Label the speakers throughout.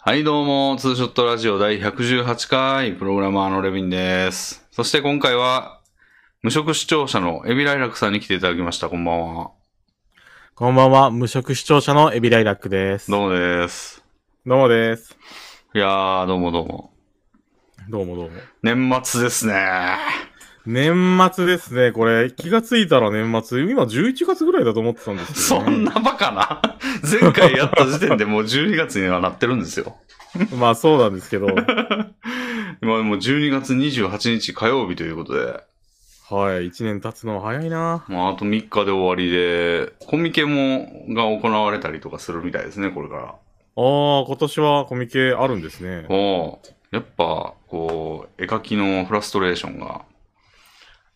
Speaker 1: はい、どうも、ツーショットラジオ第118回、プログラマーのレビンです。そして今回は、無職視聴者のエビライラクさんに来ていただきました。こんばんは。
Speaker 2: こんばんは、無職視聴者のエビライラックです。
Speaker 1: どうもです。
Speaker 2: どうもです。
Speaker 1: いやー、どうもどうも。
Speaker 2: どうもどうも。
Speaker 1: 年末ですね。
Speaker 2: 年末ですね、これ。気がついたら年末。今11月ぐらいだと思ってたんですけ
Speaker 1: そ
Speaker 2: ど、
Speaker 1: んなバカな前回やった時点でもう12月にはなってるんですよ。
Speaker 2: まあそうなんですけど。 は
Speaker 1: 今もう12月28日火曜日ということで、
Speaker 2: い、1年経つのは早いな。
Speaker 1: まああと3日で終わりで、コミケも、が行われたりとかするみたいですね、これから。
Speaker 2: あー、今年はコミケあるんですね。
Speaker 1: おーやっぱ、こう、絵描きのフラストレーションが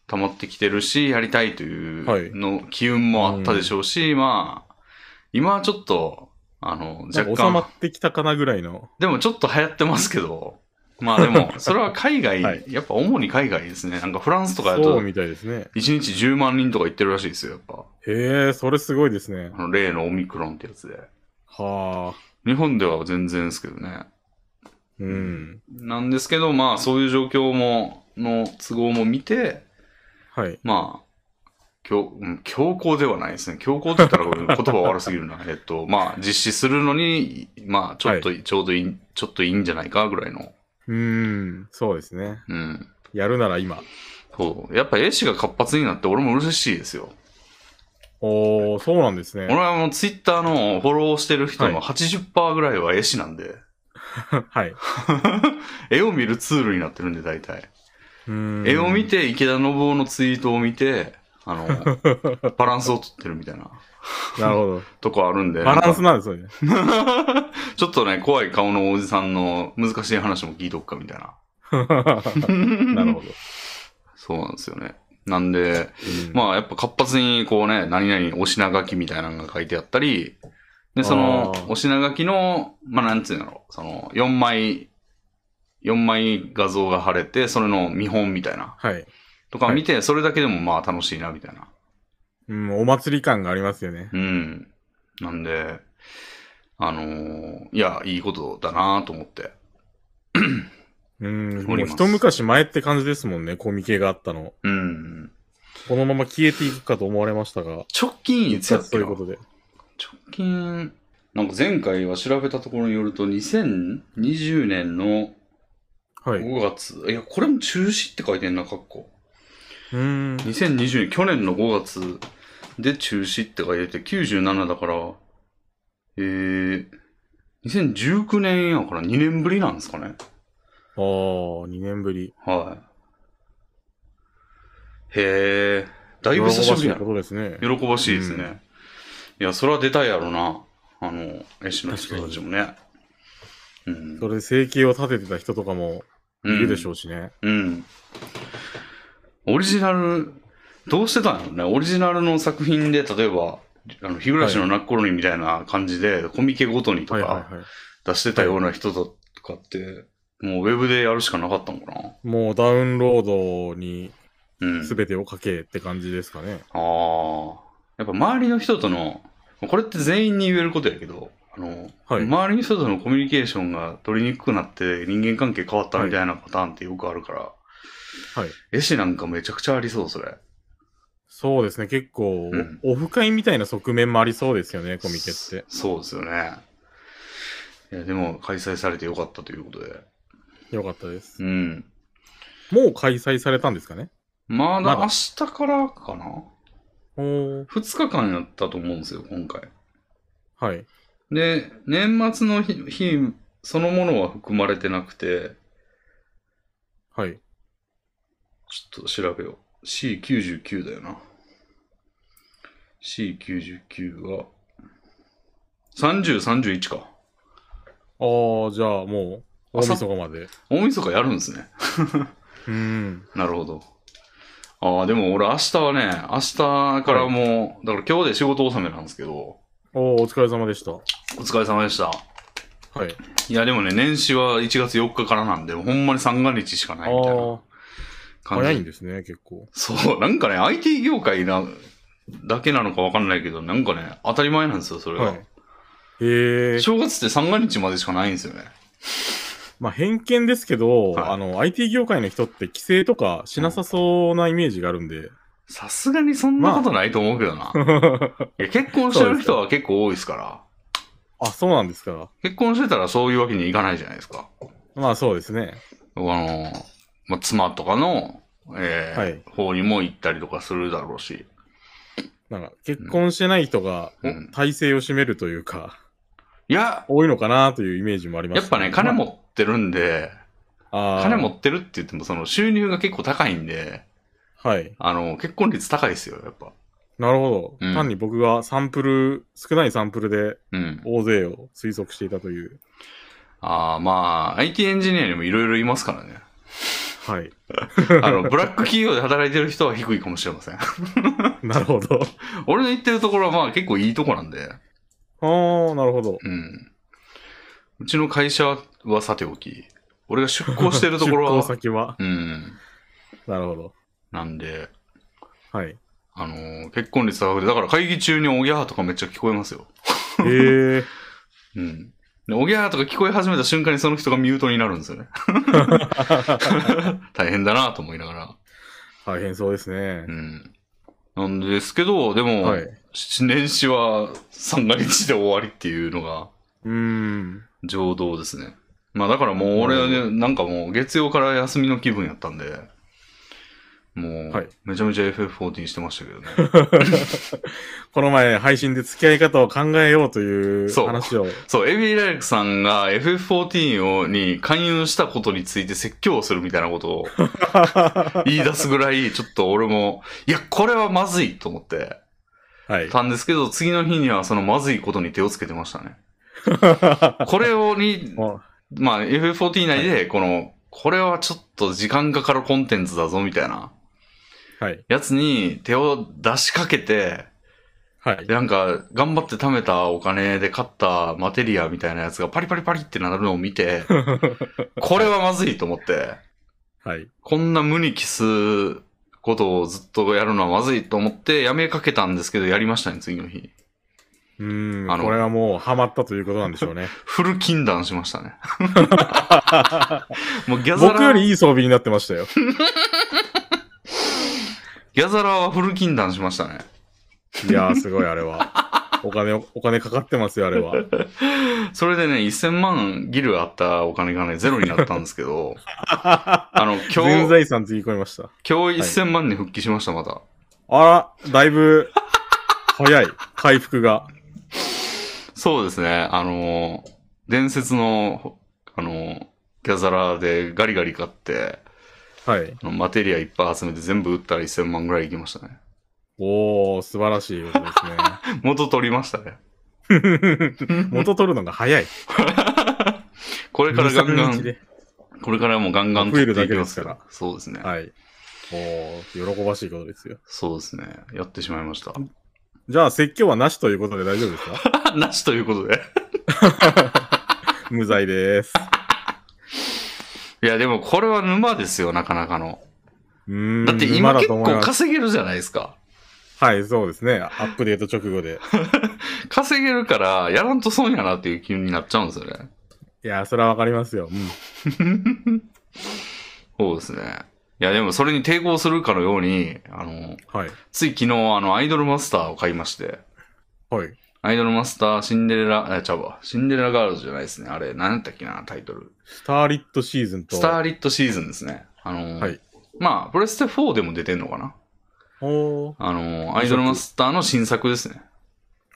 Speaker 1: 溜まってきてるし、やりたいとい
Speaker 2: はいう
Speaker 1: の機運もあったでしょうし、まあ、今はちょっと、あの、
Speaker 2: なん
Speaker 1: 若
Speaker 2: か収ま
Speaker 1: 干、
Speaker 2: ってきたかなぐらいの。
Speaker 1: でもちょっと流行ってますけど、まあで も、それは海外、
Speaker 2: はい
Speaker 1: やっぱ主に海外ですね。なんかフランスとかだ
Speaker 2: そう
Speaker 1: と、1
Speaker 2: みたいですね。
Speaker 1: 日10万人とか行ってるらしいですよ、やっぱ。
Speaker 2: へえ、それすごいですね。
Speaker 1: あの例のオミクロンってやつで。
Speaker 2: はあ。
Speaker 1: 日本では全然ですけどね。
Speaker 2: うん。
Speaker 1: なんですけど、まあそういう状況も、の都合も見て、
Speaker 2: はい。
Speaker 1: まあ、強、うん強行ではないですね。強行って言ったらこ れ言葉悪すぎるな。えっと、まあ、実施するのに、まあ、ちょっと、ちょうどいい、ちょっといいんじゃないかぐらいの。
Speaker 2: うーん、そうですね。
Speaker 1: うん。
Speaker 2: やるなら今。
Speaker 1: そう。やっぱ A 氏が活発になって俺も嬉しいですよ。
Speaker 2: おー、そうなんです
Speaker 1: 俺
Speaker 2: ね。
Speaker 1: はもうツイッターのフォローしてる人の
Speaker 2: は
Speaker 1: 80%ぐらいは A 氏なんで、
Speaker 2: はい。
Speaker 1: 絵を見るツールになってるんで大体。
Speaker 2: うーん
Speaker 1: 絵を見て、池田信夫のツイートを見て、あの、 バランスをとってるみたいな
Speaker 2: なるほど。
Speaker 1: とこあるんで。
Speaker 2: バランスなんで すよね。
Speaker 1: ちょっとね、怖い顔のおじさんの難しい話も聞いとくかみたいな。
Speaker 2: なるほど。
Speaker 1: そうなんですよね。なんで、まあやっぱ活発にこうね、何々お品書きみたいなのが書いてあったり、で、その
Speaker 2: あー
Speaker 1: お品書きの、まあなんつうんだろう、その4枚、4枚画像が貼れて、それの見本みたいな
Speaker 2: あ、はい。
Speaker 1: とか見て、それだけでもまあ楽しいなみたいな。
Speaker 2: うん、お祭り感がありますよね。
Speaker 1: うん。なんで、あのーいや、いいことだなと思って。
Speaker 2: うん、
Speaker 1: お
Speaker 2: も
Speaker 1: り
Speaker 2: う
Speaker 1: ます
Speaker 2: 一昔前って感じですもんね、コミケがあったの。
Speaker 1: うん。
Speaker 2: このまま消えていくかと思われましたが、
Speaker 1: 直近いつやっ
Speaker 2: そ
Speaker 1: け
Speaker 2: うい
Speaker 1: な
Speaker 2: うことで。
Speaker 1: 直近、なんか前回は調べたところによると、2020年の
Speaker 2: はい。う
Speaker 1: 5月、い、や、これも中止って書いてんな、かっこ。
Speaker 2: ーん。
Speaker 1: 2020年、去年の5月で中止って書いてて、97だから、えー、2019年やから2年ぶりなんですかね。
Speaker 2: ああ、2年ぶり。
Speaker 1: はい。へえ、だいぶ久しぶりや
Speaker 2: 喜ば
Speaker 1: な
Speaker 2: いこ。とですね。
Speaker 1: 喜ばしいですね。いや、それは出たいやろな。あの、絵師の人たちもね。うん
Speaker 2: そ。れで生計を立ててた人とかもいるでしょうしね。
Speaker 1: うん。オリジナル、どうしてたんやろね。オリジナルの作品で、例えば、あの日暮らしのナッコロニみたいな感じで、コミケごとにと
Speaker 2: はいは
Speaker 1: か
Speaker 2: いはい。
Speaker 1: 出してたような人とかって、もうウェブでやるしかなかったのかな。
Speaker 2: もうダウンロードに
Speaker 1: うん。
Speaker 2: 全てをかけって感じですかね。
Speaker 1: ああ。やっぱ周りの人との、これって全員に言えることやけど、あの、
Speaker 2: はい
Speaker 1: 周りの人とのコミュニケーションが取りにくくなって人間関係変わったみたいなパターンってよくあるから、
Speaker 2: はい。
Speaker 1: 絵師なんかめちゃくちゃありそう、それ。
Speaker 2: そうですね、結構、
Speaker 1: うん
Speaker 2: オフ会みたいな側面もありそうですよね、コミケって。
Speaker 1: そうですよね。いや、でも開催されてよかったということで。
Speaker 2: よかったです。
Speaker 1: うん。
Speaker 2: もう開催されたんですかね
Speaker 1: ま
Speaker 2: ま
Speaker 1: だ
Speaker 2: だ
Speaker 1: 明日からかな
Speaker 2: おー
Speaker 1: ?2 日間やったと思うんですよ、今回。
Speaker 2: はい。
Speaker 1: で、年末の日日そのものは含まれてなくて、
Speaker 2: はい。
Speaker 1: ちょっと調べよう。C99 だよな。C99 が、30、31か。
Speaker 2: ああ、じゃあもう、大
Speaker 1: 朝
Speaker 2: 晦日まで。
Speaker 1: 大晦日やるんですね。
Speaker 2: うん。
Speaker 1: なるほど。ああ、でも俺明日はね、明日からもう、だから今日で仕事納めなんですけど、
Speaker 2: おーお疲れ様でした。は
Speaker 1: お疲れ様でした。
Speaker 2: い。
Speaker 1: いや、でもね、年始は1月4日からなんで、ほんまに三が日しか
Speaker 2: あ
Speaker 1: ないみたいな
Speaker 2: あ、
Speaker 1: 感じ。
Speaker 2: 早いんですね、結構。
Speaker 1: そう、なんかね、IT 業界な、だけなのかわかんないけど、なんかね、当たり前なんですよ、それが。
Speaker 2: はい。へえ。
Speaker 1: 正月って三が日までしかないんですよね。
Speaker 2: まあ、偏見ですけど、
Speaker 1: はい
Speaker 2: あの、IT 業界の人って規制とかしなさそうなイメージがあるんで。
Speaker 1: さすがにそんなことないと思うけどな。 いや結婚してる人は結構多いですから。
Speaker 2: あ、そうなんですか。
Speaker 1: 結婚してたらそういうわけにいかないじゃないですか。
Speaker 2: まあ、そうですね。
Speaker 1: あの、まあ、妻とかの、えー
Speaker 2: はい
Speaker 1: 方にも行ったりとかするだろうし。
Speaker 2: なんか、結婚してない人が
Speaker 1: うん
Speaker 2: 体制を占めるというか、
Speaker 1: いや、
Speaker 2: 多いのかなというイメージもあります、
Speaker 1: やっぱね、金、持ってるんで、
Speaker 2: あー
Speaker 1: 金持ってるって言っても、その収入が結構高いんで、
Speaker 2: はい。
Speaker 1: あの、結婚率高いですよ、やっぱ。
Speaker 2: なるほど、
Speaker 1: うん
Speaker 2: 単に僕がサンプル、少ないサンプルで
Speaker 1: うん。
Speaker 2: 大勢を推測していたという。
Speaker 1: ああ、まあ、IT エンジニアにもいろいろいますからね。
Speaker 2: はい。
Speaker 1: あの、ブラック企業で働いてる人は低いかもしれません。
Speaker 2: なるほど。
Speaker 1: 俺の言ってるところはまあ結構いいとこなんで。
Speaker 2: ああ、なるほど。
Speaker 1: うん。うちの会社はさておき、俺が出向してるところ
Speaker 2: 出向
Speaker 1: は、
Speaker 2: 先は。
Speaker 1: うん。
Speaker 2: なるほど。
Speaker 1: なんで、
Speaker 2: はい。
Speaker 1: あのー結婚率高くて、だから会議中におぎゃーとかめっちゃ聞こえますよ。
Speaker 2: えー、
Speaker 1: うん。で、おぎゃーとか聞こえ始めた瞬間にその人がミュートになるんですよ ね。大変だなと思いながら。
Speaker 2: 大変そうですね
Speaker 1: う。ん。なんですけど、でも、
Speaker 2: はい。う
Speaker 1: 年始は三が日で終わりっていうのが
Speaker 2: ーん。
Speaker 1: 情動ですね。まあだからもう俺はね、なんかもう月曜から休みの気分やったんで、も
Speaker 2: は
Speaker 1: う
Speaker 2: い、
Speaker 1: めちゃめちゃ FF14 してましたけどね。
Speaker 2: この前、配信で付き合い方を考えようという
Speaker 1: そう
Speaker 2: 話を。
Speaker 1: そう、エビー・ライクさんが FF14 をに勧誘したことについて説教をするみたいなこと を言い出すぐらい、ちょっと俺も、いや、これはまずいと思って
Speaker 2: はい。
Speaker 1: たんですけど、次の日にはそのまずいことに手をつけてました ね。これをに、
Speaker 2: も
Speaker 1: まあ FF14 内で、この、これはちょっと時間かかるコンテンツだぞみたいな
Speaker 2: うはい。
Speaker 1: やつに手を出しかけて、
Speaker 2: はい。
Speaker 1: で、なんか、頑張って貯めたお金で買ったマテリアみたいなやつがパリパリパリってなるのを見 て、これはまずいと思って、
Speaker 2: はい。
Speaker 1: こんな無にキスことをずっとやるのはまずいと思って、やめかけたんですけど、やりましたね、次の日。
Speaker 2: うーん。
Speaker 1: あの
Speaker 2: これはもう、ハマったということなんでしょうね。
Speaker 1: フル禁断しました ね。もうギャザラ
Speaker 2: 僕よりいい装備になってましたよ。
Speaker 1: ギャザラはフル禁断しましたね。
Speaker 2: いやー、すごい、あれは。お金、お金かかってますよ、あれは。
Speaker 1: それでね、1000万ギルあったお金がね、ゼロになったんですけ ど、あの、今
Speaker 2: 全
Speaker 1: 日、
Speaker 2: 財産つぎ込みました。
Speaker 1: 今日1000万に復帰しました、また。
Speaker 2: あら、だいぶ、早い、回復が。
Speaker 1: そうですね。あの、伝説の、あの、ギャザラでガリガリ買って、
Speaker 2: はい。
Speaker 1: あのマテリアいっぱい集めて全部売ったら1000万ぐらいいきましたね。
Speaker 2: おー、素晴らしいこと で
Speaker 1: 元取りましたね。
Speaker 2: すね。元取るのが早い。
Speaker 1: これからガンガ
Speaker 2: 2 3日
Speaker 1: ン、
Speaker 2: で
Speaker 1: これからもガンガン
Speaker 2: 増
Speaker 1: 取
Speaker 2: える
Speaker 1: って
Speaker 2: だ
Speaker 1: いき
Speaker 2: けで
Speaker 1: ますすか
Speaker 2: から
Speaker 1: ら。そうですね。
Speaker 2: はい。おー、喜ばしいことですよ。
Speaker 1: そうですね。やってしまいました。
Speaker 2: じゃあ、説教はなしということで大丈夫ですか
Speaker 1: なしということで。
Speaker 2: 無罪です。
Speaker 1: いや、でもこれは沼ですよ、なかなかの。
Speaker 2: うーん。
Speaker 1: だって
Speaker 2: 馬
Speaker 1: 今
Speaker 2: だ
Speaker 1: 結
Speaker 2: と思い
Speaker 1: 構
Speaker 2: ます。
Speaker 1: 稼げるじゃないですか。
Speaker 2: はい、そうですね。アップデート直後で。
Speaker 1: 稼げるから、やらんと損やなっていう気になっちゃうんですよね。
Speaker 2: いやー、それはわかりますよ。うん。
Speaker 1: そうですね。いや、でもそれに抵抗するかのように、あの、
Speaker 2: はい。
Speaker 1: つい昨日、あの、アイドルマスターを買いまして、
Speaker 2: はい。
Speaker 1: アイドルマスター、シンデレラ、え、ちゃうわ、シンデレラガールズじゃないですね。あれ、何やったっけな、タイトル。
Speaker 2: スターリットシーズンと。
Speaker 1: スターリットシーズンですね。あの、
Speaker 2: はい
Speaker 1: まあ、プレステ4でも出てんのかな。
Speaker 2: おー。
Speaker 1: あの、アイドルマスターの新作ですね。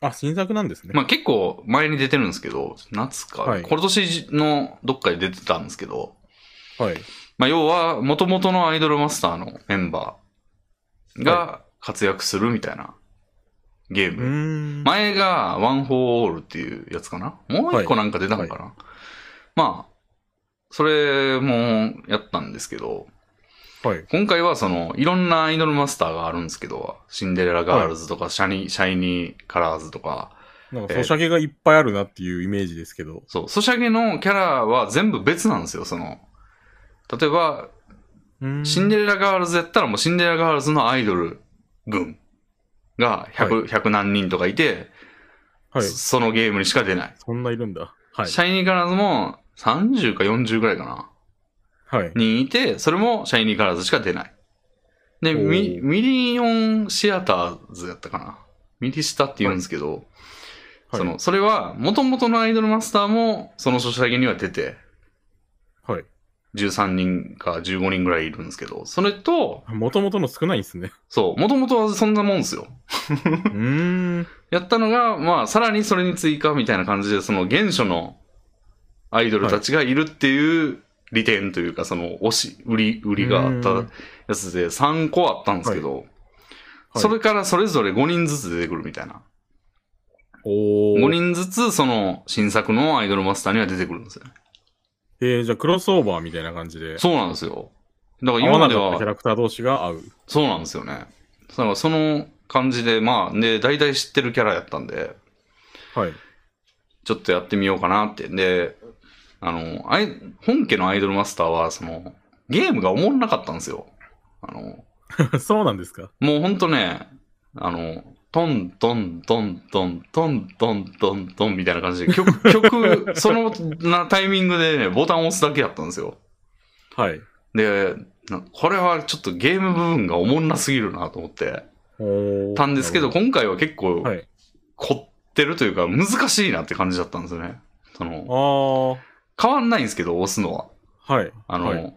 Speaker 2: あ、新作なんですね。
Speaker 1: まあ結構前に出てるんですけど、夏か、
Speaker 2: はい
Speaker 1: 今年のどっかで出てたんですけど、
Speaker 2: はい。
Speaker 1: まあ、要は、元々のアイドルマスターのメンバーが活躍するみたいなゲー
Speaker 2: うー
Speaker 1: ム。
Speaker 2: ん。
Speaker 1: 前が、ワン・フォー・オールっていうやつかなもう一個なんか出たのかな、まあ、それもやったんですけど、
Speaker 2: はい。
Speaker 1: 今回はその、いろんなアイドルマスターがあるんですけど、シンデレラ・ガールズとか、シャニシャイニー・カラーズとか、
Speaker 2: なんか、
Speaker 1: えー
Speaker 2: ソシャゲがいっぱいあるなっていうイメージですけど。
Speaker 1: そう、ソシャゲのキャラは全部別なんですよ、その。例えば、シン
Speaker 2: で
Speaker 1: デレラガールズやったらもうシンデレラガールズのアイドル軍が 100,、100何人とかいて、
Speaker 2: はい。
Speaker 1: そのゲームにしか出ない。
Speaker 2: そんないるんだ。はい。
Speaker 1: シャイニーガールズも30か40ぐらいかな。
Speaker 2: はい。
Speaker 1: にいて、それもシャイニーカラーズしか出ない。で、
Speaker 2: おー
Speaker 1: ミミリオンシアターズやったかな。ミリシタって言うんですけど、
Speaker 2: はい
Speaker 1: その、それは、元々のアイドルマスターも、その書写には出て、
Speaker 2: はい。
Speaker 1: 13人か15人ぐらいいるんですけど、それと、
Speaker 2: もともとの少ないんですね。
Speaker 1: そう、元々はそんなもんですよ。
Speaker 2: うーん。
Speaker 1: やったのが、まあ、さらにそれに追加みたいな感じで、その原初のアイドルたちがいるっていう利点というか、その推し、売り、売りがあった
Speaker 2: うん
Speaker 1: やつで3個あったんですけど、
Speaker 2: はい
Speaker 1: それからそれぞれ5人ずつ出てくるみたいな。
Speaker 2: お
Speaker 1: 5
Speaker 2: ー。
Speaker 1: 人ずつ、その新作のアイドルマスターには出てくるんですよね。
Speaker 2: えー、じゃあクロスオーバーみたいな感じで。
Speaker 1: そうなんですよ。だから
Speaker 2: 合
Speaker 1: 今
Speaker 2: わ
Speaker 1: ま
Speaker 2: な
Speaker 1: で
Speaker 2: かったキャ
Speaker 1: は、
Speaker 2: ラクター同士が合う。
Speaker 1: そうなんですよね。だからその感じで、まあ、で、大体知ってるキャラやったんで、
Speaker 2: はい。
Speaker 1: ちょっとやってみようかなって。で、あの、アイ本家のアイドルマスターは、その、ゲームがおもんなかったんですよ。あの、
Speaker 2: そうなんですか。
Speaker 1: もうほんとね、あの、トントントントントントントントンみたいな感じで、曲、 曲、そのなタイミングでね、ボタンを押すだけやったんですよ。
Speaker 2: はい。
Speaker 1: で、なこれはちょっとゲーム部分がおもんなすぎるなと思って
Speaker 2: おー
Speaker 1: たんですけど、
Speaker 2: な
Speaker 1: 今回は結構
Speaker 2: るほどはい。
Speaker 1: 凝ってるというか、難しいなって感じだったんですよね。その、
Speaker 2: あ
Speaker 1: 変わんないんですけど、押すのは。
Speaker 2: ー。はい。
Speaker 1: あの、
Speaker 2: はい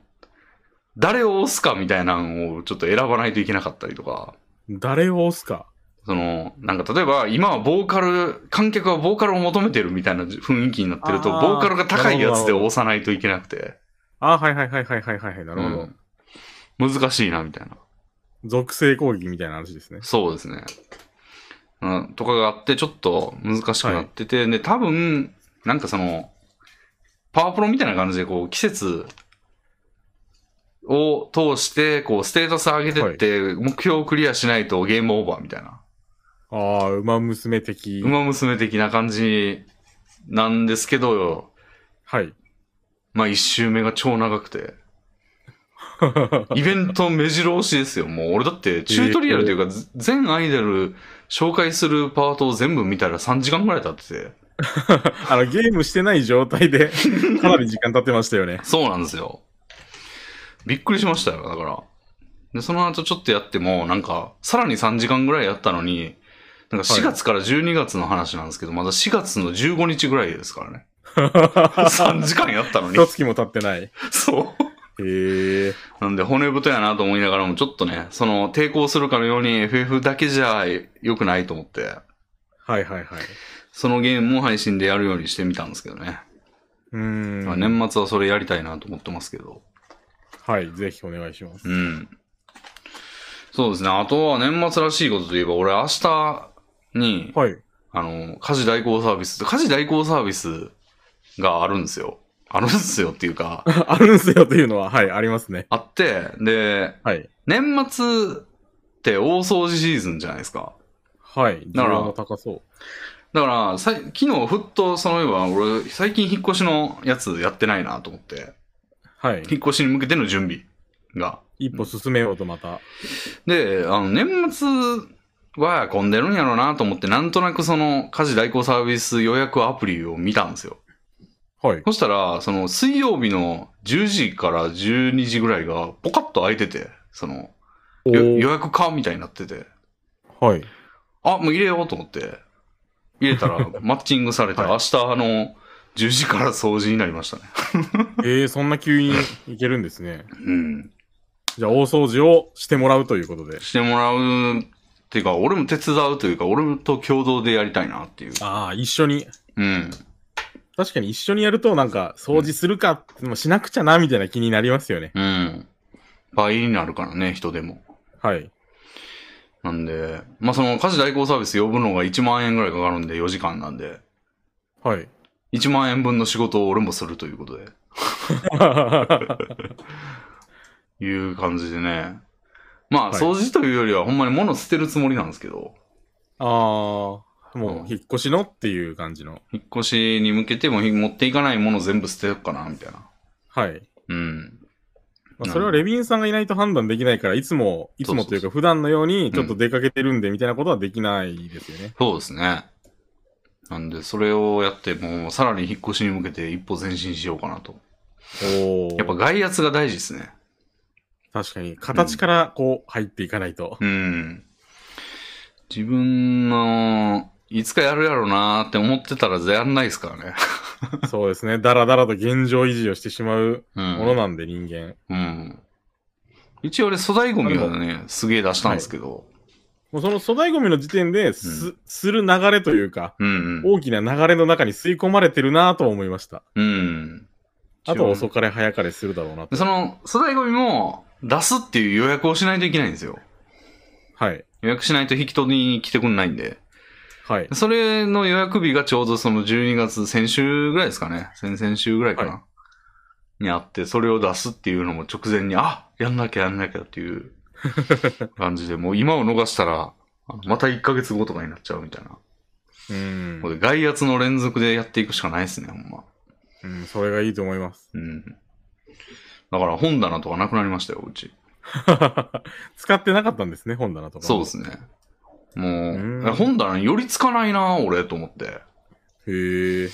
Speaker 1: 誰を押すかみたいなのをちょっと選ばないといけなかったりとか、
Speaker 2: 誰を押すか。
Speaker 1: その、なんか例えば今はボーカル、観客はボーカルを求めてるみたいな雰囲気になってると、
Speaker 2: あー
Speaker 1: ボーカルが高いやつ
Speaker 2: なるほ
Speaker 1: で
Speaker 2: ど
Speaker 1: 押さないといけなくて、
Speaker 2: あー、はいはいはいはいはいはいはい。なるほど。
Speaker 1: うん難しいなみたいな。
Speaker 2: 属性攻撃みたいな話ですね。
Speaker 1: そうですね。うん、とかがあって、ちょっと難しくなってて、で、多分、なんかその、パワプロみたいな感じで、こう、季節を通して、こう、ステータス上げてって、目標をクリアしないとゲームオーバーみたいな、
Speaker 2: ああ、馬娘的。
Speaker 1: 馬娘的な感じなんですけど、
Speaker 2: はい。
Speaker 1: まあ、一周目が超長くて、イベント目白押しですよ。もう、俺だって、チュートリアルというか、全アイドル紹介するパートを全部見たら3時間ぐらい経ってて、
Speaker 2: あの、ゲームしてない状態で、 かなり時間経ってましたよね。
Speaker 1: そうなんですよ。びっくりしましたよ、だから。で、その後ちょっとやっても、なんか、さらに3時間ぐらいやったのに、なんか
Speaker 2: はい
Speaker 1: 4月から12月の話なんですけど、まだ4月の15日ぐらいです からね。3時間やったのに
Speaker 2: 一。月も経ってない。へ
Speaker 1: そう。
Speaker 2: え。
Speaker 1: なんで骨太やなと思いながらも、ちょっとね、その抵抗するかのように FF だけじゃ良くないと思って、
Speaker 2: はいはいはい。
Speaker 1: そのゲームも配信でやるようにしてみたんですけどね。
Speaker 2: うーん。
Speaker 1: まあ年末はそれやりたいなと思ってますけど。
Speaker 2: はい、ぜひお願いします。
Speaker 1: うん。そうですね。あとは年末らしいことといえば、俺明日に、
Speaker 2: はい。
Speaker 1: あの、家事代行サービス、家事代行サービスがあるんですよ。あるんですよっていうか、
Speaker 2: あるんすよというのは、はい、ありますね。
Speaker 1: あって、で、
Speaker 2: はい。
Speaker 1: 年末って大掃除シーズンじゃないですか。
Speaker 2: はい。需
Speaker 1: だから
Speaker 2: 要の高そう。
Speaker 1: だから、さい昨日ふっとそのいえば、俺、最近引っ越しのやつやってないなと思って、
Speaker 2: はい。
Speaker 1: 引っ越しに向けての準備が。
Speaker 2: 一歩進めようとまた。
Speaker 1: で、あの、年末は混んでるんやろうなと思って、なんとなくその家事代行サービス予約アプリを見たんですよ。
Speaker 2: はい。
Speaker 1: そしたら、その水曜日の10時から12時ぐらいがポカッと空いてて、その
Speaker 2: お
Speaker 1: よ
Speaker 2: ー
Speaker 1: 予約かみたいになってて、
Speaker 2: はい。
Speaker 1: あ、もう入れようと思って、入れた らマッチングされて、
Speaker 2: はい
Speaker 1: 明日あの、10時から掃除になりましたね。
Speaker 2: えー、そんな急にいけるんですね。
Speaker 1: うん。
Speaker 2: じゃあ、大掃除をしてもらうということで。
Speaker 1: してもらうっていうか、俺も手伝うというか、俺と共同でやりたいなっていう。
Speaker 2: ああ、一緒に。
Speaker 1: うん。
Speaker 2: 確かに一緒にやると、なんか、掃除するか、まあしなくちゃな、みたいな気になりますよね。
Speaker 1: うん。倍になるからね、人でも。
Speaker 2: はい。
Speaker 1: なんで、まあ、その家事代行サービス呼ぶのが1万円ぐらいかかるんで、4時間なんで、
Speaker 2: はい。
Speaker 1: 1万円分の仕事を俺もするということで、いう感じでね。まあ、
Speaker 2: はい
Speaker 1: 掃除というよりは、ほんまに物捨てるつもりなんですけど、
Speaker 2: ああ、もう、引っ越しのっていう感じの。
Speaker 1: 引っ越しに向けてもひ持っていかないもの全部捨てようかな、みたいな。
Speaker 2: はい。
Speaker 1: うん。
Speaker 2: ま
Speaker 1: うん
Speaker 2: あ、それはレビンさんがいないと判断できないから、いつも、いつもというか、普段のように、ちょっと出かけてるんで、みたいなことはできないですよね。
Speaker 1: そうですね。なんで、それをやって、もうさらに引っ越しに向けて一歩前進しようかなと。
Speaker 2: お
Speaker 1: やっぱ外圧が大事ですね。
Speaker 2: 確かに、形からこう入っていかないと。
Speaker 1: うん。自分の、いつかやるやろうなーって思ってたらやんないですからね。
Speaker 2: そうですね。だらだらと現状維持をしてしまう
Speaker 1: う
Speaker 2: もの
Speaker 1: ん。
Speaker 2: なんで、人間。
Speaker 1: うん。一応俺、粗大ゴミはね、すげえ出したんですけど。
Speaker 2: もうその粗大ゴミの時点で、す、する流れというか、
Speaker 1: うんうん。
Speaker 2: 大きな流れの中に吸い込まれてるなぁとは思いました。
Speaker 1: うん。
Speaker 2: あとは遅かれ早かれするだろうな
Speaker 1: で
Speaker 2: と。
Speaker 1: その、粗大ゴミも出すっていう予約をしないといけないんですよ。
Speaker 2: はい。
Speaker 1: 予約しないと引き取りに来てくんないんで。
Speaker 2: はい。
Speaker 1: それの予約日がちょうどその12月、先週ぐらいですかね。先々週ぐらいかな。
Speaker 2: は
Speaker 1: にあって、それを出すっていうのも直前に、あやんなきゃやんなきゃっていう感じで、もう今を逃したら、あのまた1ヶ月後とかになっちゃうみたいな。
Speaker 2: うん
Speaker 1: こ。れ外圧の連続でやっていくしかないですね、ほんま。
Speaker 2: うん、それがいいと思います。
Speaker 1: うん。だから本棚とかなくなりましたよ、うち。
Speaker 2: 使ってなかったんですね、本棚とか。
Speaker 1: そうですね。もう、
Speaker 2: うん
Speaker 1: 本棚に寄りつかないな、俺、と思って。
Speaker 2: へえ。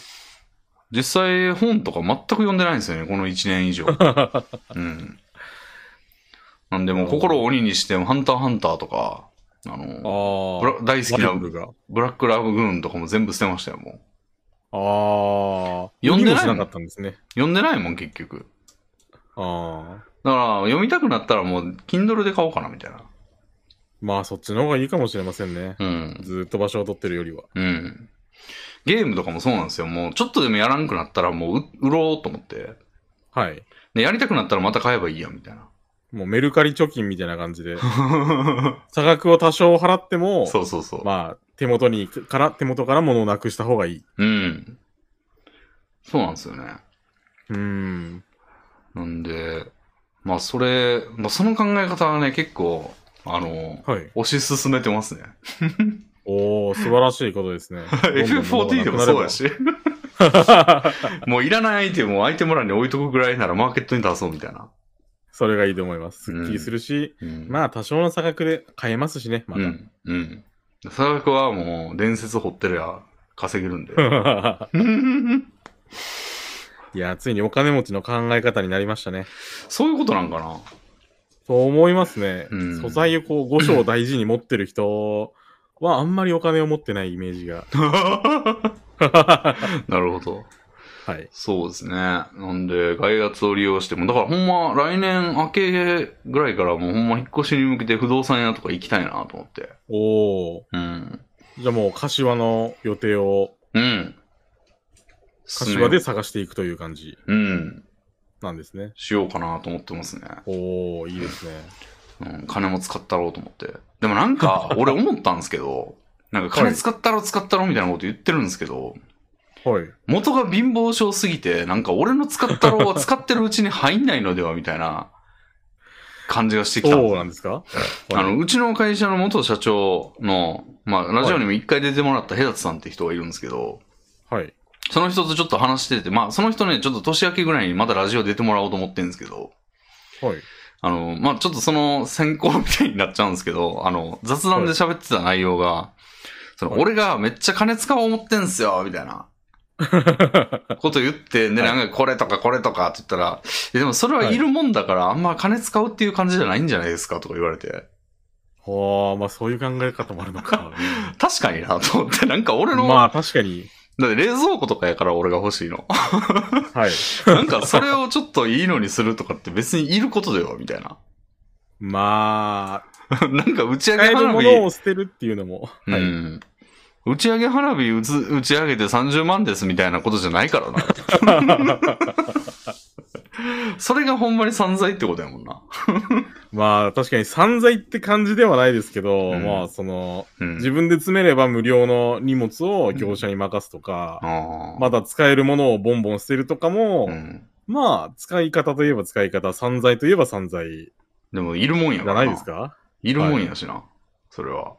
Speaker 1: 実際本とか全く読んでないんですよね、この1年以 上。うん。なんでもう心を鬼にして、ハンターハンターとか、あ
Speaker 2: あ
Speaker 1: の、
Speaker 2: あ。
Speaker 1: ブラ大好きな
Speaker 2: ワイルドが。
Speaker 1: ブラックラブグーンとかも全部捨てましたよ、もう。
Speaker 2: ああ。
Speaker 1: 読んでないの
Speaker 2: 読みもしなかったんですね。
Speaker 1: 読んでないもん、結局。
Speaker 2: ああ。
Speaker 1: だから、読みたくなったらもう、Kindle で買おうかな、みたいな。
Speaker 2: まあ、そっちの方がいいかもしれませんね。
Speaker 1: うん。
Speaker 2: ずーっと場所を取ってるよりは。
Speaker 1: うん。ゲームとかもそうなんですよ。もう、ちょっとでもやらんくなったら、もうう、売ろうと思って。
Speaker 2: はい。
Speaker 1: で、やりたくなったらまた買えばいいや、みたいな。
Speaker 2: もうメルカリ貯金みたいな感じ で、差額を多少払っても、
Speaker 1: そうそうそう。
Speaker 2: まあ、手元にから、手元から物をなくした方がいい。
Speaker 1: うん。そうなんですよね。
Speaker 2: うーん。
Speaker 1: なんで、まあそれ、まあその考え方はね、結構、あの、
Speaker 2: はい。
Speaker 1: 推し進めてますね。
Speaker 2: おー、素晴らしいことで すね。
Speaker 1: F4T でもそうや。し。 もういらないアイテムをアイテム欄に置いとくぐらいならマーケットに出そうみたいな。
Speaker 2: それがいいと思います。すっきりするし、
Speaker 1: うん。
Speaker 2: まあ、多少の差額で買えますしね、ま
Speaker 1: う
Speaker 2: た。
Speaker 1: ん。うん。佐々木はもう伝説掘ってりゃ稼げる んで。
Speaker 2: いや、ついにお金持ちの考え方になりましたね。
Speaker 1: そういうことなんかな。
Speaker 2: そう思いますね。
Speaker 1: うん
Speaker 2: 素材をこう、五章を大事に持ってる人は、あんまりお金を持ってないイメー ジが。
Speaker 1: なるほど。
Speaker 2: はい。
Speaker 1: そうですね。なんで、外圧を利用しても、だからほんま、来年明けぐらいからもうほんま引っ越しに向けて不動産屋とか行きたいなと思って。
Speaker 2: おー。
Speaker 1: うん。
Speaker 2: じゃあもう、柏の予定を、
Speaker 1: うん。
Speaker 2: 柏で探していくという感じ
Speaker 1: うん。
Speaker 2: なんですね。
Speaker 1: しようかなと思ってますね。
Speaker 2: おー、いいですね。
Speaker 1: うん。金も使ったろうと思って。でもなんか、 俺思ったんですけど、なんか金使ったろう使ったろうみたいなこと言ってるんですけど、
Speaker 2: はい。
Speaker 1: 元が貧乏症すぎて、なんか俺の使ったろうは使ってるうちに入んないのではみたいな感じがしてきたんです
Speaker 2: そ
Speaker 1: よ
Speaker 2: うなんですか
Speaker 1: あの、
Speaker 2: は
Speaker 1: うちの会社の元社長の、まあ、ラジオにも一回出てもらったヘダツさんって人がいるんですけど、
Speaker 2: いはい。
Speaker 1: その人とちょっと話してて、まあ、その人ね、ちょっと年明けぐらいにまたラジオ出てもらおうと思ってるんですけど、
Speaker 2: はい。
Speaker 1: あの、まあ、ちょっとその先行みたいになっちゃうんですけど、あの、雑談で喋ってた内容が、その、
Speaker 2: はい
Speaker 1: 俺がめっちゃ金使おう思ってんすよ、みたいなこと言って、で、
Speaker 2: はい
Speaker 1: なんかこれとかこれとかって言ったら、えでもそれはいるもんだから、あんま金使うっていう感じじゃないんじゃないですか、とか言われて、
Speaker 2: はあ、まあそういう考え方もあるの か。
Speaker 1: 確かにな、と思って、なんか俺の、
Speaker 2: まあ確かに。
Speaker 1: だって冷蔵庫とかやから俺が欲しいの。
Speaker 2: はい。
Speaker 1: なんかそれをちょっといいのにするとかって別にいることだよ、みたいな。
Speaker 2: まあ、
Speaker 1: なんか打ち上
Speaker 2: 使
Speaker 1: げ
Speaker 2: える
Speaker 1: 花
Speaker 2: も
Speaker 1: 火。
Speaker 2: のを捨てるっていうのも。
Speaker 1: う
Speaker 2: はい。
Speaker 1: ん。打ち上げ花火打つ、打ち上げて30万ですみたいなことじゃないからな。 それがほんまに散財ってことやもんな。
Speaker 2: まあ確かに散財って感じではないですけど、
Speaker 1: うん
Speaker 2: まあその、
Speaker 1: うん。
Speaker 2: 自分で詰めれば無料の荷物を業者に任すとか、
Speaker 1: ああ。
Speaker 2: まだ使えるものをボンボン捨てるとかも、
Speaker 1: うん。
Speaker 2: まあ使い方といえば使い方、散財といえば散財
Speaker 1: でもいるもん
Speaker 2: じ
Speaker 1: やか
Speaker 2: ゃ
Speaker 1: ら
Speaker 2: ないですか
Speaker 1: いるもんやしな。それは。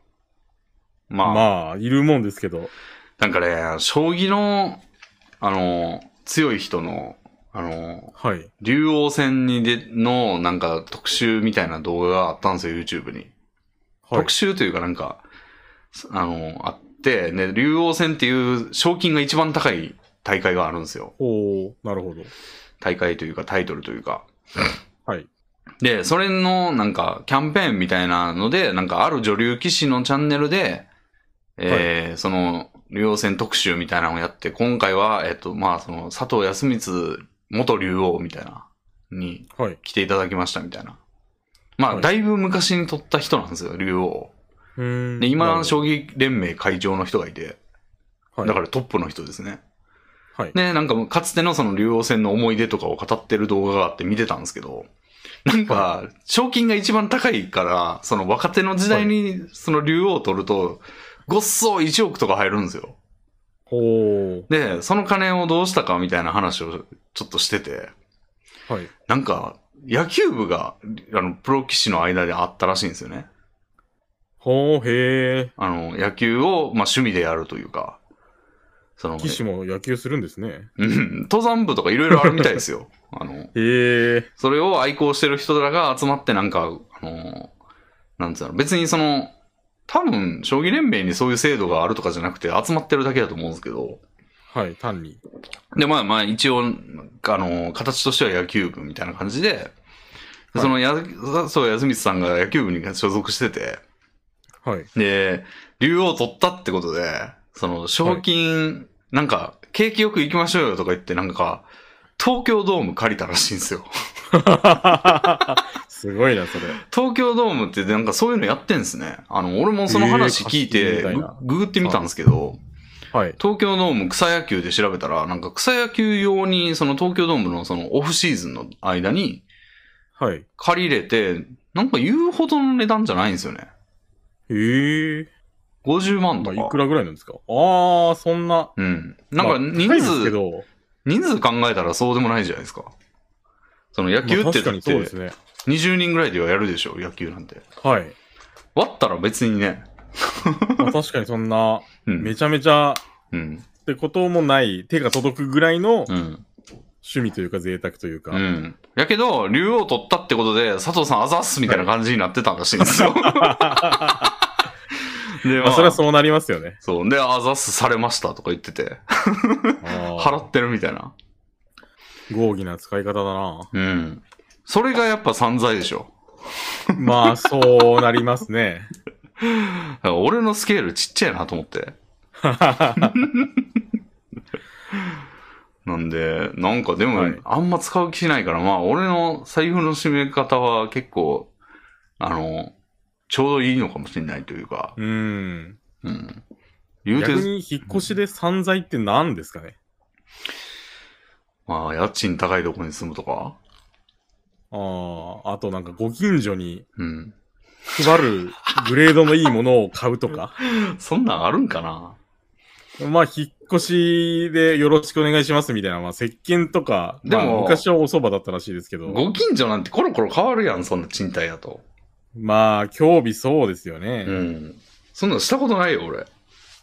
Speaker 1: まあ、
Speaker 2: まあ、いるもんですけど。
Speaker 1: なんかね、将棋の、あの、強い人の、あの、
Speaker 2: はい。
Speaker 1: 竜王戦にで、の、なんか特集みたいな動画があったんですよ、YouTube に。
Speaker 2: はい
Speaker 1: 特。集というかなんか、あの、あっって、ね、竜王戦っていう賞金が一番高い大会があるんですよ。
Speaker 2: ほう、なるほど。
Speaker 1: 大会というかタイトルというか。
Speaker 2: はい。
Speaker 1: で、それのなんかキャンペーンみたいなので、なんかある女流棋士のチャンネルで、えーその、竜王戦特集みたいなのをやって、今回は、えっと、まあ、その、佐藤康光元竜王みたいな、に
Speaker 2: はい。
Speaker 1: 来ていただきましたみたいな。まあ、
Speaker 2: はい
Speaker 1: だいぶ昔に取った人なんですよ、竜王。
Speaker 2: うーん。
Speaker 1: で、今、
Speaker 2: ょ
Speaker 1: 将棋連盟会長の人がいて、
Speaker 2: はい。、
Speaker 1: だかららトップの人ですね。
Speaker 2: はい。
Speaker 1: で、なんかもうかつてのその竜王戦の思い出とかを語ってる動画があって見てたんですけど、なんか、賞金が一番高いから、その若手の時代にその竜王を取ると、ごっそ1億とか入るんですよ。
Speaker 2: ほ
Speaker 1: で、その金をどうしたかみたいな話をちょっとしてて、
Speaker 2: う。はい。
Speaker 1: なんか、野球部が、あの、プロ棋士の間であったらしいんですよね。
Speaker 2: ほう、へえ。
Speaker 1: あの、野球を、まあ、趣味でやるというか、その、
Speaker 2: 騎士も野球するんですね。
Speaker 1: うん登山部とかいろいろあるみたいですよ。あの、
Speaker 2: へえ。
Speaker 1: それを愛好してる人らが集まってなんか、あの、なんつうの、別にその、多分、将棋連盟にそういう制度があるとかじゃなくて、集まってるだけだと思うんですけど、
Speaker 2: はい、単に。
Speaker 1: で、まあまあ、一応、あの、形としては野球部みたいな感じで、
Speaker 2: はい
Speaker 1: そのや、そう、安光さんが野球部に所属してて、
Speaker 2: はい。
Speaker 1: で、竜王取ったってことで、その、賞金、なんか、景気よく行きましょうよとか言って、なんか、東京ドーム借りたらしいんですよ。
Speaker 2: すごいな、それ。
Speaker 1: 東京ドームってなんかそういうのやってんですね。あの、俺もその話聞い
Speaker 2: えー
Speaker 1: て
Speaker 2: 貸してみたいな、
Speaker 1: ぐググってみたんですけど、
Speaker 2: はい。
Speaker 1: 東京ドーム草野球で調べたら、なんか草野球用に、その東京ドームのそのオフシーズンの間に
Speaker 2: はい。
Speaker 1: 借りれて、なんか言うほどの値段じゃないんですよね。
Speaker 2: へえ。
Speaker 1: 50万
Speaker 2: ま
Speaker 1: と
Speaker 2: あ、
Speaker 1: か。
Speaker 2: いくらぐらいなんですかああ、そんな。
Speaker 1: うん。なんか人
Speaker 2: まあ高いです
Speaker 1: 数、
Speaker 2: けど、
Speaker 1: 人数考えたらそうでもないじゃないですか。その野球
Speaker 2: ま
Speaker 1: っ
Speaker 2: あ
Speaker 1: てだ
Speaker 2: 確か
Speaker 1: っ
Speaker 2: にそうで
Speaker 1: て
Speaker 2: すね。
Speaker 1: 20人ぐらいではやるでしょ、野球なんて。
Speaker 2: はい。
Speaker 1: 割ったら別にね。
Speaker 2: まあ、確かにそんな、
Speaker 1: うん。
Speaker 2: めちゃめちゃっ
Speaker 1: うん。
Speaker 2: てこともない、手が届くぐらいの
Speaker 1: うん。
Speaker 2: 趣味というか贅沢というか。
Speaker 1: うん。やけど、竜王取ったってことで、佐藤さんあざっすみたいな感じになってたらしいん ですよ。で、
Speaker 2: ま
Speaker 1: ま
Speaker 2: あ、
Speaker 1: あ、
Speaker 2: そ
Speaker 1: そ
Speaker 2: れはそうなりますよね。
Speaker 1: う。で、あざっすされましたとか言ってて、払
Speaker 2: 払
Speaker 1: ってるみたいな。。
Speaker 2: 豪義な使い方だな
Speaker 1: うん。それがやっぱ散財でしょ。
Speaker 2: まあ、そうなりますね。
Speaker 1: だから俺のスケールちっちゃいなと思 って。なんで、なんかでも、
Speaker 2: はい
Speaker 1: あんま使う気しないから、まあ、俺の財布の締め方は結構、あの、ちょうどいいのかもしれないというか、
Speaker 2: うん。
Speaker 1: うん。言う
Speaker 2: 逆
Speaker 1: て、
Speaker 2: に引っ越しで散財って何ですかね。
Speaker 1: まあ、家賃高いとこに住むとか、
Speaker 2: ああ、あとなんかご近所に
Speaker 1: うん。
Speaker 2: 配るグレードのいいものを買うとか。
Speaker 1: そんなんあるんかな
Speaker 2: まあ、引っ越しでよろしくお願いしますみたいな、まあ、石鹸とか、
Speaker 1: でも
Speaker 2: まあ昔はお蕎麦だったらしいですけど、
Speaker 1: ご近所なんてコロコロ変わるやん、そんな賃貸やと。
Speaker 2: まあ、興味そうですよね。
Speaker 1: う
Speaker 2: い
Speaker 1: ん。そんなんしたことないよ、俺。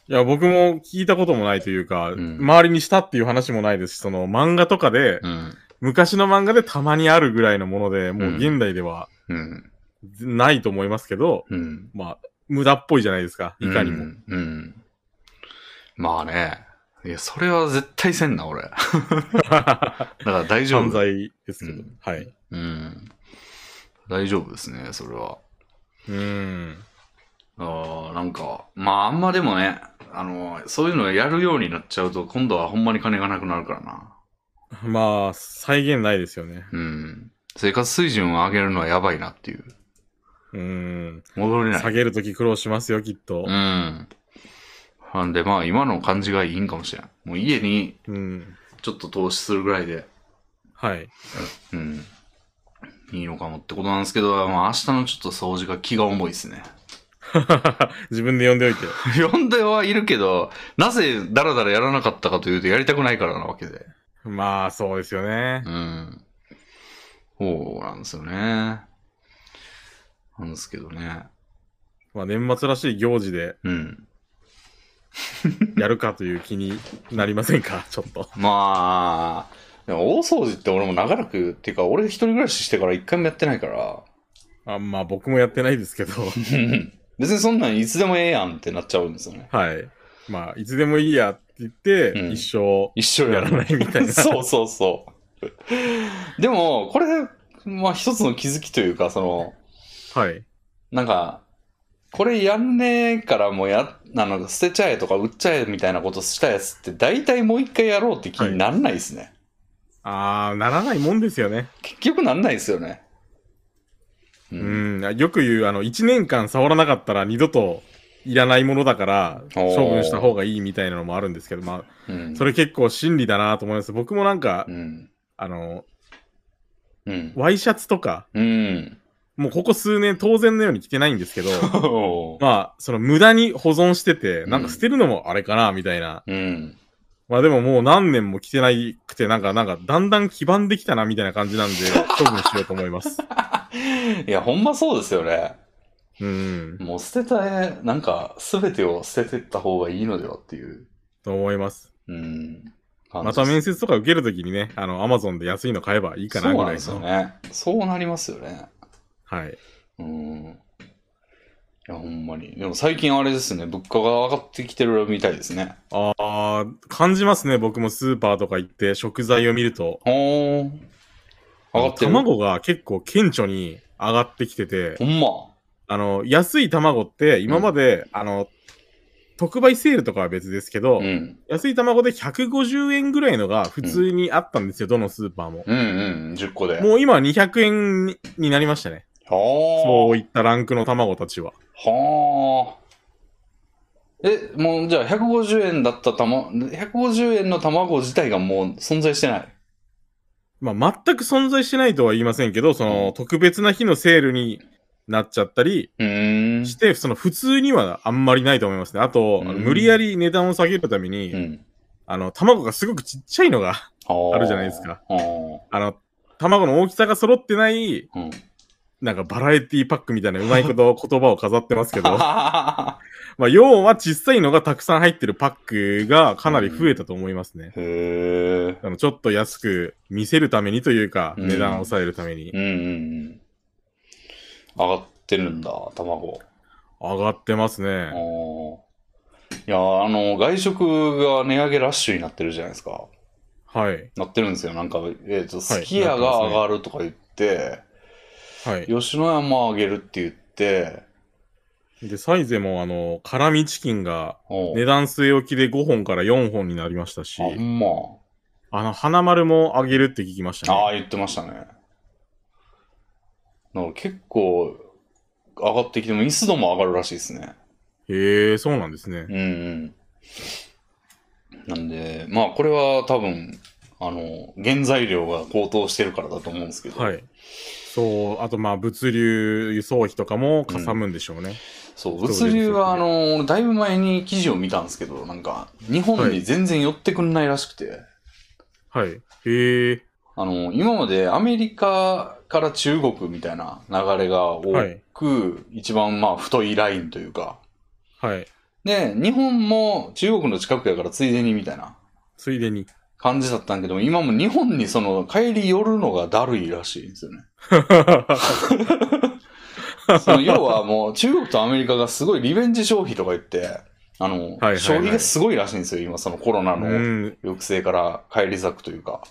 Speaker 2: や、僕も聞いたこともないというか、
Speaker 1: ん
Speaker 2: 周りにしたっていう話もないですし、その漫画とかで、
Speaker 1: うん。
Speaker 2: 昔の漫画でたまにあるぐらいのもので、もう現代では
Speaker 1: うん。
Speaker 2: ないと思いますけど、
Speaker 1: うん。
Speaker 2: まあ、無駄っぽいじゃないですか、いかにも。
Speaker 1: うん。うん。まあね。いや、それは絶対せん な、俺。だから大丈
Speaker 2: 犯
Speaker 1: 夫。
Speaker 2: 罪ですけど、
Speaker 1: うん
Speaker 2: はい。う
Speaker 1: うん。大丈夫ですね、それは。
Speaker 2: ーん。
Speaker 1: ああ、なんか、まああんまでもね、あの、そういうのやるようになっちゃうと、今度はほんまに金がなくなるからな。
Speaker 2: まあ、再現ないですよね。
Speaker 1: うん。生活水準を上げるのはやばいなっていう。
Speaker 2: うーん。
Speaker 1: 戻れない
Speaker 2: 下。げるとき苦労しますよ、きっと
Speaker 1: う。ん。なんで、まあ、今の感じがいいんかもしれん。もう家に
Speaker 2: うん。
Speaker 1: ちょっと投資するぐらいで、
Speaker 2: はい。
Speaker 1: うん。いいのかもってことなんですけど、まあ、明日のちょっと掃除が気が重いですね。
Speaker 2: 自分で呼んでおいて。
Speaker 1: 呼んではいるけど、なぜダラダラやらなかったかというと、やりたくないからなわけで。
Speaker 2: まあ、そうですよね
Speaker 1: う。ん。そうなんですよね。なんですけどね。
Speaker 2: まあ、年末らしい行事で
Speaker 1: うん。
Speaker 2: やるかという気になりませんか、 ちょっと。
Speaker 1: まあ、でも大掃除って俺も長らく、っていうか俺一人暮らししてから一回もやってないから、
Speaker 2: あまあ、僕もやってないですけど。
Speaker 1: 別にそんなんいつでもええやんってなっちゃうんですよね。
Speaker 2: はい。まあ、いつでもいいやって言って、
Speaker 1: うん
Speaker 2: 一生、
Speaker 1: 一生やらない
Speaker 2: やらないみたいな
Speaker 1: そうそうそう。でも、これ、まあ一つの気づきというか、その、
Speaker 2: はい。
Speaker 1: なんか、これやんねえからもうや、あの、捨てちゃえとか売っちゃえみたいなことしたやつって、大体もう一回やろうって気になんないですね。
Speaker 2: ああ、ならないもんですよね。
Speaker 1: 結局なんないですよね。う
Speaker 2: う。ん。よく言う、あの、1年間触らなかったら二度といらないものだから、
Speaker 1: おー
Speaker 2: 処分した方がいいみたいなのもあるんですけど、まあ、
Speaker 1: うん。
Speaker 2: それ結構真理だなと思います。僕もなんか
Speaker 1: う、ん。
Speaker 2: あの、
Speaker 1: うん。
Speaker 2: ワイシャツとか、
Speaker 1: うん。
Speaker 2: もうここ数年当然のように着てない んですけど、
Speaker 1: おー
Speaker 2: まあ、その無駄に保存してて、
Speaker 1: うん
Speaker 2: なんか捨てるのもあれかな、みたいな。
Speaker 1: うん。
Speaker 2: まあでももう何年も着てないくて、なんか、なんか、だんだん基盤できたな、みたいな感 じなんで、処分しようと思います。
Speaker 1: いや、ほんまそうですよね。
Speaker 2: うん、
Speaker 1: もう捨てたえ、なんか、すべてを捨ててった方がいいのではっていう。
Speaker 2: と思います。
Speaker 1: うん。
Speaker 2: また面
Speaker 1: 接
Speaker 2: 接とか受けるときにね、あの、アマゾンで安いの買えばいいかな、
Speaker 1: そ
Speaker 2: ぐ
Speaker 1: うな
Speaker 2: ら
Speaker 1: ん
Speaker 2: い
Speaker 1: ですよ
Speaker 2: の。
Speaker 1: ね。そうなりますよね。
Speaker 2: はい。
Speaker 1: うん。いや、ほんまに。でも最近あれですね、物価が上がってきてるみたいですね。
Speaker 2: ああ、感じますね、僕もスーパーとか行って食材を見ると。
Speaker 1: おー。上がってる。
Speaker 2: 卵が結構顕著に上がってきてて
Speaker 1: ほ、んま。
Speaker 2: あの、安い卵って今まで、あの、特売セールとかは別ですけど、
Speaker 1: うん。
Speaker 2: 安い卵で150円ぐらいのが普通にあったんですよ、どのスーパーも。
Speaker 1: うんうん、10個で。
Speaker 2: もう今は200円にになりましたね。
Speaker 1: は
Speaker 2: そういったランクの卵たちは。
Speaker 1: あ。はあ。え、もうじゃあ150円だった卵、150円の卵自体がもう存在してない。
Speaker 2: まあ、全く存在してないとは言いませんけど、その、特別な日のセールになっちゃったり
Speaker 1: うーん。
Speaker 2: して、その、普通にはあんまりないと思いますね。あと、
Speaker 1: うん
Speaker 2: あの無理やり値段を下げるために、
Speaker 1: うん。
Speaker 2: あの、卵がすごくちっちゃいのが、
Speaker 1: あ
Speaker 2: あるじゃないですか。
Speaker 1: あー
Speaker 2: あの、卵の大きさが揃ってない、
Speaker 1: うん。
Speaker 2: なんかバラエティパックみたいなうまいこと言葉を飾ってます けど、
Speaker 1: は
Speaker 2: まあ、要は小さいのがたくさん入ってるパックがかなり増えたと思いますね。
Speaker 1: へえ。
Speaker 2: あのちょっと安く見せるためにというか、
Speaker 1: うん
Speaker 2: 値段を抑えるために
Speaker 1: うんうんうん。上がってるんだ、卵。
Speaker 2: 上がってます
Speaker 1: あ
Speaker 2: ね。
Speaker 1: ーいやー、あの、外食が値上げラッシュになってるじゃないですか。
Speaker 2: はい。
Speaker 1: なってるんですよ。なんか、えっ、と、
Speaker 2: はい
Speaker 1: すき家が上がるとか言って、
Speaker 2: はい。
Speaker 1: 吉野山上げるって言って、
Speaker 2: で、サイゼも、あの、辛味チキンが
Speaker 1: おう
Speaker 2: 値段据え置きで5本から4本になりましたし
Speaker 1: あ、、ほんま。
Speaker 2: あの、花丸も上げるって聞きました
Speaker 1: あ
Speaker 2: ね。
Speaker 1: あ、言ってましたね。なんか結構、上がってきても、椅子度も上がるらしいですね。
Speaker 2: へえ、そうなんですね。
Speaker 1: うんうん。なんで、まあこれは多分、あの、原材料が高騰してるからだと思うんですけど、
Speaker 2: はい。そう、あと、まあ、物流輸送費とかもかさむんでしょうね。
Speaker 1: そう、
Speaker 2: そ
Speaker 1: 物
Speaker 2: う
Speaker 1: 流は、あ
Speaker 2: です
Speaker 1: の、俺だいぶ前に記事を見たんですけど、なんか、日本に全然寄ってくんないらしくて、
Speaker 2: はい。へえ、
Speaker 1: あの、今までアメリカから中国みたいな流れが多く、一番まあ太いラインというか、
Speaker 2: はい。
Speaker 1: で、日本も中国の近くやからついでにみたいな
Speaker 2: ついでに。
Speaker 1: 感じだったんけど、今も日本にその帰り寄るのがだるいらしいん ですよね。その要はもう中国とアメリカがすごいリベンジ消費とか言って、あの、
Speaker 2: はいはい
Speaker 1: 消費がすごいらしいんですよ、今そのコロナ
Speaker 2: う
Speaker 1: の
Speaker 2: ん、
Speaker 1: 抑制から返り咲くというか。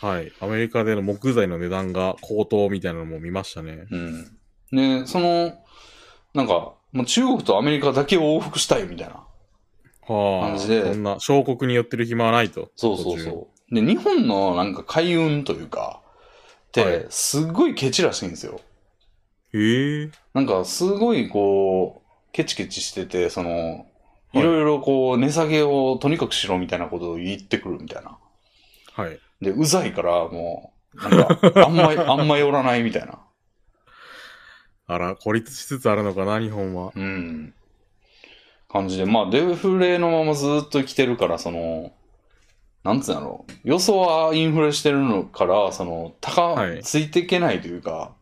Speaker 2: はい。アメリカでの木材の値段が高騰みたいなのも見ましたね。
Speaker 1: うん。で、その、なんか、もう中国とアメリカだけを往復したいみたいな。
Speaker 2: は
Speaker 1: 感
Speaker 2: あ。
Speaker 1: じ
Speaker 2: そ
Speaker 1: で
Speaker 2: んな、小国に寄ってる暇はないと。
Speaker 1: そうそう
Speaker 2: 途中
Speaker 1: そう。で、日本のなんか海運というか、っ
Speaker 2: は
Speaker 1: て
Speaker 2: い、
Speaker 1: すっごいケチらしいんですよ。
Speaker 2: へえ。
Speaker 1: なんか、すごいこう、ケチケチしてて、その、
Speaker 2: はい
Speaker 1: いろいろこう、値下げをとにかくしろみたいなことを言ってくるみたいな。
Speaker 2: はい。
Speaker 1: で、うざいから、もう、なんか、あんまり、あんま寄らないみたいな。
Speaker 2: あら、孤立しつつあるのかな、日本は。
Speaker 1: うん。感じで、まあ、デフレのままずっと来てるから、その、なんつうんだろう。予想はインフレしてるのから、その、高、
Speaker 2: はい
Speaker 1: ついていけないというか、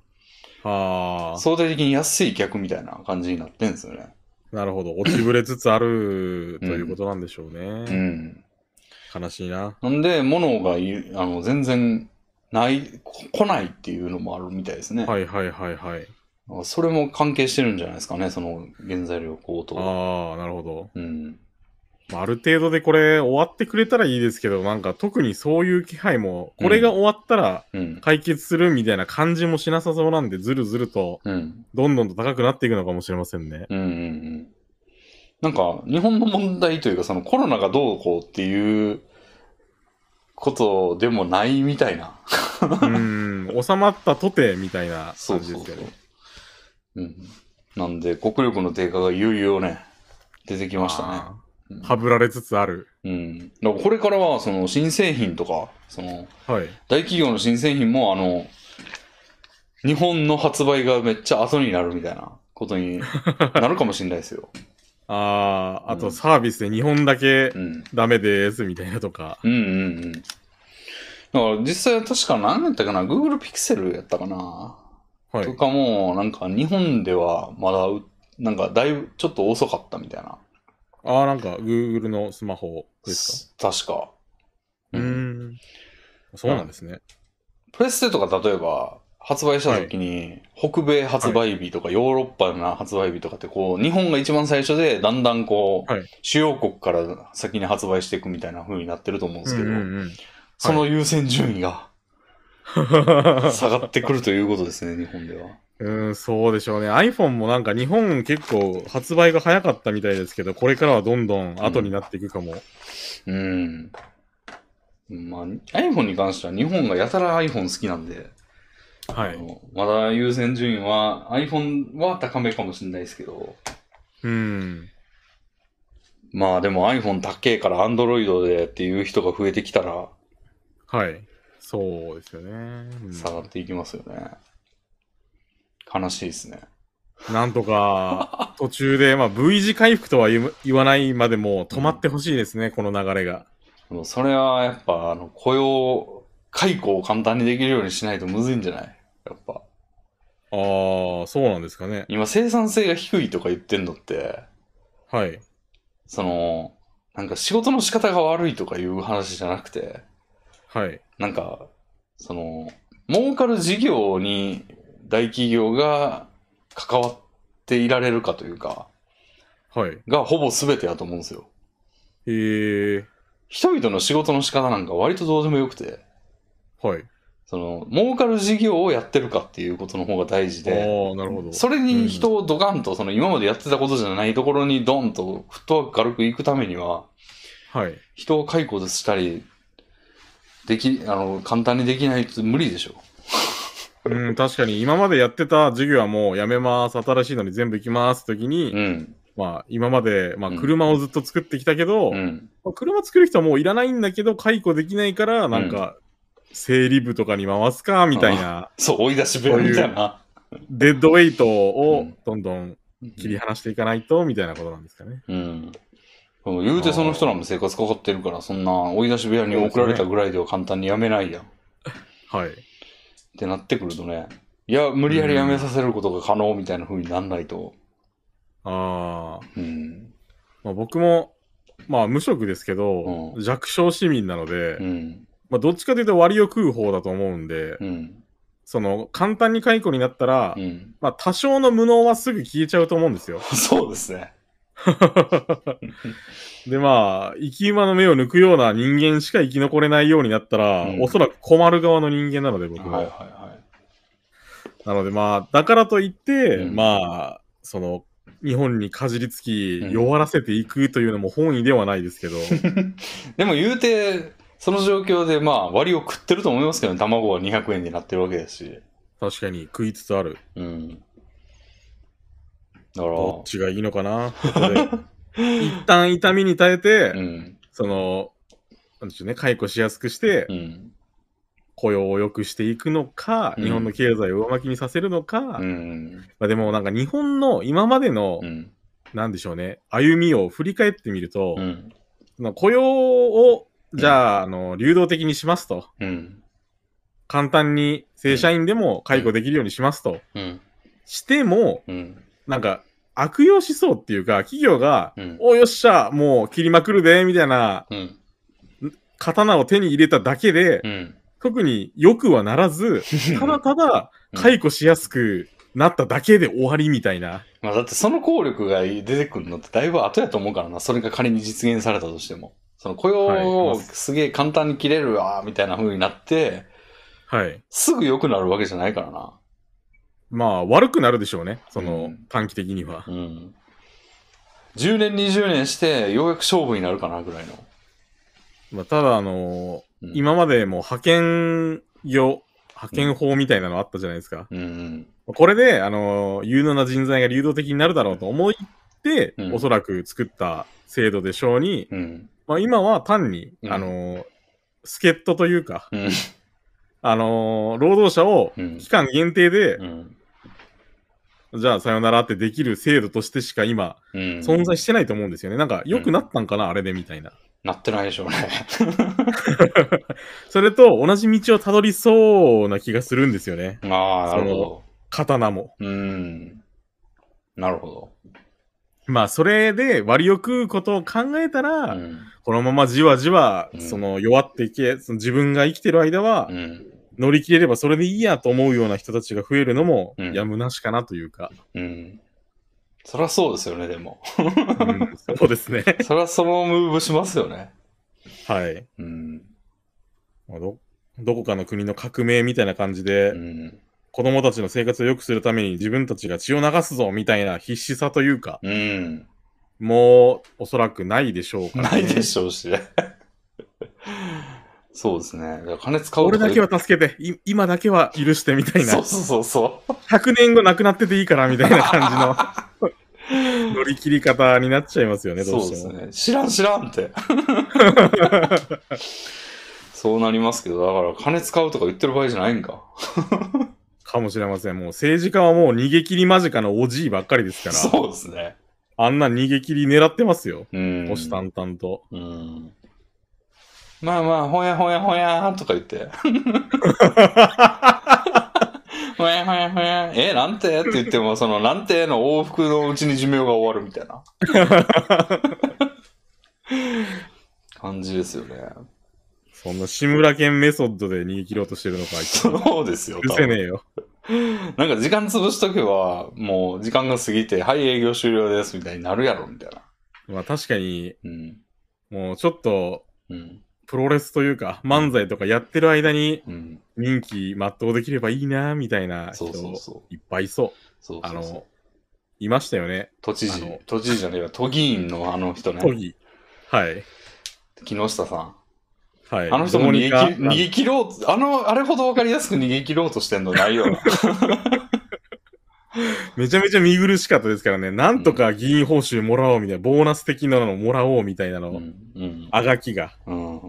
Speaker 2: は
Speaker 1: 相対的に安い客みたいな感じになってんですよね。
Speaker 2: あ。なるほど。落ちぶれつつある、ということなんでしょう
Speaker 1: う
Speaker 2: ね。
Speaker 1: ん。
Speaker 2: 悲しいな。
Speaker 1: なんで、物がい、あの、全然、ない、こ来ないっていうのもあるみたいですね。
Speaker 2: はいはいはいはい。
Speaker 1: それも関係してるんじゃないですかね、その原材料高騰。
Speaker 2: ああ、なるほど。
Speaker 1: うん。
Speaker 2: まあある程度でこれ終わってくれたらいいですけど、なんか特にそういう気配も、これが終わったら
Speaker 1: うん。
Speaker 2: 解決するみたいな感じもしなさそうなんで、ずるずると
Speaker 1: うん。
Speaker 2: どんどんと高くなっていくのかもしれません ね。
Speaker 1: うんうんうん。なんか、日本の問題というか、そのコロナがどうこうっていうことでもないみたいな。
Speaker 2: うん、収まったとてみたいな
Speaker 1: そう
Speaker 2: 感じ
Speaker 1: そ
Speaker 2: で
Speaker 1: う
Speaker 2: す
Speaker 1: そ
Speaker 2: よ
Speaker 1: う
Speaker 2: ね。。
Speaker 1: うん。なんで、国力の低下がいよいよね、出てきましたね。
Speaker 2: あ
Speaker 1: うん
Speaker 2: ーはぶられつつある。
Speaker 1: うん。だからこれからは、その、新製品とか、その、
Speaker 2: はい。
Speaker 1: 大企業の新製品も、あの、日本の発売がめっちゃ後になるみたいなこと になるかもしれないですよ。
Speaker 2: ああ、あ
Speaker 1: うん
Speaker 2: とサービスで日本だけ
Speaker 1: うん。
Speaker 2: ダメですみたいなとか。
Speaker 1: うんうんうん。だから実際は確か何やったかな ?Google Pixel やったかな、
Speaker 2: はい
Speaker 1: と。かも、なんか日本ではまだう、なんかだいぶちょっと遅かったみたいな。
Speaker 2: ああ、なんか Google のスマホですか。
Speaker 1: 確か。
Speaker 2: うーん。そうなんですね。
Speaker 1: プレステとか例えば発売した時に、北米発売日とかヨーロッパの発売日とかってこう、日本が一番最初でだんだんこう、
Speaker 2: はい
Speaker 1: 主要国から先に発売していくみたいな風になってると思うんですけど、
Speaker 2: うんうんうん
Speaker 1: その優先順位が下がってくるということですね、日本では。
Speaker 2: うん、そうでしょうね。iPhone もなんか日本結構発売が早かったみたいですけど、これからはどんどん後になっていくかも。
Speaker 1: うん。まあ、iPhone に関しては日本がやたら iPhone 好きなんで、
Speaker 2: は
Speaker 1: あ。のまだ優先順位は iPhone は高めかもしれないですけど、
Speaker 2: うん。
Speaker 1: まあでも iPhone 高えから Android でっていう人が増えてきたら
Speaker 2: はい。そうですよね。うん
Speaker 1: 下がっていきますよね。悲しいですね。
Speaker 2: なんと か、途中で、まあ、V 字回復とは言う言わないまでも止まってほしいですね、この流れが。
Speaker 1: でもそれはやっぱあの雇用解雇を簡単にできるようにしないとむずいんじゃないやっぱ。
Speaker 2: ああ、そうなんですかね。
Speaker 1: 今生産性が低いとか言ってんのって、
Speaker 2: はい。
Speaker 1: その、なんか仕事の仕方が悪いとかいう話じゃなくて、
Speaker 2: はい。
Speaker 1: なんか、その、儲かる事業に大企業が関わっていられるかというか、
Speaker 2: はい。
Speaker 1: がほぼ全てだと思うんですよ。
Speaker 2: へえ。
Speaker 1: 人々の仕事の仕方なんか割とどうでもよくて、
Speaker 2: はい。
Speaker 1: その、儲かる事業をやってるかっていうことの方が大事
Speaker 2: ああ
Speaker 1: で、、
Speaker 2: なるほど。
Speaker 1: それに人をドカンと、その今までやってたことじゃないところにドンとフットワーク軽く行くためには、
Speaker 2: はい。
Speaker 1: 人を解雇したり、でき、あの、簡単にできないと無理でしょ。
Speaker 2: うん、確かに今までやってた授業はもうやめます、新しいのに全部行きますときに、
Speaker 1: うん。
Speaker 2: まあ今まで、まあ
Speaker 1: うん
Speaker 2: 車をずっと作ってきたけど、
Speaker 1: うん。
Speaker 2: まあ車作る人はもういらないんだけど、解雇できないから、なんか、整理部とかに回すか、みたいな、
Speaker 1: そう、追い出し部屋みたいな。
Speaker 2: デッドウェイト
Speaker 1: う
Speaker 2: を
Speaker 1: ん
Speaker 2: どんどん切り離していかないと、みたいなことなんですかね。
Speaker 1: うん。そう言うてその人らも生活かかってるから、そんな追い出し部屋に送られたぐらいでは簡単に辞めないやん。
Speaker 2: はい。
Speaker 1: ってなってくるとね、いや、無理やり辞めさせることが可能みたいな風になんないと。
Speaker 2: ああ、
Speaker 1: うん。
Speaker 2: まあ僕も、まあ無職ですけど、
Speaker 1: う
Speaker 2: 弱小市民なので、
Speaker 1: うん。
Speaker 2: まあどっちかというと割を食う方だと思うんで、
Speaker 1: うん。
Speaker 2: その簡単に解雇になったら、
Speaker 1: うん。
Speaker 2: まあ多少の無能はすぐ消えちゃうと思うんですよ。
Speaker 1: そうですね。
Speaker 2: でまあ、生き馬の目を抜くような人間しか生き残れないようになったら、
Speaker 1: うん
Speaker 2: おそらく困る側の人間なので僕は。
Speaker 1: はいはいは
Speaker 2: なのでまあ、だからといって、
Speaker 1: うん
Speaker 2: まあ、その、日本にかじりつき
Speaker 1: うん、
Speaker 2: 弱らせていくというのも本意ではないです けど、
Speaker 1: い。でも言うて、その状況でまあ割を食ってると思いますけど、ね、卵は200円になってるわけだし。
Speaker 2: 確かに食いつつある。
Speaker 1: うん。だから、
Speaker 2: どっちがいいのかな。 ここで一旦痛みに耐えて、
Speaker 1: うん。
Speaker 2: その、なんでしょうね、解雇しやすくして、
Speaker 1: うん。
Speaker 2: 雇用を良くしていくのか、
Speaker 1: うん
Speaker 2: 日本の経済を上巻きにさせるのか、
Speaker 1: う
Speaker 2: ま
Speaker 1: ん。
Speaker 2: あ、でもなんか日本の今までの、
Speaker 1: うん。
Speaker 2: なんでしょうね、歩みを振り返ってみると、
Speaker 1: うん。
Speaker 2: その雇用を、じゃあ、あの、流動的にしますと。
Speaker 1: うん。
Speaker 2: 簡単に正社員でも解雇できるようにしますと。
Speaker 1: うん。
Speaker 2: しても、
Speaker 1: うん。
Speaker 2: なんか、悪用しそうっていうか、企業が、
Speaker 1: うん。
Speaker 2: およっしゃ、もう切りまくるで、みたいな
Speaker 1: うん。
Speaker 2: 刀を手に入れただけで、
Speaker 1: うん。
Speaker 2: 特に良くはならず、ただただ解雇しやすくなっただけで終わりみたいな。
Speaker 1: まあだってその効力が出てくるのってだいぶ後やと思うからな。それが仮に実現されたとしても。その雇用
Speaker 2: は
Speaker 1: を
Speaker 2: い
Speaker 1: すげえ簡単に切れるわ、みたいな風になって、
Speaker 2: はい。
Speaker 1: すぐ良くなるわけじゃないからな。
Speaker 2: まあ、悪くなるでしょうね。そうの
Speaker 1: ん、
Speaker 2: 短期的には。
Speaker 1: うん。10年、20年して、ようやく勝負になるかな、ぐらいの。
Speaker 2: まあ、ただ、あの
Speaker 1: うん
Speaker 2: 今までもう派遣業、派遣法みたいなのあったじゃないですか。
Speaker 1: うんうん。
Speaker 2: これで、あの有能な人材が流動的になるだろうと思って、
Speaker 1: うん
Speaker 2: おそらく作った制度でしょうに、
Speaker 1: うん。
Speaker 2: まあ、今は単に、
Speaker 1: うん
Speaker 2: あの助っ人というか、
Speaker 1: うん。
Speaker 2: あの労働者を
Speaker 1: うん
Speaker 2: 期間限定で
Speaker 1: う、ん。
Speaker 2: じゃあさよならってできる制度としてしか今、
Speaker 1: うん。
Speaker 2: 存在してないと思うんですよね。なんか、良くなったんかな、あれでみたいな。
Speaker 1: なってないでしょうね。
Speaker 2: それと、同じ道をたどりそうな気がするんですよね。
Speaker 1: ああ、なるほど。
Speaker 2: 刀も。
Speaker 1: うん。なるほ
Speaker 2: まあ、それで割を食うことを考え
Speaker 1: ど。
Speaker 2: たら、
Speaker 1: うん。
Speaker 2: このままじわじわ
Speaker 1: う、ん
Speaker 2: その弱っていけ、その自分が生きてる間は
Speaker 1: う、ん。
Speaker 2: 乗り切れればそれでいいやと思うような人たちが増えるのも、
Speaker 1: うん
Speaker 2: やむなしかなというか、
Speaker 1: うん。そりゃそうですよね、でも。
Speaker 2: うんそうですね。
Speaker 1: そりゃそのムーブしますよね。
Speaker 2: はい。
Speaker 1: うん。
Speaker 2: まあど、どこかの国の革命みたいな感じで、
Speaker 1: うん。
Speaker 2: 子供たちの生活を良くするために自分たちが血を流すぞみたいな必死さというか、
Speaker 1: うん。
Speaker 2: もうおそらくないでしょうから、
Speaker 1: ないで
Speaker 2: し
Speaker 1: しょうし。 そうですね。だから金使う
Speaker 2: 俺だけ
Speaker 1: は
Speaker 2: は助けて、い今だけは許してみたいな
Speaker 1: そ。うそうそうそ
Speaker 2: 100年後なくなってていいからみたいな 感じの乗り切り方になっちゃいますよ
Speaker 1: う。
Speaker 2: ね、どう
Speaker 1: そうで
Speaker 2: して
Speaker 1: す
Speaker 2: も。
Speaker 1: ね。知らん知らん って。そうなりますけど、だから金使うとか言ってる場合じゃないんか。
Speaker 2: かもしれません。もう政治家はもう逃げ切り間近のおじいばっかりですから、
Speaker 1: そうですね。
Speaker 2: あんな逃げ切り狙ってますよ。
Speaker 1: うん。
Speaker 2: 虎視眈々と。
Speaker 1: うん。まあまあ、ほやほやほやーとか言 って。ほやほやほやえ、なんてって言っても、その、なんての往復のうちに寿命が終わるみたいな。感じですよね。
Speaker 2: そんな志村けんメソッドで逃げ切ろうとしてるのか、あいつ
Speaker 1: そうですよ、
Speaker 2: 許
Speaker 1: 多
Speaker 2: せね
Speaker 1: 分。
Speaker 2: えよ。
Speaker 1: なんか時間潰しとけば、もう時間が過ぎて、はい、営業終了です、みたいになるやろ、みたいな。
Speaker 2: まあ確かに、
Speaker 1: うん。
Speaker 2: もうちょっと、
Speaker 1: うん。
Speaker 2: プロレスというか、漫才とかやってる間に
Speaker 1: うん。
Speaker 2: 任期全うできればいいな、みたいな人
Speaker 1: そうそうそう。
Speaker 2: いっぱいいそう。
Speaker 1: そうそうそう
Speaker 2: あの、いましたよね。
Speaker 1: 都知
Speaker 2: あ
Speaker 1: 事
Speaker 2: の、
Speaker 1: 都知事じゃねえか、都議員のあの人ね。
Speaker 2: 都議。はい。
Speaker 1: 木下さん。
Speaker 2: はい。
Speaker 1: あの人も
Speaker 2: どう
Speaker 1: 逃げ切
Speaker 2: にか
Speaker 1: 逃げ切ろう、あの、あれほどわかりやすく 逃げ切ろうとしてんのないよ な。
Speaker 2: めちゃめちゃ見苦しかったですからね。なんとか議員報酬もらおうみたいな、ボーナス的なのもらおうみたいなの、
Speaker 1: うん。
Speaker 2: あがきが。
Speaker 1: うん。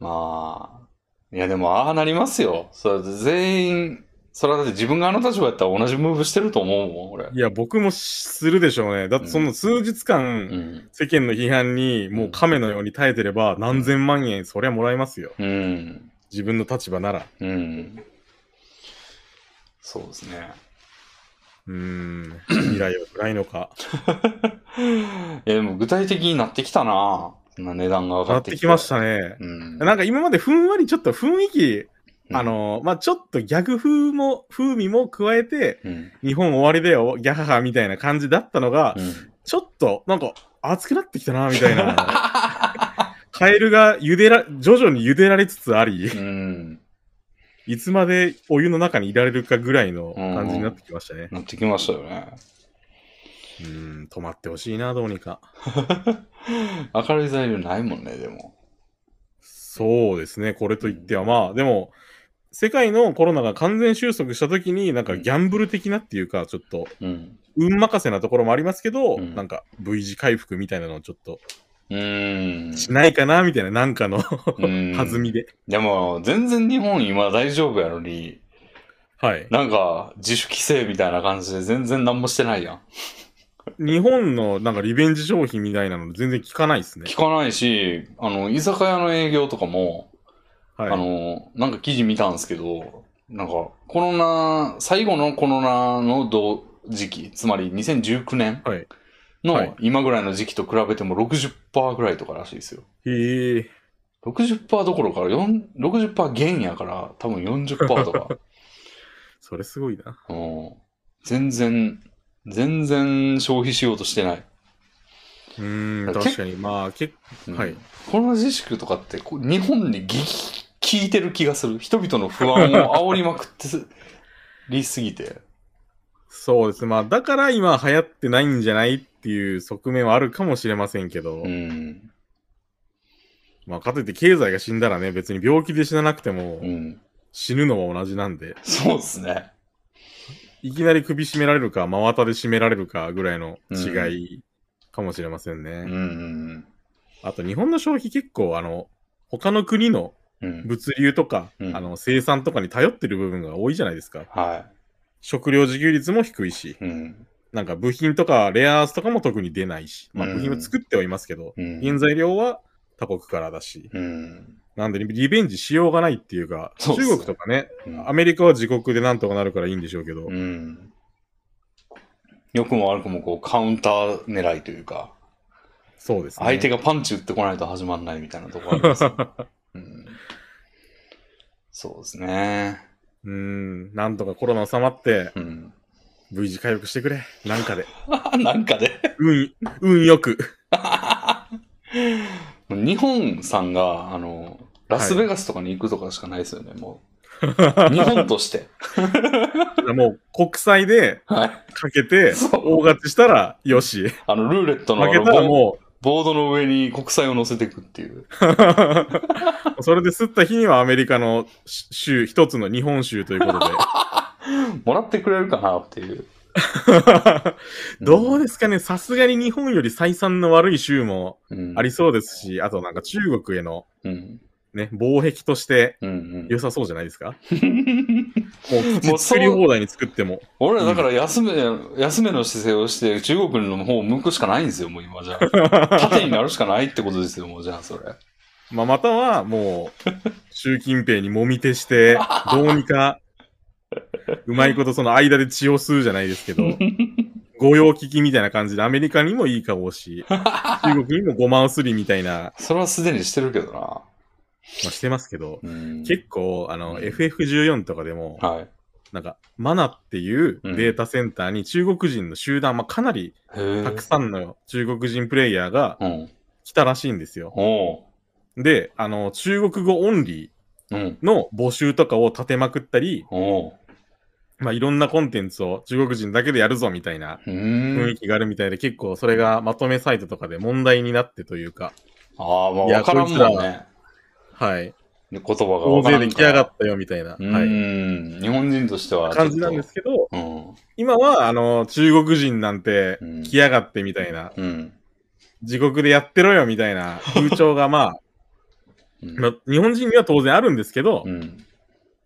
Speaker 1: まあ。いや、でも、ああなりますよ。それ全員、それはだって自分があの立場やったら同じムーブしてると思うもん、俺。
Speaker 2: いや、僕もしするでしょうね。だってその数日間、
Speaker 1: うん。
Speaker 2: 世間の批判にもう亀のように耐えてれば何千万円そりゃもらえますよ。
Speaker 1: うん。
Speaker 2: 自分の立場なら。
Speaker 1: うん。そうですね。
Speaker 2: う ーん。未来は暗いのか。
Speaker 1: え、でも具体的になってきたな。そんな値段が上
Speaker 2: な
Speaker 1: が
Speaker 2: っ
Speaker 1: って
Speaker 2: て
Speaker 1: き
Speaker 2: きましたね。
Speaker 1: うん。
Speaker 2: なんか今までふんわりちょっと雰囲気、
Speaker 1: うん
Speaker 2: あのまあ、ちょっとギャグ風も、風味も加えて、
Speaker 1: うん。
Speaker 2: 日本終わりだよ、ギャハハみたいな感じだったのが、
Speaker 1: うん。
Speaker 2: ちょっと、なんか、熱くなってきたな、 みたいな。カエルが茹でら、徐々に茹でられつつあり
Speaker 1: う、ん。
Speaker 2: いつまでお湯の中にいられるかぐらいの感じになってきましたね。
Speaker 1: なってきましたよね。
Speaker 2: うーん、止まってほしいな、どうにか。
Speaker 1: 明るい材料ないもんね、でも。
Speaker 2: そうですね、これといっては、まあ、でも、世界のコロナが完全収束した時に、なんかギャンブル的なっていうか、ちょっと、
Speaker 1: うん。
Speaker 2: 運任せなところもありますけど、
Speaker 1: うん
Speaker 2: なんか V 字回復みたいなのをちょっと
Speaker 1: うーん。
Speaker 2: しないかな、みたいな、なんかの
Speaker 1: うん
Speaker 2: 弾みで。
Speaker 1: でも、全然日本今大丈夫やのに、
Speaker 2: はい。
Speaker 1: なんか自主規制みたいな感じで全然何もしてないやん。
Speaker 2: 日本のなんかリベンジ商品みたいなの全然聞かないですね
Speaker 1: 聞。かないし、あの、居酒屋の営業とかも、
Speaker 2: はい。
Speaker 1: あの、なんか記事見たんですけど、なんか、コロナ、最後のコロナの同時期、つまり2019年
Speaker 2: はいはい
Speaker 1: の今ぐらいの時期と比べても60%ぐらいとからしいですよ。
Speaker 2: へえ。
Speaker 1: 60%どころか、4 60%減やから、多分40%とか。
Speaker 2: それすごいな。
Speaker 1: うん全然、全然消費しようとしてない。
Speaker 2: うーん、
Speaker 1: だから
Speaker 2: 確かに。まあ、結
Speaker 1: うん
Speaker 2: はい。
Speaker 1: コロナ自粛とかって、こう日本にぎ聞いてる気がする。人々の不安を煽りまくって すりすぎて。
Speaker 2: そうですね。まあ、だから今流行ってないんじゃないっていう側面はあるかもしれませんけど、
Speaker 1: うん。
Speaker 2: まあ、かといって経済が死んだらね、別に病気で死ななくても、
Speaker 1: うん。
Speaker 2: 死ぬのは同じなんで、
Speaker 1: そうですね。
Speaker 2: いきなり首絞められるか、真綿で絞められるかぐらいの違いかもしれませんね。
Speaker 1: うんうん
Speaker 2: あと、日本の消費結構、あの、他の国の
Speaker 1: うん。うん。
Speaker 2: 物流とか、
Speaker 1: うん
Speaker 2: あの生産とかに頼ってる部分が多いじゃないですか。
Speaker 1: は
Speaker 2: 食料自給率も低いし、
Speaker 1: い。うん。
Speaker 2: なんか部品とかレアアースとかも特に出ないし、まあ
Speaker 1: うん
Speaker 2: 部品は作ってはいますけど、
Speaker 1: うん。
Speaker 2: 原材料は他国からだし、
Speaker 1: うん。
Speaker 2: なんでリベンジしようがないっていうか、
Speaker 1: そうっす
Speaker 2: 中国とかね、
Speaker 1: うん
Speaker 2: アメリカは自国でなんとかなるからいいんでしょうけど、
Speaker 1: うん。良くも悪くもこうカウンター狙いというか、
Speaker 2: そうですね。
Speaker 1: 相手がパンチ打ってこないと始まんないみたいなところあります、 ねうん。そうですね。
Speaker 2: うーん、なんとかコロナ収まって、
Speaker 1: うん。
Speaker 2: V 字回復してくれ。なんかで。
Speaker 1: なんかで、
Speaker 2: 運、運よく。
Speaker 1: 日本さんが、あの、ラスベガスとかに行くとかしかないですよね、もう。日
Speaker 2: も
Speaker 1: 本と して。
Speaker 2: う国債で
Speaker 1: はい。
Speaker 2: かけて、
Speaker 1: そう
Speaker 2: 大勝ちしたらよし。
Speaker 1: あの、ルーレットの
Speaker 2: 負
Speaker 1: あ
Speaker 2: け
Speaker 1: の
Speaker 2: たら
Speaker 1: ボ
Speaker 2: も
Speaker 1: ボードの上に国債を乗せていくっていう。
Speaker 2: う、それで吸った日にはアメリカの州、一つの日本州ということで。
Speaker 1: もらってくれるかなっていう。
Speaker 2: どうですかね、さすがに日本より採算の悪い州も
Speaker 1: うん。
Speaker 2: ありそうですし、あとなんか中国への
Speaker 1: うん。
Speaker 2: ね、防壁として
Speaker 1: うんうん。
Speaker 2: 良さそうじゃない です
Speaker 1: も
Speaker 2: かも
Speaker 1: う
Speaker 2: う
Speaker 1: そう
Speaker 2: 作り放題に作っても。
Speaker 1: 俺らだから休め、休めの姿勢をして中国の方を向くしかないんですよ、もう今じゃ あ。縦になるしかないってことですよ、もうじゃあそれ。
Speaker 2: まあ、またはもう、習近平にもみ手 して、どうにか、うまいことその間で血を吸うじゃないです けど、御用聞きみたいな感じでアメリカにもいい顔をし、中国にもごまをすりみたいな、
Speaker 1: それはすでにしてるけどな。
Speaker 2: まあ、してますけど、
Speaker 1: うん。
Speaker 2: 結構、あの、
Speaker 1: うん
Speaker 2: FF14 とかでも、
Speaker 1: はい。
Speaker 2: なんか、マナっていう
Speaker 1: うん
Speaker 2: データセンターに中国人の集団、まあ、かなり
Speaker 1: へえ。
Speaker 2: たくさんの中国人プレイヤーが
Speaker 1: うん。
Speaker 2: 来たらしいんですよ。
Speaker 1: おう。
Speaker 2: で、あの、中国語オンリ
Speaker 1: うん。
Speaker 2: ーの募集とかを立てまくったり、
Speaker 1: おう。
Speaker 2: まあ、いろんなコンテンツを中国人だけでやるぞみたいな
Speaker 1: う
Speaker 2: 雰
Speaker 1: ーん
Speaker 2: 囲。気があるみたいで、結構それがまとめサイトとかで問題になってというか、
Speaker 1: ああ、まあ
Speaker 2: いや
Speaker 1: わからんもん
Speaker 2: こいつら
Speaker 1: ね。
Speaker 2: はい。
Speaker 1: 言葉が
Speaker 2: 大
Speaker 1: わから
Speaker 2: 勢
Speaker 1: ん
Speaker 2: で
Speaker 1: か
Speaker 2: 来やが
Speaker 1: ら。
Speaker 2: ったよみたいな、
Speaker 1: う
Speaker 2: はい。
Speaker 1: ーん。日本人としては。。
Speaker 2: 感じなんですすけど、
Speaker 1: うん。
Speaker 2: 今は、あの、中国人なんて
Speaker 1: うん
Speaker 2: 来やがってみたいな、
Speaker 1: うん。
Speaker 2: 地獄でやってろよみた いな風潮が、まあ、
Speaker 1: うん
Speaker 2: まあ、日本人には当然あるんですけど
Speaker 1: う、ん。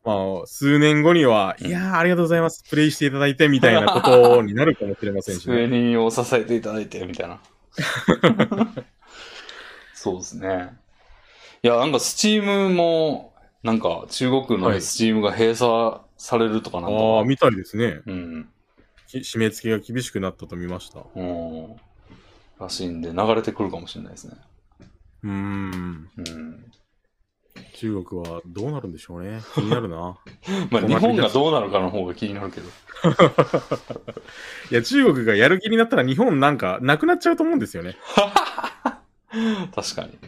Speaker 2: まあ、数年後には、
Speaker 1: うん
Speaker 2: いやー、ありがとうございます。プレイしていただいて、みたいなことになるかもしれません し、
Speaker 1: 机
Speaker 2: ね。
Speaker 1: にを支えていただいてみた いなそうですねいやなんかスチームもなんか中国
Speaker 2: は
Speaker 1: の
Speaker 2: い
Speaker 1: スチームが閉鎖されるとかなんか、
Speaker 2: ああ、みたいですね。
Speaker 1: うん
Speaker 2: き締め付けが厳しくなったと見ました。う
Speaker 1: うんらしいんで流れてくるかもしれないですね
Speaker 2: ー
Speaker 1: う
Speaker 2: ん。
Speaker 1: ん
Speaker 2: 中国はどうなるんでしょうね。気になるな。
Speaker 1: まあ
Speaker 2: 困る
Speaker 1: 日本がどうなるかの方が気になるけど
Speaker 2: いや、中国がやる気になったら日本なんかなくなっちゃうと思うんですよね。
Speaker 1: 確かに、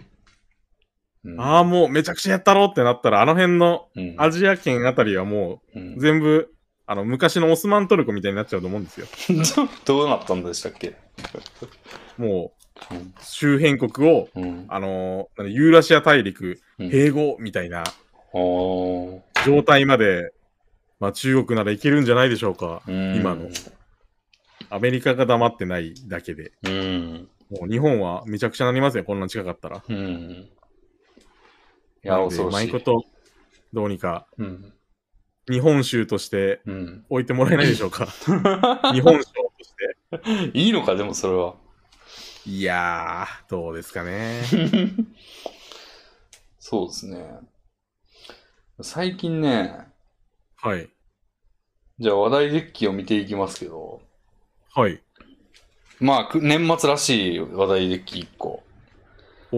Speaker 1: うん、
Speaker 2: ああ、もうめちゃくちゃやったろうってなったら、あの辺の
Speaker 1: うん、
Speaker 2: アジア圏あたりはも
Speaker 1: う
Speaker 2: うん全部、あの、昔のオスマントルコみたいになっちゃうと思うんですよ。
Speaker 1: どうなったんでしたっけ
Speaker 2: も
Speaker 1: うん
Speaker 2: う、周辺国を、
Speaker 1: うん
Speaker 2: あのー何ユーラシア大陸
Speaker 1: うん
Speaker 2: 併合みたいな
Speaker 1: おー
Speaker 2: 状態まで、まあ中国ならいけるんじゃないでしょうか。
Speaker 1: うん
Speaker 2: 今のアメリカが黙ってないだけで。
Speaker 1: うん
Speaker 2: もう日本はめちゃくちゃなりますよ、こんなん近かったら。
Speaker 1: うん。い
Speaker 2: い
Speaker 1: や、恐ろし
Speaker 2: うまいこ
Speaker 1: い。
Speaker 2: と、どうにか、
Speaker 1: うん。
Speaker 2: 日本州として
Speaker 1: うん。
Speaker 2: 置いてもらえないでしょ うか。日本省として。
Speaker 1: いいのか、でもそれは。
Speaker 2: いやー、どうですかね。
Speaker 1: そうですね。最近ね、
Speaker 2: はい。
Speaker 1: じゃあ話題デッキを見ていきますけど、
Speaker 2: はい。
Speaker 1: まあ、く年末らしい話題デッキ1個。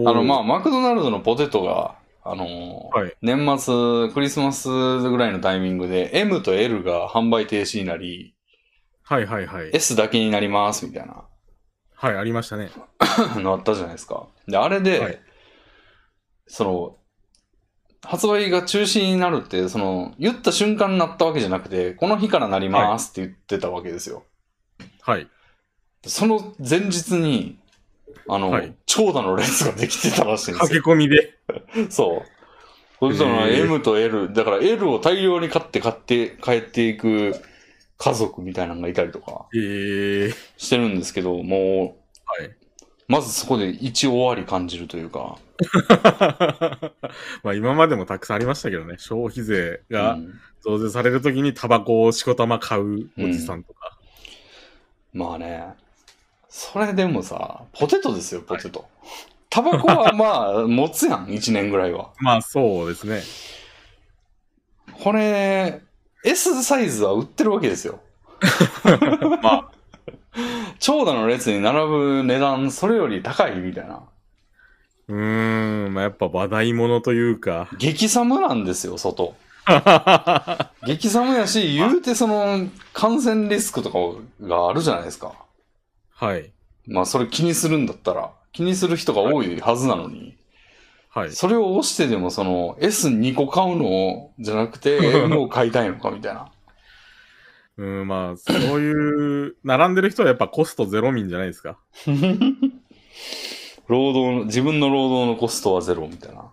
Speaker 2: あ
Speaker 1: あの、まあ、マクドナルドのポテトが、あのー
Speaker 2: はい
Speaker 1: 年末、クリスマスぐらいのタイミングで、M と L が販売停止になり、
Speaker 2: はいはいはい。
Speaker 1: S だけになります、みたいな、
Speaker 2: はい、ありましたね。
Speaker 1: のあったじゃないですか。で、あれで、
Speaker 2: はい
Speaker 1: その、発売が中止になるって、その、言った瞬間になったわけじゃなくて、この日からなりますって言ってたわけですよ。
Speaker 2: はい。
Speaker 1: その前日に、あの、
Speaker 2: はい
Speaker 1: 長蛇の列ができてたらしいんです
Speaker 2: 駆
Speaker 1: よ。
Speaker 2: け込みで。
Speaker 1: そう。そしたら
Speaker 2: へー
Speaker 1: M と L、だから L を大量に買って買って帰っていく家族みたいなのがいたりとか
Speaker 2: えー、
Speaker 1: してるんですけど、もう、
Speaker 2: はい。
Speaker 1: まずそこで一終わり感じるというか、
Speaker 2: まあ今までもたくさんありましたけどね、消費税
Speaker 1: う
Speaker 2: が
Speaker 1: ん
Speaker 2: 増税されるときにタバコをしこたま買うおじさんとか。
Speaker 1: まあね、それでもさ、ポテトですよ、ポテト。タバコはまあ、持つやん、1年ぐ らいは。
Speaker 2: まあそうですね。
Speaker 1: これ、S サイズは売ってるわけですよ。
Speaker 2: まあ、
Speaker 1: 長蛇の列に並ぶ値段、それより高いみたいな。
Speaker 2: うーん、まあやっぱ話題物というか。
Speaker 1: 激寒なんですよ、 外。激寒やし、言うてその、感染リスクとかがあるじゃないですか。
Speaker 2: はい。
Speaker 1: まあ、それ気にするんだったら、気にする人が多いはずなのに、
Speaker 2: はい。
Speaker 1: それを押してでも、その、S2 個買うのじゃなくて、M を買いたいのかみたいな。
Speaker 2: うん、まあ、そういう、並んでる人はやっぱコストゼロ民じゃないですか。
Speaker 1: 労働の、自分の労働のコストはゼロみたいな。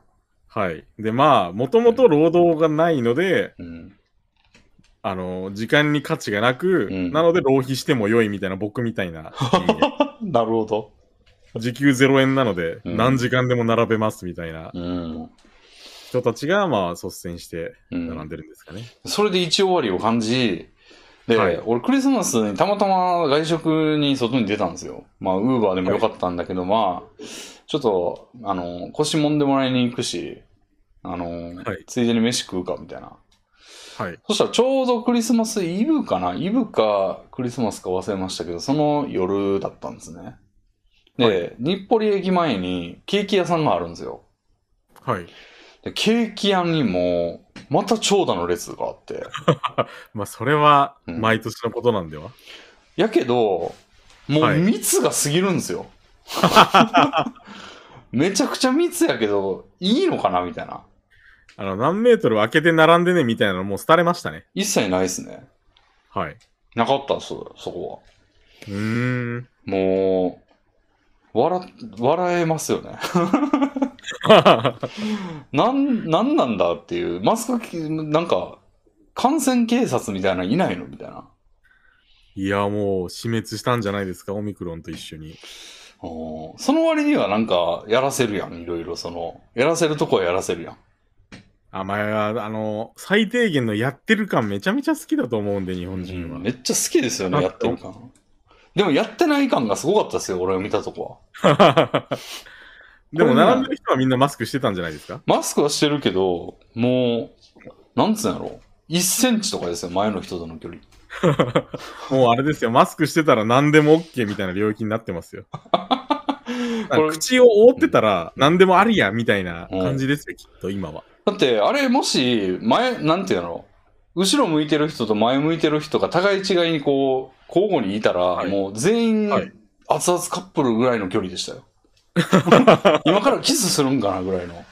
Speaker 2: はい。で、まあ、もともと労働がないので、
Speaker 1: うん。
Speaker 2: あの、時間に価値がなく、
Speaker 1: うん
Speaker 2: なので浪費しても良いみたいな僕みた いな人間、
Speaker 1: なるほど。
Speaker 2: 時給0円なので、
Speaker 1: うん
Speaker 2: 何時間でも並べますみたいな
Speaker 1: うん。
Speaker 2: 人たちが、まあ、率先して
Speaker 1: う
Speaker 2: 並んでるんですかね。
Speaker 1: それで一終わりを感じ、で、
Speaker 2: はい
Speaker 1: 俺クリスマスにたまたま外食に外に出たんですよ。まあ、ウーバーでもよかったんだけど、まあ、ちょっと、あの、腰もんでもらいに行くし、あの、
Speaker 2: はい
Speaker 1: ついでに飯食うか、みたいな。
Speaker 2: はい。
Speaker 1: そしたらちょうどクリスマスイブかなイブかクリスマスか忘れましたけど、その夜だったんですね。で、
Speaker 2: は
Speaker 1: 日暮里駅前にケーキ屋さんがあるんですよ。
Speaker 2: はい。
Speaker 1: でケーキ屋にも、また長蛇の列があって。
Speaker 2: まあ、それは、
Speaker 1: うん
Speaker 2: 毎年のことなんでは、
Speaker 1: やけど、もう
Speaker 2: はい
Speaker 1: 密が過ぎるん ですよ。めちゃくちゃ密やけど、いいのかなみたいな。
Speaker 2: あの、何メートル開けて並んでね、みたいなのもう廃れましたね。
Speaker 1: 一切ないですね。
Speaker 2: はい。
Speaker 1: なかったっす、そこは。
Speaker 2: うーん。
Speaker 1: もう、笑、笑えますよ ね。なん、なんなんだっていう。マスクき、なんか、感染警察みたいなのいないのみたいな。
Speaker 2: いや、もう、死滅したんじゃないですか、オミクロンと一緒に。
Speaker 1: うんその割にはなんか、やらせるやん、いろいろ、その、やらせるとこはやらせるやん。
Speaker 2: あ、まあ、あの、最低限のやってる感めちゃめちゃ好きだと思うんで、日本人は。
Speaker 1: めっちゃ好きですよね、
Speaker 2: あ
Speaker 1: やってる感。でもやってない感がすごかったですよ、俺を見たとこは。
Speaker 2: でも、並んでる人はみんなマスクしてたんじゃないですか
Speaker 1: マスクはしてるけど、もう、なんつうんやろう。1センチとかですよ、前の人との距離。
Speaker 2: もうあれですよ、マスクしてたら何でも OK みたいな領域になってます よ。
Speaker 1: これ
Speaker 2: 口を覆ってたら何でもありやみたいな感じですよ、きっと今は。
Speaker 1: だって、あれ、もし、前、なんていうの後ろ向いてる人と前向いてる人が互い違いにこう、交互にいたら、
Speaker 2: はい
Speaker 1: もう全員、
Speaker 2: はい
Speaker 1: 熱々カップルぐらいの距離でした よ。今からキスするんかなぐらいの。
Speaker 2: もう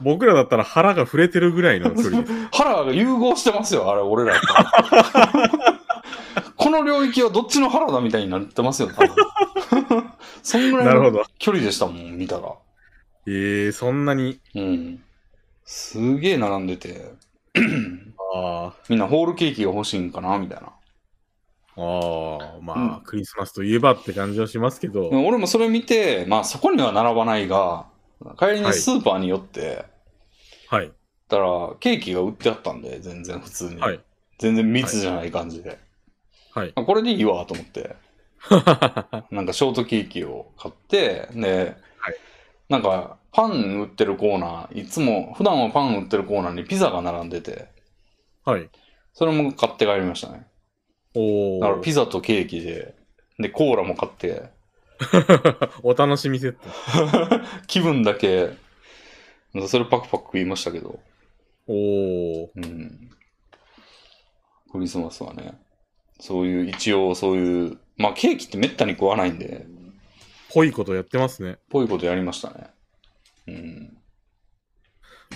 Speaker 2: 僕らだったら腹が触れてるぐらいの 距離です。
Speaker 1: 腹が融合してますよ、あれ、俺 らと。この領域はどっちの腹だみたいになってますよ、多分 そんぐら
Speaker 2: ないるほ
Speaker 1: の
Speaker 2: ど。
Speaker 1: 距離でしたもん、見たら。
Speaker 2: えー、そんなに。
Speaker 1: うん。すげえ並んでて、
Speaker 2: あ
Speaker 1: みんなホールケーキが欲しいんかな、みたいな。
Speaker 2: ーあー、まあ、
Speaker 1: うん
Speaker 2: クリスマスといえばって感じはしますけど。
Speaker 1: 俺もそれ見て、まあそこには並ばないが、帰りにスーパーに寄って、
Speaker 2: はい。
Speaker 1: たら、ケーキが売ってあったんで、全然普通に。
Speaker 2: はい
Speaker 1: 全然密じゃない感じで。
Speaker 2: はい。
Speaker 1: あこれでいいわ、と思 って。なんかショートケーキを買って、で、
Speaker 2: はい
Speaker 1: なんかパン売ってるコーナー、いつも、普段はパン売ってるコーナーにピザが並んでて、
Speaker 2: はい。
Speaker 1: それも買って帰りましたね。
Speaker 2: お
Speaker 1: だから
Speaker 2: ー。
Speaker 1: ピザとケーキで、で、コーラも買って、
Speaker 2: お楽しみセット。
Speaker 1: 気分だけなんかそれパクパク食いましたけど。
Speaker 2: おー。
Speaker 1: うん。クリスマスはね。そういう、一応そういう、まあケーキってめったに食わないんで、
Speaker 2: ぽいことやってますね。
Speaker 1: ぽいことやりましたね。うん。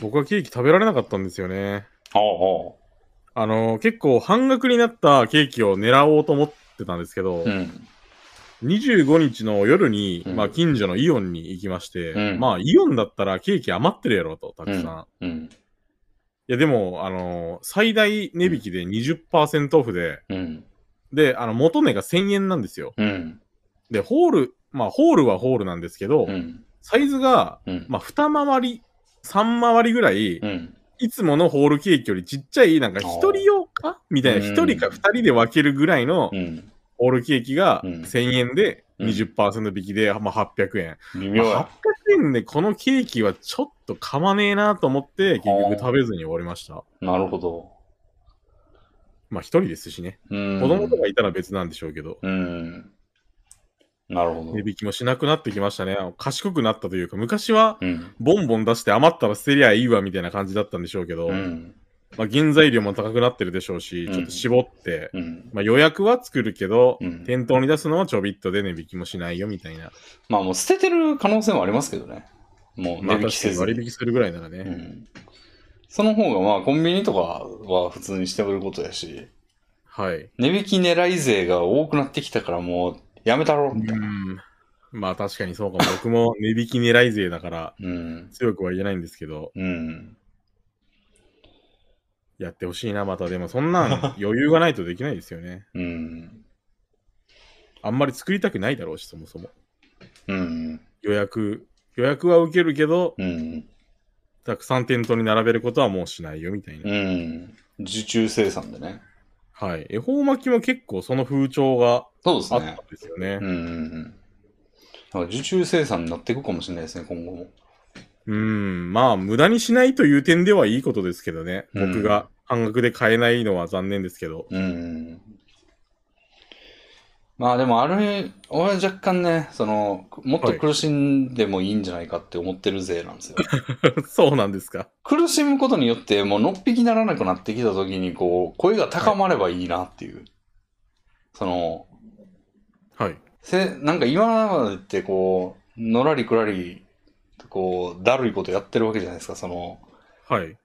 Speaker 2: 僕はケーキ食べられなかったんですよね。
Speaker 1: ああ、
Speaker 2: あのー結構半額になったケーキを狙おうと思ってたんですけど、
Speaker 1: ああ。うん。
Speaker 2: 25日の夜に、
Speaker 1: うん
Speaker 2: まあ近所のイオンに行きまして、
Speaker 1: うん
Speaker 2: まあイオンだったらケーキ余ってるやろと、たくさん。い
Speaker 1: うん。
Speaker 2: やでも、あのー最大値引きで20%オフで、
Speaker 1: うん。
Speaker 2: で、あの、元値が1000円なんですよ。
Speaker 1: うん。
Speaker 2: で、ホール、まあホールはホールなんですけど、
Speaker 1: うん。
Speaker 2: サイズが、
Speaker 1: うん。
Speaker 2: まあ2回り、3回りぐらい、
Speaker 1: うん。
Speaker 2: いつものホールケーキよりちっちゃい、なんか一人用かみたいな、
Speaker 1: うん
Speaker 2: 一人か二人で分けるぐらいの
Speaker 1: うん。
Speaker 2: ホールケーキが
Speaker 1: うん
Speaker 2: 1000円で
Speaker 1: うん
Speaker 2: 20%引きで、まあ、800円。
Speaker 1: 微
Speaker 2: ま
Speaker 1: 妙
Speaker 2: あ
Speaker 1: や。
Speaker 2: 800円でこのケーキはちょっと噛まねえなと思って、結
Speaker 1: あ
Speaker 2: 局
Speaker 1: ー
Speaker 2: 食べずに終わりました。
Speaker 1: なるほど。
Speaker 2: まあ一人ですしね。
Speaker 1: うん。
Speaker 2: 子供とかいたら別なんでしょうけど。
Speaker 1: うん。なるほど
Speaker 2: 値。引きもしなくなってきましたね。賢くなったというか、昔は
Speaker 1: うん。
Speaker 2: ボンボン出して余ったら捨てりゃいいわみたいな感じだったんでしょうけど、
Speaker 1: うん。
Speaker 2: まあ原材料も高くなってるでしょうし、
Speaker 1: うん
Speaker 2: ちょっと絞って、
Speaker 1: うん。
Speaker 2: まあ、予約は作るけど、
Speaker 1: うん
Speaker 2: 店頭に出すのはちょびっとで値引きもしないよみたいな。
Speaker 1: まあもう捨ててる可能性もありますけどね。もう
Speaker 2: まあ、
Speaker 1: 値引き
Speaker 2: 確か
Speaker 1: せ
Speaker 2: に
Speaker 1: ず
Speaker 2: 割
Speaker 1: に。
Speaker 2: 引するぐらいならね。
Speaker 1: うん。その方がまあコンビニとかは普通にしてることやし、
Speaker 2: はい。
Speaker 1: 値引き狙い税が多くなってきたからもうやめたろ
Speaker 2: う
Speaker 1: みたいな。
Speaker 2: ん。まあ確かにそうかも。 僕も値引き狙い税だから
Speaker 1: うん。
Speaker 2: 強くは言えないんですけど、
Speaker 1: うん。
Speaker 2: やってほしいな、また。でもそんなん 余裕がないとできないですよね。
Speaker 1: うん。
Speaker 2: あんまり作りたくないだろうし、そもそも。
Speaker 1: うん。
Speaker 2: 予約、予約は受けるけど、
Speaker 1: うん。
Speaker 2: たくさん店頭に並べることはもうしないよみたいな。
Speaker 1: うん。受注生産でね。
Speaker 2: はい。恵方巻きも結構その風潮が
Speaker 1: そうです
Speaker 2: あったん
Speaker 1: ね。
Speaker 2: ですよね
Speaker 1: う。んうんうん。だから受注生産になっていくかもしれないですね、今後も。
Speaker 2: うーん、まあ、無駄にしないという点ではいいことですけどね。
Speaker 1: うん
Speaker 2: 僕が半額で買えないのは残念ですけど。
Speaker 1: うん。まあでもあれ、俺は若干ね、その、もっと苦しんでもいいんじゃないかって思ってる勢なんですよ。
Speaker 2: そうなんですか。
Speaker 1: 苦しむことによって、もうのっぴきならなくなってきた時に、こう、声が高まればいいなっていう。その、
Speaker 2: はい。
Speaker 1: せ、なんか今までってこう、のらりくらり、こう、だるいことやってるわけじゃないですか、その、
Speaker 2: はい。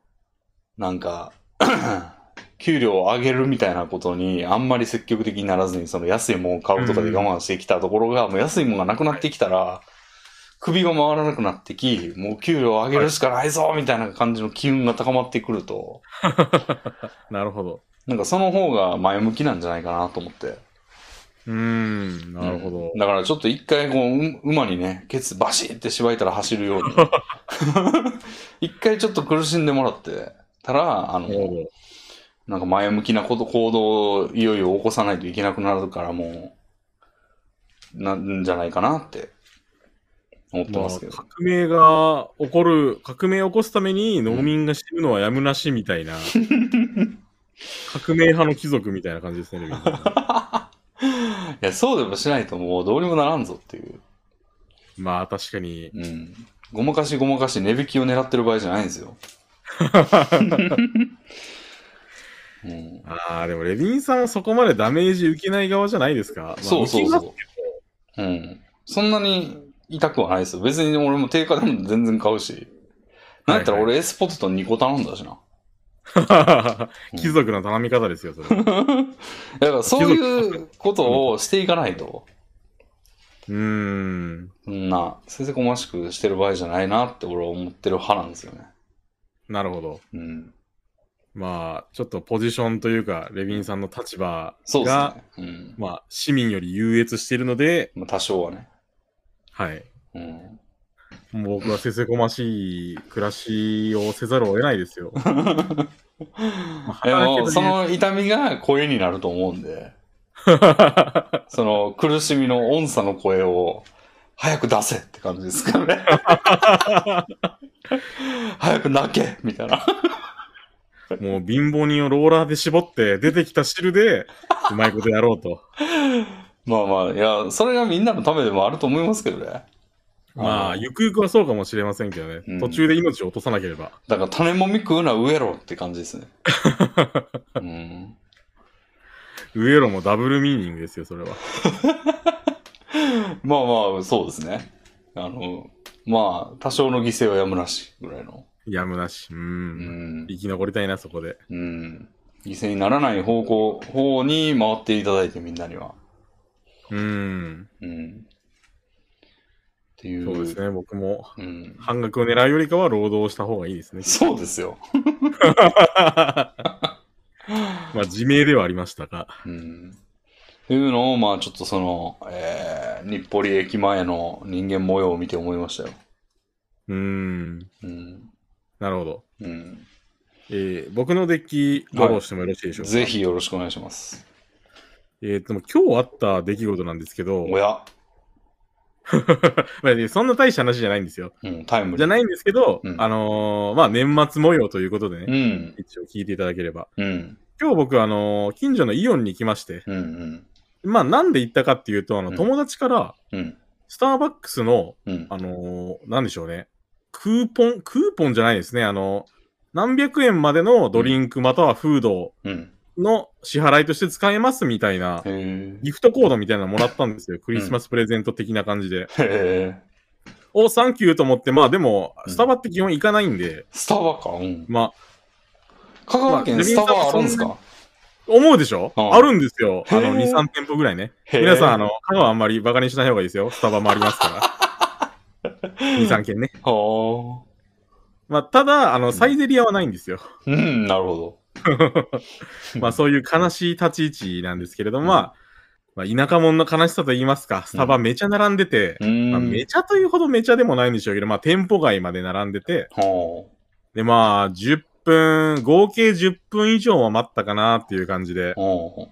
Speaker 1: なんか、 給料を上げるみたいなことにあんまり積極的にならずに、その安いもんを買うとかで我慢してきたところが、もう安いもんがなくなってきたら、首が回らなくなってき、もう給料を上げるしかないぞみたいな感じの機運が高まってくると、
Speaker 2: なるほど。
Speaker 1: なんかその方が前向きなんじゃないかなと思って。
Speaker 2: うーん、なるほど
Speaker 1: うん。だからちょっと一回こうう、馬にね、ケツバシって縛いたら走るように。 一回ちょっと苦しんでもらって、たら、あの
Speaker 2: な、るほ
Speaker 1: なんか前向きなこと、行動をいよいよ起こさないといけなくなるから、もう、なんじゃないかなって思って
Speaker 2: ど。ま
Speaker 1: ま
Speaker 2: あ、
Speaker 1: すけ
Speaker 2: 革
Speaker 1: ど。
Speaker 2: 命が起こる、革命を起こすために農民が死ぬのはやむなしみたい な。革命派の貴族みたいな感じですね。レビン さん
Speaker 1: いや、そうでもしないともうどうにもならんぞっていう。
Speaker 2: まあ、確かに。
Speaker 1: うん。ごまかしごまかし値引きを狙ってる場合じゃないんです よ。うん、
Speaker 2: ああ、でもレビンさんはそこまでダメージ受けない側じゃないですか。まあ
Speaker 1: そうそう
Speaker 2: 受けます
Speaker 1: そう。うん。そんなに痛くはないですよ。別に俺も定価でも全然買うし。なんやったら俺エスポテト2個頼んだしな。
Speaker 2: 貴族の頼み方ですよ、そ
Speaker 1: だ
Speaker 2: れ。
Speaker 1: からそういうことをしていかないと、
Speaker 2: うーん。
Speaker 1: そんな、せせこましくしてる場合じゃないなって俺は思ってる派なんですよね。
Speaker 2: なるほど。
Speaker 1: うん。
Speaker 2: まあ、ちょっとポジションというか、レビンさんの立場
Speaker 1: そうで
Speaker 2: が、
Speaker 1: すね。うん。
Speaker 2: まあ、市民より優越しているので、
Speaker 1: まあ多少はね。
Speaker 2: はい。
Speaker 1: うん。
Speaker 2: もう僕はせせこましい暮らしをせざるを得ないです よ。
Speaker 1: で
Speaker 2: 働け
Speaker 1: も、
Speaker 2: る
Speaker 1: その痛みが声になると思うん で、その苦しみの音差の声を、早く出せって感じです かね。早く泣けみたいな。
Speaker 2: もう貧乏人をローラーで絞って、出てきた汁で、うまいことやろうと。
Speaker 1: まあまあ、いや、それがみんなのためでもあると思いますけどね。
Speaker 2: まあ、ゆくゆくはそうかもしれませんけどね
Speaker 1: うん。
Speaker 2: 途中で命を落とさなければ。
Speaker 1: だから種もみ食うな上やろって感じです ね。うん、
Speaker 2: 上野もダブルミーニングですよ、それは。
Speaker 1: まあまあ、そうですね。あの、まあ、多少の犠牲はやむなしぐらいの。
Speaker 2: やむなし。う。
Speaker 1: うんん。
Speaker 2: 生き残りたいな、そこで。
Speaker 1: うん。犠牲にならない方向、方に回っていただいてみんなには。
Speaker 2: うん。
Speaker 1: うん。っていう。
Speaker 2: そうですね、僕も。
Speaker 1: うん。
Speaker 2: 半額を狙うよりかは労働した方がいいです ね。
Speaker 1: そうですよ。
Speaker 2: まあ、自明ではありましたが。
Speaker 1: うん。っていうのを、まあちょっとその、えー、日暮里駅前の人間模様を見て思いましたよ。
Speaker 2: うん。
Speaker 1: うん。
Speaker 2: なるほど。
Speaker 1: うん。
Speaker 2: えー僕のデッキ、フォローしてもよろしいでしょうか。
Speaker 1: ぜ。ひよろしくお願いします。
Speaker 2: えっ、と、もう今日あった出来事なんですけど、
Speaker 1: おや、
Speaker 2: まあねそんな大した話じゃないんですよ。
Speaker 1: うん、タイムリー
Speaker 2: じゃないんですけど、
Speaker 1: うん
Speaker 2: あのーまあ、年末模様ということでね、
Speaker 1: うん、
Speaker 2: 一応聞いていただければ。
Speaker 1: うん、
Speaker 2: 今日僕、あのー近所のイオンに来まして、
Speaker 1: うん、うん、
Speaker 2: まあ、なんで行ったかっていうと、あの、
Speaker 1: うん
Speaker 2: 友達から、
Speaker 1: うん、
Speaker 2: スターバックスの、
Speaker 1: うん。
Speaker 2: あのーなんでしょうね、クーポン、クーポンじゃないですね、あの何百円までのドリンクまたはフード
Speaker 1: うん。
Speaker 2: の支払いとして使えますみたいな
Speaker 1: へ、え。
Speaker 2: ギフトコードみたいなのもらったんですよ。クリスマスプレゼント的な感じ
Speaker 1: へ
Speaker 2: で。
Speaker 1: え。
Speaker 2: お、サンキューと思って、まあでも、
Speaker 1: うん
Speaker 2: スタバって基本行かないんで、
Speaker 1: スタバか。うん。
Speaker 2: まあ、
Speaker 1: 香川県スタバあるんすか
Speaker 2: 思うでしょ、
Speaker 1: うん
Speaker 2: あるんですよ。あ
Speaker 1: へ
Speaker 2: の、
Speaker 1: ー
Speaker 2: 2、3店舗ぐらいね。
Speaker 1: へー
Speaker 2: 皆さん、あの、香川あんまりバカにしない方がいいですよ。スタバもあります から。2、3軒ね。
Speaker 1: は
Speaker 2: まあ、ただ、あの、
Speaker 1: ん
Speaker 2: サイゼリアはないんですよ。
Speaker 1: あ。うん、なるほ
Speaker 2: まあ、そういう悲しい立ち位置なんですけれども、まあ、まあ、田舎者の悲しさと言いますか、スタバめちゃ並んでて、
Speaker 1: ど。うん。
Speaker 2: まあ、めちゃというほどめちゃでもないんでしょうけど、まあ、店舗外まで並んでて、
Speaker 1: は
Speaker 2: で、まあ、10分、合計10分以上は待ったかなっていう感じで
Speaker 1: あ。、は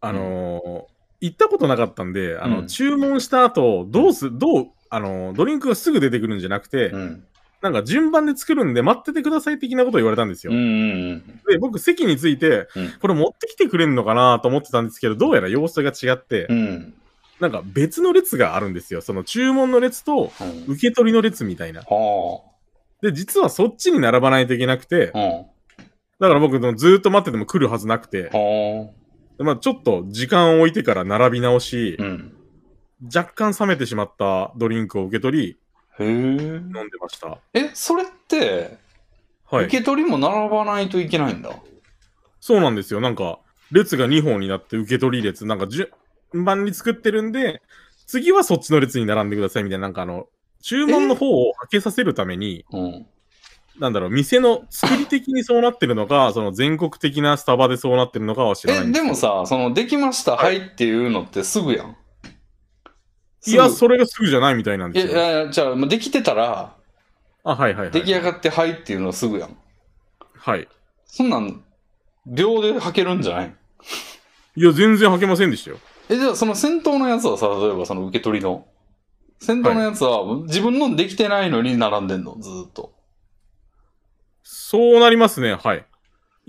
Speaker 2: あのー行ったことなかったんで、あの、
Speaker 1: うん
Speaker 2: 注文した後、どうす、どう、あのードリンクがすぐ出てくるんじゃなくて、
Speaker 1: あ。うん。
Speaker 2: なんか順番で作るんで待っててください的なことを言われたんです
Speaker 1: う
Speaker 2: よ。
Speaker 1: ん、うん、
Speaker 2: で、僕席について、
Speaker 1: うん
Speaker 2: これ持ってきてくれんのかなと思ってたんですけど、どうやら様子が違って、
Speaker 1: うん。うん。
Speaker 2: なんか別の列があるんですよ。その注文の列と、
Speaker 1: うん
Speaker 2: 受け取りの列みたいな。
Speaker 1: は
Speaker 2: で、実はそっちに並ばないといけなくて
Speaker 1: あ。、うん。
Speaker 2: だから僕ずーっと待ってても来るはずなくて、
Speaker 1: は
Speaker 2: でまあちょっと時間を置いてから並び直し、
Speaker 1: あ。うん。
Speaker 2: 若干冷めてしまったドリンクを受け取り、
Speaker 1: へ
Speaker 2: 飲んでました。
Speaker 1: え。え、それって、
Speaker 2: は
Speaker 1: 受
Speaker 2: い。
Speaker 1: け取りも並ばないといけないんだ。
Speaker 2: そうなんですよ。なんか、列が2本になって受け取り列、なんか順番に作ってるんで、次はそっちの列に並んでくださいみたいな、なんかあの、注文の方を開けさせるために、
Speaker 1: うん。
Speaker 2: なんだろう、店の作り的にそうなってるのか、その全国的なスタバでそうなってるのかは知らない
Speaker 1: え、
Speaker 2: んで
Speaker 1: です
Speaker 2: けど
Speaker 1: も、さ、その、できました、は
Speaker 2: はい
Speaker 1: い、っていうのってすぐやん。
Speaker 2: いや、
Speaker 1: す
Speaker 2: それがすぐじゃないみたいなん
Speaker 1: ぐ
Speaker 2: で
Speaker 1: い
Speaker 2: す
Speaker 1: やい
Speaker 2: よ。
Speaker 1: やいや、じゃあ、もうできてたら、
Speaker 2: あ、はいはいは
Speaker 1: 出来上
Speaker 2: い。
Speaker 1: がって、はいっていうのすぐやん。
Speaker 2: はい。
Speaker 1: そんなん、秒で履けるんじゃない
Speaker 2: いや、全然開けませんでしたよ。
Speaker 1: え、じゃあ、その先頭のやつはさ、例えばその受け取りの。先頭のやつは、自分のできてないのに並んでんの、ずーっと。
Speaker 2: そうなりますね、はい。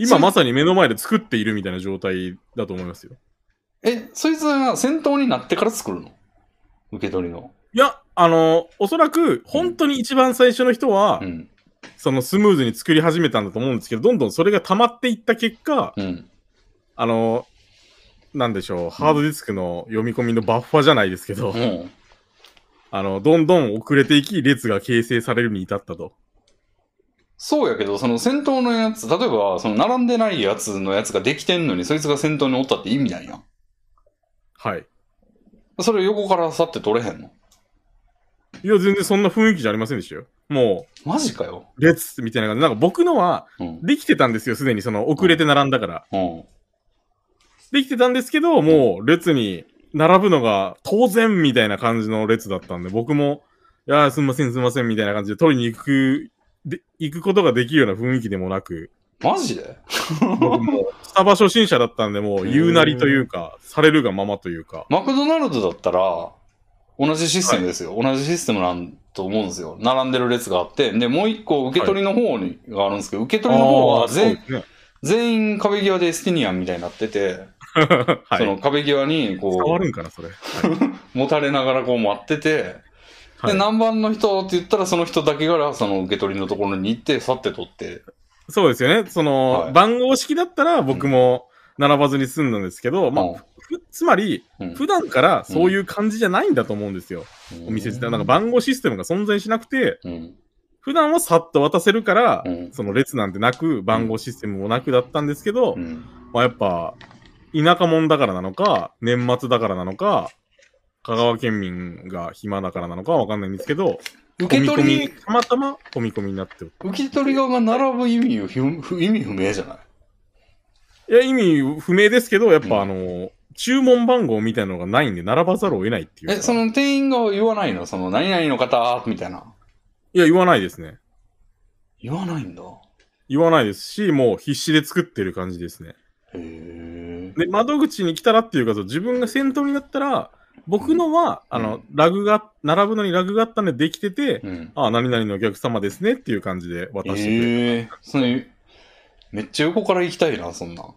Speaker 1: そ
Speaker 2: 今
Speaker 1: れ
Speaker 2: まさに目の前で作っているみたいな状態だと思いますよ。
Speaker 1: え、そいつが先頭になってから作るの受け取りの。
Speaker 2: いや、あのおそらく、本当に一番最初の人は、
Speaker 1: うん。
Speaker 2: そのスムーズに作り始めたんだと思うんですけど、どんどんそれが溜まっていった結果、
Speaker 1: うん。
Speaker 2: あのなんでしょう、ハードディスクの読み込みのバッファじゃないですけど、
Speaker 1: うん。
Speaker 2: あの、どんどん遅れていき、列が形成されるに至ったと。
Speaker 1: そうやけど、その先頭のやつ、例えば、その並んでないやつのやつができてんのに、そいつが先頭におったって意味ないやん。
Speaker 2: はい。
Speaker 1: それ横から去って取れへんの
Speaker 2: いや、全然そんな雰囲気じゃありませんでしたよ。も
Speaker 1: マジかよ。
Speaker 2: う、列みたいな感じで、なんか僕のは、
Speaker 1: うん。
Speaker 2: できてたんですよ、すでにその、遅れて並んだから。
Speaker 1: うん。
Speaker 2: できてたんですけど、もう列に並ぶのが当然みたいな感じの列だったんで、僕も、いやーすんませんすんませんみたいな感じで取りに行く、で、行くことができるような雰囲気でも なく、
Speaker 1: マジで
Speaker 2: 僕もスタバ初心者だったんで、もう言うなりというか、されるがままというか、
Speaker 1: マクドナルドだったら、同じシステムですよ。同じシステムなんと思うんですよ。並んでる列があって、で、もう一個受け取りの方に、があるんですけど、受け取りの方は
Speaker 2: そう
Speaker 1: 全
Speaker 2: ですね。
Speaker 1: 全員壁際でエスティニアンみたいになってて、
Speaker 2: はい。
Speaker 1: その壁際に、
Speaker 2: 伝わ
Speaker 1: こ
Speaker 2: るんかな、それ。
Speaker 1: う、もたれながらこう待ってて、
Speaker 2: はい
Speaker 1: で、何番の人って言ったら、その人だけが、その受け取りのところに行って、去って取って。
Speaker 2: そうですよね。その、
Speaker 1: はい
Speaker 2: 番号式だったら僕も並ばずに済んだんですけど、まあ、ふつまり、
Speaker 1: うん
Speaker 2: 普段からそういう感じじゃないんだと思うんですよ。お店自体。なんか、番号システムが存在しなくて、
Speaker 1: うん。
Speaker 2: 普段はさっと渡せるから、
Speaker 1: うん
Speaker 2: その列なんてなく、番号システムもなくだったんですけど、
Speaker 1: うん。
Speaker 2: まあやっぱ、田舎者だからなのか、年末だからなのか、香川県民が暇だからなのかはわかんないんですけど、
Speaker 1: 受け取
Speaker 2: 込み
Speaker 1: り
Speaker 2: 込み、たまたま込み込みになってる。
Speaker 1: 受け取り側が並ぶ意味をひゅ、意味不明じゃない
Speaker 2: いや、意味不明ですけど、やっ
Speaker 1: うん
Speaker 2: ぱあの、注文番号みたいなのがないんで、並ばざるを得ないっていうか。
Speaker 1: え、その店員が言わないのその、何々の方、みたいな。
Speaker 2: いや、言わないですね。
Speaker 1: 言わないんだ。
Speaker 2: 言わないですし、もう必死で作ってる感じですね。
Speaker 1: へえ。
Speaker 2: で、窓口に来たらっていうか、そう自分が先頭になったら、僕のは、あ
Speaker 1: う
Speaker 2: の、ラグが、並ぶのにラグがあったんでできてて、
Speaker 1: うん。
Speaker 2: ああ、何々のお客様ですねっていう感じで渡してくれる。
Speaker 1: ええそれ、めっちゃ横から行きたいな、そんなん。
Speaker 2: あ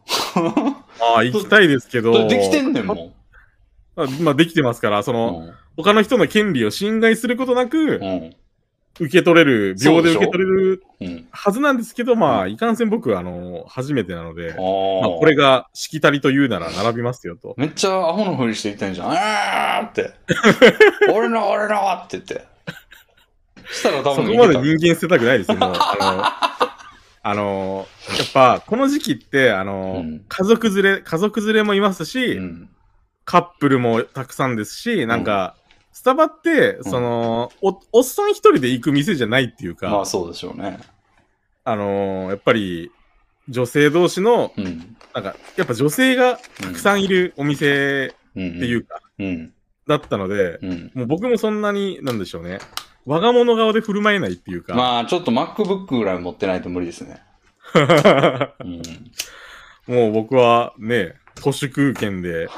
Speaker 2: あ、行きたいですけ
Speaker 1: だっ
Speaker 2: ど。
Speaker 1: てできてんねんもん。
Speaker 2: あまあ、できてますから、その、
Speaker 1: う
Speaker 2: 他の人の権利を侵害することなく、
Speaker 1: ん。うん。
Speaker 2: 受け取れる、秒
Speaker 1: そう
Speaker 2: で
Speaker 1: でしょ
Speaker 2: 受け取れる
Speaker 1: うん。
Speaker 2: はずなんですけど、まあ、いかんせん僕は、あの、初めてなので
Speaker 1: ああ、。
Speaker 2: まあ、これが、しきたりというなら並びますよと。
Speaker 1: めっちゃアホのふりして言ってんじゃん。あー って。俺の俺のって言って。したら多
Speaker 2: そ
Speaker 1: 分
Speaker 2: こまで
Speaker 1: いけ
Speaker 2: 人間捨てたくないですよ、もう。あの、あのやっぱ、この時期って、あの、
Speaker 1: うん
Speaker 2: 家族連れ、家族連れもいますし、
Speaker 1: たうん。
Speaker 2: カップルもたくさんですし、なんか、スタバって、
Speaker 1: ん
Speaker 2: その、お、おっさん一人で行く店じゃないっていうか、
Speaker 1: まあそうでしょうね。
Speaker 2: あのーやっぱり、女性同士の、
Speaker 1: うん。
Speaker 2: なんか、やっぱ女性が
Speaker 1: た
Speaker 2: たくさんいるお店
Speaker 1: んっ。
Speaker 2: っていううか、
Speaker 1: うん。
Speaker 2: だったので、
Speaker 1: うん。
Speaker 2: もう僕もそんなに、なんでしょうね、我が物顔で振る舞えないっていうか、
Speaker 1: まあちょっと MacBook ぐらい持ってないと無理ですね。うん。
Speaker 2: もう僕はね、都市空 間で、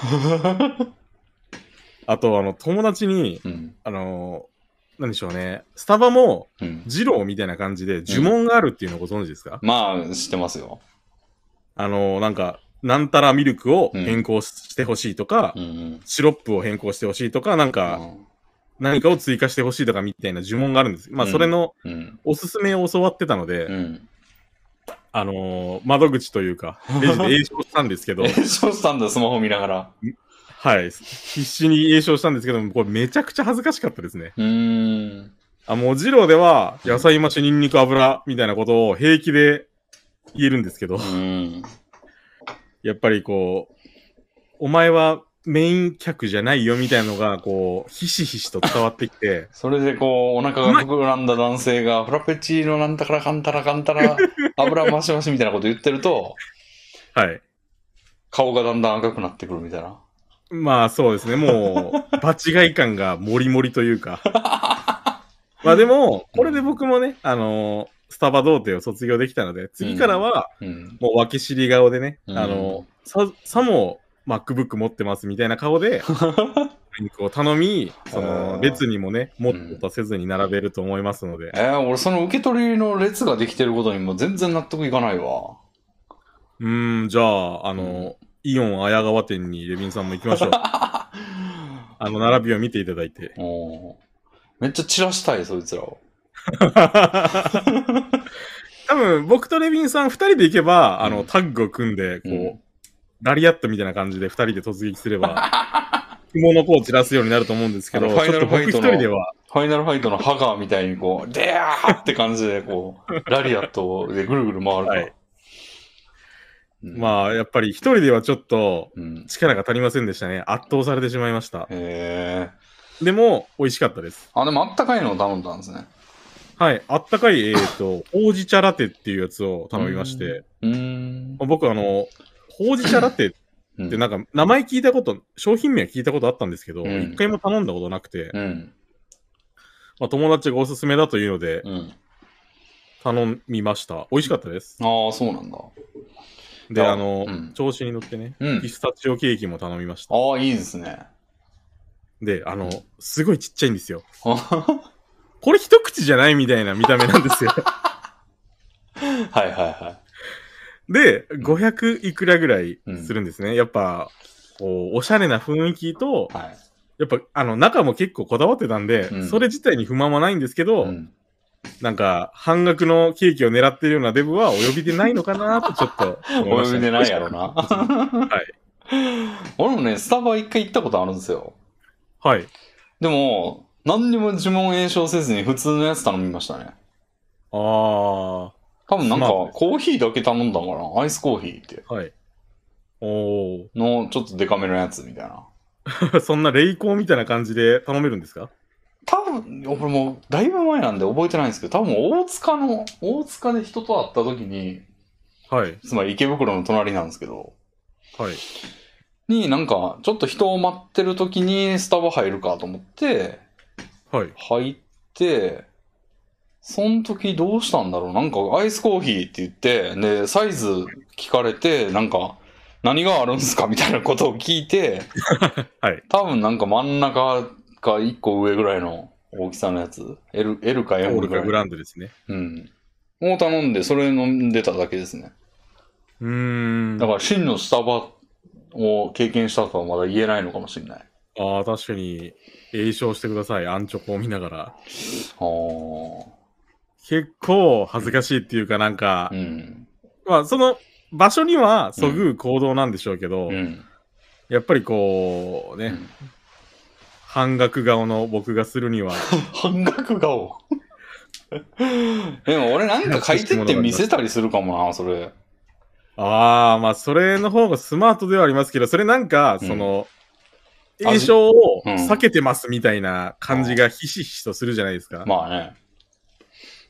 Speaker 2: あと、あの、友達に、
Speaker 1: うん。
Speaker 2: あのーなんでしょうね、スタバも、
Speaker 1: うん。
Speaker 2: 二郎みたいな感じで呪文があるっていうのをご存知ですか、
Speaker 1: まあ知ってますよ。
Speaker 2: あのーなんか、なんたらミルクを
Speaker 1: うん
Speaker 2: 変更してほしいとか、
Speaker 1: うんうん。
Speaker 2: シロップを変更してほしいとか、なんか、何かを追加してほしいとかみたいな呪文があるんです。まあ、
Speaker 1: うん
Speaker 2: それの
Speaker 1: うん。
Speaker 2: おすすめを教わってたので、
Speaker 1: うん。
Speaker 2: あのー窓口というか、レジで 栄唱したんですけど
Speaker 1: え、、そうしたんだ、スマホ見ながら。
Speaker 2: はい、必死に栄唱したんですけども、これめちゃくちゃ恥ずかしかったですね。
Speaker 1: うーん。
Speaker 2: あ、もう、ジローでは、野菜増し、ニンニク、油、みたいなことを平気で言えるんですけど
Speaker 1: う、ん。、
Speaker 2: やっぱりこう、お前はメイン客じゃないよ、みたいなのが、こう、ひしひしと伝わってきて
Speaker 1: それでこう、お腹が膨らんだ男性が、フラペチーノなんたからかんたらかんたら、油マシマシみたいなこと言ってると、
Speaker 2: はい。
Speaker 1: 顔がだんだん赤くなってくるみたいな。
Speaker 2: まあ、そうですね、もう、場違い感がもりもりというか。まあでも、これで僕もね、あのースタバ童貞を卒業できたので、次からは、
Speaker 1: うん。
Speaker 2: もう、分け知り顔でね、
Speaker 1: うん
Speaker 2: あのーさ、さも、MacBook 持ってますみたいな顔で、ニンニクを頼み、そ
Speaker 1: あー
Speaker 2: の列にもね、もっとせずに並べると思いますので、
Speaker 1: えー、俺その受け取りの列ができてることにもう全然納得いかないわ。
Speaker 2: うーん、じゃあ、あの、イオン綾川店にレビンさんも行 きましょう。あの、並びを見ていただいて。
Speaker 1: おーめっちゃ散らしたい、そいつらを。
Speaker 2: 多分、僕とレビンさん二人で行けば、あ
Speaker 1: う
Speaker 2: の、
Speaker 1: ん
Speaker 2: タッグを組んで、こう、
Speaker 1: うん
Speaker 2: ラリアットみたいな感じで二人で突撃すれば、 紐の子を散らすようになると思うんですけど、
Speaker 1: あ
Speaker 2: ち
Speaker 1: のファイナ
Speaker 2: ょっ
Speaker 1: ル
Speaker 2: と
Speaker 1: ファ
Speaker 2: 僕
Speaker 1: イ
Speaker 2: 一
Speaker 1: トの
Speaker 2: 人では、
Speaker 1: ファイナルファイトのハガーみたいに こう、でやーって感じでこう、ラリアットでぐるぐる回るから。
Speaker 2: はい
Speaker 1: うん、
Speaker 2: まあ、やっぱり一人ではちょっと、
Speaker 1: うん。
Speaker 2: 力が足りませんでしたね。圧倒されてしまいました。
Speaker 1: へえ。
Speaker 2: でも、美味しかったです。
Speaker 1: あ、でもあったかいのを頼んだんですね。
Speaker 2: はい。あったかい、えっ、と、 ほうじ茶ラテっていうやつを頼みまして、
Speaker 1: うーん。
Speaker 2: 僕、あの、ほうじ茶ラテっ
Speaker 1: うん
Speaker 2: てなんか、名前聞いたこと、商品名は聞いたことあったんですけど、
Speaker 1: う
Speaker 2: 一、
Speaker 1: ん
Speaker 2: 回も頼んだことなくて、
Speaker 1: うん。
Speaker 2: まあ、友達がおすすめだというので、
Speaker 1: うん。
Speaker 2: 頼みました。美味しかったです。
Speaker 1: ああ、そうなんだ。
Speaker 2: で、
Speaker 1: あ
Speaker 2: あの、
Speaker 1: うん
Speaker 2: 調子に乗ってね、
Speaker 1: うん
Speaker 2: ピスタチオケーキも頼みました。
Speaker 1: ああ、いいですね。
Speaker 2: で、あの、すごいちっちゃいんですよ。
Speaker 1: は
Speaker 2: これ一口じゃないみたいな見た目なんですよ。
Speaker 1: いはいは
Speaker 2: で、500いくらぐらいするんですね。やっぱ、こう、おしゃれな雰囲気と、
Speaker 1: はい。
Speaker 2: やっぱ、あの、中も結構こだわってたんで、
Speaker 1: うん
Speaker 2: それ自体に不満はないんですけど、
Speaker 1: うん
Speaker 2: なんか、半額のケーキを狙ってるようなデブはお呼びでないのかなとちょっと
Speaker 1: お
Speaker 2: 思いま
Speaker 1: 呼
Speaker 2: した
Speaker 1: び
Speaker 2: ね
Speaker 1: でないやろ な。はい。 俺もね、スタバ一回行ったことあるんですよ。
Speaker 2: はい。
Speaker 1: でも、何にも呪文演唱せずに普通のやつ頼みましたね。
Speaker 2: ああ、は
Speaker 1: 多分なんか
Speaker 2: スマートで、
Speaker 1: コーヒーだけ頼んだのから、アイスコーヒーって。
Speaker 2: い。お
Speaker 1: の、ちょっとデカめのやつみたいな。
Speaker 2: お、 そんな霊光みたいな感じで頼めるんですか
Speaker 1: 多分、俺もうだいぶ前なんで覚えてないんですけど、多分大塚の、大塚で人と会った時に、
Speaker 2: はい、
Speaker 1: つまり池袋の隣なんですけど、
Speaker 2: はい。
Speaker 1: になんか、ちょっと人を待ってる時にスタバ入るかと思って、
Speaker 2: はい。
Speaker 1: 入って、その時どうしたんだろうなんかアイスコーヒーって言って、で、サイズ聞かれて、なんか、何があるんすかみたいなことを聞いて、
Speaker 2: はい。
Speaker 1: 多分なんか真ん中か1個上ぐらいの大きさのやつ。L, L か
Speaker 2: オ
Speaker 1: M
Speaker 2: ール
Speaker 1: ぐらい
Speaker 2: かグ。ランドですね。
Speaker 1: うん。もう頼んで、それ飲んでただけですね。
Speaker 2: うーん。
Speaker 1: だ
Speaker 2: あ
Speaker 1: から真のスタバを経験したとはまだ言えないのかもしれない。
Speaker 2: あー、確かに、栄唱してください。アンチョコを見ながら。
Speaker 1: あー
Speaker 2: 結構恥ずかしいっていうかなんか
Speaker 1: う、ん。
Speaker 2: まあその場所にはそぐう行動なんでしょうけど、
Speaker 1: うん。
Speaker 2: やっぱりこうね、
Speaker 1: うん
Speaker 2: 半額顔の僕がするには、
Speaker 1: 半額顔。でも俺なんか書いてって見せたりするかもな、それ。
Speaker 2: ああ、まあそれの方がスマートではありますけど、それなんか、
Speaker 1: うん
Speaker 2: その、
Speaker 1: 味
Speaker 2: 栄唱を
Speaker 1: うん
Speaker 2: 避けてますみたいな感じがひしひしとするじゃないですか。
Speaker 1: まあね。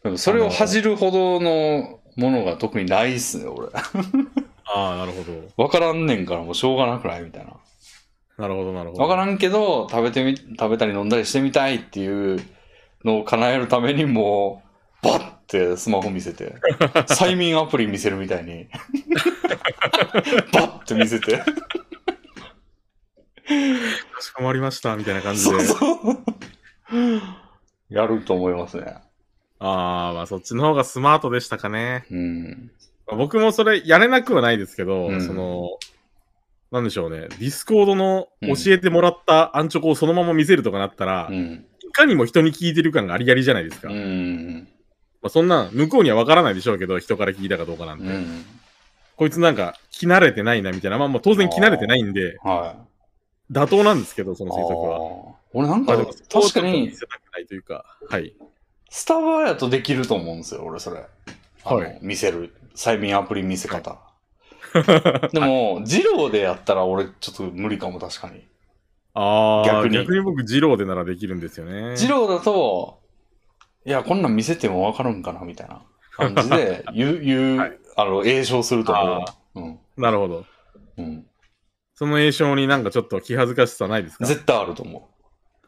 Speaker 1: でもそれを恥じるほどのものが特にないっすね、俺。
Speaker 2: ああ、なるほど。
Speaker 1: わからんねんからもうしょうがなくないみたいな。
Speaker 2: なるほど、なるほど。
Speaker 1: わからんけど、食べてみ、食べたり飲んだりしてみたいっていうのを叶えるためにもう、バッてスマホ見せて、催眠アプリ見せるみたいに、 バッて見せて、
Speaker 2: かしこまりました、みたいな感じで
Speaker 1: そう。そう。やると思いますね。
Speaker 2: ああ、まあそっちの方がスマートでしたかね。
Speaker 1: うん。
Speaker 2: まあ僕もそれやれなくはないですけど、
Speaker 1: うん
Speaker 2: その、なんでしょうね。ディスコードの教えてもらったアンチョコをそのまま見せるとかなったら、
Speaker 1: うん。
Speaker 2: いかにも人に聞いてる感がありありじゃないですか。
Speaker 1: う
Speaker 2: ま
Speaker 1: ん。
Speaker 2: あ、そんな、向こうにはわからないでしょうけど、人から聞いたかどうかなん
Speaker 1: う
Speaker 2: て。
Speaker 1: ん。
Speaker 2: こいつなんか、着慣れてないな、みたいな。まあ、もう当然着慣れてないんで、
Speaker 1: は
Speaker 2: 妥当なんですけど、そ
Speaker 1: い。
Speaker 2: の推測は。
Speaker 1: あー俺なんか
Speaker 2: でも、
Speaker 1: 確か
Speaker 2: そうちょっと
Speaker 1: に
Speaker 2: 見、せたくないというか、はい。
Speaker 1: スタバやとできると思うんですよ、俺それ。あの
Speaker 2: はい
Speaker 1: 見せる。催眠アプリ見せ 方。でも、二郎でやったら俺ちょっと無理かも、確かに。
Speaker 2: ああ、
Speaker 1: 逆
Speaker 2: 逆
Speaker 1: に
Speaker 2: に僕、二郎でならできるんですよね。
Speaker 1: 二郎だと、いや、こんなん見せてもわかるんかな、みたいな感じ で、言う、言う、
Speaker 2: はい
Speaker 1: あの、栄唱すると思う。うん。
Speaker 2: なるほど。
Speaker 1: うん。
Speaker 2: その栄唱になんかちょっと気恥ずかしさないですか
Speaker 1: 絶対あると思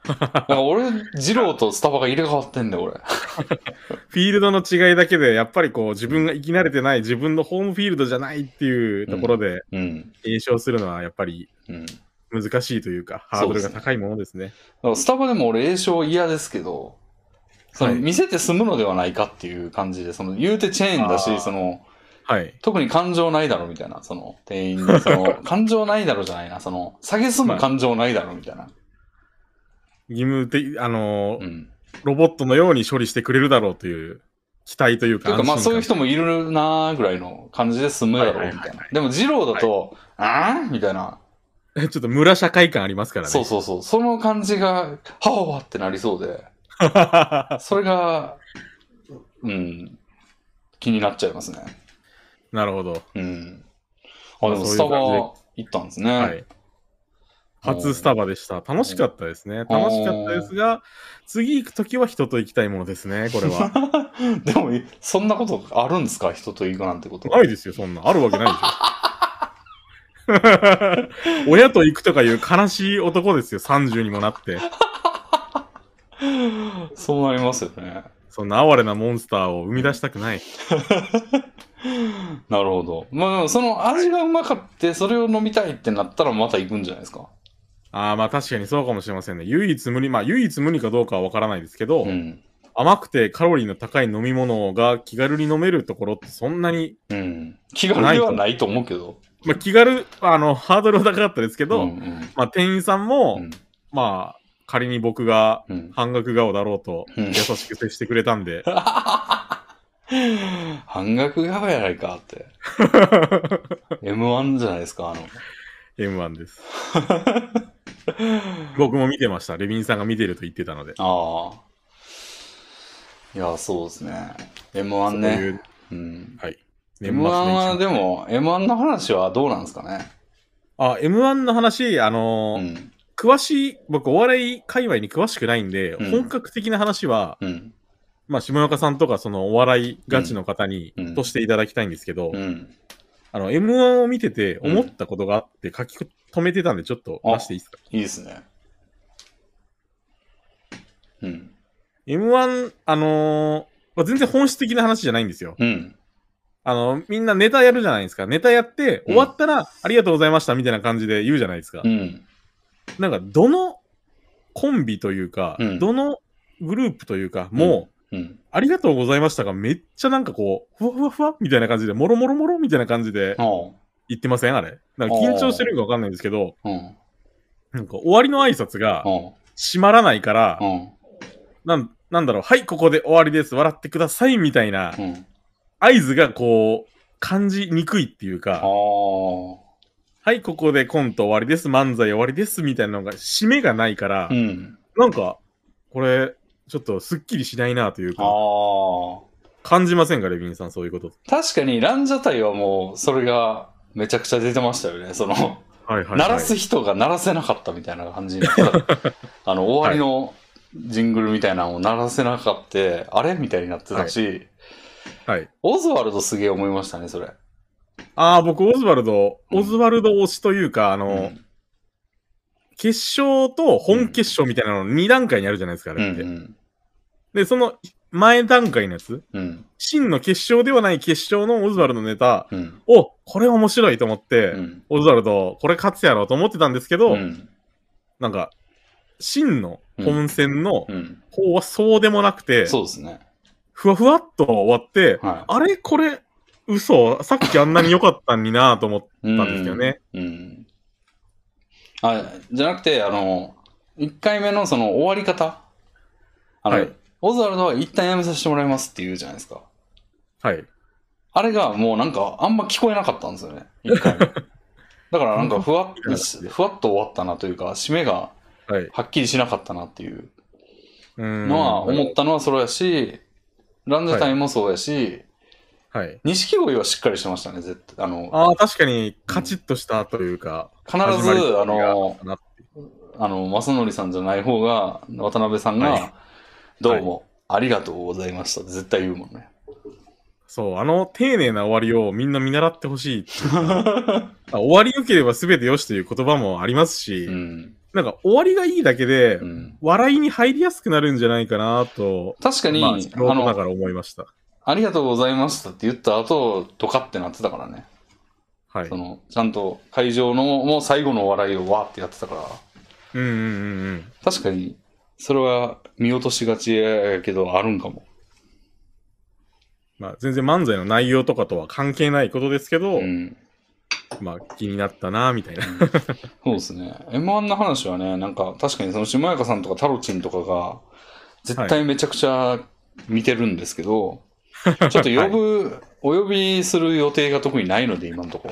Speaker 1: う。だから俺、二郎とスタバが入れ替わってんだよ、俺。
Speaker 2: フィールドの違いだけで、やっぱりこう、自分が生き慣れてない、自分のホームフィールドじゃないっていうところで、
Speaker 1: うん。
Speaker 2: 栄唱するのは、やっぱり
Speaker 1: うん。だか
Speaker 2: 難しいというか、ハードルが高いものですね。
Speaker 1: らスタバでも俺、栄唱嫌ですけど、その
Speaker 2: はい
Speaker 1: 見せて済むのではないかっていう感じで、その言うてチェーンだ
Speaker 2: あ
Speaker 1: し、
Speaker 2: ー
Speaker 1: その
Speaker 2: はい。
Speaker 1: 特に感情ないだろみたいな、その店員に、そ の感情ないだろじゃないな、その下げすむ感情ないだろみたいな。
Speaker 2: 義務的、あのー
Speaker 1: うん。
Speaker 2: ロボットのように処理してくれるだろうという期待という
Speaker 1: とい
Speaker 2: か、
Speaker 1: うかまあ
Speaker 2: 安
Speaker 1: そ
Speaker 2: 心
Speaker 1: ういう
Speaker 2: 感
Speaker 1: 人もいるなーぐらいの感じで済むだろう
Speaker 2: はいは
Speaker 1: み
Speaker 2: いはい
Speaker 1: たいな。でも二郎だと、あーみたいな。
Speaker 2: ちょっと村社会感ありますからね。
Speaker 1: そうそうそう。その感じが、はわわってなりそうで、それが、うん、気になっちゃいますね。
Speaker 2: なるほど。
Speaker 1: うん。あ、で
Speaker 2: ま
Speaker 1: も
Speaker 2: あそういう
Speaker 1: スタバ
Speaker 2: 感じで
Speaker 1: 行ったんですね。
Speaker 2: はい。初スタバでした。楽しかったですね。楽しかったですが、次行くときは人と行きたいものですね、これは。
Speaker 1: でも、そんなことあるんですか人と行くなんてこと。
Speaker 2: ないですよ、そんな。あるわけないでしょ。 親と行くとかいう悲しい男ですよ、30にもなって。
Speaker 1: そうなりますよね。
Speaker 2: そんな哀れなモンスターを生み出したくない。
Speaker 1: なるほど。まあでも、その味がうまかって、それを飲みたいってなったらまた行くんじゃないですか。
Speaker 2: ああ、まあ確かにそうかもしれませんね。唯一無二、まあ唯一無二かどうかはわからないですけど、
Speaker 1: うん。
Speaker 2: 甘くてカロリーの高い飲み物が気軽に飲めるところってそんなに、
Speaker 1: うん。気軽ではないと思うけど。
Speaker 2: まあ、気軽、あの、ハードルは高かったですけど、
Speaker 1: んん
Speaker 2: まあ、店員さんも、
Speaker 1: うん
Speaker 2: まあ、仮に僕が
Speaker 1: うん。
Speaker 2: 半額顔だろうと、
Speaker 1: うん
Speaker 2: 優しく接してくれたんで、
Speaker 1: 半額やばいやないかって。M1 じゃないですか、あの。
Speaker 2: M1 です。 僕も見てました。レビンさんが見てると言ってたので。
Speaker 1: ああ。いや、そうですね。M1
Speaker 2: そう
Speaker 1: ね。
Speaker 2: いう
Speaker 1: うん。
Speaker 2: はい。
Speaker 1: M1 は
Speaker 2: 年末年始
Speaker 1: でも、M1 の話はどうなんですかね。
Speaker 2: あ、M1 の話、あの
Speaker 1: う
Speaker 2: ー
Speaker 1: ん。
Speaker 2: 詳しい、僕お笑い界隈に詳しくないんで、
Speaker 1: うん
Speaker 2: 本格的な話は、
Speaker 1: うん。
Speaker 2: まあ、下中さんとかそのお笑いガチの方に、
Speaker 1: うん
Speaker 2: としていただきたいんですけど、
Speaker 1: うん。
Speaker 2: あの、M1 を見てて
Speaker 1: うん
Speaker 2: 思ったことがあって書き留めてたんで、ちょっと出していいですか。
Speaker 1: いいですね。うん。
Speaker 2: M1、あのーまあ、全然本質的な話じゃないんですよ。
Speaker 1: うん。
Speaker 2: あの、みんなネタやるじゃないですか。ネタやって、
Speaker 1: うん
Speaker 2: 終わったら、ありがとうございました、みたいな感じで言うじゃないですか。
Speaker 1: うん。
Speaker 2: なんか、どのコンビというか、
Speaker 1: うん
Speaker 2: どのグループというか、もう、
Speaker 1: うん。
Speaker 2: ありがとうございましたが、めっちゃなんかこう、ふわふわふわみたいな感じで、もろもろもろみたいな感じで
Speaker 1: ああ。
Speaker 2: 言ってませんあれ。なんか緊張してるのかわかんないんですけど、
Speaker 1: うん。
Speaker 2: なんか終わりの挨拶が
Speaker 1: うん。
Speaker 2: 閉まらないから
Speaker 1: う、ん。
Speaker 2: なんなんだろう、はい、ここで終わりです、笑ってくださいみたいな
Speaker 1: うん。
Speaker 2: 合図がこう、感じにくいっていう
Speaker 1: ああ。
Speaker 2: か、はい、ここでコント終わりです、漫才終わりですみたいなのが、締めがないから
Speaker 1: う、ん。
Speaker 2: なんか、これ、ちょっとすっきりしないなというか、
Speaker 1: ああ。
Speaker 2: 感じませんか、レビンさん、そういうこと。
Speaker 1: 確かに、ランジャタイはもう、それが、めちゃくちゃ出てましたよね。その、
Speaker 2: はいはい、はい。
Speaker 1: 鳴らす人が鳴らせなかったみたいな感じに あの、終わりのジングルみたいなのを鳴らせなかって、あれみたいになってたし、
Speaker 2: はい。
Speaker 1: オズワルドすげえ思いましたね、それ。
Speaker 2: ああ、僕、オズワルド、
Speaker 1: うん
Speaker 2: オズワルド推しというか、あの、
Speaker 1: うん
Speaker 2: 決勝と本決勝みたいなの2段階にあるじゃないですか、あ
Speaker 1: う
Speaker 2: れって。
Speaker 1: ん。
Speaker 2: で、その前段階のやつ、
Speaker 1: うん。
Speaker 2: 真の決勝ではない決勝のオズワルドのネタ
Speaker 1: うん。
Speaker 2: を、これ面白いと思って、
Speaker 1: うん。
Speaker 2: オズワルド、これ勝つやろうと思ってたんですけ
Speaker 1: う
Speaker 2: ど、
Speaker 1: ん。
Speaker 2: なんか、真の本戦の
Speaker 1: うん。
Speaker 2: 方はそうでもなくて、
Speaker 1: そうですね。
Speaker 2: ふわふわっと終わって、
Speaker 1: は
Speaker 2: あれこれ、嘘さっきあんなに良かったんになぁと思って、
Speaker 1: い。
Speaker 2: たんですけどね
Speaker 1: うん。うん。あ、じゃなくて、あの、1回目のその終わり方。あの、
Speaker 2: はい
Speaker 1: オズワルドは一旦やめさせてもらいますって言うじゃないですか。
Speaker 2: はい。
Speaker 1: あれがもうなんかあんま聞こえなかったんですよね。一 回目だからなんかふわっ、ふわっと終わったなというか、締めが
Speaker 2: はい。
Speaker 1: はっきりしなかったなっていう
Speaker 2: うーん
Speaker 1: のは思ったのはそれやし、ランジャタイもそうやし、
Speaker 2: はい。
Speaker 1: 錦鯉はしっかりしてましたね、絶対。あの、
Speaker 2: ああ、確かに、カチッとしたというか、
Speaker 1: 必
Speaker 2: 始まり
Speaker 1: ず、あの、
Speaker 2: な
Speaker 1: あの、正則さんじゃない方が、渡辺さんが、
Speaker 2: はい
Speaker 1: どうも、ありがとうございましたって絶対言うもんね。
Speaker 2: そう、あの、丁寧な終わりをみんな見習ってほしいって いうか。あ終わり良ければ全て良しという言葉もありますし、
Speaker 1: うん。
Speaker 2: なんか終わりがいいだけで、
Speaker 1: うん。
Speaker 2: 笑いに入りやすくなるんじゃないかなと、
Speaker 1: 確かに、
Speaker 2: まあ、
Speaker 1: あ
Speaker 2: 素人な
Speaker 1: の、
Speaker 2: がら思いました。
Speaker 1: ありがとうございましたって言った後、とかってなってたからね。
Speaker 2: はい。
Speaker 1: そ
Speaker 2: うん
Speaker 1: のちゃんと会場のもう最後の笑いをわーってやってたから
Speaker 2: うんうんうん。
Speaker 1: 確かにそれは見落としがちやけどあるんかも、
Speaker 2: まあ、全然漫才の内容とかとは関係ないことですけど、
Speaker 1: うん、
Speaker 2: まあ、気になったな、みたいな。
Speaker 1: そうですね m 1の話はねなんか確かにその下中さんとかタロチンとかが絶対めちゃくちゃ見てるんですけど、ちょっと呼ぶ、お呼びする予定が特にないので今のとこ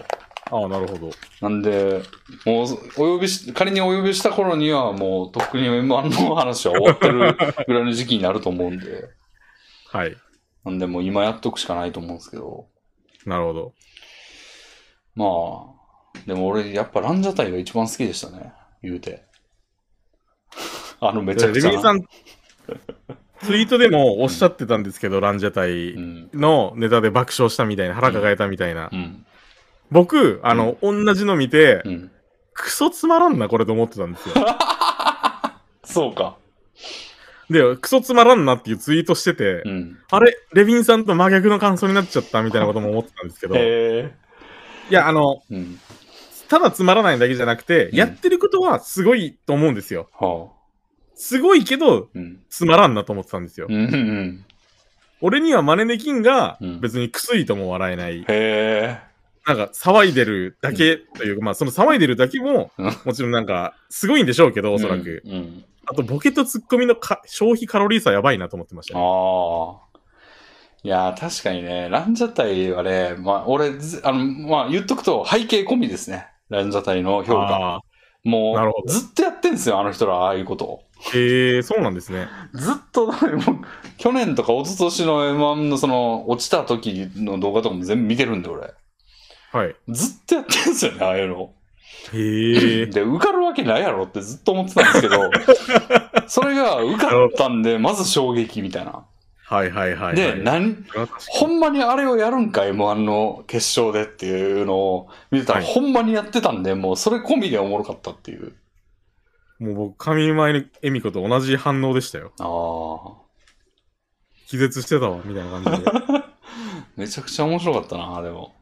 Speaker 2: ああ、なるほど。
Speaker 1: なんでもうお呼びし仮にお呼びした頃にはもうとっくに m 1の話は終わってるぐらいの時期になると思うんで
Speaker 2: はい。
Speaker 1: なんでもう今やっとくしかないと思うんですけど。
Speaker 2: なるほど。
Speaker 1: まあ、でも俺やっぱランジャタイが一番好きでしたね。言うて。 あのめちゃくちゃ。
Speaker 2: レミさん、ツイートでもおっしゃってたんですけど、ランジャタイ
Speaker 1: うん。
Speaker 2: のネタで爆笑したみたいな、腹抱えたみたいな。
Speaker 1: うん。
Speaker 2: 僕、あの、同じの見て、
Speaker 1: うん。
Speaker 2: クソつまらんな、これと思ってたんで すよ。
Speaker 1: そうか。
Speaker 2: で、クソつまらんなっていうツイートしてて、
Speaker 1: うん。
Speaker 2: あれ、レビンさんと真逆の感想になっちゃったみたいなことも思ってたんですけど、い
Speaker 1: へえ。
Speaker 2: や、あの、
Speaker 1: うん。
Speaker 2: ただつまらないだけじゃなくて、
Speaker 1: うん
Speaker 2: やってることはすごいと思うんですよ。
Speaker 1: は
Speaker 2: すごいけど、
Speaker 1: うん。
Speaker 2: つまらんなと思ってたんですよ。
Speaker 1: うんうんうん。
Speaker 2: 俺には真似できんが
Speaker 1: うん、
Speaker 2: 別に薬とも笑えない。
Speaker 1: へ
Speaker 2: なんか騒いでるだけというか、まあその騒いでるだけも
Speaker 1: うん、
Speaker 2: もちろんなんかすごいんでしょうけど、
Speaker 1: え。
Speaker 2: おそらく。
Speaker 1: うん。うん
Speaker 2: あとボケとツッコミのか消費カロリー差やばいなと思ってました、ね。
Speaker 1: ああ。いやー、確かにね、ランジャタイはね、まあ、俺、ずあの、まあ、言っとくと、背景込みですね。ランジャタイの評価。
Speaker 2: ああなる
Speaker 1: も
Speaker 2: ほ
Speaker 1: う、
Speaker 2: ど
Speaker 1: ずっとやってんですよ、あの人ら、ああいうことを。
Speaker 2: へえそうなんですね。
Speaker 1: ずっと、だからもう去年とか一昨年の M1 のその、落ちた時の動画とかも全部見てるんで、俺。
Speaker 2: はい。
Speaker 1: ずっとやってんですよね、ああいうの。
Speaker 2: へえ
Speaker 1: で、受かるわけないやろってずっと思ってたんですけど、 それが受かったんで、まず衝撃みたいな。
Speaker 2: はいはいはいはい。
Speaker 1: で、何、
Speaker 2: 確かに
Speaker 1: ほんまにあれをやるんか、M1 の決勝でっていうのを見てたら、
Speaker 2: はい
Speaker 1: ほんまにやってたんで、もうそれ込みでおもろかったっていう。
Speaker 2: もう僕、上前の恵美子と同じ反応でしたよ。
Speaker 1: あ
Speaker 2: 気絶してたわ、みたいな感じで。
Speaker 1: あ。めちゃくちゃ面白かったな、でも。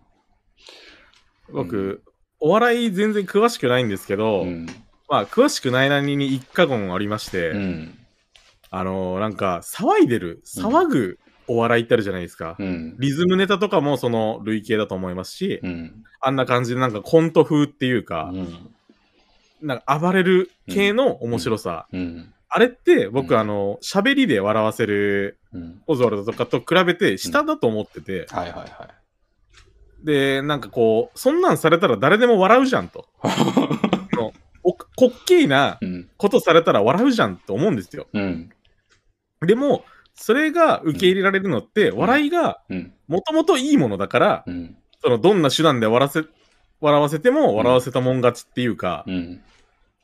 Speaker 2: 僕、お笑い全然詳しくないんですけ
Speaker 1: う
Speaker 2: ど、
Speaker 1: ん。
Speaker 2: まあ、詳しくないなりに一過言ありまして、
Speaker 1: うん。
Speaker 2: あのーなんか、騒いでる、
Speaker 1: うん
Speaker 2: 騒ぐお笑いってあるじゃないですか。
Speaker 1: うん。
Speaker 2: リズムネタとかもその類型だと思いますし、
Speaker 1: うん。
Speaker 2: あんな感じでなんかコント風っていうか
Speaker 1: う、ん。
Speaker 2: なんか暴れる系の面白さ。
Speaker 1: うん。
Speaker 2: あれって
Speaker 1: う
Speaker 2: 僕
Speaker 1: ん
Speaker 2: あの、喋りで笑わせる
Speaker 1: うん。
Speaker 2: オズワルドとかと比べて下だと思ってて、
Speaker 1: はいはいはい。
Speaker 2: で、なんかこう、そんなんされたら誰でも笑うじゃ んと。のお滑稽な
Speaker 1: うん。
Speaker 2: ことされたら笑うじゃんと思うんですよ。
Speaker 1: うん。
Speaker 2: でも、それが受け入れられるのって、笑いが
Speaker 1: うん。
Speaker 2: もともといいものだから、
Speaker 1: うん。
Speaker 2: そのどんな手段で笑わせ、笑わせても笑わせたもん勝ちっていうか、
Speaker 1: うん。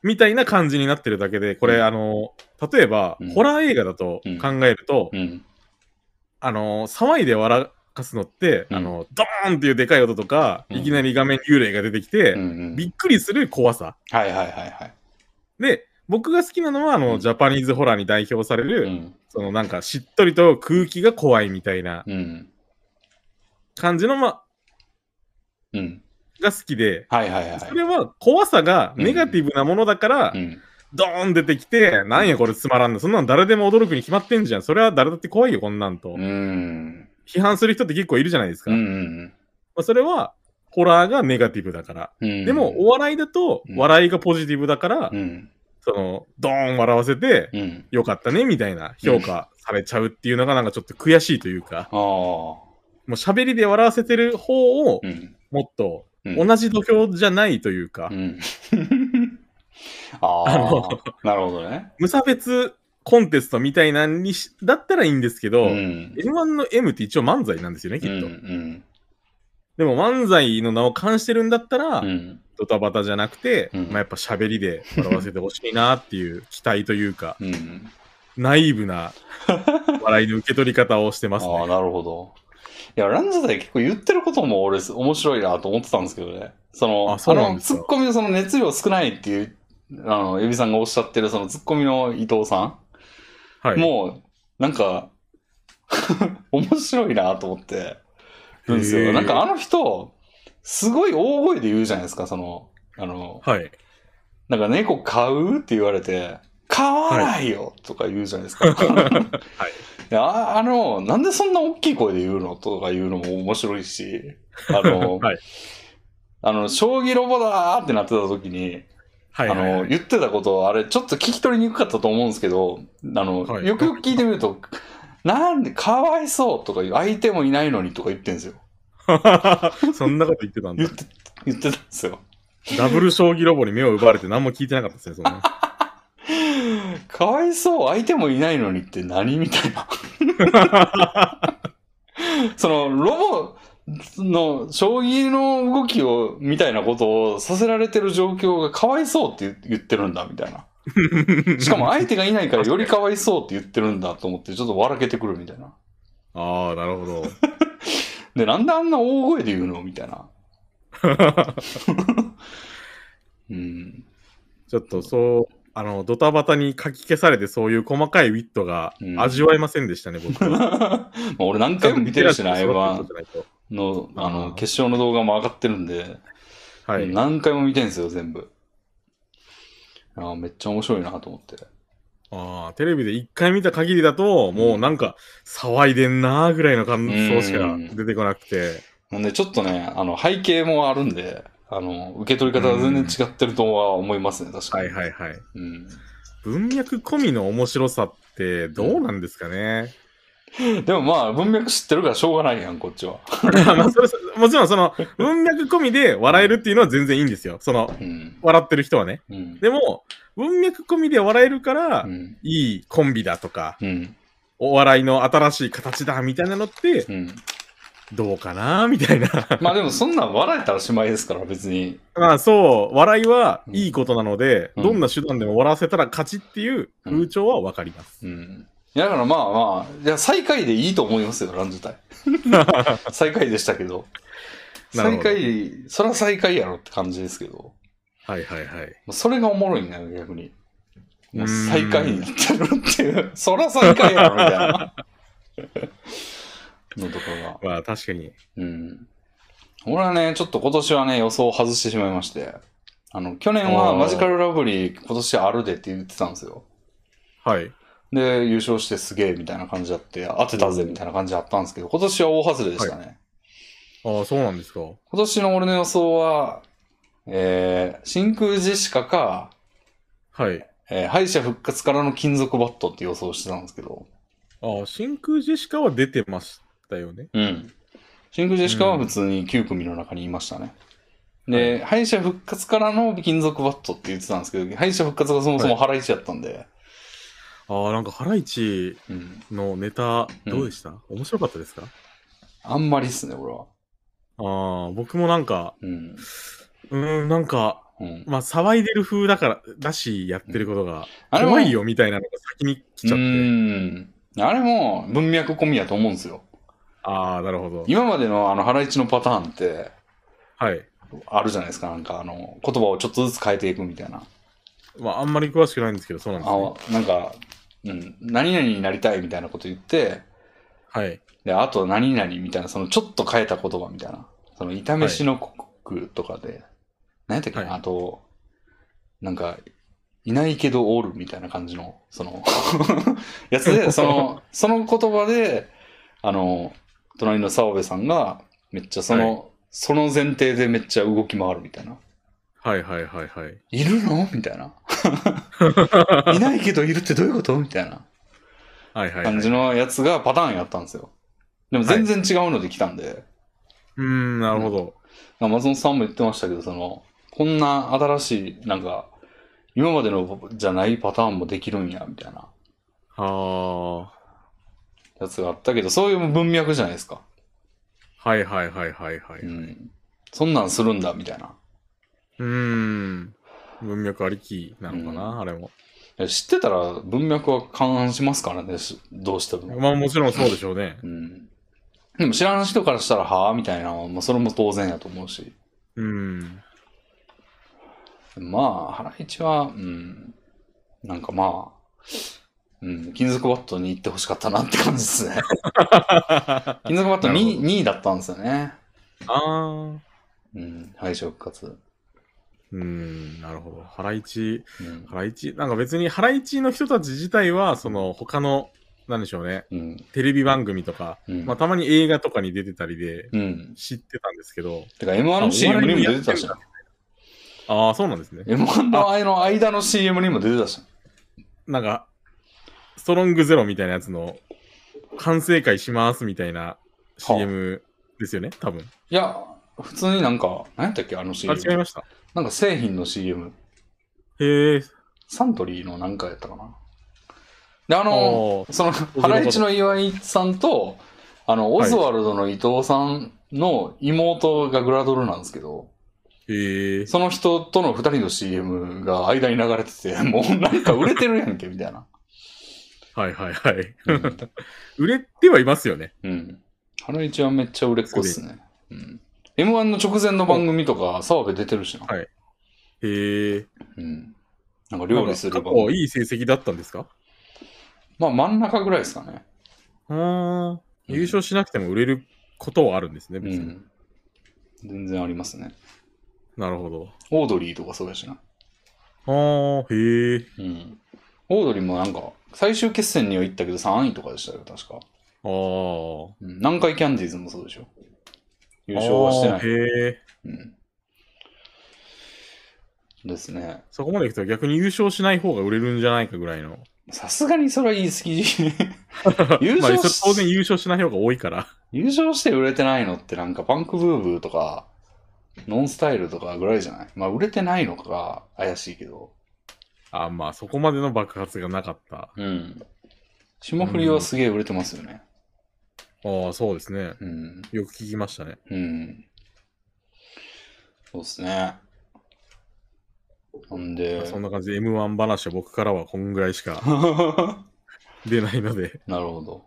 Speaker 2: みたいな感じになってるだけで、これ、
Speaker 1: うん
Speaker 2: あの、例えば、
Speaker 1: うん
Speaker 2: ホラー映画だと
Speaker 1: うん
Speaker 2: 考えると、
Speaker 1: うん。
Speaker 2: あの、騒いで笑かすのって、
Speaker 1: うん
Speaker 2: あの、ドーンっていうでかい音とか、
Speaker 1: うん
Speaker 2: いきなり画面幽霊が出てきて、
Speaker 1: うん。
Speaker 2: びっくりする怖さ。
Speaker 1: はいはいはいはい。
Speaker 2: で、僕が好きなのは、あの、
Speaker 1: うん
Speaker 2: ジャパニーズホラーに代表される、
Speaker 1: うん。
Speaker 2: そのなんか、しっとりと空気が怖いみたいな
Speaker 1: うん。
Speaker 2: 感じの、ま、
Speaker 1: うん。
Speaker 2: が好きで、
Speaker 1: はいはいはい。
Speaker 2: それは怖さがネガティブなものだから、
Speaker 1: うん。
Speaker 2: ドーン出てきて、なんやこれつまらんの、そんなん誰でも驚くに決まってんじゃん。それは誰だって怖いよ、こんなんと
Speaker 1: う。ん。
Speaker 2: 批判する人って結構いるじゃないですか。
Speaker 1: う
Speaker 2: ま
Speaker 1: ん。
Speaker 2: あ、それは、ホラーがネガティブだから。
Speaker 1: うん。
Speaker 2: でも、お笑いだと
Speaker 1: う、ん
Speaker 2: 笑いがポジティブだから、
Speaker 1: うん。
Speaker 2: その、ドーン笑わせて、
Speaker 1: うん。
Speaker 2: よかったね、みたいな評価されちゃうっていうのがなんかちょっと悔しいという
Speaker 1: あ
Speaker 2: か、
Speaker 1: あ。
Speaker 2: もう喋りで笑わせてる方を
Speaker 1: う、ん。
Speaker 2: もっと
Speaker 1: うん
Speaker 2: 同じ土俵じゃないというか
Speaker 1: う、ん。 あ
Speaker 2: あ
Speaker 1: あ
Speaker 2: の。
Speaker 1: なるほどね。
Speaker 2: 無差別コンテストみたいなんにし、だったらいいんですけ
Speaker 1: う
Speaker 2: ど、
Speaker 1: ん。
Speaker 2: M1 の M って一応漫才なんですよね、き
Speaker 1: う
Speaker 2: っ
Speaker 1: ん。
Speaker 2: と。
Speaker 1: うん。
Speaker 2: でも漫才の名を冠してるんだったら、
Speaker 1: うん。
Speaker 2: ドタバタじゃなくて、
Speaker 1: うん
Speaker 2: まあ、やっぱ喋りで笑わせてほしいなっていう期待というか、
Speaker 1: うん。
Speaker 2: ナイー ブな笑いの受け取り方をしてます
Speaker 1: ああ、
Speaker 2: ね。
Speaker 1: なるほど。いや、ランジャタイ結構言ってることも俺面白いなと思ってたんですけどね。その、
Speaker 2: あそうなんです
Speaker 1: ツ
Speaker 2: か
Speaker 1: ッコミのその熱量少ないっていう、あの、エビさんがおっしゃってるそのツッコミの伊藤さん。
Speaker 2: はい、
Speaker 1: もう、なんか、 面白いなと思ってるんです
Speaker 2: へ
Speaker 1: よ。
Speaker 2: ー
Speaker 1: なんかあの人、すごい大声で言うじゃないですか、その、あの、
Speaker 2: はい。
Speaker 1: なんか猫買うって言われて、買わないよとか言うじゃないです か。でああの、なんでそんな大きい声で言うのとか言うのも面白いし、あの、
Speaker 2: はい
Speaker 1: あの、将棋ロボだーってなってた時に、
Speaker 2: はい
Speaker 1: あ
Speaker 2: はい、
Speaker 1: の、
Speaker 2: はい。
Speaker 1: 言ってたこと、あれ、ちょっと聞き取りにくかったと思うんですけど、あの、
Speaker 2: はい
Speaker 1: よくよく聞いてみると、なんで、かわいそうとか言う、相手もいないのにとか言ってんですよ。
Speaker 2: そんなこと言ってたん
Speaker 1: 言
Speaker 2: だ
Speaker 1: っ。て、言ってたんですよ。
Speaker 2: ダブル将棋ロボに目を奪われて何も聞いてなかったですね、そんな。
Speaker 1: かわいそう、相手もいないのにって何みたいな。 その、ロボの、将棋の動きを、みたいなことをさせられてる状況がかわいそうって言言ってるんだ、みたいな。 しかも相手がいないからよりかわいそうって言ってるんだと思って、ちょっと笑けてくるみたいな。
Speaker 2: ああ、なるほど。
Speaker 1: で、なんであんな大声で言うのみたいな。 うん。
Speaker 2: ちょっとそう、あの、ドタバタにかき消されてそういう細かいウィットが
Speaker 1: うん
Speaker 2: 味わえませんでしたね、僕は。
Speaker 1: まあ俺何回も見てるしな、
Speaker 2: は
Speaker 1: M1 の、あ
Speaker 2: あ
Speaker 1: の、
Speaker 2: ー
Speaker 1: 決勝の動画も上がってるんで、
Speaker 2: はい。
Speaker 1: 何回も見てんすよ、全部。あーめっちゃ面白いなと思って。
Speaker 2: ああ、テレビで一回見た限りだと、もうなんか、騒いでんなーぐらいの感想しか出てこなくて。
Speaker 1: なんで、ちょっとね、あの、背景もあるんで、あの、受け取り方は全然違ってるとは思いますね、確か
Speaker 2: は
Speaker 1: に。
Speaker 2: いはいはい。
Speaker 1: うん。
Speaker 2: 文脈込みの面白さってどうなんですかね。
Speaker 1: でもまあ、文脈知ってるからしょうがないやん、こっちは。
Speaker 2: まあそれもちろんその、文脈込みで笑えるっていうのは全然いいんですよ。その、
Speaker 1: うん。
Speaker 2: 笑ってる人はね。
Speaker 1: うん。
Speaker 2: でも、文脈込みで笑えるから、
Speaker 1: うん。
Speaker 2: いいコンビだとか、
Speaker 1: うん。
Speaker 2: お笑いの新しい形だみたいなのって、
Speaker 1: うん。
Speaker 2: どうかなみたいな。
Speaker 1: まあでも、そんなん笑えたらしまいですから、別に。
Speaker 2: まあそう、笑いは
Speaker 1: うん
Speaker 2: いいことなので、
Speaker 1: うん
Speaker 2: どんな手段でも笑わせたら勝ちっていう風潮はわかります。
Speaker 1: うん。いや、だからまあまあ、いや、最下位でいいと思いますよ、ランジュ タイ。最下位でしたけど。
Speaker 2: なる
Speaker 1: 最
Speaker 2: ほど
Speaker 1: 下位、そら最下位やろって感じですけど。
Speaker 2: はいはいはい。
Speaker 1: まあそれがおもろいんだよ、逆に。もう
Speaker 2: うーん
Speaker 1: 最下位になってるっていう、そら最下位やろ、みたい な。のところが。
Speaker 2: まあ確かに。
Speaker 1: うん。俺はね、ちょっと今年はね、予想を外してしまいまして。あの、去年は
Speaker 2: あー
Speaker 1: マジカルラブリー今年あるでって言ってたんですよ。
Speaker 2: はい。
Speaker 1: で、優勝してすげえみたいな感じあって、当てたぜみたいな感じあったんですけど、今年は大外れでしたね。
Speaker 2: ああ、そうなんですか。
Speaker 1: 今年の俺の予想は、えー、真空ジェシカか、
Speaker 2: はい。
Speaker 1: えー敗者復活からの金属バットって予想してたんですけど、
Speaker 2: ああ、真空ジェシカは出てましたよね。
Speaker 1: うん。真空ジェシカは普通に9組の中にいましたね。で、敗者復活からの金属バットって言ってたんですけど、敗者復活がそもそもハライチやったんで、
Speaker 2: ああ、なんかハライチ
Speaker 1: うん。
Speaker 2: のネタ、どうでした、面白かったですか
Speaker 1: あんまりっすね、俺は。
Speaker 2: ああ、僕もなんか、
Speaker 1: うん。
Speaker 2: うーん、なんか、
Speaker 1: うん。
Speaker 2: まあ騒いでる風だから、だし、やってることが、
Speaker 1: あれも
Speaker 2: 怖いよみたいなのが先に来ちゃ
Speaker 1: う
Speaker 2: って。
Speaker 1: ん。あれも文脈込みやと思うんですよ。
Speaker 2: ああ、なるほど。
Speaker 1: 今までのあのハライチのパターンって、
Speaker 2: はい。
Speaker 1: あるじゃないですか、なんかあの、言葉をちょっとずつ変えていくみたいな。
Speaker 2: まあ、あんまり詳しくないんですけど、そうなんですね。
Speaker 1: あなんか、うん、何々になりたいみたいなこと言って、
Speaker 2: はい。
Speaker 1: で、あと何々みたいな、そのちょっと変えた言葉みたいな。その、痛めしの国とかで、何やったっけな、
Speaker 2: はい
Speaker 1: あと、なんか、いないけどおるみたいな感じの、そ の、やつで、その、その言葉で、あの、隣の澤部さんが、めっちゃその、
Speaker 2: は
Speaker 1: その前提でめっちゃ動き回るみたいな。
Speaker 2: はいはいはいはい。
Speaker 1: いるのみたい な。いないけどいるってどういうことみたいな
Speaker 2: はいはい、はい。
Speaker 1: 感じ
Speaker 2: う
Speaker 1: のやつがパターンやったんですよ。でも全然違うので来たんで、
Speaker 2: ーん、なるほど。
Speaker 1: まあ松本さんも言ってましたけど、その、こんな新しい、なんか、今までのじゃないパターンもできるんや、みたいな
Speaker 2: は
Speaker 1: やつがあったけど、そういう文脈じゃないですか。
Speaker 2: あ。はいはいはいはいはい。
Speaker 1: う。
Speaker 2: うん
Speaker 1: そんなんするんだ、みたいな。
Speaker 2: ーん。文脈ありきなのかな、あれも。
Speaker 1: いや知ってたら文脈は勘案しますからね、しどうしても。
Speaker 2: まあもちろんそうでしょうね。
Speaker 1: うん。でも知らん人からしたら、はぁみたいなのは、まあ、それも当然やと思うし。
Speaker 2: うーん。
Speaker 1: まあ、ハライチは、うん、なんかまあ、うん、金属バットに行ってほしかったなって感じ ですね。
Speaker 2: あ
Speaker 1: 金属バット
Speaker 2: なるほ
Speaker 1: 2,
Speaker 2: ど
Speaker 1: 2位だったんですよね。
Speaker 2: あ。
Speaker 1: うん、敗者復活。
Speaker 2: うーん、なるほど。ハライチ、
Speaker 1: うん
Speaker 2: ハライチ、なんか別にハライチの人たち自体は、その他の、なんでしょうね、
Speaker 1: うん、
Speaker 2: テレビ番組とか、
Speaker 1: うん。
Speaker 2: まあたまに映画とかに出てたりで
Speaker 1: うん。
Speaker 2: 知ってたんですけど、
Speaker 1: てか M1 の CM にも出てたしな。
Speaker 2: ああ、そうなんですね。
Speaker 1: M1 のあの間の CM にも出てたしな。
Speaker 2: なんか、ストロングゼロみたいなやつの、反省会しますみたいな CM ですよね、多分。
Speaker 1: いや、普通になんか、何やったっけあの
Speaker 2: あ、
Speaker 1: CM。
Speaker 2: 違いました。
Speaker 1: なんか製品の CM。
Speaker 2: へえ。
Speaker 1: サントリーのなんかやったかな。で、あ
Speaker 2: あ
Speaker 1: の、
Speaker 2: ー
Speaker 1: その、ハライチの岩井さんと、あの、オ
Speaker 2: はい
Speaker 1: ズワルドの伊藤さんの妹がグラドルなんですけど、
Speaker 2: へえ。
Speaker 1: その人との二人の CM が間に流れて て、もうなんか売れてるやんけ、みたいな。
Speaker 2: はいはいはい。
Speaker 1: うん。
Speaker 2: 売れてはいますよね。
Speaker 1: うん、ハライチはめっちゃ売れっ子っすね。うん。M1 の直前の番組とか、澤部出てるしな。
Speaker 2: はいへえ。
Speaker 1: うん。なんか料理す
Speaker 2: な
Speaker 1: る
Speaker 2: んか
Speaker 1: 番
Speaker 2: 過去
Speaker 1: 組。
Speaker 2: いい成績だったんですか
Speaker 1: まあ真ん中ぐらいですかね。
Speaker 2: うーん。優勝しなくても売れることはあるんですね、
Speaker 1: う
Speaker 2: 別に。
Speaker 1: ん。全然ありますね。
Speaker 2: なるほど。
Speaker 1: オードリーとかそうやしな。
Speaker 2: あ
Speaker 1: う
Speaker 2: あ、へえ。
Speaker 1: ん。オードリーもなんか、最終決戦には行ったけど3位とかでしたよ、確か。
Speaker 2: ああ。
Speaker 1: うん、南海キャンディーズもそうでしょ。優勝はしてない。
Speaker 2: へえ。
Speaker 1: うん、ですね。
Speaker 2: そこまでいくと逆に優勝しない方が売れるんじゃないかぐらいの。
Speaker 1: さすがにそれは言い 過ぎ。優
Speaker 2: まあ、
Speaker 1: 勝
Speaker 2: それ
Speaker 1: し
Speaker 2: 当然優勝しない方が多いから。
Speaker 1: 優勝して売れてないのってなんかパンクブーブーとか、ノンスタイルとかぐらいじゃないまあ売れてないのかが怪しいけど。
Speaker 2: あまあ、そこまでの爆発がなかった。
Speaker 1: うん。霜降りはすげえ売れてますよね。
Speaker 2: ああ、そうですね。
Speaker 1: うん。
Speaker 2: よく聞きましたね。
Speaker 1: うん。そうですね。なんで。
Speaker 2: そんな感じで M1 話は僕からはこんぐらいし か出ないので。
Speaker 1: なるほど。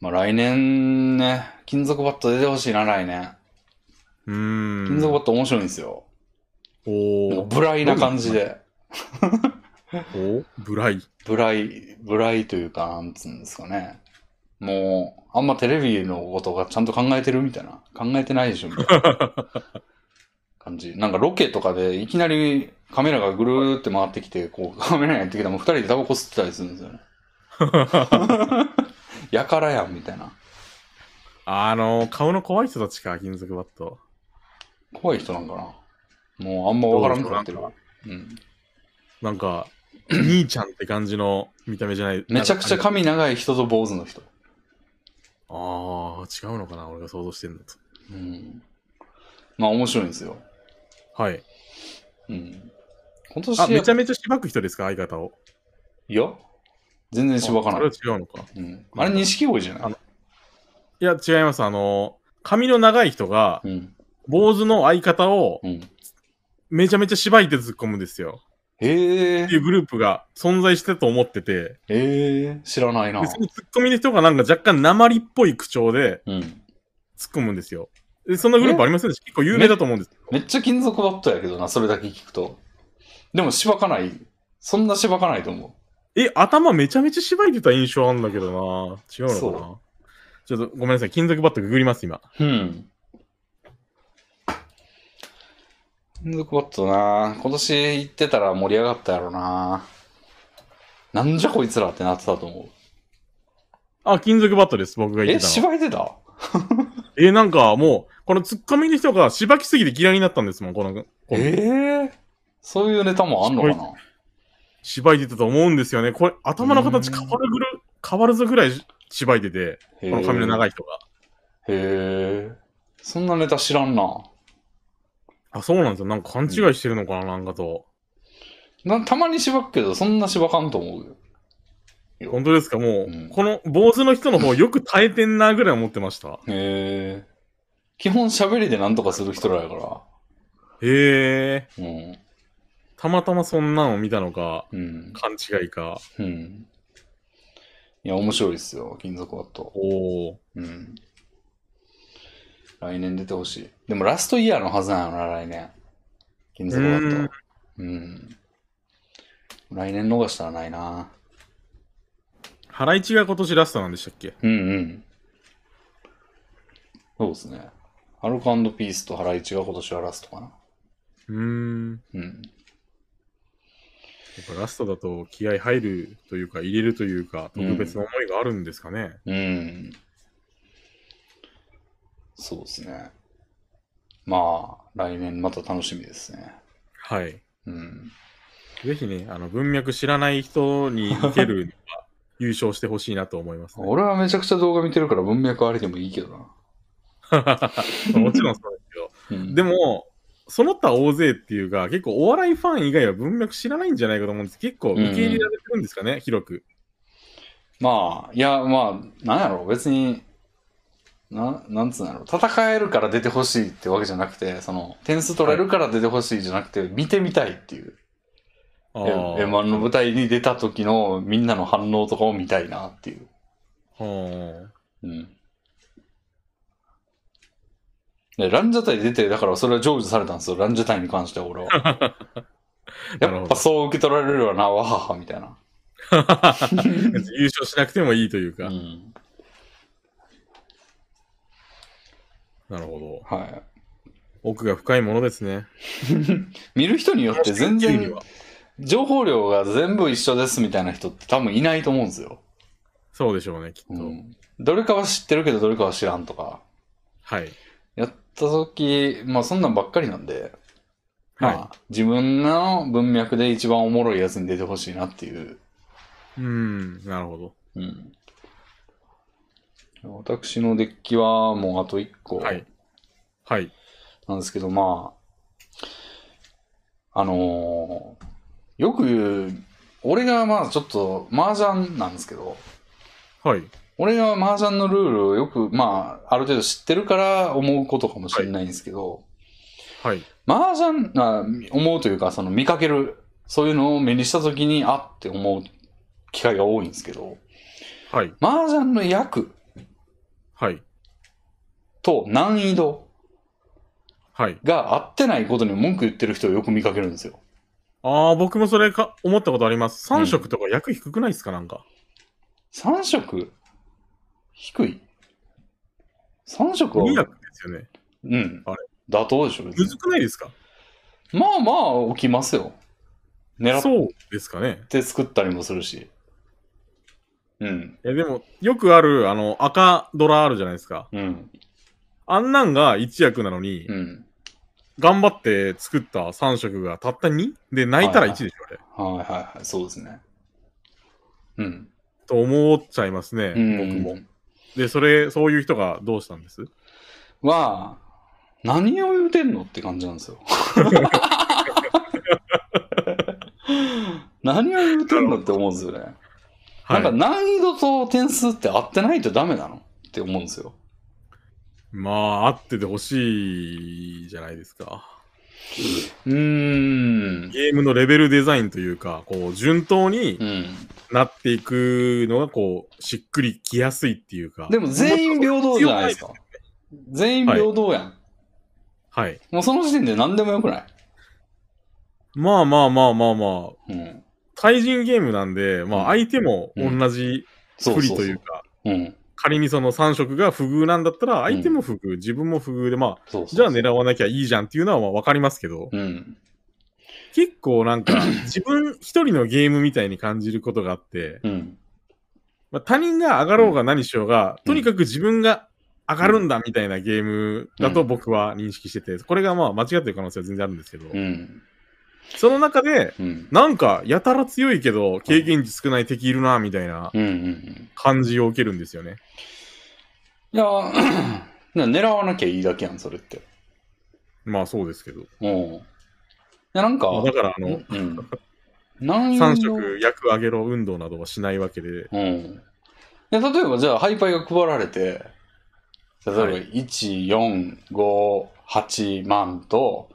Speaker 1: まあ来年ね、金属バット出てほしいな、来年。
Speaker 2: うーん。
Speaker 1: 金属バット面白いんですよ。なん
Speaker 2: お
Speaker 1: かブライな感じ
Speaker 2: ど
Speaker 1: で。
Speaker 2: おブライ。
Speaker 1: ブライ、ブライというか、なんつうんですかね。もう、あんまテレビのことがちゃんと考えてるみたいな。考えてないでしょ、みたいな感じ。なんかロケとかでいきなりカメラがぐるーって回ってきて、こうカメラにやってきたらもう二人でタバコ吸ってたりするんですよ ね。やからやん、みたいな。
Speaker 2: あの、顔の怖い人たちか、金属バット。
Speaker 1: 怖い人なんかな。もうあんまわからんくなってる
Speaker 2: ど。
Speaker 1: うん。
Speaker 2: な んか、兄ちゃんって感じの見た目じゃない。
Speaker 1: めちゃくちゃ
Speaker 2: なんか
Speaker 1: 髪長い人と坊主の人。
Speaker 2: ああ、違うのかな俺が想像してんのと。
Speaker 1: うん。まあ面白いんですよ。
Speaker 2: はい。
Speaker 1: うん。今年
Speaker 2: あ、め
Speaker 1: やっ
Speaker 2: ちゃめちゃしばく人ですか相方を。
Speaker 1: いや全然しばか
Speaker 2: あ
Speaker 1: な
Speaker 2: それ
Speaker 1: い。
Speaker 2: は違うのか。
Speaker 1: うん、あれ、錦鯉じゃない
Speaker 2: いや、違います。あの、髪の長い人が、
Speaker 1: うん。
Speaker 2: 坊主の相方を
Speaker 1: うん。
Speaker 2: めちゃめちゃしばいて突っ込むんですよ。
Speaker 1: へえ
Speaker 2: っていうグループが存在してたと思ってて、
Speaker 1: へえ知らないな
Speaker 2: で。そのツッコミの人がなんか若干鉛っぽい口調で
Speaker 1: うん。
Speaker 2: 突っ込むんですよ。でそんなグループありませんでした結構有名だと思うんですけど。
Speaker 1: めっちゃ金属バットやけどな、それだけ聞くと。でも、しばかない。そんなしばかないと思
Speaker 2: え、頭めちゃめちゃ縛いてた印象あんだけどな違うのかな
Speaker 1: そ
Speaker 2: ちょっとごめんなさい。金属バットググります、今。
Speaker 1: う。うん。金属バットな、今年行ってたら盛り上がったやろな。なんじゃこいつらってなってたと思う。
Speaker 2: あ、金属バットです、僕が言っ
Speaker 1: え、
Speaker 2: てたの。
Speaker 1: 芝居てた
Speaker 2: えなんかもう、このツッコミの人が縛きすぎて嫌いになったんですもん、この、
Speaker 1: ええそういうネタもあんのかな
Speaker 2: 縛いてたと思うんですよね。これ、頭の形変わるぐる、変わるぞぐらい縛いてて、
Speaker 1: こ
Speaker 2: この髪の
Speaker 1: い
Speaker 2: 長い人が。
Speaker 1: へえ。そんなネタ知らんな。
Speaker 2: あ、そうなんですよ。なんか勘違いしてるのかな、なんかと。
Speaker 1: なたまにしばくけど、そんなしばかんと思うよ。
Speaker 2: 本当ですかも
Speaker 1: う
Speaker 2: う、
Speaker 1: ん
Speaker 2: この坊主の人の方よく耐えてんなぐらい思ってました。
Speaker 1: へえ。基本喋りでなんとかする人らやから。
Speaker 2: へえ。
Speaker 1: うん。
Speaker 2: たまたまそんなの見たのか、
Speaker 1: うん。
Speaker 2: 勘違いか。
Speaker 1: うん。いや、面白いですよ、金属バット。
Speaker 2: おお。
Speaker 1: うん。来年出てほしい。でもラストイヤーのはずなのな、来年。金属バット。うん。来年逃したらないな。
Speaker 2: ハライチが今年ラストなんでしたっけ
Speaker 1: うんうん。そうですね。アルコピースとハライチが今年はラストかな。
Speaker 2: うーん。
Speaker 1: うん。
Speaker 2: やっぱラストだと気合入るというか、入れるというか、特別な思いがあるんですかね。
Speaker 1: うん。そうですね。まあ、来年また楽しみですね。
Speaker 2: はい。
Speaker 1: うん。
Speaker 2: ぜひね、あの、文脈知らない人に受けるのは優勝してほしいなと思います、ね。
Speaker 1: 俺はめちゃくちゃ動画見てるから文脈ありでもいいけどな。
Speaker 2: もちろんそうですけど。
Speaker 1: うん、
Speaker 2: でも、その他大勢っていうか、結構お笑いファン以外は文脈知らないんじゃないかと思うんです結構受け入れられてるんですかね、広く。
Speaker 1: まあ、いや、まあ、なんやろ、別に、な、なんつうんやろ、戦えるから出てほしいってわけじゃなくて、その、点数取れるから出てほしいじゃなくて、見てみたいっていう。
Speaker 2: あ
Speaker 1: M1
Speaker 2: ー
Speaker 1: の舞台に出た時のみんなの反応とかを見たいなっていう。
Speaker 2: は
Speaker 1: うん。でランジャタイ出て、だからそれは成就されたんですよ、ランジャタイに関しては俺 は。
Speaker 2: なる
Speaker 1: や
Speaker 2: ほ
Speaker 1: っ
Speaker 2: ど
Speaker 1: ぱそう受け取られるよな、わはは、みたいな。
Speaker 2: あ優勝しなくてもいいという
Speaker 1: う
Speaker 2: か。
Speaker 1: ん。
Speaker 2: なるほど。
Speaker 1: はい。
Speaker 2: 奥が深いものですね。
Speaker 1: 見る人によって全
Speaker 2: 見るに
Speaker 1: 然
Speaker 2: は
Speaker 1: 情報量が全部一緒ですみたいな人って多分いないと思うんですよ。
Speaker 2: そうでしょうね、きっと。
Speaker 1: うん。どれかは知ってるけど、どれかは知らんとか。
Speaker 2: はい。
Speaker 1: やった時、まあそんなんばっかりなんで、
Speaker 2: はい。
Speaker 1: まあ自分の文脈で一番おもろいやつに出てほしいなっていう。
Speaker 2: うーん、なるほど。
Speaker 1: うん。私のデッキはもうあと1個
Speaker 2: はい。はい。
Speaker 1: なんですけど、まあ、あのーよく言う、俺がまあちょっと麻雀なんですけど、
Speaker 2: はい。
Speaker 1: 俺が麻雀のルールをよく、まあ、ある程度知ってるから思うことかもしれないんですけど、
Speaker 2: はい。
Speaker 1: 麻雀が思うというか、その見かける、そういうのを目にしたときに、あって思う機会が多いんですけど、
Speaker 2: はい。
Speaker 1: 麻雀の役
Speaker 2: はい。
Speaker 1: と難易度
Speaker 2: はい。
Speaker 1: が合ってないことに文句言ってる人をよく見かけるんですよ。
Speaker 2: ああ、僕もそれか、思ったことあります。
Speaker 1: うん
Speaker 2: 3色とか役低くないですかなんか。
Speaker 1: 3色低い ?3 色
Speaker 2: 2
Speaker 1: は、
Speaker 2: 役ですよね。
Speaker 1: うん
Speaker 2: あれ。
Speaker 1: 妥当でしょ、別
Speaker 2: む
Speaker 1: に
Speaker 2: ずくないですか
Speaker 1: まあまあ起きますよ。狙っ
Speaker 2: そうですかね。
Speaker 1: て作ったりもするし。うん。
Speaker 2: え、でも、よくある、あの、赤ドラあるじゃないですか。
Speaker 1: うん。
Speaker 2: あんなんが1役なのに、
Speaker 1: うん。
Speaker 2: 頑張って作った3色がたった 2? で、泣いたら1でしょ、あれ。
Speaker 1: はいはいはい。そうですね。うん。
Speaker 2: と思っちゃいますね、
Speaker 1: うん
Speaker 2: 僕も。。で、それ、そういう人がどうしたんです
Speaker 1: は、何を言うてんのって感じなんですよ。 何を言うてんのって思うんですよね。
Speaker 2: はい。
Speaker 1: なんか難易度と点数って合ってないとダメなのって思うんですよ。
Speaker 2: まあ、あっててほしいじゃないですか。
Speaker 1: うーん。
Speaker 2: ゲームのレベルデザインというか、こう、順当に
Speaker 1: うん。
Speaker 2: なっていくのが、こう、しっくりきやすいっていうか。
Speaker 1: でも全員平等じゃないですか。全員平等やん。
Speaker 2: はい。
Speaker 1: もうその時点で何でもよくない。
Speaker 2: まあまあまあまあまあ、
Speaker 1: うん。
Speaker 2: 対人ゲームなんで、まあ、相手も同じ
Speaker 1: そ
Speaker 2: 不
Speaker 1: う
Speaker 2: 利
Speaker 1: そう
Speaker 2: と
Speaker 1: そう
Speaker 2: いうか、
Speaker 1: うん。
Speaker 2: 仮にその3色が不遇なんだったら、相手も不遇、自分も不遇で、まあ、
Speaker 1: そうそうそう
Speaker 2: じゃあ狙わなきゃいいじゃんっていうのはまあわかりますけど、
Speaker 1: うん。
Speaker 2: 結構な んか自分一人のゲームみたいに感じることがあって、
Speaker 1: うん。
Speaker 2: まあ、他人が上がろうが何しよう
Speaker 1: う
Speaker 2: が、
Speaker 1: ん
Speaker 2: とにかく自分が上がるんだみたいなゲームだと僕は認識してて、これがまあ間違ってる可能性は全然あるんですけど、
Speaker 1: うん。
Speaker 2: その中で、
Speaker 1: うん。
Speaker 2: なんかやたら強いけど経験値少ない敵いるなみたいな
Speaker 1: うん。うん。
Speaker 2: 感じを受けるんですよね。
Speaker 1: いや、 狙わなきゃいいだけやん、それって。
Speaker 2: まあそうですけど。
Speaker 1: うん。いや、なんか、
Speaker 2: まあだからあの、
Speaker 1: うん。難
Speaker 2: 3
Speaker 1: 易度。
Speaker 2: 色役上げろ運動などはしないわけで、
Speaker 1: うん。で、例えばじゃあ、ハイパイが配られて、例えば、
Speaker 2: はい
Speaker 1: 1、4、5、8万と、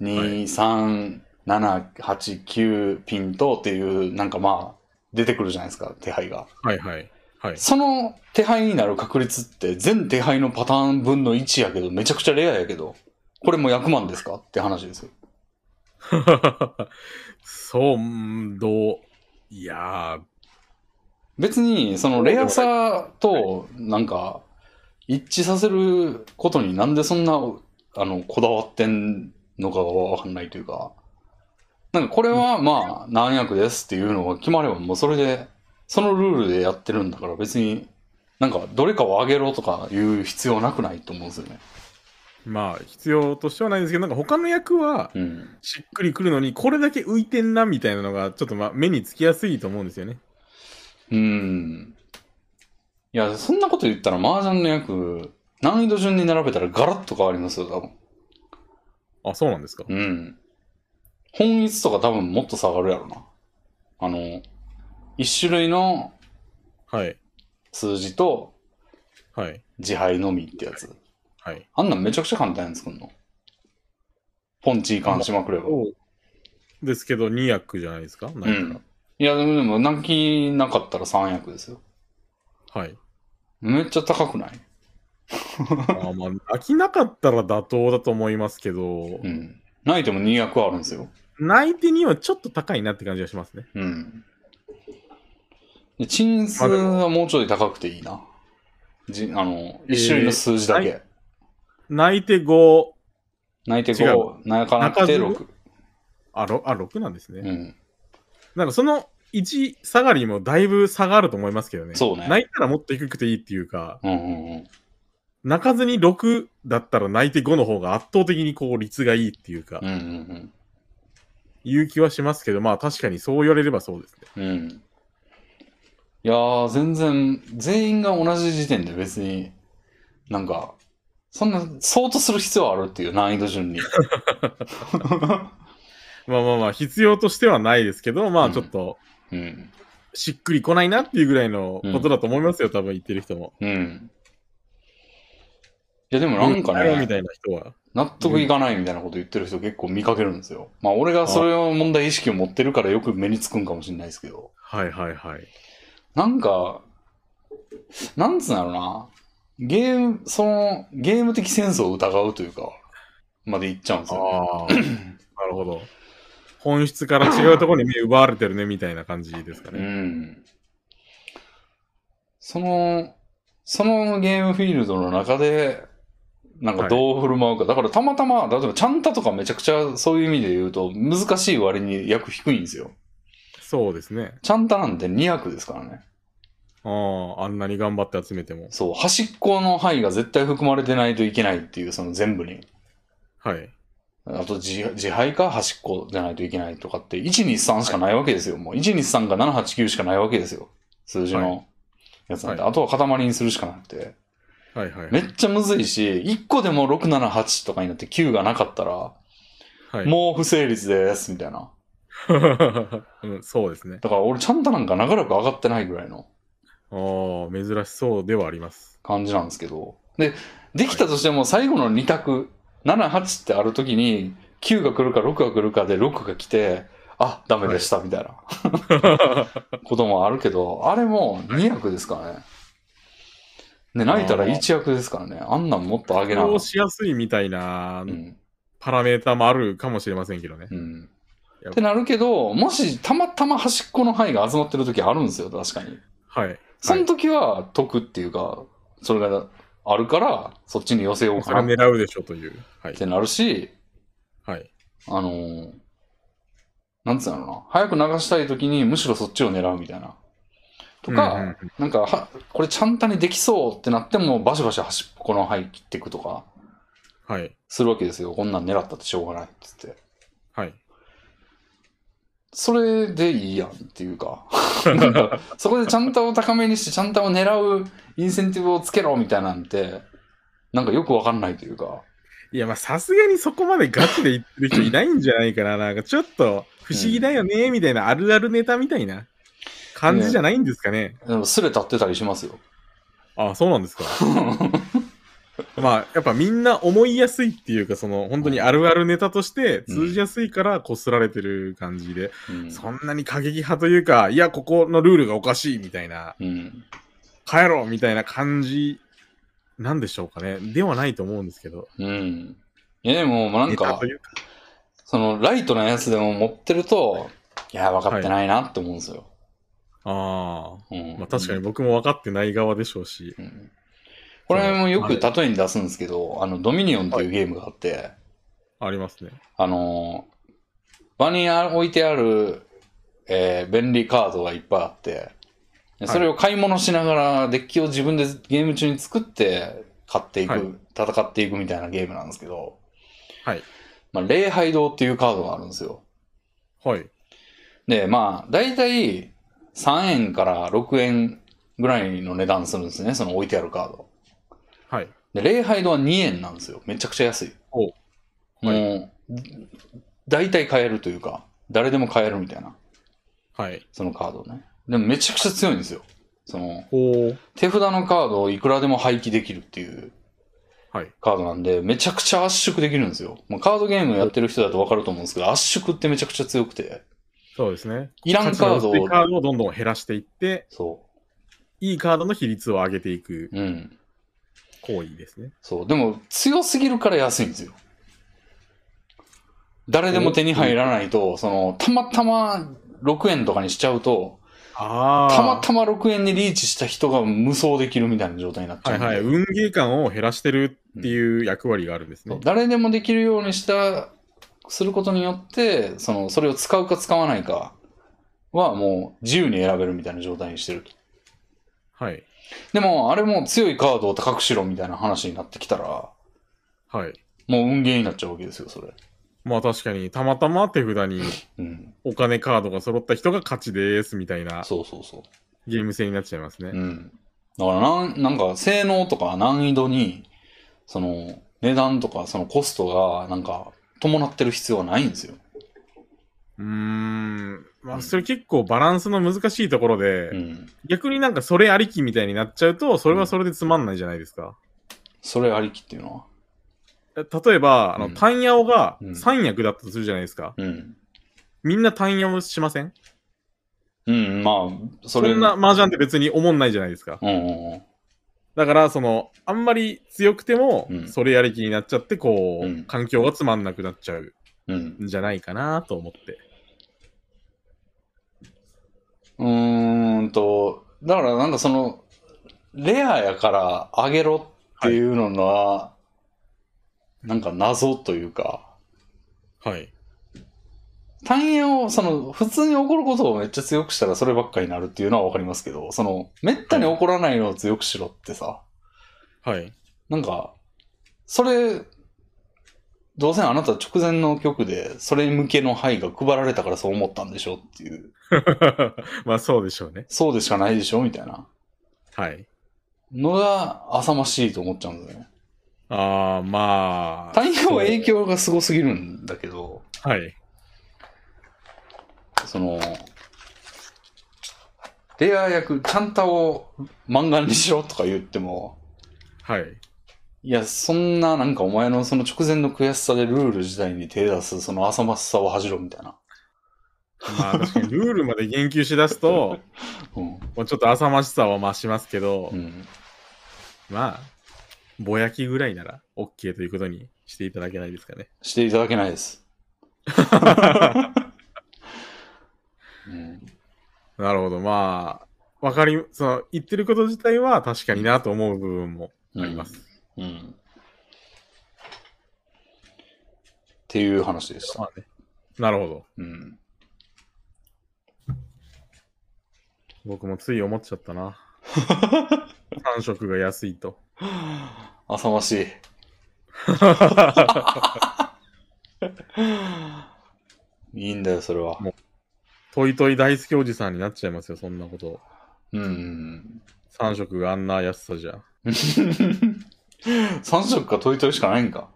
Speaker 1: 2、
Speaker 2: はい
Speaker 1: 3、7、8、9ピンとっていう、なんかまあ、出てくるじゃないですか、手配が。
Speaker 2: はいはい。はい。
Speaker 1: その手配になる確率って、全手配のパターン分の1やけど、めちゃくちゃレアやけど、これも100万ですかって話ですよ。
Speaker 2: そううん、どう、いや
Speaker 1: 別に、そのレアさと、なんか、一致させることになんでそんな、あの、こだわってんのかがわかんないというか、なんかこれは、まあ、何役ですっていうのが決まれば、もうそれで、そのルールでやってるんだから別に、なんか、どれかを上げろとかいう必要なくないと思うんですよね。
Speaker 2: ー、まあ、必要としてはないんですけど、なんか他の役は
Speaker 1: うん。
Speaker 2: しっくりくるのに、これだけ浮いてんなみたいなのが、ちょっとまあ目につきやすいと思うんですよね。
Speaker 1: うん。いや、そんなこと言ったら、麻雀の役、難易度順に並べたらガラッと変わりますよ、多分。
Speaker 2: あ、そうなんですか。
Speaker 1: うん。本率とか多分もっと下がるやろな。あの、一種類の
Speaker 2: はい。
Speaker 1: 数字と
Speaker 2: はい。
Speaker 1: 自配のみってやつ。
Speaker 2: はい。
Speaker 1: あんなんめちゃくちゃ簡単に作んの。ポンチ移管しまくれば。
Speaker 2: ですけど、2役じゃないですか。
Speaker 1: う
Speaker 2: なんか
Speaker 1: ん。いや、でも、でも、泣きなかったら3役ですよ。
Speaker 2: はい。
Speaker 1: めっちゃ高くない
Speaker 2: まあまあ、飽きなかったら妥当だと思いますけ
Speaker 1: う、
Speaker 2: ど
Speaker 1: ん。泣いても2役あるんですよ。
Speaker 2: 泣いてにはちょっと高いなって感じがしますね。
Speaker 1: うん。で鎮数はもうちょい高くていいな。じあの、一種類の数字だけ。
Speaker 2: 泣いて5、
Speaker 1: 泣いて
Speaker 2: 違
Speaker 1: こう、泣かなくて
Speaker 2: 泣かず
Speaker 1: 6。
Speaker 2: あ、ろあ6なんですね。
Speaker 1: うん。
Speaker 2: なんかその1下がりもだいぶ差があると思いますけどね。
Speaker 1: そうね
Speaker 2: 泣いたらもっと低くていいっていうか、
Speaker 1: うんうんうん。
Speaker 2: 泣かずに6だったら泣いて5の方が圧倒的にこう率がいいっていうか、
Speaker 1: うんうん
Speaker 2: いう気はしますけど、まあ確かにそう言われればそうですね。
Speaker 1: うん。うん。いやー、全然、全員が同じ時点で別に、なんか、そんな、相当する必要あるっていう難易度 順に。
Speaker 2: まあまあまあ、必要としてはないですけど、ま
Speaker 1: う
Speaker 2: あ
Speaker 1: ん
Speaker 2: ちょっと
Speaker 1: うん。
Speaker 2: しっくりこないなっていうぐらいのことだと思いますよ、多分言ってる人も。
Speaker 1: うん。いや、でもなんかね、
Speaker 2: みたいな人は。
Speaker 1: 納得いかないみたいなこと言ってる人結構見かけるんですよ。まあ俺がそれを問題意識を持ってるからよく目につくんかもしれないですけど。
Speaker 2: はいはいはい。
Speaker 1: なんか、なんつうんだろうな。ゲーム、その、ゲーム的センスを疑うというか、までいっちゃうんですよ、ね。
Speaker 2: ああ、なるほど。本質から違うところに目奪われてるねみたいな感じですか
Speaker 1: う
Speaker 2: ね。
Speaker 1: ん。その、そのゲームフィールドの中で、なんかどう振る舞うか。だからたまたま、例えばちゃんたとかめちゃくちゃそういう意味で言うと難しい割に役低いんですよ。
Speaker 2: そうですね。
Speaker 1: ちゃんたなんて2役ですからね。
Speaker 2: ああ、あんなに頑張って集めても。
Speaker 1: そう、端っこの範囲が絶対含まれてないといけないっていう、その全部に。
Speaker 2: はい。
Speaker 1: あと自、自敗か端っこじゃないといけないとかって、123しかないわけですよ。もう、123か789しかないわけですよ。数字
Speaker 2: は
Speaker 1: のやつなんて。あとは塊にするしかなくて。
Speaker 2: はいはいはい。
Speaker 1: めっちゃむずいし、1個でも678とかになって9がなかったら、
Speaker 2: はい、
Speaker 1: もう不成立です、みたいな。
Speaker 2: うん、そうですね。
Speaker 1: だから俺、ちゃんとなんか長らく上がってないぐらいの
Speaker 2: ああ、珍しそうではあります。
Speaker 1: 感じなんですけど。で、できたとしても最後の2択、7、8ってあるときに、9が来るか6が来るかで6が来て、あ、ダメでした、みたいな。 こともあるけど、あれも2役ですからね。ね、泣いたら1役ですからね。あんなんもっと上げな
Speaker 2: 利用しやすいみたいな
Speaker 1: うん。
Speaker 2: パラメーターもあるかもしれませんけどね。
Speaker 1: うん。ってなるけど、もしたまたま端っこの範囲が集まってる時あるんですよ、確かに。
Speaker 2: はい。
Speaker 1: その時は得っていうか、それがあるから、そっちに寄せよう
Speaker 2: そ
Speaker 1: か
Speaker 2: れ
Speaker 1: な
Speaker 2: は
Speaker 1: っ
Speaker 2: 狙うでしょという。はい。
Speaker 1: てなるし、
Speaker 2: はい。
Speaker 1: あのーなんつうのな、早く流したい時にむしろそっちを狙うみたいな。とか、
Speaker 2: うんうんうん
Speaker 1: なんかは、これちゃんたにできそうってなっても、バシバシ端っこの範囲切っていくとか、
Speaker 2: はい。
Speaker 1: するわけですよ。こんなん狙ったってしょうがないって言って。
Speaker 2: はい。
Speaker 1: それでいいやんっていう か。なんかそこでちゃんたを高めにして、ちゃんたを狙うインセンティブをつけろみたいなんて、なんかよくわかんないというか。
Speaker 2: いや、まあ、さすがにそこまでガチで言ってる人いないんじゃないかな。なんか、ちょっと、不思議だよね、みたいな、あるあるネタみたいな感じじゃないんですかね。
Speaker 1: でもすれ立ってたりしますよ。
Speaker 2: ああ、そうなんですか。 まあ、やっぱみんな思いやすいっていうか、その、本当にあるあるネタとして通じやすいから、こすられてる感じで、
Speaker 1: うん。
Speaker 2: そんなに過激派というか、いや、ここのルールがおかしいみたいな、
Speaker 1: うん。
Speaker 2: 帰ろうみたいな感じなんでしょうかね。ではないと思うんですけど。
Speaker 1: うん。いや、でも、なん
Speaker 2: ネタ
Speaker 1: か
Speaker 2: と、いうか。
Speaker 1: その、ライトなやつでも持ってると、いや、分かってないなって思うんですよ。
Speaker 2: ああ。
Speaker 1: うん。
Speaker 2: まあ確かに僕も分かってない側でしょうし。
Speaker 1: うんこれもよく例えに出すんですけど、あの、ドミニオンっていうゲームがあって、
Speaker 2: ありますね。
Speaker 1: あのー、場に置いてある、えー便利カードがいっぱいあって、でそれを買い物しながら、デッキを自分でゲーム中に作って、買っていく、
Speaker 2: はい
Speaker 1: 戦っていくみたいなゲームなんですけど、
Speaker 2: はい。
Speaker 1: まあ、礼拝堂っていうカードがあるんですよ。
Speaker 2: はい。
Speaker 1: で、まあ、だいたい3円から6円ぐらいの値段するんですね、その置いてあるカード。
Speaker 2: はい。
Speaker 1: で、礼拝堂は2円なんですよ。めちゃくちゃ安い。
Speaker 2: おうはい
Speaker 1: もう、大体買えるというか、誰でも買えるみたいな、
Speaker 2: はい。
Speaker 1: そのカードね。でもめちゃくちゃ強いんですよ。その、
Speaker 2: ほう。
Speaker 1: 手札のカードをいくらでも廃棄できるっていう
Speaker 2: はい。
Speaker 1: カードなんで、めちゃくちゃ圧縮できるんですよ。まあ、カードゲームやってる人だとわかると思うんですけど、圧縮ってめちゃくちゃ強くて、
Speaker 2: そうですね。
Speaker 1: いらんカード
Speaker 2: 価値の薄
Speaker 1: を
Speaker 2: い、カードをどんどん減らしていって、
Speaker 1: そ
Speaker 2: いいカードの比率を上げていく
Speaker 1: う、うん、
Speaker 2: 行為ですね。
Speaker 1: そう。でも、強すぎるから安いんですよ。誰でも手に入らないと、その、たまたま6円とかにしちゃうと、
Speaker 2: ああ。
Speaker 1: たまたま6円にリーチした人が無双できるみたいな状態になっちゃ
Speaker 2: は
Speaker 1: うん
Speaker 2: い
Speaker 1: で、
Speaker 2: はい。運ゲー感を減らしてるっていう役割があるんです
Speaker 1: そ
Speaker 2: ね
Speaker 1: う。誰でもできるようにした、することによって、その、それを使うか使わないかはもう自由に選べるみたいな状態にしてると。
Speaker 2: はい。
Speaker 1: でも、あれも強いカードを高くしろみたいな話になってきたら、
Speaker 2: はい。
Speaker 1: もう運ゲーになっちゃうわけですよ、それ。
Speaker 2: まあ確かに、たまたま手札に
Speaker 1: うん。
Speaker 2: お金カードが揃った人が勝ちですみたいな
Speaker 1: そうそうそ
Speaker 2: ゲーム性になっちゃいますね。
Speaker 1: う。うん。だからなん、なんか、性能とか難易度に、その、値段とか、そのコストが、なんか、伴ってる必要はないんですよ。
Speaker 2: うーん。まあそれ結構バランスの難しいところで、
Speaker 1: うん。
Speaker 2: 逆になんかそれありきみたいになっちゃうと、それはそれでつまんないじゃないですか。
Speaker 1: それありきっていうのは。
Speaker 2: 例えば、あ
Speaker 1: う
Speaker 2: の、
Speaker 1: ん
Speaker 2: 単ヤオが
Speaker 1: うん
Speaker 2: 三役だったとするじゃないですか。
Speaker 1: うん。
Speaker 2: みんな単ヤオしません
Speaker 1: うん、まあ、そ
Speaker 2: そ
Speaker 1: れ。
Speaker 2: んな麻雀って別に思んないじゃないですか。
Speaker 1: うんうんうん。
Speaker 2: だから、その、あんまり強くても
Speaker 1: う、ん
Speaker 2: それやりきになっちゃって、こう、
Speaker 1: うん
Speaker 2: 環境がつまんなくなっちゃう
Speaker 1: うん。
Speaker 2: んじゃないかなと思って。
Speaker 1: うーんと、だからなんかその、レアやからあげろっていうのは、なんか謎というか、
Speaker 2: はい。
Speaker 1: 単円を、その、普通に怒ることをめっちゃ強くしたらそればっかりになるっていうのはわかりますけど、その、めったに怒らないのを強くしろってさ、
Speaker 2: はい。
Speaker 1: なんか、それ、どうせあなた直前の曲で、それ向けの牌が配られたからそう思ったんでしょっていう、
Speaker 2: まあ、そうでしょうね。
Speaker 1: そうでしかないでしょみたいな
Speaker 2: はい。
Speaker 1: のが浅ましいと思っちゃうんだよね。
Speaker 2: ああ、まあ。
Speaker 1: 太陽は影響がすごすぎるんだけど、
Speaker 2: はい。
Speaker 1: その、レア役、ちゃんたを漫画にしろとか言っても、
Speaker 2: はい。
Speaker 1: いや、そんななんかお前のその直前の悔しさでルール自体に手出す、その浅ましさを恥じろみたいな。
Speaker 2: まあ、確かにルールまで言及しだ すと、
Speaker 1: うん。
Speaker 2: もうちょっと浅ましさは増しますけど、
Speaker 1: うん。
Speaker 2: まあ、ぼやきぐらいなら OK ということにしていただけないですかね。
Speaker 1: していただけない です。うん。
Speaker 2: なるほど。まあ、わかり、その、言ってること自体は確かになと思う部分もあります。
Speaker 1: うん。っていう話でした。
Speaker 2: まあね。なるほど。
Speaker 1: うん。
Speaker 2: 僕もつい思っちゃっ たな。3色が安いと。
Speaker 1: 浅ま しい。いいんだよ、それは。
Speaker 2: トイトイ大好きおじさんになっちゃいますよ、そんなこと。
Speaker 1: うん。
Speaker 2: 3色があんな安さじゃ。
Speaker 1: 3色かトイトイしかないんか。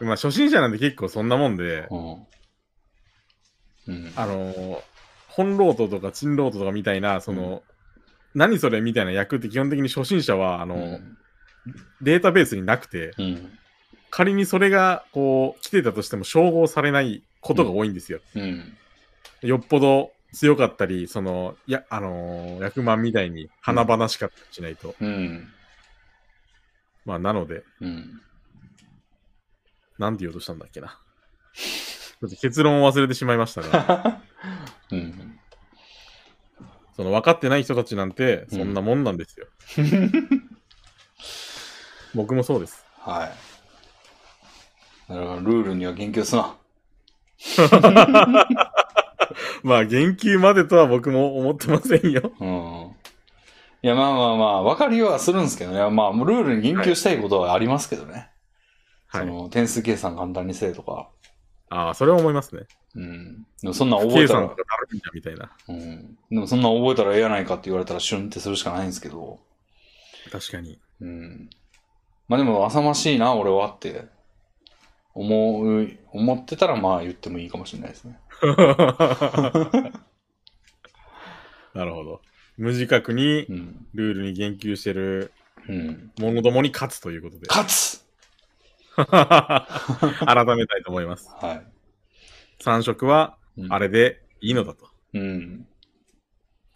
Speaker 2: まあ、初心者なんで結構そんなもんで、
Speaker 1: うん。うん。
Speaker 2: あのー、本ロートとか珍ロートとかみたいな、その、何それみたいな役って基本的に初心者は、あの
Speaker 1: う
Speaker 2: ー、
Speaker 1: ん。
Speaker 2: データベースになくて、
Speaker 1: うん。
Speaker 2: 仮にそれが、こう、来てたとしても称号されないことが多いんですよ。
Speaker 1: うん。
Speaker 2: よっぽど強かったり、その、いや、あのー、役満みたいに華々しかったりしないと。
Speaker 1: うん。
Speaker 2: まあ、なので、
Speaker 1: うん。
Speaker 2: なんて言おうとしたんだっけな。ちょっと結論を忘れてしまいました が、
Speaker 1: うん。
Speaker 2: その分かってない人たちなんて、
Speaker 1: うん
Speaker 2: そんなもんなんですよ。僕もそうです。
Speaker 1: はい。だから、ルールには言及すな。
Speaker 2: まあ、言及までとは僕も思ってませんよ。
Speaker 1: うん。いや、まあまあまあ、わかるようはするんですけどね。まあ、ルールに言及したいことはありますけどね。
Speaker 2: は
Speaker 1: そ
Speaker 2: い。
Speaker 1: の、点数計算簡単にせえとか。
Speaker 2: ああ、それは思いますね。
Speaker 1: うん。でもそんなん覚
Speaker 2: K
Speaker 1: えた
Speaker 2: さん
Speaker 1: ら
Speaker 2: とか、ダルビンだみたいな。
Speaker 1: うん。でもそんなん覚えたらええやないかって言われたら、シュンってするしかないんですけど。
Speaker 2: 確かに。
Speaker 1: うん。まあでも、浅ましいな、俺はって、思う、思ってたら、まあ言ってもいいかもしれないですね。
Speaker 2: なるほど。無自覚に
Speaker 1: うん。
Speaker 2: ルールに言及してる
Speaker 1: うん。
Speaker 2: 者どもに勝つとい うことで。
Speaker 1: 勝つ
Speaker 2: 改めたいと思います。
Speaker 1: は。
Speaker 2: 三色はい
Speaker 1: うん
Speaker 2: あれでいいのだと。
Speaker 1: うん。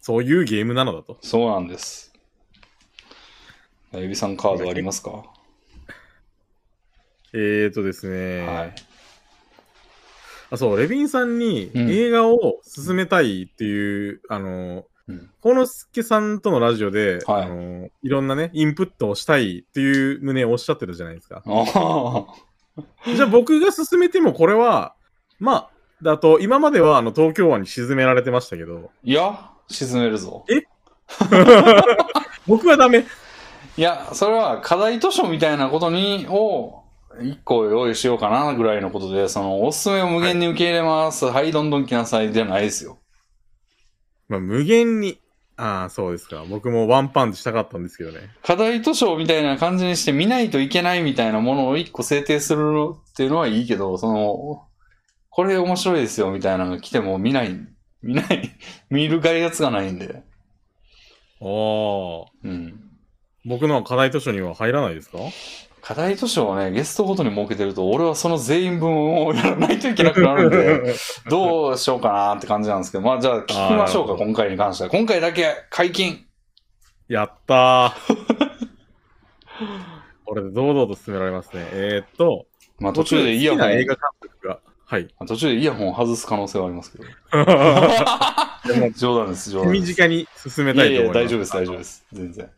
Speaker 2: そういうゲームなのだと。
Speaker 1: そうなんです。エビさんカードありますか
Speaker 2: えーとですね、
Speaker 1: はい。
Speaker 2: あ、そう、レビンさんに
Speaker 1: うん
Speaker 2: 映画を進めたいっていう、あの、
Speaker 1: うん。
Speaker 2: 河野助さんとのラジオで、
Speaker 1: はい
Speaker 2: あの、いろんなね、インプットをしたいっていう旨をおっしゃってたじゃないですか。
Speaker 1: ああ。
Speaker 2: じゃあ僕が進めてもこれは、まあ、であと、今まではあの東京湾に沈められてましたけど、
Speaker 1: いや、沈めるぞ。
Speaker 2: 僕はダメ。
Speaker 1: いや、それは課題図書みたいなことに、を、一個用意しようかな、ぐらいのことで、その、おすすめを無限に受け入れます。はい、どんどん来なさい、じゃないですよ。
Speaker 2: まあ、無限に。ああ、そうですか。僕もワンパンチしたかったんですけどね。
Speaker 1: 課題図書みたいな感じにして見ないといけないみたいなものを一個制定するっていうのはいいけど、その、これ面白いですよみたいなのが来ても見ない、見ない、 見る外圧がないんで。
Speaker 2: ああ。
Speaker 1: うん。
Speaker 2: 僕の課題図書には入らないです か
Speaker 1: 課題図書をね、ゲストごとに設けてると、俺はその全員分をやらないといけなくなるん で、どうしようかなって感じなんですけど、まあじゃあ聞きましょう
Speaker 2: あ
Speaker 1: か、
Speaker 2: ー
Speaker 1: 今回に関しては。今回だけ解禁。
Speaker 2: やったー。これで堂々と進められますね。えー、っと、
Speaker 1: まあ途中でイヤホ
Speaker 2: 僕好きな映
Speaker 1: ン、
Speaker 2: 画監督が。はい。
Speaker 1: まあ途中でイヤホンを外す可能性はあります けど。
Speaker 2: でも、
Speaker 1: 冗談です、冗
Speaker 2: 手
Speaker 1: 談です。
Speaker 2: 短に進め
Speaker 1: いや
Speaker 2: たい
Speaker 1: い
Speaker 2: と思い
Speaker 1: や、大
Speaker 2: ます。
Speaker 1: 丈夫です、大丈夫です。全然。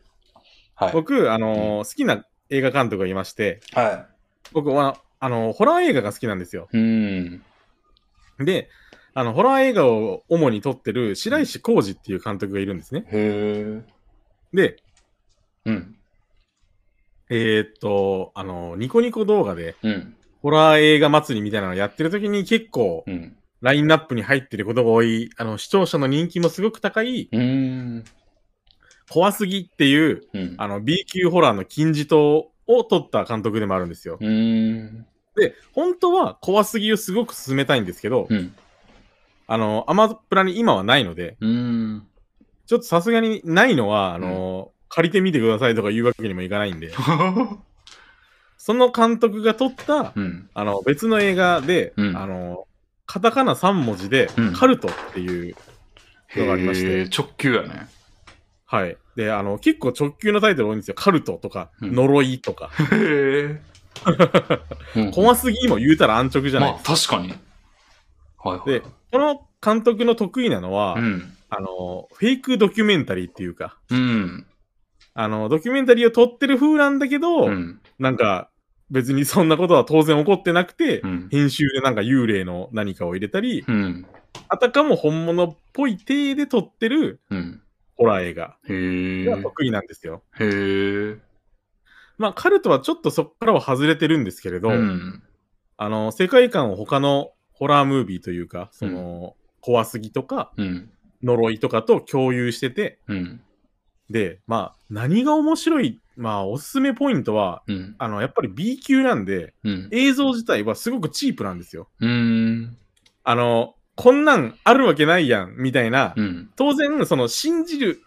Speaker 1: はい。
Speaker 2: 僕、あのー好きな映画監督がいまして、
Speaker 1: は
Speaker 2: 僕は、あのーホラー映画が好きなんですよ。
Speaker 1: い。うん。
Speaker 2: で、あの、ホラー映画を主に撮ってる白石浩二っていう監督がいるんですね。
Speaker 1: へえ。
Speaker 2: で、
Speaker 1: うん。
Speaker 2: えーっと、あの、ニコニコ動画で、
Speaker 1: うん。
Speaker 2: ホラー映画祭りみたいなのやってる時に結構、
Speaker 1: うん。
Speaker 2: ラインナップに入ってることが多い、あの、視聴者の人気もすごく高い、
Speaker 1: うん。
Speaker 2: 怖すぎっていう、
Speaker 1: うん。
Speaker 2: あの、B 級ホラーの金字塔を撮った監督でもあるんですよ。
Speaker 1: うん。
Speaker 2: で、本当は怖すぎをすごく進めたいんですけど、
Speaker 1: うん。
Speaker 2: あの、アマプラに今はないので、
Speaker 1: うん。
Speaker 2: ちょっとさすがにないのは、あの、借りてみてくださいとか言うわけにもいかな いんで、その監督が撮った、
Speaker 1: うん。
Speaker 2: あの、別の映画で、
Speaker 1: うん
Speaker 2: あの、カタカナ3文字で、
Speaker 1: うん
Speaker 2: カルトっていう、のがありまして
Speaker 1: へー直球やね。
Speaker 2: はい。で、あの、結構直球のタイトル多いんですよ。カルトとか、
Speaker 1: うん
Speaker 2: 呪いとか、
Speaker 1: へえ。
Speaker 2: 怖すぎも言うたら安直じゃない
Speaker 1: ま
Speaker 2: で
Speaker 1: あ、確かに。はいはい。
Speaker 2: すか。で、この監督の得意なのは、
Speaker 1: うん。
Speaker 2: あの、フェイクドキュメンタリーっていうか、
Speaker 1: うん。
Speaker 2: あの、ドキュメンタリーを撮ってる風なんだけど、
Speaker 1: うん。
Speaker 2: なんか、別にそんなことは当然起こってなくて、
Speaker 1: うん。
Speaker 2: 編集でなんか幽霊の何かを入れたり、
Speaker 1: うん。
Speaker 2: あたかも本物っぽい体で撮ってる
Speaker 1: うん。
Speaker 2: ホラー映画
Speaker 1: へえ。
Speaker 2: が得意なんですよ。
Speaker 1: へえ。
Speaker 2: まあ、カルトはちょっとそこからは外れてるんですけれど、
Speaker 1: うん。
Speaker 2: あの、世界観を他のホラームービーというか、その、怖すぎとか、
Speaker 1: うん。
Speaker 2: 呪いとかと共有してて、
Speaker 1: うん。
Speaker 2: で、まあ、何が面白い、まあ、おすすめポイントは、
Speaker 1: うん。
Speaker 2: あの、やっぱり B 級なんで、
Speaker 1: うん。
Speaker 2: 映像自体はすごくチープなんですよ。
Speaker 1: うん。
Speaker 2: あの、こんなんあるわけないやん、みたいな、
Speaker 1: うん。
Speaker 2: 当然、その、信じる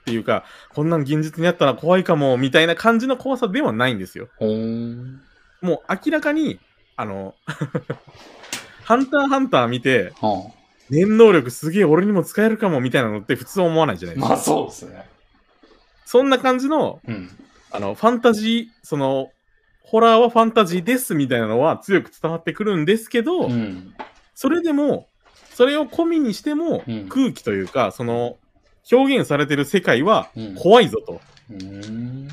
Speaker 2: っていうか、こんなん現実にあったら怖いかも、みたいな感じの怖さではないんですよ。
Speaker 1: ほーん。
Speaker 2: もう明らかに、あの、 ハンターハンター見て、
Speaker 1: は
Speaker 2: 念能力すげえ俺にも使えるかもみたいなのって普通思わないじゃない
Speaker 1: あ。
Speaker 2: ですか。
Speaker 1: まあ、そうですね。
Speaker 2: そんな感じの、
Speaker 1: うん。
Speaker 2: あの、ファンタジー、その、ホラーはファンタジーですみたいなのは強く伝わってくるんですけど、
Speaker 1: うん。
Speaker 2: それでも、それを込みにしても、
Speaker 1: うん
Speaker 2: 空気というか、その、表現されてる世界は
Speaker 1: うん
Speaker 2: 怖いぞと。
Speaker 1: うん。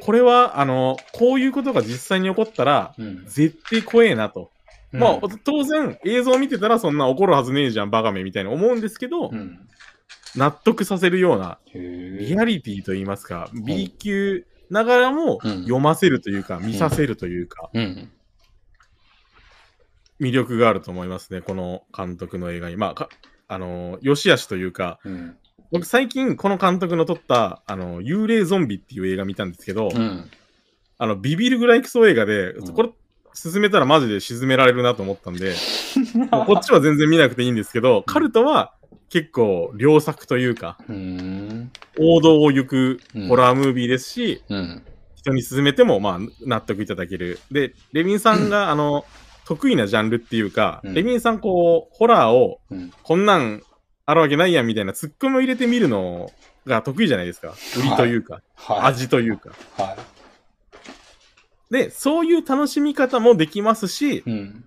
Speaker 2: これは、あの、こういうことが実際に起こったら、
Speaker 1: うん。
Speaker 2: 絶対怖えなと。まあ
Speaker 1: う、
Speaker 2: 当然、映像を見てたらそんな怒るはずねえじゃん、バカめみたいに思うんですけど、
Speaker 1: ん。うん。
Speaker 2: 納得させるような
Speaker 1: へえ。
Speaker 2: リアリティと言いますか、B 級ながらも
Speaker 1: うん
Speaker 2: 読ませるというか、見させるというか、
Speaker 1: うん。
Speaker 2: 魅力があると思いますね、この監督の映画に。まあ、かあのー、よしあしというか、
Speaker 1: うん。
Speaker 2: 僕最近この監督の撮った、あのー、幽霊ゾンビっていう映画見たんですけど、
Speaker 1: うん。
Speaker 2: あの、ビビるぐらいクソ映画で
Speaker 1: うん、
Speaker 2: これ、進めたらマジで沈められるなと思ったん で、もうこっちは全然見なくていいんですけど、カルトは結構良作というか、
Speaker 1: うん。
Speaker 2: 王道を行く
Speaker 1: うん
Speaker 2: ホラームービーですし、
Speaker 1: うん。
Speaker 2: 人に勧めても、まあ、納得いただける。で、レビンさんが、あの、得意なジャンルっていうか、
Speaker 1: うん
Speaker 2: レビンさん、こう、ホラーを、
Speaker 1: うん
Speaker 2: こんなんあるわけないやんみたいなツッコミを入れてみるのが得意じゃないですか。売りというか、
Speaker 1: はい。
Speaker 2: 味というか。
Speaker 1: は
Speaker 2: で、そういう楽しみ方もできますし
Speaker 1: い。、うん。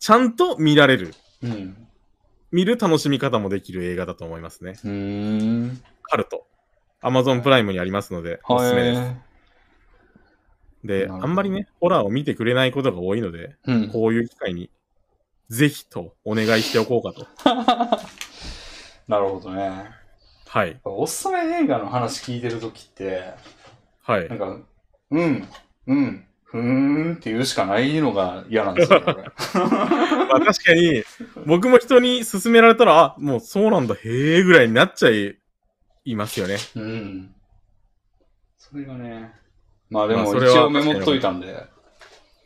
Speaker 2: ちゃんと見られる。
Speaker 1: うん。
Speaker 2: 見る楽しみ方もできる映画だと思いますね。
Speaker 1: うーん。
Speaker 2: カルト。アマゾンプライムにありますので、おすすめです。
Speaker 1: は
Speaker 2: で、
Speaker 1: なるほ
Speaker 2: あ
Speaker 1: ど
Speaker 2: んまりね、ホラーを見てくれないことが多いので、
Speaker 1: い。うん。
Speaker 2: こういう機会にぜひとお願いしておこうか と。
Speaker 1: なるほどね。
Speaker 2: はい。
Speaker 1: おっさん映画の話聞いてるときって、
Speaker 2: はい
Speaker 1: なん。か、うん、うん、ふーんって言うしかないのが嫌なんですよ、ね、
Speaker 2: まあ確かに、僕も人に勧められたら、あ、もうそうなんだ、へえぐらいになっちゃい、いますよね。
Speaker 1: うん。それがね。まあで
Speaker 2: まあ
Speaker 1: も
Speaker 2: それは
Speaker 1: 一応メモっといたんで、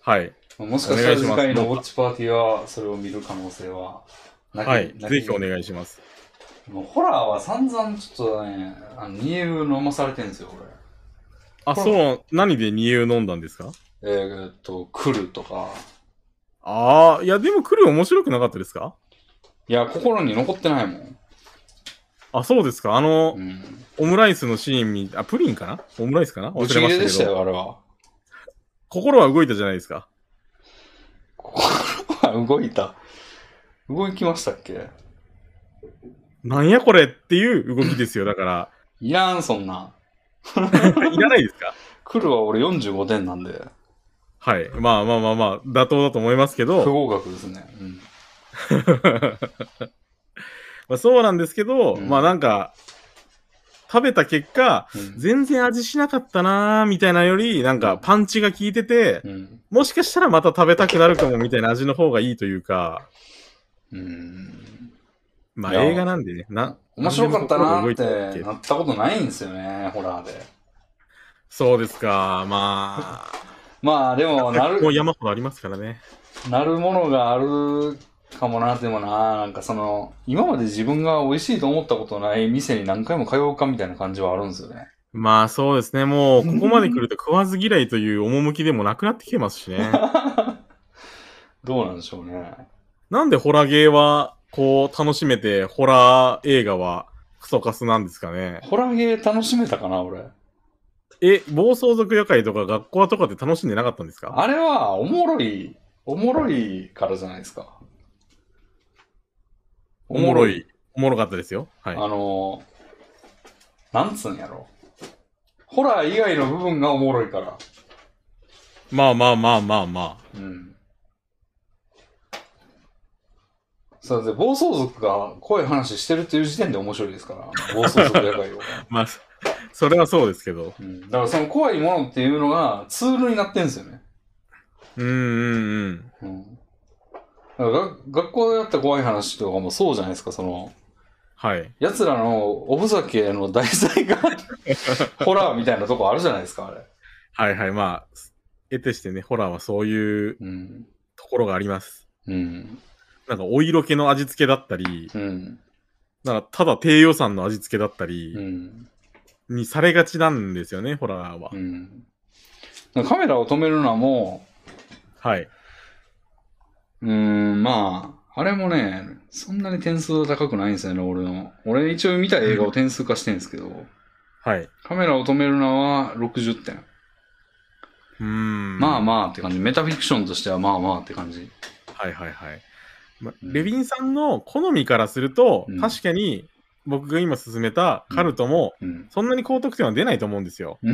Speaker 2: はい。
Speaker 1: まあもしかしたら
Speaker 2: お願いし
Speaker 1: 次
Speaker 2: ます
Speaker 1: 回のウォッチパーティーはそれを見る可能性はなき
Speaker 2: はい。
Speaker 1: なき
Speaker 2: ぜひお願いします。
Speaker 1: もうホラーは散々ちょっとね、あの、煮え飲まされてんですよ、俺。
Speaker 2: あ、そう、何で二遊飲んだんですか
Speaker 1: えー、っと、来るとか。
Speaker 2: ああ、いや、でも来る面白くなかったですか
Speaker 1: いや、心に残ってないもん。
Speaker 2: あ、そうですか。あの
Speaker 1: う、ん。
Speaker 2: オムライスのシーンに、あ、プリンかなオムライスかな忘
Speaker 1: ぶち
Speaker 2: れ
Speaker 1: 切
Speaker 2: ま
Speaker 1: れで
Speaker 2: し
Speaker 1: したた
Speaker 2: け
Speaker 1: よ、
Speaker 2: ど。
Speaker 1: あれは。
Speaker 2: 心は動いたじゃないですか。
Speaker 1: 心は動いた。動きましたっけ
Speaker 2: なんやこれっていう動きですよ。だか
Speaker 1: いらん、そんな。
Speaker 2: ら、 いらないですか
Speaker 1: 来るは俺45点なんで、
Speaker 2: はい。まあまあまあまあ、妥当だと思いますけ
Speaker 1: 不
Speaker 2: ど、
Speaker 1: 合格ですね。うん。
Speaker 2: まあ、そうなんですけど、
Speaker 1: うん
Speaker 2: まあなんか、食べた結果、
Speaker 1: うん
Speaker 2: 全然味しなかったなーみたいなより、なんかパンチが効いてて、
Speaker 1: うん。
Speaker 2: もしかしたらまた食べたくなるかもみたいな味の方がいいというか、
Speaker 1: うん。
Speaker 2: ま
Speaker 1: い
Speaker 2: あ
Speaker 1: や
Speaker 2: 映画なんでね、な、
Speaker 1: 面白かったなーっ
Speaker 2: 何でも心が動い
Speaker 1: て
Speaker 2: た
Speaker 1: なったことないんですよね、ホラーで。
Speaker 2: そうですか、ま
Speaker 1: まあでも、
Speaker 2: あ、
Speaker 1: な
Speaker 2: も
Speaker 1: る、
Speaker 2: う山ほどありますからね。
Speaker 1: なるものがあるかもな、でもな、なんかその、今まで自分が美味しいと思ったことない店に何回も通うかみたいな感じはあるんですよね。
Speaker 2: まあそうですね、もうここまで来ると食わず嫌いという趣でもなくなってきてますし ね。
Speaker 1: どうなんでしょうね。
Speaker 2: なんでホラゲーはこう楽しめて、ホラー映画はクソカスなんですかね。
Speaker 1: ホラーゲー楽しめたかな、俺。
Speaker 2: え、暴走族夜会とか学校とかって楽しんでなかったんですか
Speaker 1: あれは、おもろい、おもろいからじゃないですか。
Speaker 2: おもろい。おもろかったですよ。はい。
Speaker 1: あのなんつうんやろ。ホラー以外の部分がおもろいから。
Speaker 2: まあまあまあまあまあ。
Speaker 1: うん。そうで、暴走族が怖い話してるっていう時点で面白いですから、暴走族野 外を。
Speaker 2: まあ、そそれはそうですけど。
Speaker 1: うん。だからその怖いものっていうのがツールになってんですよね。
Speaker 2: うんうんうん。
Speaker 1: うん。だからが学校でやった怖い話とかもそうじゃないですか、その、
Speaker 2: はい。
Speaker 1: 奴らのおふざけの題材 がホラーみたいなとこあるじゃないですか、あれ。
Speaker 2: はいはい。まあ、得てしてね、ホラーはそういう
Speaker 1: うん。
Speaker 2: ところがあります。
Speaker 1: うん。
Speaker 2: なんか、お色気の味付けだったり、
Speaker 1: うん。
Speaker 2: なんか、ただ低予算の味付けだった
Speaker 1: う
Speaker 2: り、
Speaker 1: ん。
Speaker 2: にされがちなんですよね、ホラーは
Speaker 1: う。ん、カメラを止めるのはも
Speaker 2: はい。
Speaker 1: う、うーん、まあ、あれもね、そんなに点数は高くないんですよね、俺の。俺一応見た映画を点数化してるんですけど、
Speaker 2: はい。う
Speaker 1: カメラを止めるのは60点。
Speaker 2: ーん。
Speaker 1: まあまあって感じ。メタフィクションとしてはまあまあって感じ。
Speaker 2: あ。はいはいはい。ま
Speaker 1: うん
Speaker 2: レヴィンさんの好みからすると、
Speaker 1: うん
Speaker 2: 確かに僕が今勧めたカルトも、
Speaker 1: うん。
Speaker 2: そんなに高得点は出ないと思うんですよ。
Speaker 1: 出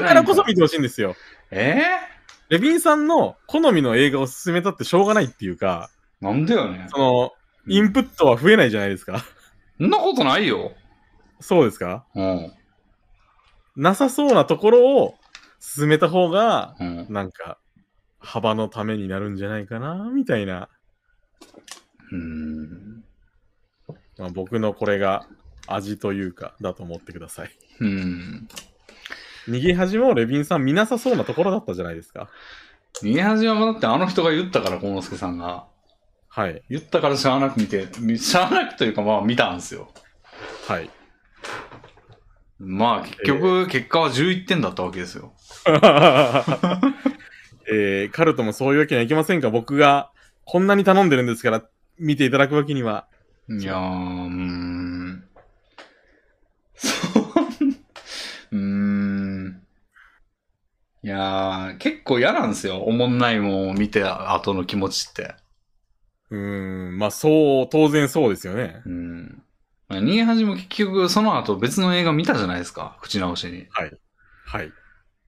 Speaker 1: ないん
Speaker 2: からこそ見てほしいんですよ。
Speaker 1: え
Speaker 2: レヴィンさんの好みの映画を勧めたってしょうがないっていうか、
Speaker 1: ー、なんでよね。
Speaker 2: その、インプットは増えないじゃないですか。
Speaker 1: そんなことないよ。
Speaker 2: そうですか
Speaker 1: うん。
Speaker 2: なさそうなところを進めた方が、
Speaker 1: うん。
Speaker 2: なんか、幅のためになるんじゃないかな、みたいな。
Speaker 1: うん。
Speaker 2: まあ、僕のこれが味というか、だと思ってください。
Speaker 1: うん。
Speaker 2: 逃げ恥もレヴィンさん見なさそうなところだったじゃないですか。
Speaker 1: 逃げ始めはだってあの人が言ったから、幸之助さんが。
Speaker 2: はい。
Speaker 1: 言ったからしゃあなく見て、みしゃあなくというかまあ見たんですよ。
Speaker 2: はい。
Speaker 1: まあ結局、結果は11点だったわけですよ。
Speaker 2: えー、カルトもそういうわけにはいきませんか僕がこんなに頼んでるんですから、見ていただくわけには。
Speaker 1: いやー、うーん。 そう。うーん。いやー、結構嫌なんですよ。おもんないもんを見て後の気持ちって。
Speaker 2: うーん、まあそう、当然そうですよね。
Speaker 1: うん。まあ逃げ恥も結局その後別の映画見たじゃないですか。口直しに。だか
Speaker 2: はい。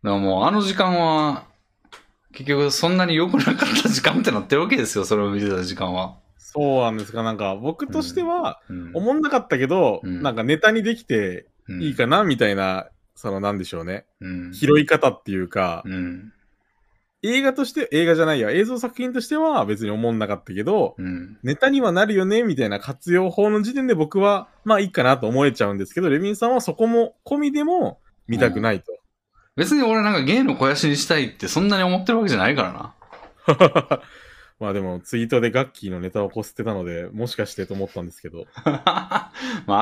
Speaker 1: らもうあの時間は結局そんなに良くなかった時間ってなってるわけですよ、それを見てた時間は。
Speaker 2: そうなんですか。なんか、僕としては、
Speaker 1: うん
Speaker 2: おもんなかったけど、
Speaker 1: うん
Speaker 2: なんかネタにできていいかな、みたいな、その、なんでしょうね。
Speaker 1: うん。
Speaker 2: 拾い方っていうか、
Speaker 1: うん。
Speaker 2: 映画として、映画じゃないや、映像作品としては別に思んなかったけど、
Speaker 1: うん。
Speaker 2: ネタにはなるよね、みたいな活用法の時点で僕は、まあいいかなと思えちゃうんですけど、レビンさんはそこも込みでも見たくないと。
Speaker 1: 別に俺なんか芸の肥やしにしたいってそんなに思ってるわけじゃないからな。
Speaker 2: まあでも、ツイートでガッキーのネタをこすってたので、もしかしてと思ったんですけど。
Speaker 1: まあ、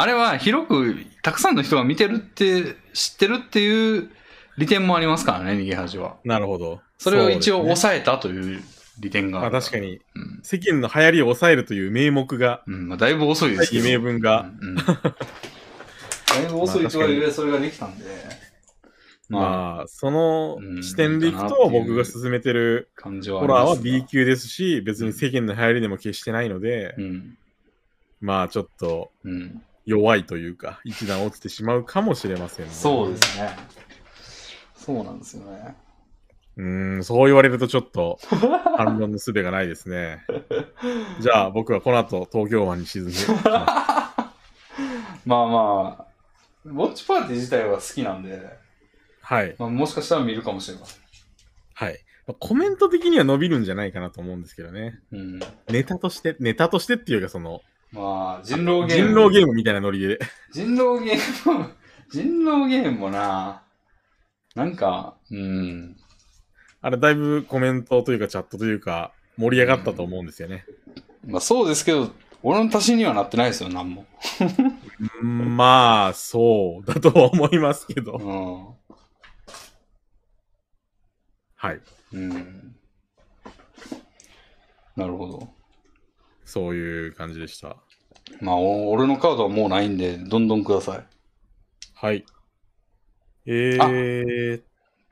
Speaker 1: あれは広く、たくさんの人が見てるって、知ってるっていう利点もありますからね、逃げ恥は。
Speaker 2: なるほど。
Speaker 1: それを一応
Speaker 2: そうです
Speaker 1: 抑
Speaker 2: ね
Speaker 1: えたという利点が
Speaker 2: ま
Speaker 1: あ
Speaker 2: あ
Speaker 1: る。
Speaker 2: 確かに、
Speaker 1: うん。
Speaker 2: 世間の流行りを抑えるという名目が、
Speaker 1: うん、まあ、だいぶ遅いですけど。
Speaker 2: 名分が、
Speaker 1: うん うんだいぶ遅いとはいえ、それができたんで。まあ、
Speaker 2: まあ、その
Speaker 1: うん
Speaker 2: 視点でいく
Speaker 1: いいかな
Speaker 2: と、
Speaker 1: っていう
Speaker 2: 僕が勧めてる
Speaker 1: 感じはあ
Speaker 2: ホ
Speaker 1: りま
Speaker 2: ラー
Speaker 1: すが
Speaker 2: は B。級ですし、別に世間の流行りでも決してないので、
Speaker 1: うん。
Speaker 2: まあちょっと
Speaker 1: うん。
Speaker 2: 弱いというか、一段落ちてしまうかもしれません、ね。
Speaker 1: そうで。すね。そうなんですよね。
Speaker 2: うーん、そう言われるとちょ っと反論の術がないですね。じゃあ僕はこの後東京湾に沈んでいき ま
Speaker 1: まあまあ、ウォッチパーティー自体は好きなんで、
Speaker 2: すはい。
Speaker 1: まあ、もしかしたら見るかもしれません。
Speaker 2: はい。まあコメント的には伸びるんじゃないかなと思うんですけどね。
Speaker 1: うん。
Speaker 2: ネタとして、ネタとしてっていうかその、
Speaker 1: まあ、人狼ゲー
Speaker 2: 人
Speaker 1: ム。
Speaker 2: 狼ゲームみたいなノリで。
Speaker 1: 人狼ゲーム。 人狼ゲームもな、なんか、うん。
Speaker 2: あれだいぶコメントというかチャットというか盛り上がったと思うんですよね。
Speaker 1: まあそうですけど、俺の足しにはなってないですよ、なんも。
Speaker 2: うんまあ、そうだとは思いますけど。
Speaker 1: う
Speaker 2: はい。
Speaker 1: ん。うん。なるほど。
Speaker 2: そういう感じでした。
Speaker 1: まあ、お俺のカードはもうないんで、どんどんください。
Speaker 2: はい。えー、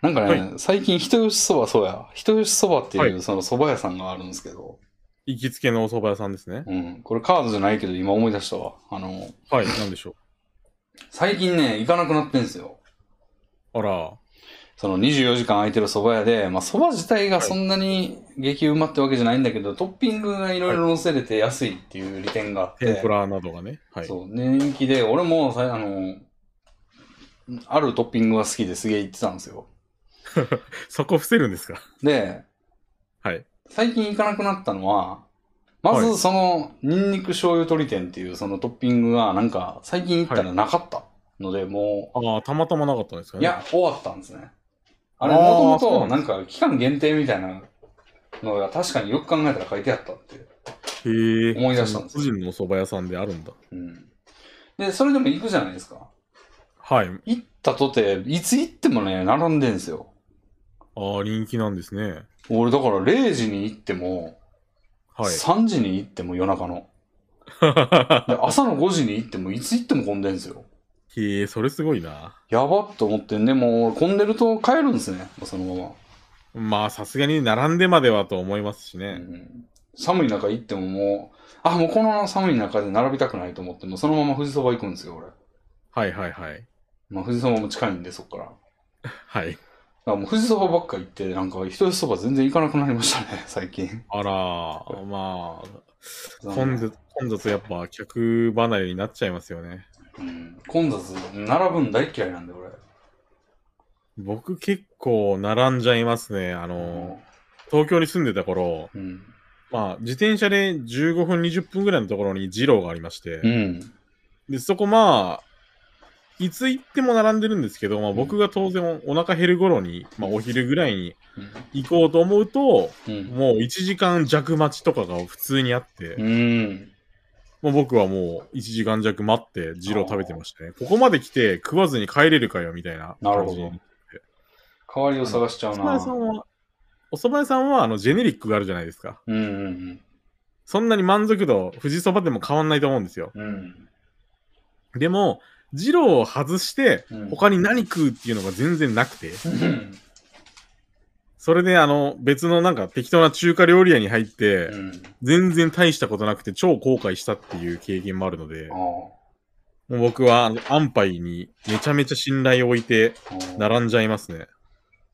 Speaker 1: なんかね、
Speaker 2: は
Speaker 1: 最近、人吉そば、そうや。人吉そばっていう、
Speaker 2: は
Speaker 1: その蕎麦屋さんがあるんですけど、
Speaker 2: 行きつけのお蕎麦屋さんですね。
Speaker 1: うん。これカードじゃないけど、今思い出したわ。あの、
Speaker 2: はい、なんでしょ
Speaker 1: 最近ね、行かなくなってんですよ。
Speaker 2: う。あら、
Speaker 1: その24時間空いてる蕎麦屋で、まあ蕎麦自体がそんなに激うまってわけじゃないんだけど、トッピングがいろいろ乗せれて安いっていう利点があって、
Speaker 2: 天ぷらなどがね。はい。
Speaker 1: そう、人気で、俺もさ、あの、あるトッピングが好きですげえ行ってたんですよ。
Speaker 2: そこ伏せるんですか
Speaker 1: で、
Speaker 2: はい。
Speaker 1: 最近行かなくなったのは、ま
Speaker 2: は
Speaker 1: ず
Speaker 2: い
Speaker 1: その、ニンニク醤油鶏天っていうそのトッピングが、なんか、最近行ったらなかったので、も
Speaker 2: ああ、たまたまなかったんですか
Speaker 1: う、
Speaker 2: ね。
Speaker 1: いや、終わったんですね。あれ、
Speaker 2: あー
Speaker 1: もと
Speaker 2: そう
Speaker 1: もと、な
Speaker 2: な
Speaker 1: んんか、期間限定みたいなのが、確かによく考えたら書いてあったっていう。
Speaker 2: へえ。
Speaker 1: 思い出したんです
Speaker 2: 個人のお蕎麦屋さんであるんだ。
Speaker 1: うん。で、それでも行くじゃないですか。
Speaker 2: はい。
Speaker 1: 行ったとて、いつ行ってもね、並んでんですよ。
Speaker 2: ああ、人気なんですね。
Speaker 1: 俺だから0時に行っても、
Speaker 2: はい。
Speaker 1: 3時に行っても夜中 の。で朝の5時に行ってもいつ行っても混んでんすよ。
Speaker 2: へえ、それすごいな。
Speaker 1: やばっと思ってんで、もう混んでると帰るんですね、そのまま。
Speaker 2: まあ、さすがに並んでまではと思いますし
Speaker 1: う
Speaker 2: ね。
Speaker 1: ん、寒い中行ってももう、あ、もうこの寒い中で並びたくないと思って、もうそのまま富士そば行くんですよ、俺。
Speaker 2: はいはいはい。
Speaker 1: まあ富士そばも近いんで、そっから。だ
Speaker 2: はい。
Speaker 1: からもう富士そばばっか行って、なんか人吉そば全然行かなくなりましたね、最近。
Speaker 2: あら、まあ、
Speaker 1: 残
Speaker 2: 混
Speaker 1: 念
Speaker 2: 雑、混雑やっぱ客離れになっちゃいますよね。
Speaker 1: うん、混雑、並ぶん大嫌いなんで、俺。
Speaker 2: 僕結構並んじゃいますね。あの、東京に住んでた頃、
Speaker 1: うん。
Speaker 2: まあ、自転車で15分、20分ぐらいのところに二郎がありまして、
Speaker 1: うん。
Speaker 2: で、そこまあ、いつ行っても並んでるんですけど、まあ僕が当然お腹減る頃に、まあお昼ぐらいに行こうと思うと、
Speaker 1: うん。
Speaker 2: もう1時間弱待ちとかが普通にあって、
Speaker 1: うん。
Speaker 2: もう僕はもう1時間弱待って二郎食べてましたね。ここまで来て食わずに帰れるかよみたいな
Speaker 1: なる
Speaker 2: 感
Speaker 1: ほ
Speaker 2: じ
Speaker 1: ど。代わりを探しちゃ
Speaker 2: お
Speaker 1: う
Speaker 2: 蕎麦
Speaker 1: な
Speaker 2: 屋。さんは、お蕎麦屋さんはあのジェネリックがあるじゃないですか。
Speaker 1: うんうん
Speaker 2: そんなに満足度、富士そばでも変わんないと思うんですよ。
Speaker 1: うん。
Speaker 2: でも、二郎を外して、
Speaker 1: うん
Speaker 2: 他に何食うっていうのが全然なくて、
Speaker 1: うん。
Speaker 2: それであの、別のなんか適当な中華料理屋に入って、
Speaker 1: うん。
Speaker 2: 全然大したことなくて超後悔したっていう経験もあるので、
Speaker 1: あ
Speaker 2: もう僕はあの安牌にめちゃめちゃ信頼を置いて
Speaker 1: あああ。
Speaker 2: 並んじゃいますね。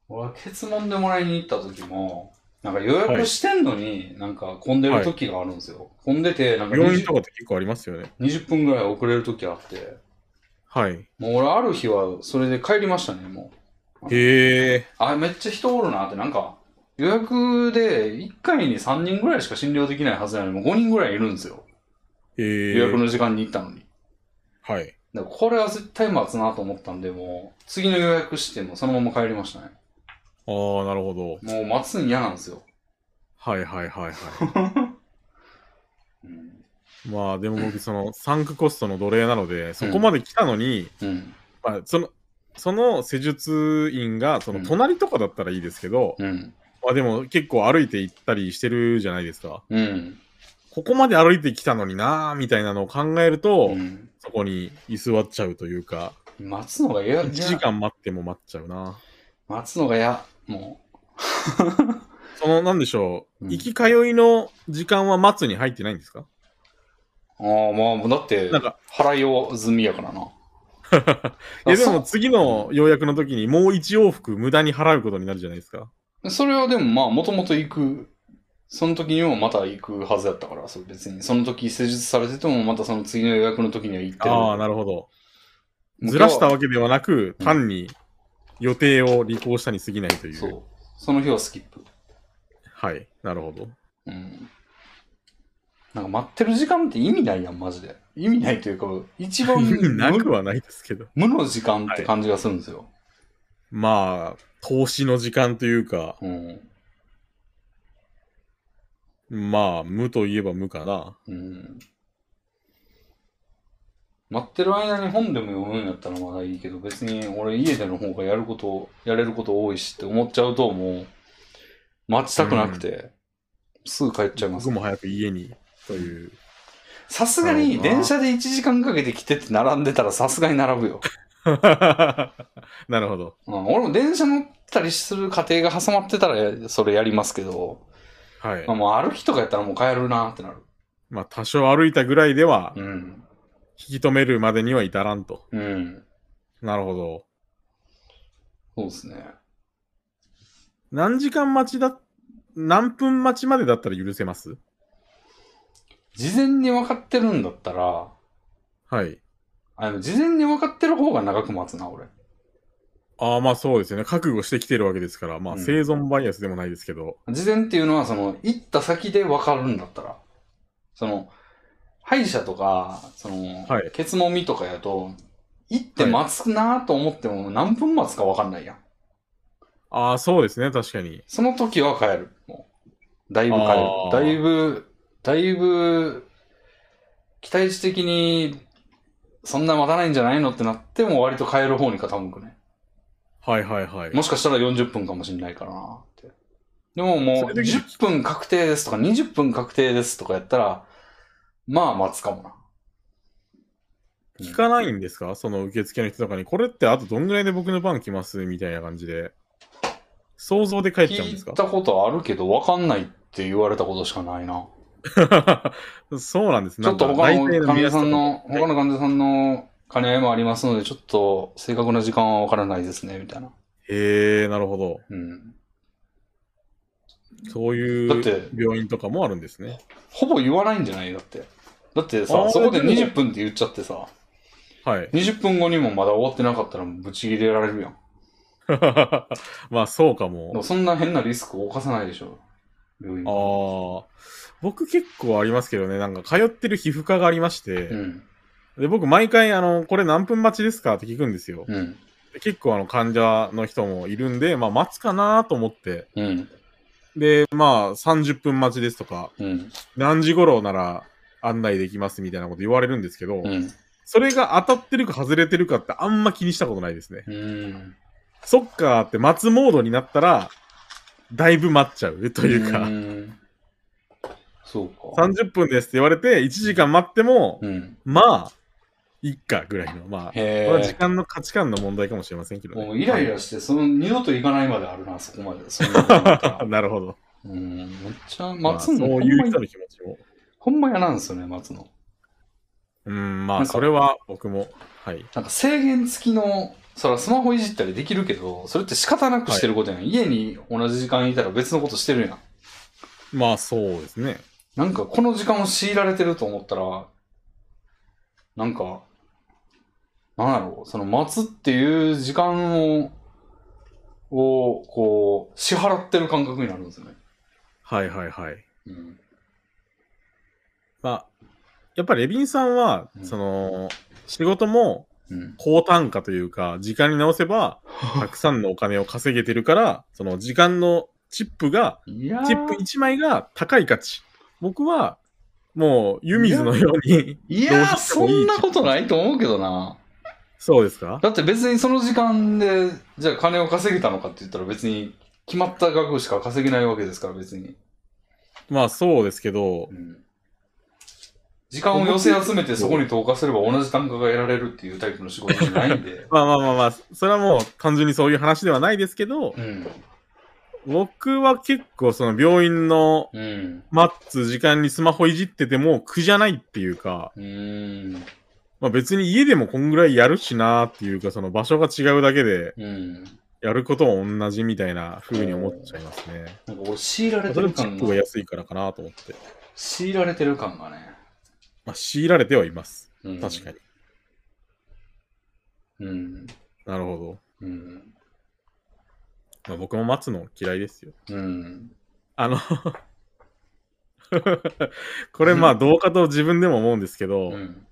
Speaker 1: 俺、ケツモンでもらいに行った時も、なんか予約してんのに、なんか混んでる時があるんですよ。混んでて、なんか
Speaker 2: 病院
Speaker 1: 20,
Speaker 2: とかって結構ありますよね。
Speaker 1: 20分ぐらい遅れる時あって、
Speaker 2: はい。
Speaker 1: もう俺、ある日はそれで帰りましたね、も
Speaker 2: へえ
Speaker 1: う。。あ、めっちゃ人おるなって、なんか、予約で1回に3人ぐらいしか診療できないはずなのに、もう5人ぐらいいるんですよ。
Speaker 2: へえ。
Speaker 1: 予約の時間に行ったのに。
Speaker 2: はい。
Speaker 1: だからこれは絶対待つなと思ったんで、もう、次の予約してもそのまま帰りましたね。
Speaker 2: ああ、なるほど。
Speaker 1: もう待つん嫌なんですよ。
Speaker 2: はいはいはい は
Speaker 1: うん。
Speaker 2: い。まあでも僕、その、サンクコストの奴隷なので、そこまで来たのに、
Speaker 1: うん。
Speaker 2: まあ、その、その施術院が、その隣とかだったらいいですけど、
Speaker 1: うん。
Speaker 2: まあでも結構歩いて行ったりしてるじゃないですか。
Speaker 1: うん。
Speaker 2: ここまで歩いてきたのになーみたいなのを考えると、
Speaker 1: うん
Speaker 2: そこに居座っちゃうというか、
Speaker 1: 待つのが嫌、
Speaker 2: 1
Speaker 1: 嫌
Speaker 2: 時間待っても待っちゃうな。
Speaker 1: 待つのが嫌。も
Speaker 2: その、なんでしょう、
Speaker 1: うん
Speaker 2: 行き通いの時間は待つに入ってないんですか
Speaker 1: う。ああ、まあ、もうだって
Speaker 2: なん、か、
Speaker 1: 払いを済みや からな。
Speaker 2: いやでも
Speaker 1: そ
Speaker 2: 次の要約の時にもう1往復無駄に払うことになるじゃないですか。
Speaker 1: それはでもまあ、もともと行く、その時にもまた行くはずやったから、それ別に。その時施術されてても、またその次の予約の時には行ってる。
Speaker 2: ああ、なるほど。ずらしたわけではなく、
Speaker 1: うん
Speaker 2: 単に予定を履行したに過ぎないという。
Speaker 1: そう。その日はスキップ。
Speaker 2: はい、なるほど。
Speaker 1: うん。なんか待ってる時間って意味ないやん、マジで。意味ないというか、一番
Speaker 2: なく
Speaker 1: 無
Speaker 2: はないですけど。
Speaker 1: 無の時間って感じがするんですよ。
Speaker 2: まあ、投資の時間というか、
Speaker 1: うん。
Speaker 2: まあ、無といえば無かな。
Speaker 1: うん。待ってる間に本でも読むんやったらまだいいけど、別に俺家での方がやること、やれること多いしって思っちゃうともう、待ちたくなくて、すぐ帰っちゃいます
Speaker 2: 僕。も早く家にという。
Speaker 1: さすがに電車で1時間かけて来てって並んでたらさすがに並ぶよ。
Speaker 2: なるほど。
Speaker 1: うん、俺も電車乗ったりする過程が挟まってたらそれやりますけど、
Speaker 2: はい
Speaker 1: まあ、。もう歩きとかやったらもう帰るなってなる。
Speaker 2: まあ、多少歩いたぐらいでは、
Speaker 1: うん。
Speaker 2: 引き止めるまでには至らんと。
Speaker 1: うん。
Speaker 2: なるほど。
Speaker 1: そうですね。
Speaker 2: 何時間待ちだ、何分待ちまでだったら許せます
Speaker 1: 事前に分かってるんだったら、
Speaker 2: はい。
Speaker 1: あの事前に分かってる方が長く待つな、俺。
Speaker 2: ああ、まあそうですよね。覚悟してきてるわけですから、ま
Speaker 1: う
Speaker 2: あ
Speaker 1: ん
Speaker 2: 生存バイアスでもないですけど。
Speaker 1: 事前っていうのは、その、行った先で分かるんだったら。その、歯医者とか、その、
Speaker 2: はい
Speaker 1: ケツもみとかやと、行って待つなと思っても何分待つか分かんないやん。
Speaker 2: ああ、そうですね。確かに。
Speaker 1: その時は帰る。もう。だいぶ帰
Speaker 2: あー
Speaker 1: る。だいぶ、だいぶ、期待値的に、そんな待たないんじゃないのってなっても割と帰る方に傾くね。
Speaker 2: はいはいはい。
Speaker 1: もしかしたら40分かもしれないからなって。でももう、
Speaker 2: それで
Speaker 1: 10分確定ですとか、20分確定ですとかやったら、まあ待つかもな。
Speaker 2: 聞かないんですかその受付の人とかに、これってあとどんぐらいで僕の番来ますみたいな感じで。想像で帰っちゃうんです
Speaker 1: 聞
Speaker 2: か
Speaker 1: いたことあるけど、わかんないって言われたことしかないな。
Speaker 2: そうなんです。
Speaker 1: ち
Speaker 2: な
Speaker 1: ょっ
Speaker 2: んか
Speaker 1: と他の
Speaker 2: 大体
Speaker 1: 患者さんの、
Speaker 2: 目安
Speaker 1: 他
Speaker 2: とか
Speaker 1: の患者さんの兼ね合いもありますので、ちょっと正確な時間はわからないですね、みたいな。
Speaker 2: へえ、なるほど。
Speaker 1: うん。
Speaker 2: そうい
Speaker 1: だって
Speaker 2: う病院とかもあるんですね。
Speaker 1: ほぼ言わないんじゃないだって。だってさ
Speaker 2: あ、ー
Speaker 1: そこで
Speaker 2: でも
Speaker 1: 20分って言っちゃってさ、
Speaker 2: はい。
Speaker 1: 20分後にもまだ終わってなかったらブチ切れられるやん。
Speaker 2: まあ、そうか
Speaker 1: でも
Speaker 2: も。
Speaker 1: そんな変なリスクを犯さないでしょ。病院
Speaker 2: ああ。僕結構ありますけどね、なんか通ってる皮膚科がありまして、
Speaker 1: うん。
Speaker 2: で、僕毎回、あの、これ何分待ちですかって聞くんですよ。
Speaker 1: うん。
Speaker 2: で結構あの、患者の人もいるんで、まあ、待つかなと思って。
Speaker 1: うん。
Speaker 2: で、まあ、30分待ちですとか、
Speaker 1: うん。
Speaker 2: 何時頃なら案内できますみたいなこと言われるんですけど、
Speaker 1: うん。
Speaker 2: それが当たってるか外れてるかってあんま気にしたことないですね。
Speaker 1: うん。
Speaker 2: そっかーって待つモードになったら、だいぶ待っちゃうと
Speaker 1: と
Speaker 2: いうか、
Speaker 1: そうか。
Speaker 2: 30分ですって言われて、1時間待っても、
Speaker 1: うん。
Speaker 2: まあ、いっかぐらいの、まあ、こ
Speaker 1: へ
Speaker 2: れは時
Speaker 1: え。
Speaker 2: 間の価値観の問題かもしれませんけどね。
Speaker 1: もうイライラして、その二度と行かないまであるな、そこまで。そんなことになったら
Speaker 2: あなるほど。
Speaker 1: うん。めっちゃ待つ
Speaker 2: ま
Speaker 1: の、
Speaker 2: あそう
Speaker 1: ほん
Speaker 2: い
Speaker 1: ま
Speaker 2: う
Speaker 1: に
Speaker 2: 人の気持ちも。
Speaker 1: ほんま嫌なんですよね、待つの。
Speaker 2: うん、ま
Speaker 1: な
Speaker 2: あ、
Speaker 1: んか
Speaker 2: それは僕も、はい。
Speaker 1: なんか制限付きのそらスマホいじったりできるけど、それって仕方なくしてることやん。家に同じ時間いたら別のことしてるやん。
Speaker 2: まあそうですね。
Speaker 1: なんかこの時間を強いられてると思ったら、なんか、なんだろう、その待つっていう時間を、を、こう、支払ってる感覚になるんですよね。
Speaker 2: はいはいはい。
Speaker 1: うん。
Speaker 2: まあ、やっぱりレビンさんは、
Speaker 1: うん
Speaker 2: その、仕事も
Speaker 1: うん。
Speaker 2: 高単価というか、時間に直せ ば、たくさんのお金を稼げてるから、その時間のチップが、
Speaker 1: いやー
Speaker 2: チップ1枚が高い価値。僕は、もう湯水のように、
Speaker 1: いやー、
Speaker 2: どうしても
Speaker 1: そ
Speaker 2: いい
Speaker 1: んなことないと思うけどな。
Speaker 2: そうですか
Speaker 1: だって別にその時間で、じゃあ金を稼げたのかって言ったら別に決まった額しか稼げないわけですから別に。
Speaker 2: まあそうですけど。
Speaker 1: う、ん。時間を寄せ集めてそこに投下すれば同じ単価が得られるっていうタイプの仕事じゃないんで
Speaker 2: まあまあまあまあ、それはもう単純にそういう話ではないですけど
Speaker 1: う、ん。
Speaker 2: 僕は結構その病院の
Speaker 1: うん。
Speaker 2: 待つ時間にスマホいじってても苦じゃないっていうか、
Speaker 1: うーん。
Speaker 2: まあ別に家でもこんぐらいやるしなーっていうか、その場所が違うだけで、
Speaker 1: うん。
Speaker 2: やることも同じみたいな風に思っちゃいますね。
Speaker 1: なんか俺強いられ
Speaker 2: そ
Speaker 1: て
Speaker 2: れ
Speaker 1: る
Speaker 2: もチッ
Speaker 1: 感
Speaker 2: プが
Speaker 1: が、
Speaker 2: 安いからかなと思って。
Speaker 1: 強いられてる感がね。
Speaker 2: まあ強いられてはいます。
Speaker 1: うん、
Speaker 2: 確かに。
Speaker 1: に。うん。
Speaker 2: なるほど。
Speaker 1: うん。
Speaker 2: まあ、僕も待つの嫌いですよ。
Speaker 1: うん。
Speaker 2: あの、これまあ
Speaker 1: うん
Speaker 2: どうかと自分でも思うんですけど、
Speaker 1: うん。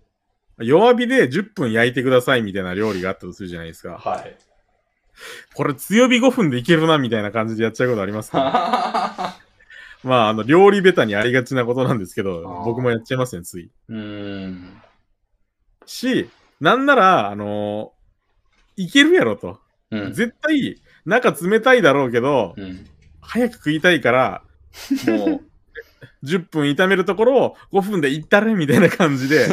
Speaker 2: 弱火で10分焼いてくださいみたいな料理があったとするじゃないですか。
Speaker 1: はい。
Speaker 2: これ強火5分でいけるなみたいな感じでやっちゃうことありますか、 まあ、あの、料理ベタにありがちなことなんですけ
Speaker 1: あ
Speaker 2: ど、
Speaker 1: ー
Speaker 2: 僕もやっちゃいますね、つい。
Speaker 1: うん。
Speaker 2: し、なんなら、あのーいけるやろと。
Speaker 1: うん。
Speaker 2: 絶対、中冷たいだろうけど、
Speaker 1: うん。
Speaker 2: 早く食いたいから、もう、10分炒めるところを5分でいったれみたいな感じで、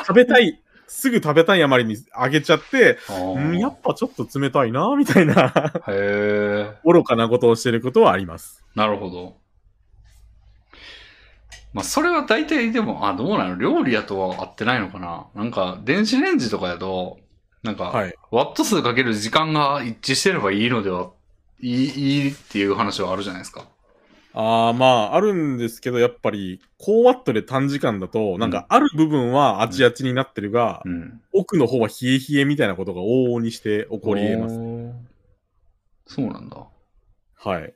Speaker 2: 食べたい、すぐ食べたいあまりにあげちゃって、うんやっぱちょっと冷たいな、みたいな、
Speaker 1: へえ。
Speaker 2: 愚かなことをしてることはあります。
Speaker 1: なるほど。まあ、それは大体でも、あ、どうなの料理やとは合ってないのかななんか、電子レンジとかやと、なんか、
Speaker 2: はい。
Speaker 1: ワット数かける時間が一致してればいいのでは、いい、いいっていう話はあるじゃないですか。
Speaker 2: ああ、まあ、あるんですけど、やっぱり、高ワットで短時間だと、なんか、ある部分はあちあちになってるが、
Speaker 1: うん。
Speaker 2: 奥の方は冷え冷えみたいなことが往々にして起こり得ます。
Speaker 1: ます。そうなんだ。
Speaker 2: はい。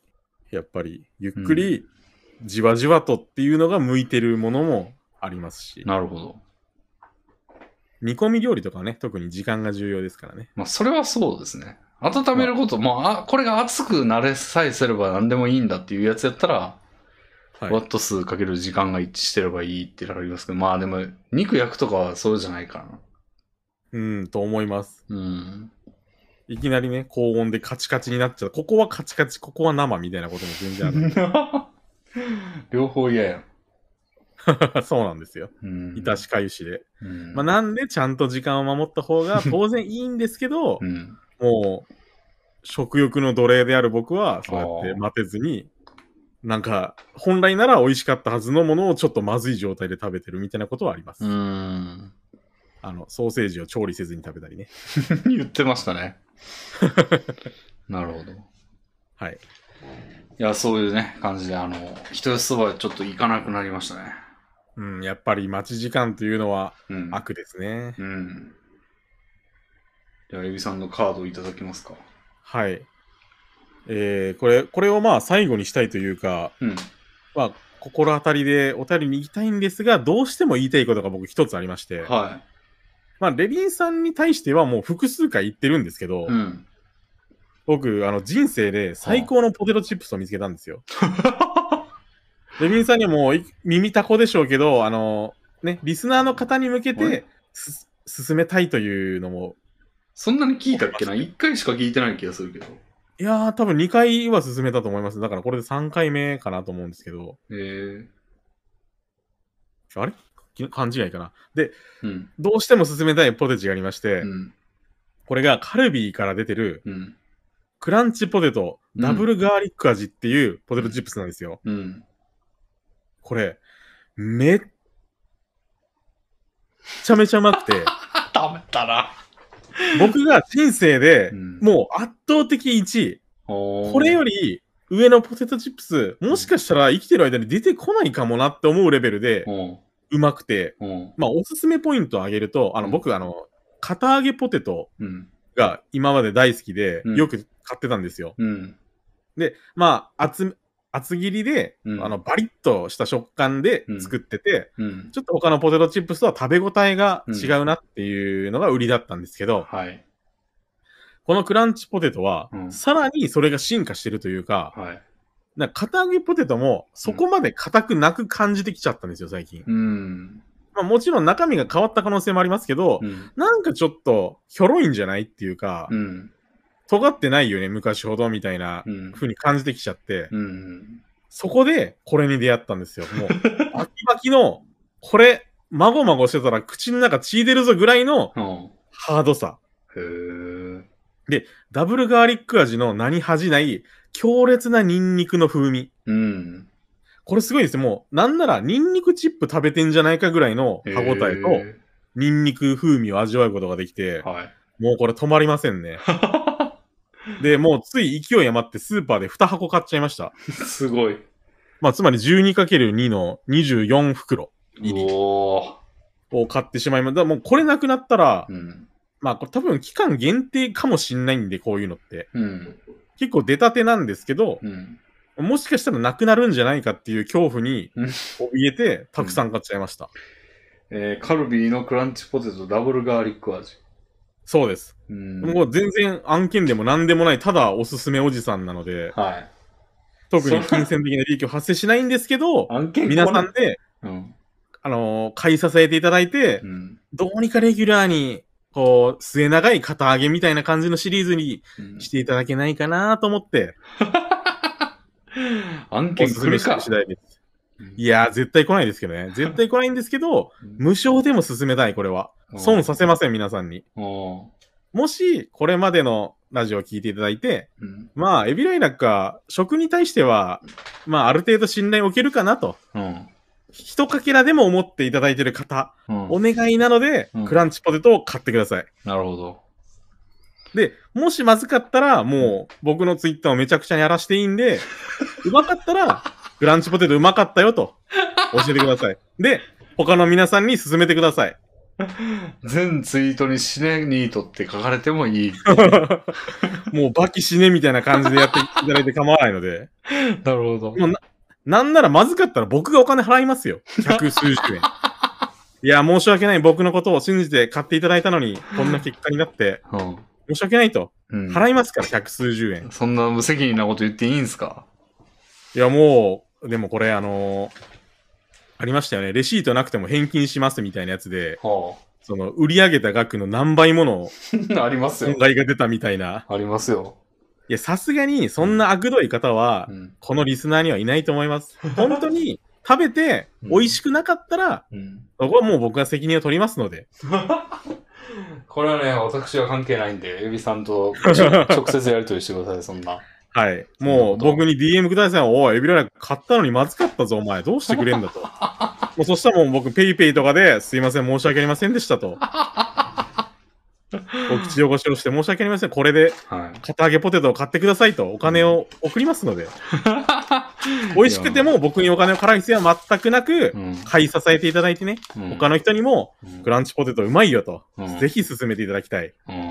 Speaker 2: やっぱり、ゆっくり、じわじわとっていうのが向いてるものもありますし、
Speaker 1: なるほど。
Speaker 2: 煮込み料理とかはね、特に時間が重要ですからね。
Speaker 1: まあ、それはそうですね。温めること、まあ、あ、これが熱くなれさえすれば何でもいいんだっていうやつやったら、
Speaker 2: はい。
Speaker 1: ワット数かける時間が一致してればいいってなりますけど、まあでも、肉焼くとかはそうじゃないからな。
Speaker 2: うん、と思います。
Speaker 1: うん。
Speaker 2: いきなりね、高温でカチカチになっちゃう。ここはカチカチ、ここは生みたいなことも全然ある
Speaker 1: 両方嫌やん。
Speaker 2: そうなんですよ。
Speaker 1: うん。
Speaker 2: いたしかゆしで。
Speaker 1: うん。
Speaker 2: まあ、なんでちゃんと時間を守った方が当然いいんですけど
Speaker 1: う、ん。
Speaker 2: もう、食欲の奴隷である僕は、そうやっ
Speaker 1: あ
Speaker 2: て待てずに、なんか、本来なら美味しかったはずのものをちょっとまずい状態で食べてるみたいなことはあります。
Speaker 1: うん。
Speaker 2: あの、ソーセージを調理せずに食べたりね。
Speaker 1: 言ってましたね。 なるほど。い
Speaker 2: はい。
Speaker 1: や、そういうね、感じで、あの、人よそばちょっと行かなくなりましたね。
Speaker 2: うん、やっぱり待ち時間というのは
Speaker 1: うん。
Speaker 2: 悪ですね。
Speaker 1: うん。じゃあ、エビさんのカードをいただきますか。
Speaker 2: はい。えー、これ、これをまあ最後にしたいというか、
Speaker 1: うん。
Speaker 2: まあ、心当たりでお便りに行きたいんですが、どうしても言いたいことが僕一つありまして、
Speaker 1: は
Speaker 2: まあ、レビンさんに対してはもう複数回言ってるんですけど、
Speaker 1: い。うん。
Speaker 2: 僕、あの、人生で最高のポテトチップスを見つけたんですよ。レビンさんにはもうい耳たこでしょうけど、あの、ね、リスナーの方に向け
Speaker 1: は
Speaker 2: て
Speaker 1: い
Speaker 2: す、進めたいというのも、
Speaker 1: そんなに聞いたっけな ?1 回しか聞いてない気がするけど。
Speaker 2: いやー、多分2回は進めたと思います。だからこれで3回目かなと思うんですけど、
Speaker 1: へえ
Speaker 2: あれき勘違いかな。で、
Speaker 1: うん。
Speaker 2: どうしても進めたいポテチがありまして、
Speaker 1: うん。
Speaker 2: これがカルビーから出てる
Speaker 1: うん。
Speaker 2: クランチポテト
Speaker 1: うん
Speaker 2: ダブルガーリック味っていうポテトチップスなんですよ。
Speaker 1: うん。
Speaker 2: これ、めっちゃめちゃうまくて、
Speaker 1: 食べたら。
Speaker 2: 僕が人生で
Speaker 1: う、ん
Speaker 2: もう圧倒的1位。こ
Speaker 1: こ
Speaker 2: れより上のポテトチップス、もしかしたら生きてる間に出てこないかもなって思うレベルで、
Speaker 1: うん。
Speaker 2: うまくて、
Speaker 1: うん。
Speaker 2: まあ、おすすめポイントを挙げると、あの、
Speaker 1: うん
Speaker 2: 僕、あの、片揚げポテト
Speaker 1: うん。
Speaker 2: が今まで大好きで、
Speaker 1: うん
Speaker 2: よく買ってたんですよ。
Speaker 1: うん。
Speaker 2: で、まあ、厚、厚切りで、
Speaker 1: うん
Speaker 2: あの、バリッとした食感で作ってて、
Speaker 1: うん。
Speaker 2: ちょっと他のポテトチップスとは食べ応えが違うなっていうのが売りだったんですけど、
Speaker 1: はい。
Speaker 2: このクランチポテトは
Speaker 1: う、ん
Speaker 2: さらにそれが進化してるというか、
Speaker 1: はい。
Speaker 2: なんか片揚げポテトもそこまで硬くなく感じてきちゃったんですよ、最近。
Speaker 1: うん。
Speaker 2: まあ、もちろん中身が変わった可能性もありますけど、
Speaker 1: うん。
Speaker 2: なんかちょっとひょろいんじゃないっていうか、
Speaker 1: うん。
Speaker 2: 尖ってないよね、昔ほどみたいな
Speaker 1: うん。
Speaker 2: 風に感じてきちゃって、
Speaker 1: うん。
Speaker 2: そこでこれに出会ったんですよ。 もう、バキバキの、これ、まごまごしてたら口の中血出るぞぐらいの
Speaker 1: うん
Speaker 2: ハードさ。
Speaker 1: へー
Speaker 2: ダブルガーリック味の何恥じない強烈なニンニクの風味。
Speaker 1: うん。
Speaker 2: これすごいですね。もう、なんなら、ニンニクチップ食べてんじゃないかぐらいの
Speaker 1: へ
Speaker 2: 歯応えと、
Speaker 1: ー
Speaker 2: ニンニク風味を味わうことができて、
Speaker 1: はい。
Speaker 2: もうこれ止まりませ んね。で、もうつい勢い余ってスーパーで2箱買っちゃいました。
Speaker 1: すごい。
Speaker 2: まあ、つまり 12×2 の24袋入り
Speaker 1: おー
Speaker 2: を買ってしまいました。だからもうこれなくなったら
Speaker 1: う、ん。
Speaker 2: まあ、これ多分期間限定かもしんないんで、こういうのって。
Speaker 1: うん。
Speaker 2: 結構出たてなんですけど、
Speaker 1: うん。
Speaker 2: もしかしたらなくなるんじゃないかっていう恐怖に
Speaker 1: うん
Speaker 2: 怯えて、たくさん買っちゃいました。
Speaker 1: えーカルビーのクランチポテトダブルガーリック味。
Speaker 2: そうです。
Speaker 1: うん。
Speaker 2: もう全然案件でも何でもない、ただおすすめおじさんなので、
Speaker 1: はい。
Speaker 2: 特に金銭的な利益を発生しないんですけ ど、
Speaker 1: 案件
Speaker 2: 皆さんで、
Speaker 1: うん。
Speaker 2: あのー買い支えていただいて
Speaker 1: う、ん。
Speaker 2: どうにかレギュラーに、こう、末長い肩上げみたいな感じのシリーズに
Speaker 1: うん
Speaker 2: していただけないかなと思って、
Speaker 1: 案
Speaker 2: お
Speaker 1: 件
Speaker 2: すす
Speaker 1: 来
Speaker 2: め
Speaker 1: る
Speaker 2: した
Speaker 1: か。
Speaker 2: 次第です。
Speaker 1: うん
Speaker 2: いやー、絶対来ないですけどね。絶対来ないんですけど、無償でも進めたい、これは。損させません、皆さんに。
Speaker 1: お
Speaker 2: もし、これまでのラジオを聞いていただいて、
Speaker 1: ーうん。
Speaker 2: まあ、エビライなんか、食に対しては、まあ、ある程度信頼を受けるかなと。
Speaker 1: うん。
Speaker 2: 一かけらでも思っていただいている方、
Speaker 1: うん
Speaker 2: お願いなので、
Speaker 1: うん
Speaker 2: クランチポテトを買ってください。
Speaker 1: なるほど。
Speaker 2: で、もしまずかったら、もう、僕のツイッターをめちゃくちゃにやらしていいんで、うまかったら、クランチポテトうまかったよと、教えてください。で、他の皆さんに勧めてください。
Speaker 1: 全ツイートに死ねニートって書かれてもいい。
Speaker 2: もう、バキ死ねみたいな感じでやっていただいて構わないので、
Speaker 1: なるほど
Speaker 2: もうな、なんならまずかったら僕がお金払いますよ。百数十円。いや、申し訳ない。僕のことを信じて買っていただいたのに、こんな結果になって、申し訳ないと。
Speaker 1: うん。
Speaker 2: 払いますから、百数十円。
Speaker 1: そんな無責任なこと言っていいんすか
Speaker 2: いや、もう、でもこれ、あのーありましたよね。レシートなくても返金しますみたいなやつで、
Speaker 1: は
Speaker 2: その、売り上げた額の何倍もの
Speaker 1: あ。あります
Speaker 2: 損
Speaker 1: よ。
Speaker 2: 害が出たみたいな。
Speaker 1: ありますよ。
Speaker 2: いや、さすがに、そんな悪どい方は
Speaker 1: う、ん。
Speaker 2: このリスナーにはいないと思います。本当に、食べて、美味しくなかったら、
Speaker 1: うん。
Speaker 2: そこはもう僕が責任を取りますので。
Speaker 1: これはね、私は関係ないんで、エビさんと 直接やりとりしてください、そんな。
Speaker 2: はい。もう僕に DM ください。おい、エビララ買ったのにまずかったぞ、お前。どうしてくれ んだと。もうそしたらもう僕、ペイペイとかで、すいません、申し訳ありませんでし たと。お口汚しをして申し訳ありません。これで、
Speaker 1: はい。
Speaker 2: 片揚げポテトを買ってくださいと、お金を送りますので。美味しくても僕にお金を払う必要は全くなく
Speaker 1: う、ん。
Speaker 2: 買い支えていただいてね、
Speaker 1: うん
Speaker 2: 他の人にも、
Speaker 1: うん
Speaker 2: クランチポテトうまいよと、
Speaker 1: うん
Speaker 2: ぜひ進めていただきたい。
Speaker 1: うん。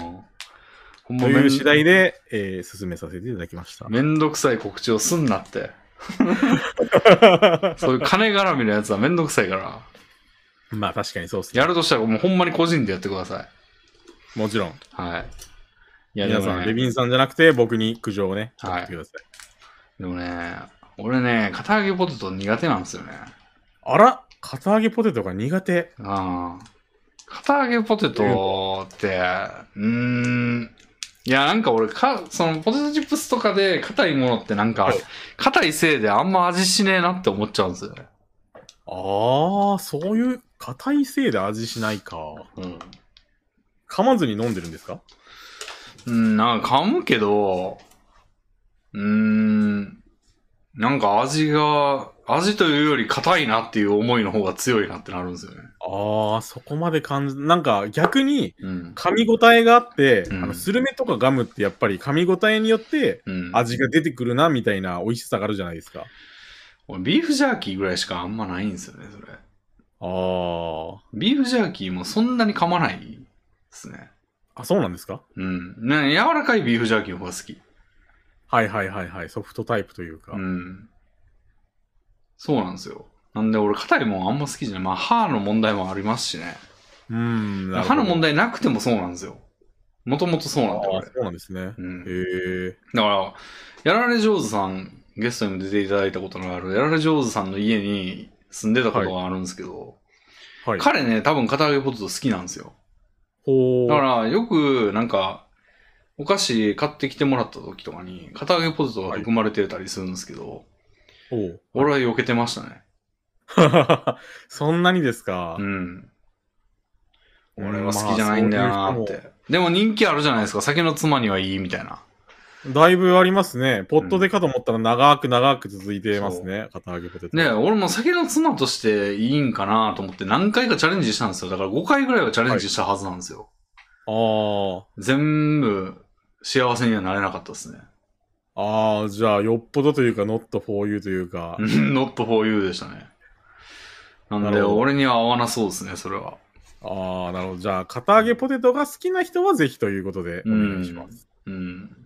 Speaker 1: ほんま
Speaker 2: と
Speaker 1: め
Speaker 2: い
Speaker 1: ん
Speaker 2: う次第で、えー進めさせていただきました。
Speaker 1: めんどくさい告知をすんなって。 そういう金絡みのやつはめんどくさいから。
Speaker 2: まあ確かにそうですね。
Speaker 1: やるとしたらもうほんまに個人でやってください。
Speaker 2: もちろん。
Speaker 1: はい。いや、で
Speaker 2: 皆
Speaker 1: も
Speaker 2: さん、レ
Speaker 1: ね、
Speaker 2: ビンさんじゃなくて、僕に苦情をね、
Speaker 1: はい
Speaker 2: 送ってください。
Speaker 1: でもね、俺ね、片揚げポテト苦手なんですよね。
Speaker 2: あら片揚げポテトが苦手。
Speaker 1: ああ。片揚げポテトって、うーん。いや、なんか俺か、その、ポテトチップスとかで硬いものってなんか
Speaker 2: はい、
Speaker 1: 硬、い、せいであんま味しねえなって思っちゃうんですよね。
Speaker 2: ああ、そういう、硬いせいで味しないか。
Speaker 1: うん。
Speaker 2: 噛まずに飲んでるんですか
Speaker 1: うん、なんか噛むけど、うーん、なんか味が、味というより硬いなっていう思いの方が強いなってなるんですよね。
Speaker 2: ああ、ああ、そこまで感じ、なんか逆に
Speaker 1: うん。
Speaker 2: 噛み応えがあって、
Speaker 1: うん
Speaker 2: あのスルメとかガムってやっぱり噛み応えによって
Speaker 1: うん。
Speaker 2: 味が出てくるなみたいな美味しさがあるじゃないですか。
Speaker 1: 俺ビーフジャーキーぐらいしかあんまないんですよね、それ。
Speaker 2: あー
Speaker 1: ビーフジャーキーもそんなに噛まないですね。
Speaker 2: あ、そうなんですか
Speaker 1: うん。ね、柔らかいビーフジャーキーの方が好き。
Speaker 2: はいはいはいはい、ソフトタイプというか。
Speaker 1: うん。そうなんですよ。なんで俺、硬いもんあんま好きじゃない。まあ、歯の問題もありますしね。
Speaker 2: うーん、なる
Speaker 1: 歯の問
Speaker 2: 題
Speaker 1: 題なくてもそうなんですよ。もともとそうなんだよ、俺
Speaker 2: そ。うなんですね。
Speaker 1: うん
Speaker 2: へ。え。
Speaker 1: だから、やられ上手さん、ゲストにも出ていただいたことのある、やられ上手さんの家に住んでたことがあるんですけど、
Speaker 2: はい。
Speaker 1: 彼ね、多分片揚げポテト好きなんですよ。
Speaker 2: ほー
Speaker 1: だから、よく、なんか、お菓子買ってきてもらった時とかに、片揚げポテトが含まれてたりするんですけど、
Speaker 2: ほう
Speaker 1: 俺は避けてましたね。
Speaker 2: そんなにですか
Speaker 1: う。ん。俺は好きじゃないんだよなーって。でも人気あるじゃないですか。酒の妻にはいいみたいな。
Speaker 2: だいぶありますね。ポットでかと思ったら長く長く続いてますね。片揚げポテト。
Speaker 1: ね俺も酒の妻としていいんかなと思って何回かチャレンジしたんですよ。だから5回ぐらいはチャレンジしたはずなんですよ。
Speaker 2: あ
Speaker 1: 全部幸せにはなれなかったですね。
Speaker 2: あ。ああ、じゃあ、よっぽどというか、not for you というか。
Speaker 1: not for you でしたね。なん
Speaker 2: な
Speaker 1: で、
Speaker 2: るほど
Speaker 1: 俺には合わなそうですね、それは。
Speaker 2: ああ、なるほど。じゃあ、片揚げポテトが好きな人はぜひということでお願いします。
Speaker 1: うん。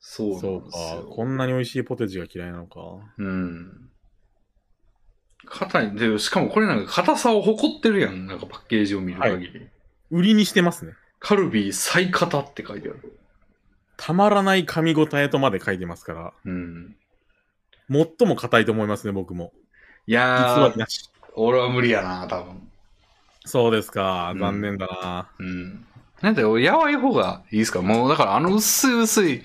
Speaker 1: そうなん
Speaker 2: そう
Speaker 1: で
Speaker 2: か
Speaker 1: すよ。。
Speaker 2: こんなに美味しいポテチが嫌いなのか。
Speaker 1: うん。硬い。で、しかもこれなんか硬さを誇ってるやん。なんかパッケージを見る限り。
Speaker 2: 売りにしてますね。
Speaker 1: カルビー最硬って書いてある。
Speaker 2: たまらない噛み応えとまで書いてますから、
Speaker 1: うん。
Speaker 2: 最も硬いと思いますね、僕も。
Speaker 1: い
Speaker 2: 偽
Speaker 1: や
Speaker 2: り
Speaker 1: ー、
Speaker 2: なし。
Speaker 1: 俺は無理やな、多分。
Speaker 2: そうですか
Speaker 1: う。ん
Speaker 2: 残念だな。
Speaker 1: うん。なんだよ、やわい方がいいですかもう、だからあの薄い薄い、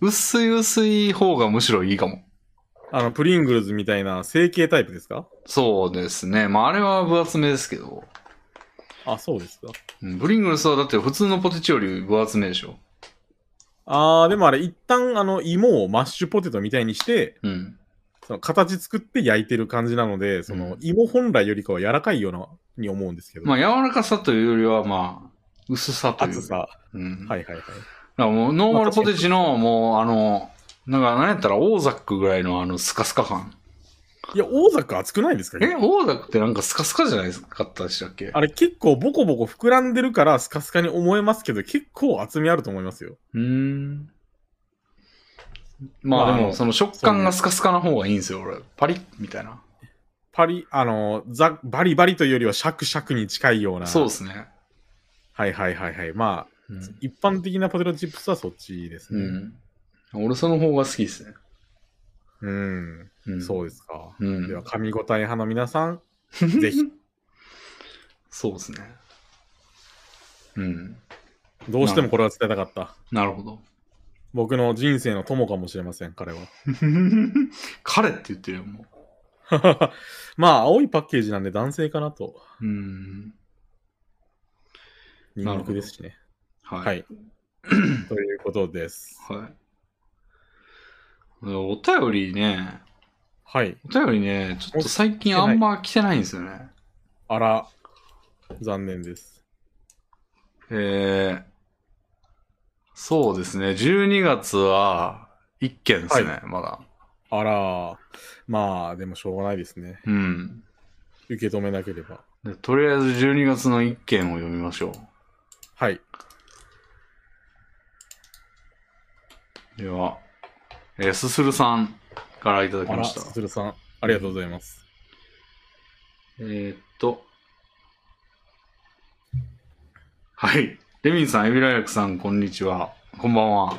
Speaker 1: 薄い薄い方がむしろいいかも。
Speaker 2: あの、プリングルズみたいな成形タイプですか
Speaker 1: そうですね。まあ、あれは分厚めですけど。
Speaker 2: あ、そうですか。
Speaker 1: うんブリングルスはだって普通のポテチより分厚めでしょ。
Speaker 2: あー、でもあれ、一旦、あの、芋をマッシュポテトみたいにして、
Speaker 1: うん。
Speaker 2: その形作って焼いてる感じなので、その、
Speaker 1: うん
Speaker 2: 芋本来よりかは柔らかいような、に思うんですけど。
Speaker 1: まあ、柔らかさというよりは、まあ、薄さという。
Speaker 2: 厚さ。は
Speaker 1: うん。
Speaker 2: い
Speaker 1: はい。
Speaker 2: はいはい。
Speaker 1: だからもう、ノーマルポテチの、もう、あの、なんか、なんやったら、オーザックぐらいの、あの、スカスカ感。
Speaker 2: いや、大阪厚くないですか
Speaker 1: え、オーザックってなんかスカスカじゃないですかったでしたっけ
Speaker 2: あれ結構ボコボコ膨らんでるからスカスカに思えますけど、結構厚みあると思いますよ。
Speaker 1: うーん。まあで
Speaker 2: まあ
Speaker 1: も、その食感がスカスカな方がいいんですよ、俺。パリッみたいな。
Speaker 2: パリ、あの、ザ、バリバリというよりはシャクシャクに近いような。
Speaker 1: そうですね。
Speaker 2: はいはいはいはい。まあ、
Speaker 1: うん。
Speaker 2: 一般的なポテトチップスはそっちですね。
Speaker 1: うん、俺、その方が好きですね。
Speaker 2: うん。
Speaker 1: うん。
Speaker 2: そうですか。
Speaker 1: うん
Speaker 2: では、噛み応え派の皆さ ん、ぜひ、
Speaker 1: そうですね。うん。
Speaker 2: どうしてもこれは伝えたかった。
Speaker 1: なるほ ど。
Speaker 2: 僕の人生の友かもしれません、彼は。
Speaker 1: 彼って言ってるよ、も
Speaker 2: まあ、青いパッケージなんで男性かなと。
Speaker 1: う。うん。
Speaker 2: ニンニクですしね。
Speaker 1: はい。
Speaker 2: はい。 ということです。
Speaker 1: はいお便りね、
Speaker 2: はい。
Speaker 1: お便りね、ちょっと最近あんま来てないんですよね。
Speaker 2: あら、残念です。
Speaker 1: えー、そうですね。12月は1件ですね、
Speaker 2: は
Speaker 1: まだ。
Speaker 2: あら、まあ、でもしょうがないですね。
Speaker 1: うん
Speaker 2: 受け止めなければ。
Speaker 1: でとりあえず12月の1件を読みましょ
Speaker 2: はい。
Speaker 1: う。では、えーすするさんからいただき
Speaker 2: あ
Speaker 1: ま
Speaker 2: ら、
Speaker 1: した。
Speaker 2: すずるさん、ありがとうございます。
Speaker 1: えー、っと。はい。レミンさん、エビラヤクさん、こんにちは。こんばんは。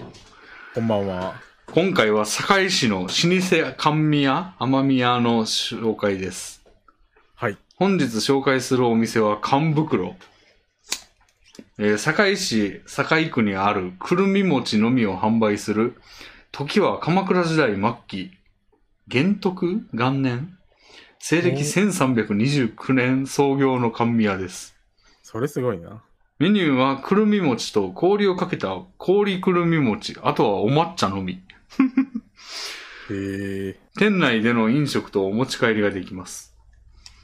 Speaker 2: こんばんは。
Speaker 1: 今回は堺市の老舗甘味屋、甘味屋の紹介です。
Speaker 2: はい。
Speaker 1: 本日紹介するお店は缶袋。えー堺市堺区にあるくるみ餅のみを販売する、時は鎌倉時代末期、元徳元年西暦
Speaker 2: お
Speaker 1: 1329年創業の甘味屋です。
Speaker 2: それすごいな。
Speaker 1: メニューはくるみ餅と氷をかけた氷くるみ餅、あとはお抹茶のみ。
Speaker 2: へえ。
Speaker 1: 店内での飲食とお持ち帰りができます。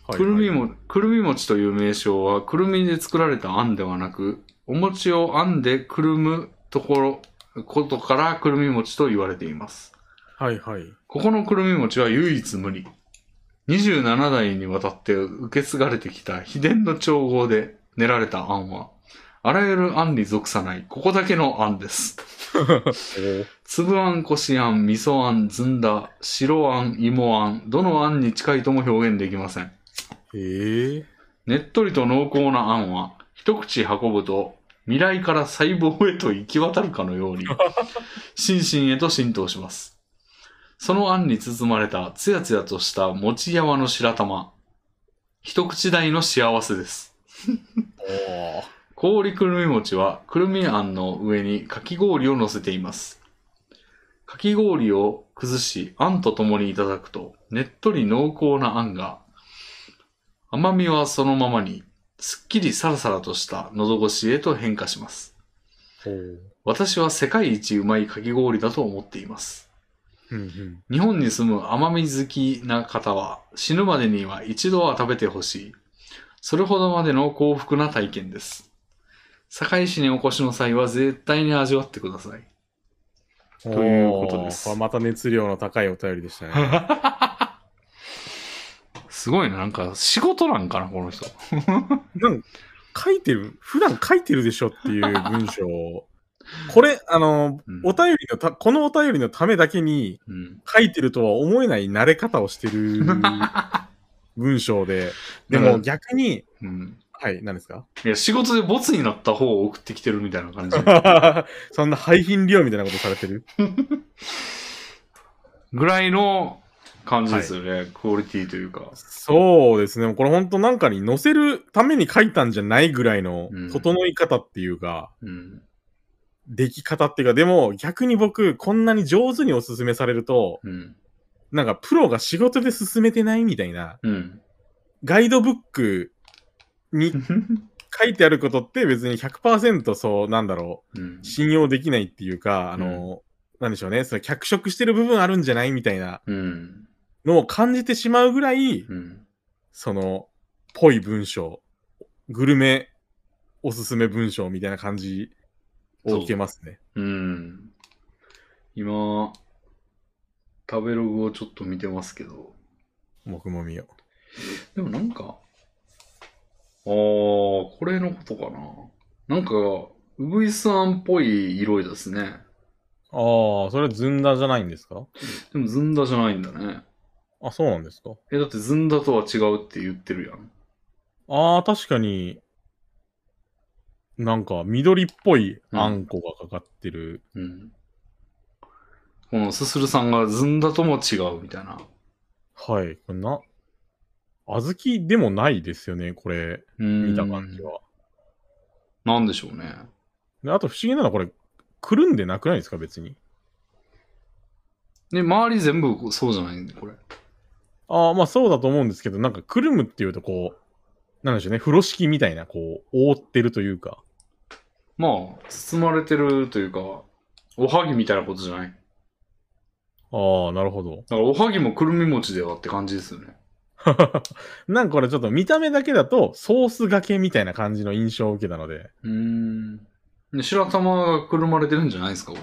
Speaker 2: はい
Speaker 1: くるみも、くるみ餅という名称は、くるみで作られたあんではなく、お餅を編んでくるむところ、ことからくるみ餅と言われています。
Speaker 2: はいはい。
Speaker 1: ここのくるみ餅は唯一無二。27代にわたって受け継がれてきた秘伝の調合で練られたあんは、あらゆるあんに属さない、ここだけのあんです。粒あん、こしあん、味噌あん、ずんだ、白あん、芋あん、どのあんに近いとも表現できません。
Speaker 2: えー、
Speaker 1: ねっとりと濃厚なあんは、一口運ぶと、未来から細胞へと行き渡るかのように、心身へと浸透します。そのあんに包まれた、つやつやとした餅山の白玉。一口大の幸せです。
Speaker 2: おー
Speaker 1: 氷くるみ餅はくるみあんの上にかき氷を乗せています。かき氷を崩し、あんとともにいただくと、ねっとり濃厚なあんが、甘みはそのままに、すっきりサラサラとした喉越しへと変化します。
Speaker 2: おー
Speaker 1: 私は世界一うまいかき氷だと思っています。
Speaker 2: うんうん。
Speaker 1: 日本に住む甘み好きな方は死ぬまでには一度は食べてほしい。それほどまでの幸福な体験です。堺市にお越しの際は絶対に味わってください。
Speaker 2: と
Speaker 1: いうことです
Speaker 2: また熱量の高いお便りでしたね。
Speaker 1: すごいね。なんか仕事なんかな、この人。
Speaker 2: なんか書いてる、普段書いてるでしょっていう文章を。これ、あの、
Speaker 1: うん
Speaker 2: お便りのた、このお便りのためだけに
Speaker 1: うん。
Speaker 2: 書いてるとは思えない慣れ方をしてる 文章で。で
Speaker 1: だから
Speaker 2: も逆に、
Speaker 1: うん。
Speaker 2: はい、何で すか
Speaker 1: いや、仕事でボツになった方を送ってきてるみたいな感じ。
Speaker 2: そんな廃品利用みたいなことされてる
Speaker 1: ぐらいの感じですよね。クオリティというか。
Speaker 2: そうですね。これ本当なんかに載せるために書いたんじゃないぐらいの
Speaker 1: うん
Speaker 2: 整い方っていうか、
Speaker 1: うん。
Speaker 2: 出来方っていうか、でも逆に僕、こんなに上手におすすめされると、
Speaker 1: うん。
Speaker 2: なんかプロが仕事で進めてないみたいな、
Speaker 1: うん。
Speaker 2: ガイドブックに書いてあることって別に100%そうなんだろ
Speaker 1: うん
Speaker 2: う、信用できないっていうか、あの、なんでしょうね、その脚色してる部分あるんじゃないみたいな
Speaker 1: うん。
Speaker 2: のを感じてしまうぐらい、
Speaker 1: うん。
Speaker 2: その、ぽい文章、グルメおすすめ文章みたいな感じを受けますね。
Speaker 1: うん。今、食べログをちょっと見てますけど、
Speaker 2: 僕も見よ
Speaker 1: でもなんか、ああこれのことかな。なんか、ウグイスあんっぽい色ですね。
Speaker 2: う。ああ、それはずんだじゃないんですか
Speaker 1: でもずんだじゃないんだね。
Speaker 2: あ、そうなんですか
Speaker 1: え、だってずんだとは違うって言ってるやん。
Speaker 2: ああ、確かに、なんか緑っぽいあんこがかかってる。
Speaker 1: うん。このすするさんがずんだとも違うみたいな。
Speaker 2: はい。これな、小豆でもないですよね、これ、
Speaker 1: うん。
Speaker 2: 見た感じ。は。
Speaker 1: なんでしょうね。
Speaker 2: であと不思議なのはこれ、くるんでなくないですか、別に。
Speaker 1: ね、周り全部そうじゃないんで、これ。
Speaker 2: ああ、まあそうだと思うんですけど、なんかくるむっていうとこう、なんでしょうね、風呂敷みたいな、こう、覆ってるというか。
Speaker 1: まあ、包まれてるというか、おはぎみたいなことじゃない。
Speaker 2: ああ、なるほど。
Speaker 1: だから、おはぎもくるみ餅ではって感じですよね。
Speaker 2: なんかこれちょっと見た目だけだと、ソースがけみたいな感じの印象を受けたので。
Speaker 1: うーん。で白玉がくるまれてるんじゃないですか、こ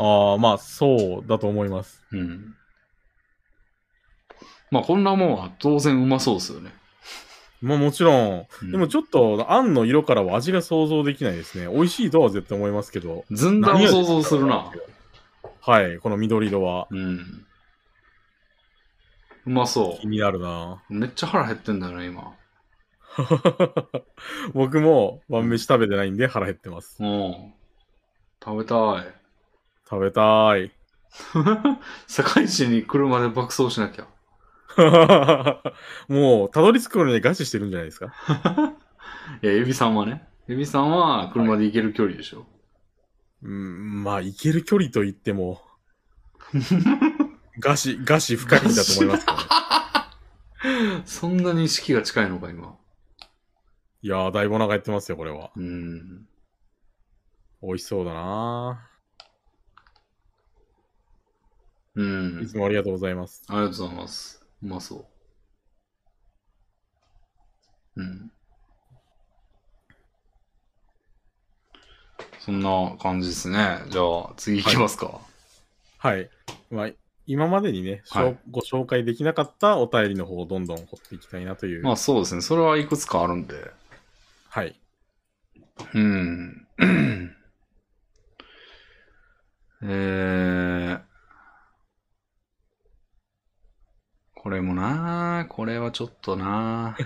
Speaker 2: ああ、まあそうだと思います。
Speaker 1: れ。うん。まあ、こんなもんは当然うまそうですよね。
Speaker 2: まあもちろん、
Speaker 1: うん
Speaker 2: でもちょっと、あんの色からは味が想像できないですね。美味しいとは絶対思いますけど。
Speaker 1: ずんだを想像するな。。
Speaker 2: はい、この緑色は
Speaker 1: うん。うまそ
Speaker 2: 気になるな
Speaker 1: う。めっちゃ腹減ってんだよね、今。
Speaker 2: 僕も晩飯食べてないんで腹減ってます。
Speaker 1: うん。食べたい。
Speaker 2: 食べたい。
Speaker 1: 堺市に車で爆走しなきゃ。
Speaker 2: もう、たどり着くのに餓死してるんじゃないですか。
Speaker 1: いや、エビさんはね。エビさんは車で行ける距離でしょ。
Speaker 2: うん、まあ、行ける距離と言っ ても、餓死、餓死深いんだと思いますけどね。
Speaker 1: そんなに意識が近いのか、今。
Speaker 2: いやー、だいぶお腹減ってますよ、これは。
Speaker 1: うん。
Speaker 2: 美味しそうだな
Speaker 1: う
Speaker 2: い
Speaker 1: ん
Speaker 2: つ。もありがとうございます。
Speaker 1: ありがとうございます。うまそう。うん。そんな感じですね。じゃあ、次行きますか。
Speaker 2: はい。まあ、今までにね、しょう
Speaker 1: はい
Speaker 2: ご紹介できなかったお便りの方をどんどん掘っていきたいなという。
Speaker 1: まあそうですね。それはいくつかあるんで。
Speaker 2: はい。
Speaker 1: うん。えー、これもなこれはちょっとな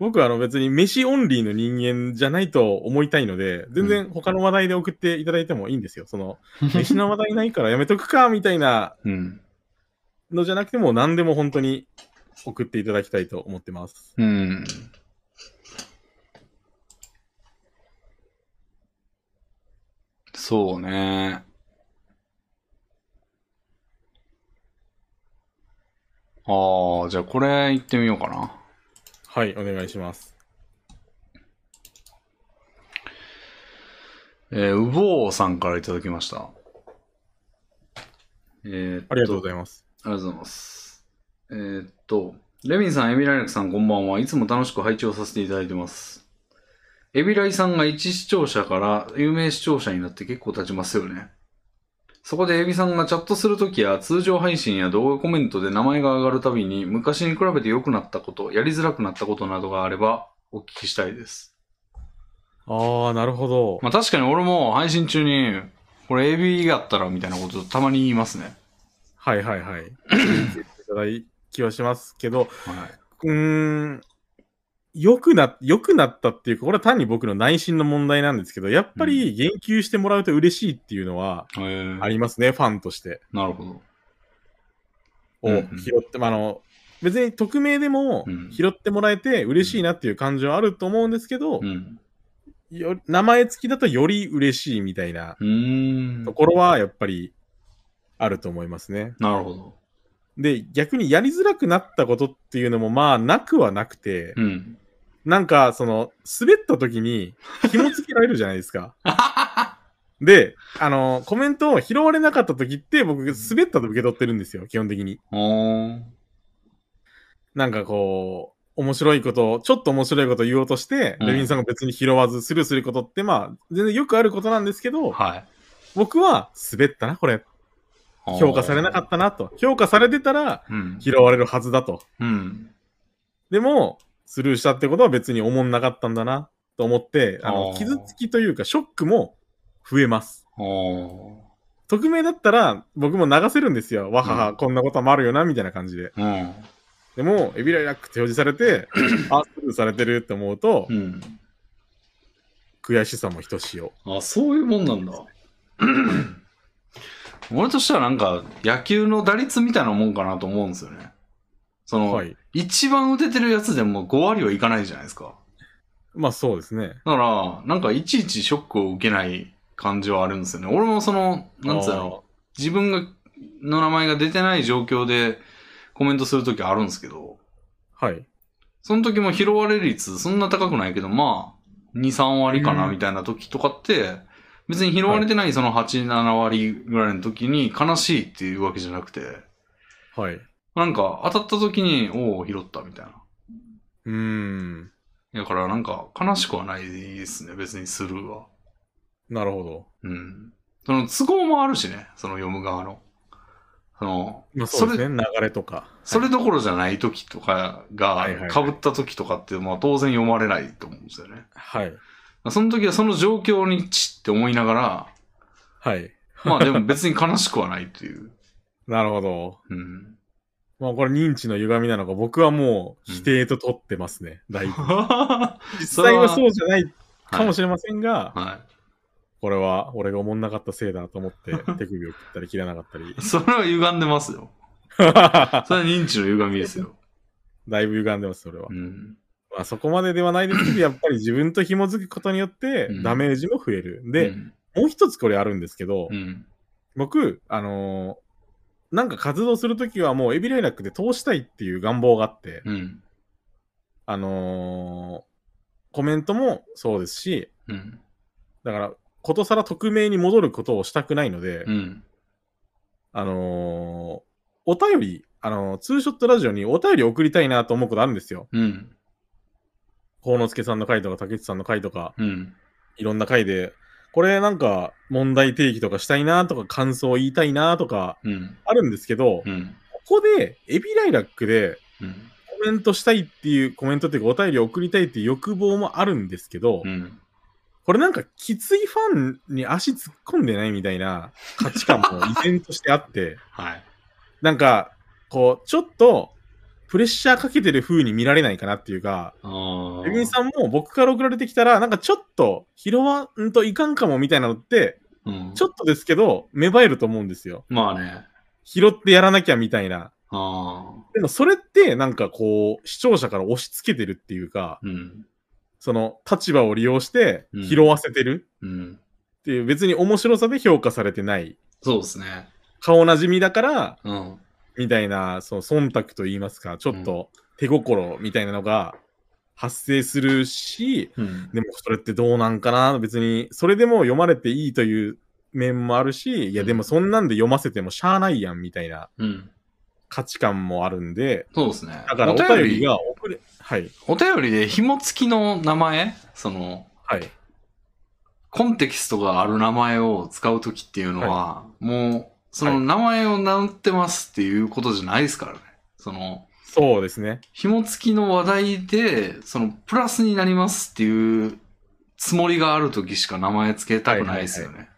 Speaker 2: 僕はあの別に飯オンリーの人間じゃないと思いたいので、全然他の話題で送っていただいてもいいんですよ。そ の、飯の話題ないからやめとくか、みたいな
Speaker 1: うん。
Speaker 2: のじゃなくても何でも本当に送っていただきたいと思ってます。
Speaker 1: うん。そうね。ああ、じゃあこれ行ってみようかな。
Speaker 2: はい、お願いします。
Speaker 1: えー、うぼうさんからいただきました。えーっ
Speaker 2: ありがとうございます。
Speaker 1: ありがとうございます。えーっと、レミンさん、エビライラクさん、こんばんは。いつも楽しく拝聴させていただいてます。エビライさんが一視聴者から有名視聴者になって結構経ちますよね。そこでエビさんがチャットするときや通常配信や動画コメントで名前が上がるたびに昔に比べて良くなったこと、やりづらくなったことなどがあればお聞きしたいです。
Speaker 2: ああ、なるほど。
Speaker 1: まあ確かに俺も配信中に、これ AB があったらみたいなことたまに言いますね。
Speaker 2: はいはいはい。いただい気はしますけど、
Speaker 1: は。
Speaker 2: うーん、良くな、良くなったっていうか、これは単に僕の内心の問題なんですけど、やっぱり言及してもらうと嬉しいっていうのはい
Speaker 1: え
Speaker 2: ありますね、ファンとして。
Speaker 1: なるほど。
Speaker 2: を
Speaker 1: うん
Speaker 2: 拾
Speaker 1: うん
Speaker 2: って、まああの、別に匿名でも
Speaker 1: うん
Speaker 2: 拾ってもらえて嬉しいなっていう感情はあると思うんですけど
Speaker 1: う、ん。
Speaker 2: よ名前付きだとより嬉しいみたいな
Speaker 1: うーん。
Speaker 2: ところはやっぱりあると思いますね。
Speaker 1: なるほど。
Speaker 2: で、逆にやりづらくなったことっていうのもまあなくはなくて、
Speaker 1: うん。
Speaker 2: なんか、その、滑った時に、紐付けられるじゃないで すか。で、あの、コメントを拾われなかった時って、僕、滑ったと受け取ってるんですよ、基本的に。
Speaker 1: おー。
Speaker 2: なんかこう、面白いことを、ちょっと面白いことを言おうとして、
Speaker 1: うん
Speaker 2: レビンさんが別に拾わずスルーすることって、まあ、全然よくあることなんですけど、
Speaker 1: はい。
Speaker 2: 僕は、滑ったな、これ。評価されなか
Speaker 1: た。
Speaker 2: ったな、と。評価されてたら、
Speaker 1: うん。
Speaker 2: 拾われるはずだと。
Speaker 1: うん。
Speaker 2: でも、スルーしたってことは別に思んなかったんだな、と思って、あ
Speaker 1: あ
Speaker 2: の、
Speaker 1: ー
Speaker 2: 傷つきというか、ショックも増えます。
Speaker 1: おー。
Speaker 2: 匿名だったら、僕も流せるんですよ。わはは、こんなこともあるよな、みたいな感じで。
Speaker 1: うん。
Speaker 2: でも、エビライラックって表示されて、あ、スルーされてるって思うと
Speaker 1: う、ん。
Speaker 2: 悔しさもひとしお。
Speaker 1: あ、そういうもんなんだ。俺としてはなんか野球の打率みたいなもんかなと思うんですよね。その、
Speaker 2: はい。
Speaker 1: 一番打ててるやつでも5割はいかないじゃないですか。
Speaker 2: まあ、そうですね。
Speaker 1: だから、なんかいちいちショックを受けない感じはあるんですよね。俺もその、なんつうの、自分が、の名前が出てない状況でコメントするときあるんですけど、
Speaker 2: あーはい。
Speaker 1: その時も拾われる率そんな高くないけど、まあ、2、3割かな
Speaker 2: うん
Speaker 1: みたいな時とかって、別に拾われてないその8、7割ぐらいの時に悲しいっていうわけじゃなくて、
Speaker 2: はい。う
Speaker 1: なんか当たった時に、おお、拾ったみたいな。
Speaker 2: ーん。
Speaker 1: だからなんか悲しくはないですね、別にスルーは。
Speaker 2: なるほど。
Speaker 1: うん。その都合もあるしね、その読む側の。その、
Speaker 2: まあ、そ
Speaker 1: そうれ、
Speaker 2: ですね。流れとか。
Speaker 1: それどころじゃない時とかが
Speaker 2: はいはい
Speaker 1: 被った時とかって、まあ当然読まれないと思うんですよね。
Speaker 2: はい。
Speaker 1: その時はその状況にチッって思いながら、
Speaker 2: はい。
Speaker 1: まあでも別に悲しくはないという。
Speaker 2: なるほど。
Speaker 1: うん。
Speaker 2: まあ、これ認知の歪みなのか、僕はもう否定と取ってますね。だいぶ。実際はそうじゃないかもしれませんが、
Speaker 1: は
Speaker 2: これは俺が思んなかったせいだと思 って、手首を切ったり切らなかったり
Speaker 1: い。。それは歪んでますよ。それは認知の歪みですよ。
Speaker 2: だいぶ歪んでます、それは
Speaker 1: う。ん。
Speaker 2: まあ、そこまでではないですけど、やっぱり自分と紐づくことによって
Speaker 1: うん
Speaker 2: ダメージも増える。で、
Speaker 1: うん、
Speaker 2: もう一つこれあるんですけど、
Speaker 1: うん。
Speaker 2: 僕、あのーなんか活動するときはもうエビライラックで通したいっていう願望があって、
Speaker 1: うん。
Speaker 2: あのーコメントもそうですし、
Speaker 1: うん。
Speaker 2: だから、ことさら匿名に戻ることをしたくないので、
Speaker 1: うん。
Speaker 2: あのーお便り、あのーツーショットラジオにお便り送りたいなと思うことあるんですよ。
Speaker 1: うん。
Speaker 2: 幸之助さんの回とか、竹内さんの回とか、
Speaker 1: うん。
Speaker 2: いろんな回で、これなんか問題提起とかしたいなとか、感想を言いたいなとか、
Speaker 1: うん。
Speaker 2: あるんですけど、
Speaker 1: うん。
Speaker 2: ここで、エビライラックで、
Speaker 1: うん。
Speaker 2: コメントしたいっていう、コメントっていうか、お便りを送りたいっていう欲望もあるんですけど、
Speaker 1: うん。
Speaker 2: これなんかきついファンに足突っ込んでないみたいな価値観も依然としてあって、
Speaker 1: はい。
Speaker 2: なんか、こう、ちょっと、プレッシャーかけてる風に見られないかなっていうか、
Speaker 1: ああ。
Speaker 2: エビンさんも僕から送られてきたら、なんかちょっと拾わんといかんかもみたいなのって、
Speaker 1: うん。
Speaker 2: ちょっとですけど、芽生えると思うんですよ。
Speaker 1: まあね。
Speaker 2: 拾ってやらなきゃみたいな。
Speaker 1: ああ。
Speaker 2: でもそれって、なんかこう、視聴者から押し付けてるっていうか、
Speaker 1: うん。
Speaker 2: その立場を利用して
Speaker 1: うん
Speaker 2: 拾わせてる
Speaker 1: うん。
Speaker 2: っていう、別に面白さで評価されてない。
Speaker 1: そうですね。
Speaker 2: 顔なじみだから、
Speaker 1: うん。
Speaker 2: みたいな、その忖度と言いますか、ちょっと手心みたいなのが発生するし、
Speaker 1: うん。
Speaker 2: でもそれってどうなんかな別に、それでも読まれていいという面もあるし、いや
Speaker 1: うん
Speaker 2: でもそんなんで読ませてもしゃあないやんみたいな
Speaker 1: うん。
Speaker 2: 価値観もあるんで、
Speaker 1: そうですね。
Speaker 2: だからお
Speaker 1: お
Speaker 2: 便
Speaker 1: 便
Speaker 2: り
Speaker 1: り、
Speaker 2: が遅れ、はい、
Speaker 1: お便りで紐付きの名前、その、
Speaker 2: はい、
Speaker 1: コンテキストがある名前を使うときっていうのは、もう、その名前を名乗ってますっていうことじゃないですからね。その、
Speaker 2: そうですね。
Speaker 1: 紐付きの話題で、その、プラスになりますっていうつもりがあるときしか名前つけたくないですよね。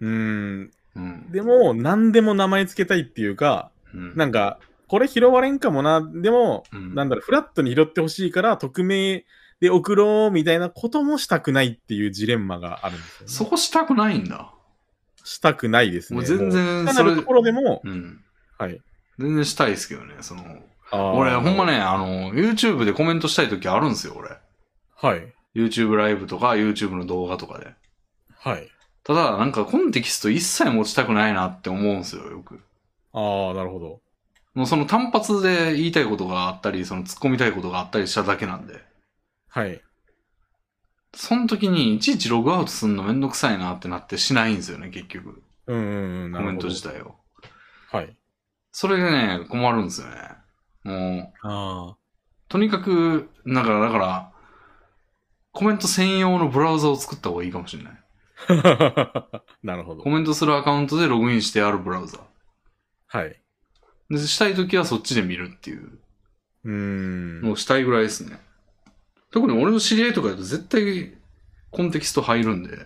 Speaker 2: うーん、
Speaker 1: うん。
Speaker 2: でも、何でも名前つけたいっていうか、
Speaker 1: うん
Speaker 2: なんか、これ拾われんかもな、でも、
Speaker 1: うん
Speaker 2: なんだろう、フラットに拾ってほしいから、匿名で送ろうみたいなこともしたくないっていうジレンマがあるんですよ、ね。
Speaker 1: そこしたくないんだ。
Speaker 2: したくないですね。
Speaker 1: もう全然
Speaker 2: も
Speaker 1: そ
Speaker 2: う単
Speaker 1: れ
Speaker 2: なるところでも、
Speaker 1: うん。
Speaker 2: はい。
Speaker 1: 全然したいですけどね、その、俺、
Speaker 2: 俺
Speaker 1: ほんま
Speaker 2: ね。
Speaker 1: ね、あの、YouTube でコメントしたいときあるんですよ、俺。
Speaker 2: はい。
Speaker 1: YouTube ライブとか、YouTube の動画とかで。
Speaker 2: はい。
Speaker 1: ただ、なんかコンテキスト一切持ちたくないなって思うんですよ、よく。
Speaker 2: ああ、なるほど。
Speaker 1: もうその単発で言いたいことがあったり、その突っ込みたいことがあったりしただけなんで。
Speaker 2: はい。
Speaker 1: その時にいちいちログアウトするのめんどくさいなってなってしないんですよね、結局。
Speaker 2: うんうんうん。な
Speaker 1: コメ
Speaker 2: るほ
Speaker 1: ン
Speaker 2: ど
Speaker 1: ト自体を。
Speaker 2: はい。
Speaker 1: それでね、困るんですよね。もう、
Speaker 2: あ
Speaker 1: とにかく、だから、だから、コメント専用のブラウザを作った方がいいかもしれない。
Speaker 2: あ。 なるほど
Speaker 1: コ。メントするアカウントでログインしてあるブラウザ。
Speaker 2: はい。
Speaker 1: で、したいときはそっちで見るっていう
Speaker 2: うーん。
Speaker 1: のをしたいぐらいですね。特に俺の知り合いとかだと絶対コンテキスト入るんで、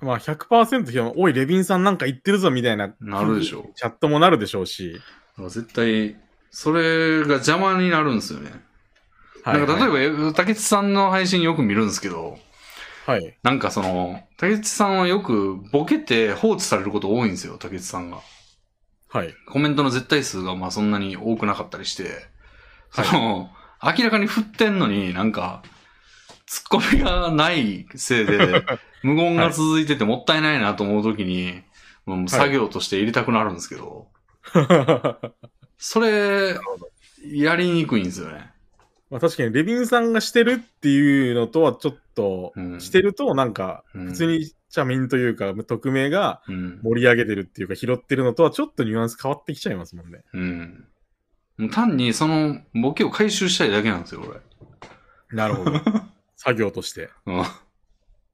Speaker 2: まあ100%批判、おい、レビンさんなんか言ってるぞみたいな。
Speaker 1: なるでしょう。
Speaker 2: チャットもなるでしょうし。
Speaker 1: 絶対、それが邪魔になるんですよね。
Speaker 2: はい
Speaker 1: なんか例えば、竹内さんの配信よく見るんですけど、
Speaker 2: はい。
Speaker 1: なんかその、竹内さんはよくボケて放置されること多いんですよ、竹内さんが。
Speaker 2: はい。
Speaker 1: コメントの絶対数がまあそんなに多くなかったりして、その、明らかに振ってんのになんか、ツッコミがないせい で、無言が続いててもったいないなと思うときに、もう作業として入れたくなるんですけど、
Speaker 2: はい。
Speaker 1: それ、やりにくいんですよね。
Speaker 2: まあ確かに、レビンさんがしてるっていうのとはちょっと
Speaker 1: う、ん
Speaker 2: してると、なんか、
Speaker 1: 普
Speaker 2: 普通、にチャミンというか、匿名が
Speaker 1: うん。
Speaker 2: 盛り上げてるっていうか、拾ってるのとはちょっとニュアンス変わってきちゃいますもんね。
Speaker 1: うん。もう単にそのボケを回収したいだけなんですよ、俺。
Speaker 2: なるほど。 作業として。
Speaker 1: うん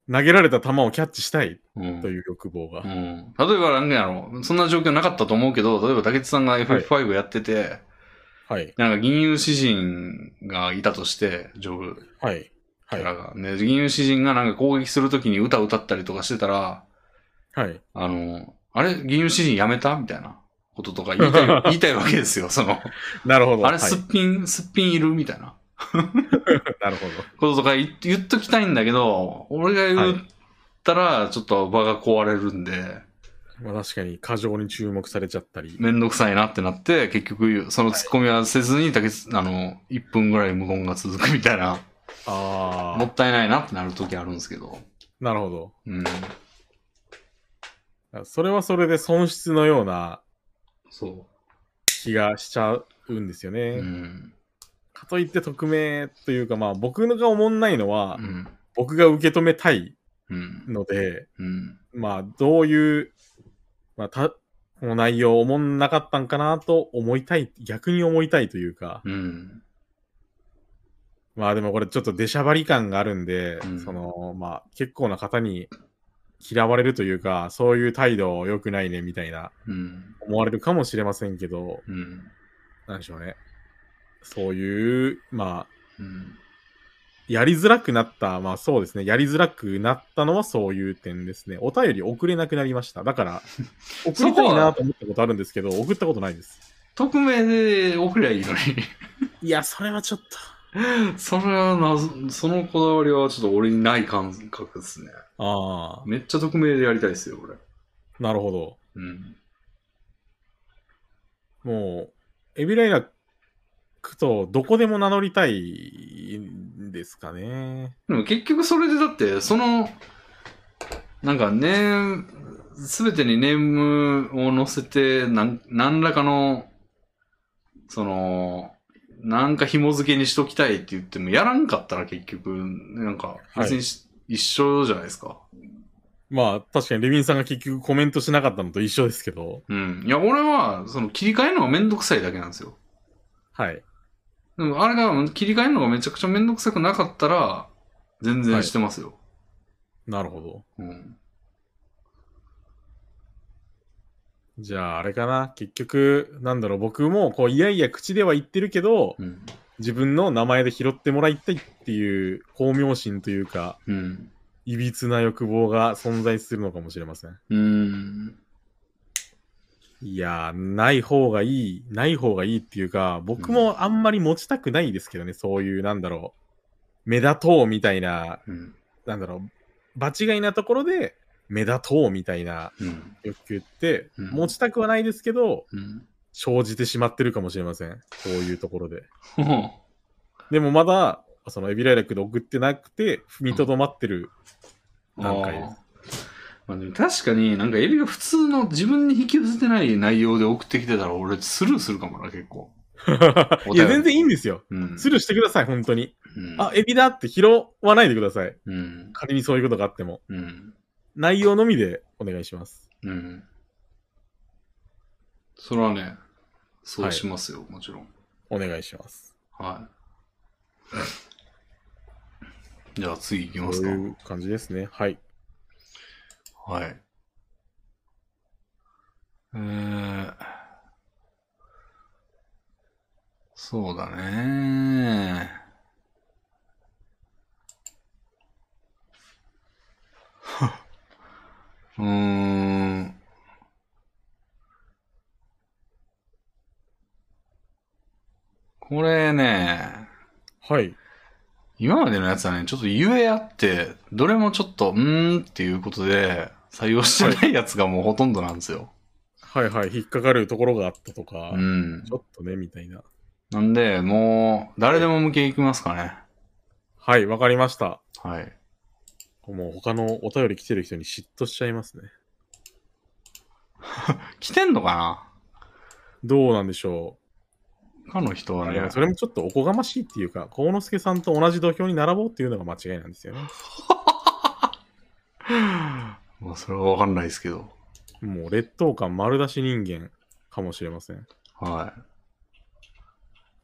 Speaker 2: 投げられた球をキャッチしたい
Speaker 1: うん
Speaker 2: という欲望が
Speaker 1: う。ん例えば、なんやろ、そんな状況なかったと思うけど、例えば、竹内さんが FF5 やってて、
Speaker 2: はい。
Speaker 1: なんか銀融詩人がいたとして、ジョブ
Speaker 2: はい。
Speaker 1: キ
Speaker 2: は
Speaker 1: ャ。
Speaker 2: い
Speaker 1: ラが。で、銀融詩人がなんか攻撃するときに歌歌ったりとかしてたら、
Speaker 2: はい。
Speaker 1: あの、あれ銀融詩人やめたみたいなこととか言いたい言いたいわけですよ。その、
Speaker 2: なるほど。
Speaker 1: あれ
Speaker 2: はい
Speaker 1: すっぴん、すっぴんいるみたいな
Speaker 2: なるほど。
Speaker 1: こととか言言っときたいんだけど、俺が言ったらちょっと場が壊れるんで、
Speaker 2: まあ確かに、過剰に注目されちゃったり。
Speaker 1: めんどくさいなってなって、結局、そのツッコミはせずに、竹内あの、1分ぐらい無言が続くみたいな、
Speaker 2: あ
Speaker 1: もったいないなってなるときあるんですけど。
Speaker 2: あ。なるほど。
Speaker 1: うん。
Speaker 2: それはそれで損失のような
Speaker 1: そ
Speaker 2: 気がしちゃうんですよね。
Speaker 1: う。うん。
Speaker 2: かといって匿名というか、まあ僕が思んないのは、
Speaker 1: うん。
Speaker 2: 僕が受け止めたい
Speaker 1: うん。
Speaker 2: ので、
Speaker 1: うん。
Speaker 2: まあどういう、まあた、この内容思んなかったんかなと思いたい、逆に思いたいというか、
Speaker 1: うん。
Speaker 2: まあでもこれちょっと出しゃばり感があるんで、
Speaker 1: うん
Speaker 2: その、まあ結構な方に嫌われるというか、そういう態度良くないねみたいな
Speaker 1: うん。
Speaker 2: 思われるかもしれませんけど、
Speaker 1: うん。
Speaker 2: なんでしょうね。そういう、まあ、
Speaker 1: うん。
Speaker 2: やりづらくなった、まあそうですね。やりづらくなったのはそういう点ですね。お便り送れなくなりました。だ から、送りたいなと思ったことあるんですけど、送ったことないです。
Speaker 1: 匿名で送りゃいいの
Speaker 2: いや、それはちょっと。
Speaker 1: に。それはな、そのこだわりはちょっと俺にない感覚ですね。
Speaker 2: あ
Speaker 1: めっちゃ匿名でやりたいですよ、俺。
Speaker 2: あ、なるほど。
Speaker 1: うん。
Speaker 2: もう、エビライラクとどこでも名乗りたいんですかね。
Speaker 1: でも結局それでだって、その、なんかネーム、すべてにネームを載せて、なん、何らかの、その、なんか紐付けにしときたいって言っても、やらんかったら結局、なんか、別にし、一緒じゃないですか。
Speaker 2: まあ、確かにレビンさんが結局コメントしなかったのと一緒ですけど、
Speaker 1: うん。いや、俺は、その、切り替えるのがめんどくさいだけなんですよ。
Speaker 2: はい。
Speaker 1: でもあれが、切り替えるのがめちゃくちゃめんどくさくなかったら、全然してますよ。
Speaker 2: なるほど。
Speaker 1: うん。
Speaker 2: じゃあ、あれかな。結局、なんだろう、僕も、こう、いやいや口では言ってるけど、
Speaker 1: うん。
Speaker 2: 自分の名前で拾ってもらいたいっていう、巧妙心というか、
Speaker 1: うん。
Speaker 2: いびつな欲望が存在するのかもしれません。
Speaker 1: うん。
Speaker 2: いやー、ない方がいい、ない方がいいっていうか、僕もあんまり持ちたくないですけどね、そういう、なんだろう、目立とうみたいな、
Speaker 1: うん。
Speaker 2: なんだろう、場違いなところで、目立とうみたいな
Speaker 1: うん。
Speaker 2: 欲求って、
Speaker 1: うん
Speaker 2: 持ちたくはないですけど、
Speaker 1: うん。
Speaker 2: 生じてしまってるかもしれません。そういうところで。
Speaker 1: ほほ
Speaker 2: でもまだ、そのエビライラクで送ってなくて、踏みとどまってる。段階です
Speaker 1: あーまあ、でも確かになんかエビが普通の自分に引き寄せてない内容で送ってきてたら俺スルーするかもな結 構。
Speaker 2: いや、全然いいんですよ。
Speaker 1: うん。
Speaker 2: スルーしてください、本当に。
Speaker 1: うん、
Speaker 2: あ、エビだって拾わないでください。
Speaker 1: うん。
Speaker 2: 仮にそういうことがあっても。
Speaker 1: うん。
Speaker 2: 内容のみでお願いします。
Speaker 1: うん。それはね、そうしますよ、もちろん。
Speaker 2: お願いします。
Speaker 1: はい。じゃあ次行き
Speaker 2: そ
Speaker 1: ま
Speaker 2: う
Speaker 1: すか。
Speaker 2: いう感じですね。はい。
Speaker 1: はい。えー、そうだね。 うーん。これね、
Speaker 2: はい。
Speaker 1: 今までのやつはね、ちょっとゆえあって、どれもちょっと、うーんっていうことで、採用してないやつがもうほとんどなんですよ。
Speaker 2: はいはい。引っかかるところがあったとか、
Speaker 1: うん
Speaker 2: ち。ょっとね、みたいな。
Speaker 1: なんで、もう、誰でも向けいきますかね。
Speaker 2: はい、わかりました。
Speaker 1: はい。
Speaker 2: もう他のお便り来てる人に嫉妬しちゃいますね。
Speaker 1: 来てんのか
Speaker 2: どうなんでしょ
Speaker 1: な他の人
Speaker 2: う。
Speaker 1: は
Speaker 2: あで
Speaker 1: ね
Speaker 2: も。それもちょっとおこがましいっていうか、幸之助さんと同じ土俵に並ぼうっていうのが間違いなんですよね。
Speaker 1: まあ、それはわかんないですけど。
Speaker 2: もう劣等感丸出し人間かもしれません。
Speaker 1: はい。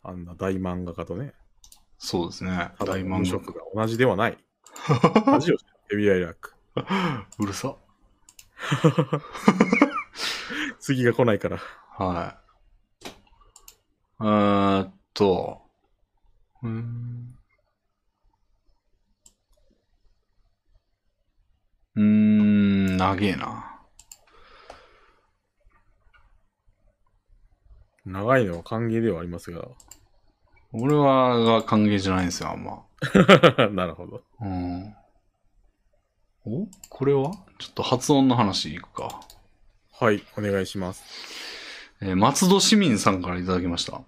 Speaker 2: あんな大漫画家とね、
Speaker 1: そうですね。
Speaker 2: ただ
Speaker 1: 大
Speaker 2: 無
Speaker 1: 満
Speaker 2: 職
Speaker 1: 足。
Speaker 2: が同じでは ない。恥を知ってエビライラック。
Speaker 1: うるさ。
Speaker 2: 次が来ないから。
Speaker 1: はい。えーっと、うーん。うーん、長えな。
Speaker 2: 長いのは歓迎ではありますが。
Speaker 1: 俺は、が歓迎じゃないんですよ、あんま。
Speaker 2: なるほど。
Speaker 1: うん。おこれはちょっと発音の話いくか。
Speaker 2: はい、お願いします。
Speaker 1: えー松戸市民さんからいただきました。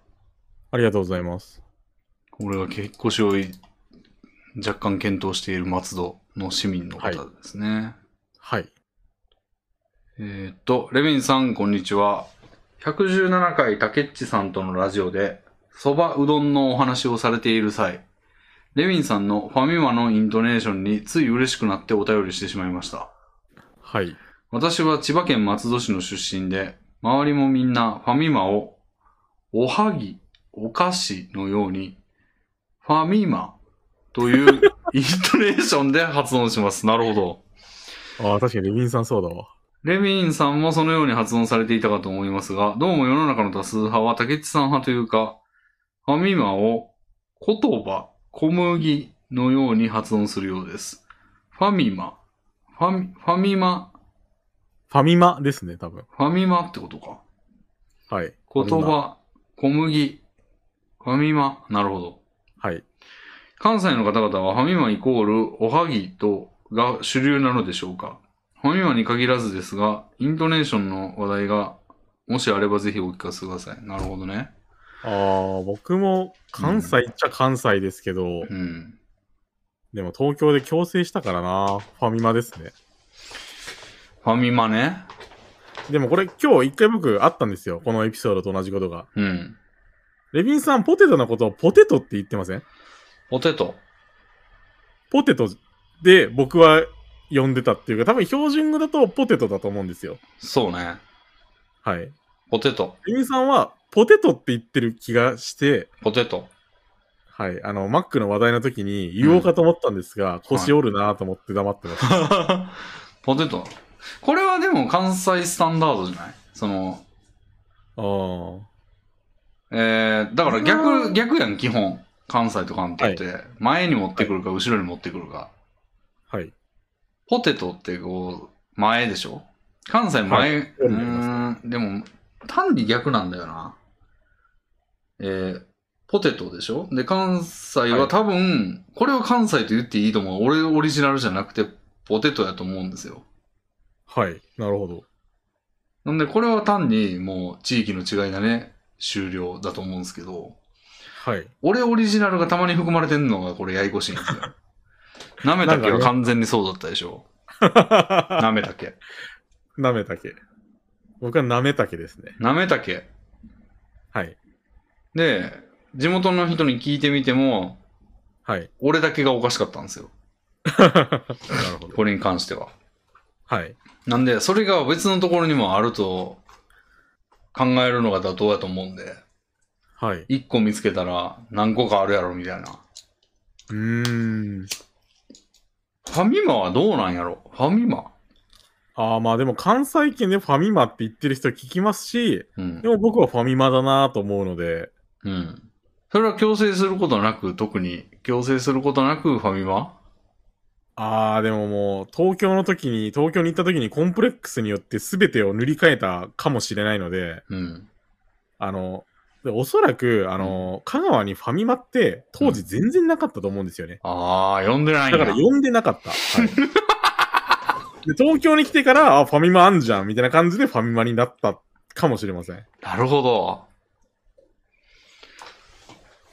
Speaker 2: ありがとうございます。
Speaker 1: 俺が結構しをい若干検討している松戸の市民の方ですね。
Speaker 2: はい。
Speaker 1: えーっと、レミンさん、こんにちは。117回竹っちさんとのラジオで、そばうどんのお話をされている際、レミンさんのファミマのイントネーションについ嬉しくなってお便りしてしまいました。
Speaker 2: はい。
Speaker 1: 私は千葉県松戸市の出身で、周りもみんなファミマを、おはぎ、お菓子のように、ファミマというイントネーションで発音します。なるほど。
Speaker 2: ああ、確かにレビンさんそうだわ。
Speaker 1: レビンさんもそのように発音されていたかと思いますが、どうも世の中の多数派は竹内さん派というか、ファミマを言葉、小麦のように発音するようです。ファミマ。ファミ、ファミマ、
Speaker 2: ファミマですね、多分。
Speaker 1: ファミマってことか。
Speaker 2: はい。
Speaker 1: 言
Speaker 2: ファミマ。
Speaker 1: 葉、小麦、ファミマ。なるほど。
Speaker 2: はい。
Speaker 1: 関西の方々はファミマイコールおはぎとが主流なのでしょうかファミマに限らずですが、イントネーションの話題が、もしあればぜひお聞かせください。なるほどね。
Speaker 2: ああ、僕も関西っちゃ関西ですけど、
Speaker 1: うん。
Speaker 2: でも東京で強制したからな、ファミマですね。
Speaker 1: ファミマね。
Speaker 2: でもこれ今日一回僕あったんですよ。このエピソードと同じことが。
Speaker 1: うん。
Speaker 2: レビンさん、ポテトのことをポテトって言ってません
Speaker 1: ポテト。
Speaker 2: ポテトで僕は呼んでたっていうか、多分標準語だとポテトだと思うんですよ。
Speaker 1: そうね。
Speaker 2: はい。
Speaker 1: ポテト。
Speaker 2: レビンさんはポテトって言ってる気がして、
Speaker 1: ポテト。
Speaker 2: はい。あの、マックの話題の時に言おうかと思ったんですが、腰折るなと思って黙ってました。
Speaker 1: ポテト。これはでも関西スタンダードじゃないその、
Speaker 2: あー
Speaker 1: えー、だから
Speaker 2: あ
Speaker 1: 逆、
Speaker 2: ー
Speaker 1: 逆やん、基本。関西と関東って。前に持ってくるか、後ろに持ってくるか。
Speaker 2: はい。
Speaker 1: ポテトってこう、前でしょ関西前、
Speaker 2: はいう
Speaker 1: ーん、でも、単に逆なんだよな。えー、ポテトでしょで、関西
Speaker 2: は
Speaker 1: はい多分、これを関西と言っていいと思う。俺オリジナルじゃなくて、ポテトやと思うんですよ。
Speaker 2: はい。なるほど。
Speaker 1: なんで、これは単にもう地域の違いだね、終了だと思うんですけど、
Speaker 2: はい。
Speaker 1: 俺オリジナルがたまに含まれてんのがこれややこしいんですよ。 なめたけは完全にそうだったでしょ。なめたけ。
Speaker 2: なめたけ。僕はなめたけですね。
Speaker 1: なめたけ。
Speaker 2: はい。
Speaker 1: で、地元の人に聞いてみても、
Speaker 2: はい。
Speaker 1: 俺だけがおかしかったんですよ。
Speaker 2: なるほど。
Speaker 1: これに関しては。
Speaker 2: はい。
Speaker 1: なんで、それが別のところにもあると考えるのが妥当だと思うんで、
Speaker 2: はい。う
Speaker 1: 一個見つけたら何個かあるやろみたいな。
Speaker 2: ーん。
Speaker 1: ファミマはどうなんやろファミマ。
Speaker 2: ああ、まあでも関西圏でファミマって言ってる人聞きますし、
Speaker 1: うん
Speaker 2: で。も僕はファミマだなと思うので、
Speaker 1: うん。それは強制することなく、特に強制することなくファミマ
Speaker 2: ああ、でももう東京の時に、東京に行った時にコンプレックスによって全てを塗り替えたかもしれないので、
Speaker 1: うん。
Speaker 2: あの、でおそらく、あの、香川にファミマって当時全然なかったと思うんですよね。
Speaker 1: ああ、呼んでないん
Speaker 2: だ
Speaker 1: や。
Speaker 2: から呼んでなかった。はい、 で東京に来てから、あ、ファミマあんじゃん、みたいな感じでファミマになったかもしれません。
Speaker 1: なるほど。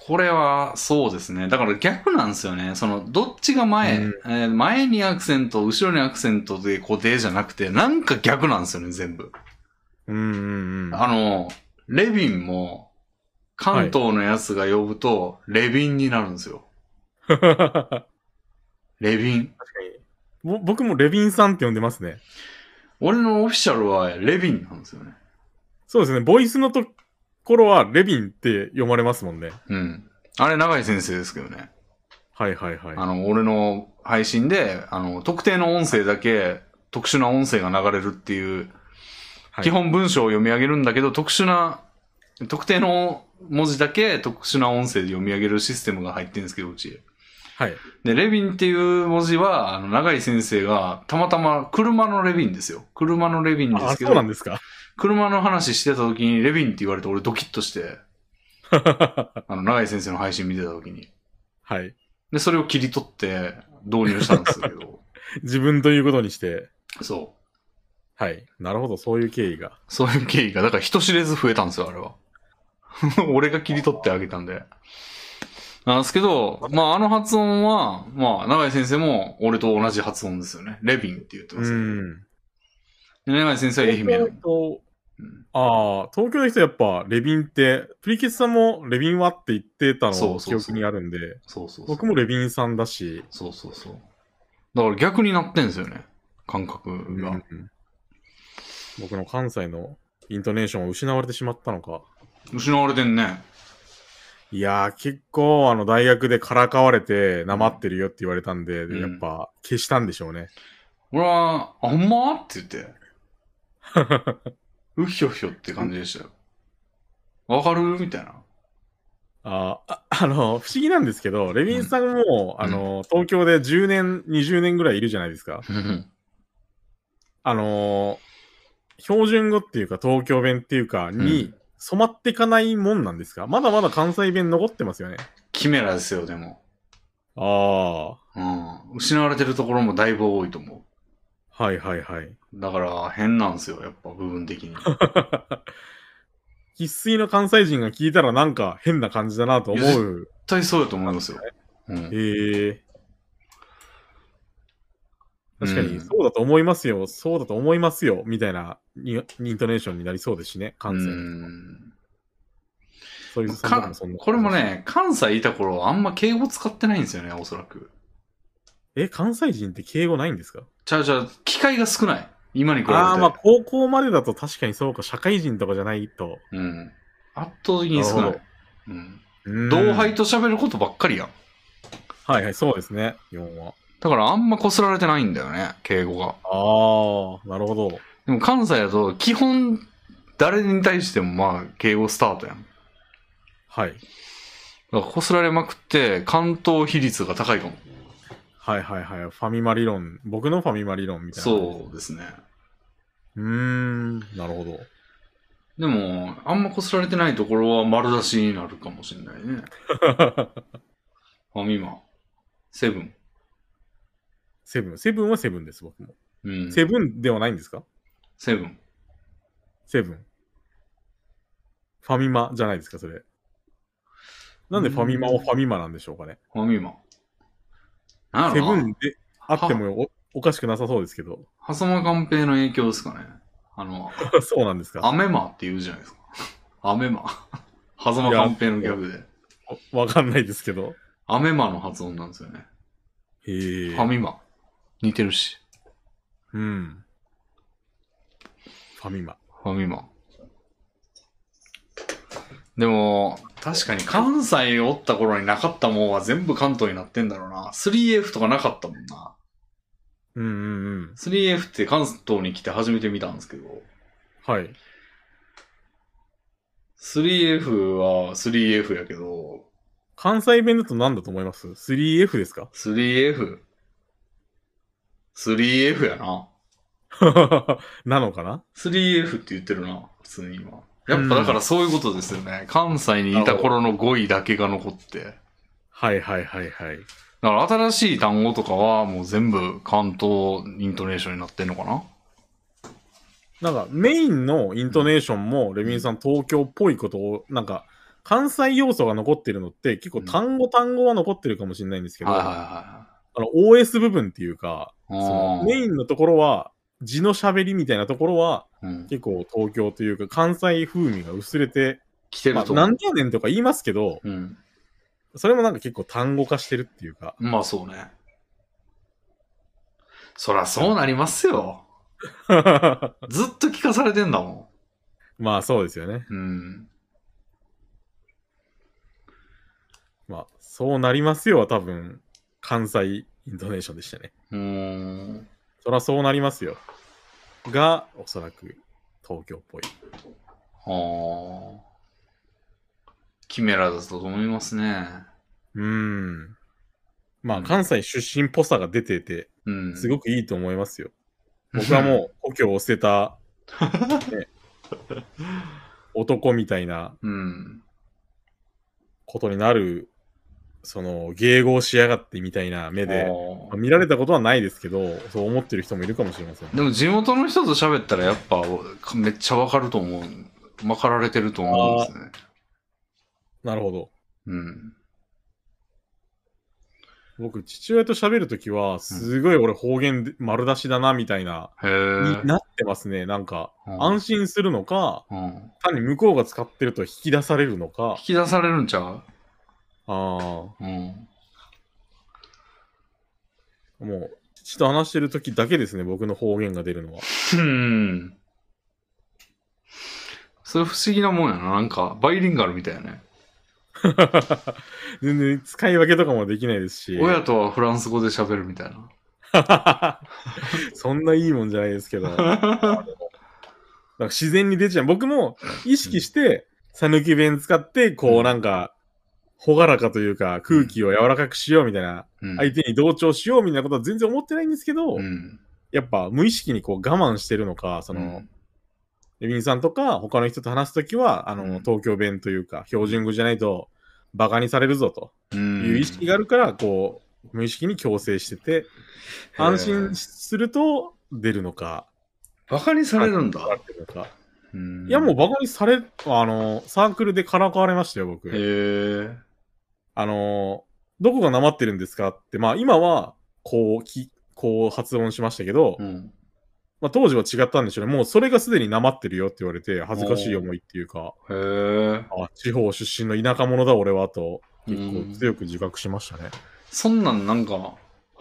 Speaker 1: これは、そうですね。だから逆なんですよね。その、どっちが前、
Speaker 2: うん
Speaker 1: えー前にアクセント、後ろにアクセントで固定じゃなくて、なんか逆なんですよね、全部。
Speaker 2: うんうんうん。
Speaker 1: あの、レビンも、関東のやつが呼ぶと、レビンになるんです よ。レビン。
Speaker 2: ぼ僕もレビンさんって呼んでますね。
Speaker 1: 俺のオフィシャルは、レビンなんですよね。
Speaker 2: そうですね、ボイスのところはレビンって読まれますもんね。
Speaker 1: うん。あれ、長井先生ですけどね。
Speaker 2: はいはいはい。
Speaker 1: あの、俺の配信で、あの、特定の音声だけ、特殊な音声が流れるっていう、
Speaker 2: はい
Speaker 1: 基本文章を読み上げるんだけど、特殊な、特定の文字だけ特殊な音声で読み上げるシステムが入ってるんですけど、うち。
Speaker 2: はい。
Speaker 1: で、レビンっていう文字は、あの、長井先生が、たまたま車のレビンですよ。車のレビンで
Speaker 2: あ、
Speaker 1: すけ
Speaker 2: そうなん
Speaker 1: ど、
Speaker 2: ですか。
Speaker 1: 車の話してた時にレビンって言われて俺ドキッと して、
Speaker 2: は
Speaker 1: あの、長井先生の配信見てた時に。
Speaker 2: い。
Speaker 1: で、それを切り取って導入したんですけど、
Speaker 2: 自分ということにして、
Speaker 1: そう。
Speaker 2: はい。なるほど、そういう経緯が。
Speaker 1: そういう経緯が、だから人知れず増えたんですよ、あれは。 俺が切り取ってあげたんで。なんですけど、まあ、あの発音は、まあ、永井先生も俺と同じ発音ですよね。レビンって言って
Speaker 2: う
Speaker 1: ますけど。で
Speaker 2: ん。
Speaker 1: 永井先生は愛媛の
Speaker 2: 東。京
Speaker 1: うん
Speaker 2: ああ、東京の人やっぱレビンって、プリキスさんもレビンはって言ってた
Speaker 1: そ
Speaker 2: の
Speaker 1: う
Speaker 2: 記
Speaker 1: そうそう
Speaker 2: 憶にあるんで、
Speaker 1: そうそうそう。
Speaker 2: 僕もレビンさんだし、
Speaker 1: そうそうそう。だから逆になってんですよね。感覚
Speaker 2: う
Speaker 1: が。
Speaker 2: ん僕の関西のイントネーションを失われてしまったのか。
Speaker 1: 失われてんね。
Speaker 2: いやー、結構、あの、大学でからかわれて、なまってるよって言われたんで、
Speaker 1: うん
Speaker 2: やっぱ、消したんでしょうね。
Speaker 1: 俺は、あほんまって言 って、うひょひょって感じでしたよ。わかるみたいな。
Speaker 2: ああ あの、不思議なんですけど、レビンさんも、
Speaker 1: うん
Speaker 2: あの、東京で10年、20年ぐらいいるじゃないですか。あのー標準語っていうか、東京弁っていうか
Speaker 1: う
Speaker 2: に染まっていかないもんなんですか、まだまだ関西弁残ってますよね。
Speaker 1: キメラですよ、でも。
Speaker 2: あ
Speaker 1: うん。失われてるところもだいぶ多いと思
Speaker 2: あ、はいはいはい。
Speaker 1: う。だから、変なんですよ、やっぱ、部分 的に。
Speaker 2: 生粋の関西人が聞いたらなんか変な感じだなと思う。
Speaker 1: 絶対そうやと思いますよ。うん。
Speaker 2: へえ。確か
Speaker 1: う
Speaker 2: に、
Speaker 1: ん
Speaker 2: そうだと思いますよ、そうだと思いますよ、みたいなにイントネーションになりそうですしね、
Speaker 1: う
Speaker 2: 関西。
Speaker 1: ん。
Speaker 2: そういう
Speaker 1: かこれも。ね、関西いた頃、あんま敬語使ってないんですよね、おそらく。
Speaker 2: え、関西人って敬語ないんですか
Speaker 1: ちゃうちゃう、機会が少ない。今に比べて。
Speaker 2: ああ、まあ高校までだと確かにそうか、社会人とかじゃないと。
Speaker 1: うん。圧倒的に少
Speaker 2: な
Speaker 1: な
Speaker 2: るほ
Speaker 1: い。うん。
Speaker 2: うん
Speaker 1: 同輩と喋ることばっかりやん。
Speaker 2: はいはい、そうですね、日本は。
Speaker 1: だからあんまこすられてないんだよね、敬語が。
Speaker 2: ああ、なるほど。
Speaker 1: でも関西だと、基本、誰に対してもまあ、敬語スタートやん。
Speaker 2: はい。
Speaker 1: だからこすられまくって、関東比率が高いかも。
Speaker 2: はいはいはい。ファミマ理論。僕のファミマ理論みたいな。
Speaker 1: そうですね。
Speaker 2: う。うーん、なるほど。
Speaker 1: でも、あんまこすられてないところは丸出しになるかもしれないね。ファミマ、セブン。
Speaker 2: セブン。セブンはセブンです、僕も。
Speaker 1: うん。
Speaker 2: セブンではないんですか
Speaker 1: セブン。
Speaker 2: セブン。ファミマじゃないですか、それ。なんでファミマをファミマなんでしょうかね。
Speaker 1: ファミマ。なん
Speaker 2: セ
Speaker 1: やろ
Speaker 2: ブ
Speaker 1: な
Speaker 2: ンであってもおおかしくなさそうですけ ど。
Speaker 1: ハソマカンペイの影響ですかね。あの、
Speaker 2: そうなんですか
Speaker 1: アメマって言うじゃないですか。 アメマ。ハソマカンペイのギャグで。
Speaker 2: わかんないですけど。
Speaker 1: アメマの発音なんですよね。
Speaker 2: へえ
Speaker 1: ファミマ。似てるし。
Speaker 2: うん。ファミマ。
Speaker 1: ファミマ。でも、確かに関西におった頃になかったもんは全部関東になってんだろうな。3F とかなかったもんな。
Speaker 2: うんうんうん。
Speaker 1: 3F って関東に来て初めて見たんですけど、
Speaker 2: はい。
Speaker 1: 3F は 3F やけど、
Speaker 2: 関西弁だと何だと思います ?3F ですか
Speaker 1: 3F?3F やな。
Speaker 2: なのかな
Speaker 1: 3F って言ってるな、普通に今。やっぱだからそういうことですよね。関西にいた頃の語彙だけが残って。
Speaker 2: はいはいはいはい。
Speaker 1: だから新しい単語とかはもう全部関東イントネーションになってんのかな
Speaker 2: なんかメインのイントネーションも、レミンさん東京っぽいことを、なんか関西要素が残ってるのって結構単語単語は残ってるかもしれないんですけど、
Speaker 1: はいはいは
Speaker 2: あの OS 部分っていうか、
Speaker 1: い
Speaker 2: その
Speaker 1: は
Speaker 2: メ
Speaker 1: い
Speaker 2: インのところは、字の喋りみたいなところ
Speaker 1: あ
Speaker 2: は
Speaker 1: ー。うん
Speaker 2: 結構東京というか関西風味が薄れて
Speaker 1: 来て
Speaker 2: ま
Speaker 1: る
Speaker 2: あ、
Speaker 1: と思う。
Speaker 2: 何十年とか言いますけど、
Speaker 1: うん。
Speaker 2: それもなんか結構単語化してるっていうか、
Speaker 1: まあそうね。そらそうなります よ。ずっと聞かされてんだも
Speaker 2: まあそうですよね。
Speaker 1: ん。うん。
Speaker 2: まあそうなりますよは多分関西イントネーションでしたね。
Speaker 1: うーん。
Speaker 2: そらそうなりますよ。が、おそらく東京っぽい。
Speaker 1: ああ。キメラだと思いますね。
Speaker 2: うーん。ま
Speaker 1: う
Speaker 2: あ
Speaker 1: ん
Speaker 2: 関西出身っぽさが出てて、
Speaker 1: うん。
Speaker 2: すごくいいと思いますよ。僕はもう故郷を捨て た、ね男みたいな
Speaker 1: う。うん。
Speaker 2: ことになる、その、迎合しやがってみたいな目で
Speaker 1: あ、
Speaker 2: まあ
Speaker 1: ー
Speaker 2: 見られたことはないですけど、そう思ってる人もいるかもしれません。
Speaker 1: でも地元の人と喋ったらやっぱめっちゃわかると思う。わかられてると思うんですね。
Speaker 2: なるほど。
Speaker 1: うん。
Speaker 2: 僕、父親と喋るときは、すごい俺方言で丸出しだな、みたいな、
Speaker 1: へえ
Speaker 2: に。なってますね。なんか、
Speaker 1: うん
Speaker 2: 安心するのか、
Speaker 1: うん。
Speaker 2: 単に向こうが使ってると引き出されるのか
Speaker 1: 引、き出されるんちゃ
Speaker 2: ああ、も
Speaker 1: ううん。
Speaker 2: う、父と話してるときだけですね、僕の方言が出るのは。
Speaker 1: うん。それ不思議なもんやな。なんか、バイリンガルみたいやね。
Speaker 2: 全然使い分けとかもできないですし。
Speaker 1: 親とはフランス語で喋るみたいな。
Speaker 2: そんないいもんじゃないですけ ど。なんか自然に出ちゃう。僕も意識して、さぬき弁使って、
Speaker 1: う
Speaker 2: こうんなんか、ほがらかというか、空気を柔らかくしようみたいな、
Speaker 1: うん
Speaker 2: 相手に同調しようみたいなことは全然思ってないんですけど、
Speaker 1: うん。
Speaker 2: やっぱ無意識にこう我慢してるのか、その、レビンさんとか他の人と話すときは、あの、
Speaker 1: うん
Speaker 2: 東京弁というか、標準語じゃないと、バカにされるぞと
Speaker 1: うん、
Speaker 2: いう意識があるから、こう、無意識に強制してて、
Speaker 1: へー
Speaker 2: 安心すると出るのか、
Speaker 1: バカにされるんだ。
Speaker 2: 出るのか
Speaker 1: うん
Speaker 2: いや、もうバカにされ、あの、サークルでからかわれましたよ、僕。
Speaker 1: へえ。
Speaker 2: あの、どこがなまってるんですかって、まあ今は、こう、きこう発音しましたけど、
Speaker 1: うん。
Speaker 2: まあ当時は違ったんでしょうね。もうそれがすでになまってるよって言われて、恥ずかしい思いっていうか、
Speaker 1: へえ。
Speaker 2: あ地方出身の田舎者だ俺はと結
Speaker 1: うん
Speaker 2: 構強く自覚しましたね、
Speaker 1: そんなんなんか、は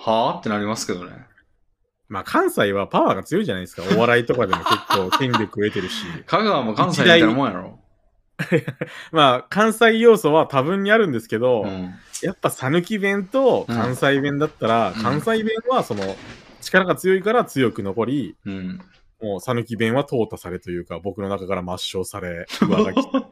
Speaker 1: あってなりますけどね。
Speaker 2: まあ関西はパワーが強いじゃないですかお笑いとかでも結構権力得て るし
Speaker 1: 香川も関西みたいなもんやろ。
Speaker 2: まあ関西要素は多分にあるんですけど、
Speaker 1: うん。
Speaker 2: やっぱ讃岐弁と関西弁だったら、
Speaker 1: うん
Speaker 2: 関西弁はその力が強いから強く残り
Speaker 1: うん。
Speaker 2: もう讃岐弁は淘汰されというか僕の中から抹消され上書き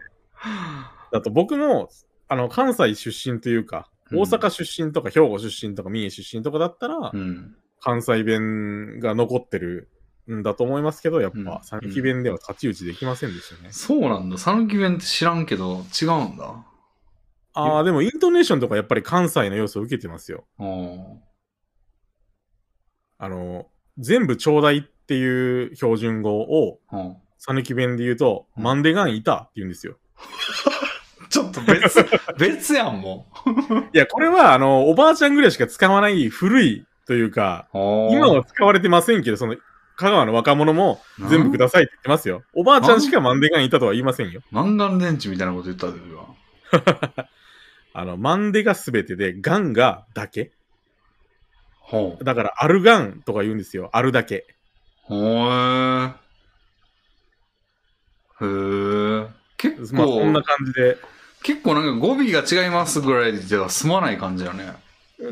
Speaker 2: だと僕もあの関西出身というか
Speaker 1: うん
Speaker 2: 大阪出身とか兵庫出身とか三重出身とかだったら、
Speaker 1: うん。
Speaker 2: 関西弁が残ってるんだと思いますけど、やっ
Speaker 1: うん
Speaker 2: ぱ、讃岐弁では太刀打ちできませんでしたね。
Speaker 1: そうなんだ。讃岐弁って知らんけど、違うんだ。
Speaker 2: ああ、でも、イントネーションとかやっぱり関西の要素を受けてますよ。
Speaker 1: うん。
Speaker 2: あの、全部ちょうだいっていう標準語を、
Speaker 1: うん。
Speaker 2: 讃岐弁で言うと、
Speaker 1: うん
Speaker 2: マンデガンいたって言うんですよ。
Speaker 1: ちょっと 別、別やん、も
Speaker 2: いや、これは、あの、おばあちゃんぐらいしか使わない古いというか、
Speaker 1: う。
Speaker 2: 今は使われてませんけど、その、香川の若者も全部くださいって言ってますよ。おばあちゃんしかマンデガンいたとは言いませんよ。
Speaker 1: 満眼電池みたいなこと言ったで、今。
Speaker 2: あの、マンデが全てで、ガンがだけ。
Speaker 1: ほう。
Speaker 2: だから、アルガンとか言うんですよ。あるだけ。
Speaker 1: ほえ。へえ。結
Speaker 2: まあ、そ
Speaker 1: 構、
Speaker 2: んな感じで。
Speaker 1: 結構なんか語尾が違いますぐらいでは済まない感じだね。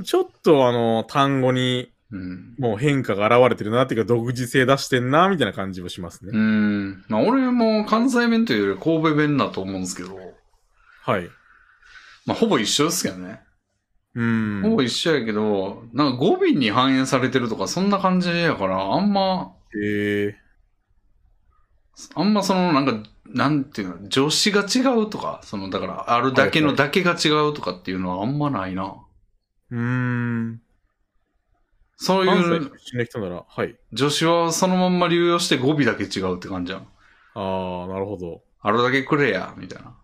Speaker 2: ちょっと、あの、単語に、
Speaker 1: うん。
Speaker 2: もう変化が現れてるなっていうか、独自性出してんな、みたいな感じもします
Speaker 1: う
Speaker 2: ね。
Speaker 1: ん。まあ俺も関西弁というより神戸弁だと思うんですけど、
Speaker 2: はい。
Speaker 1: まあほぼ一緒ですけどね。
Speaker 2: うん。
Speaker 1: ほぼ一緒やけど、なんか語尾に反映されてるとかそんな感じやから、あんま、
Speaker 2: えー
Speaker 1: あんまそのなんか、なんていうの、助詞が違うとか、そのだから、あるだけ
Speaker 2: は
Speaker 1: の
Speaker 2: い
Speaker 1: だけが違うとかっていうのはあんまないな。
Speaker 2: うーん。
Speaker 1: そう
Speaker 2: 関
Speaker 1: いう
Speaker 2: 西出身の人なら、はい。
Speaker 1: 助詞はそのまんま流用して語尾だけ違うって感じやん。
Speaker 2: ああ、なるほど。
Speaker 1: あるだけくれや、みたいな。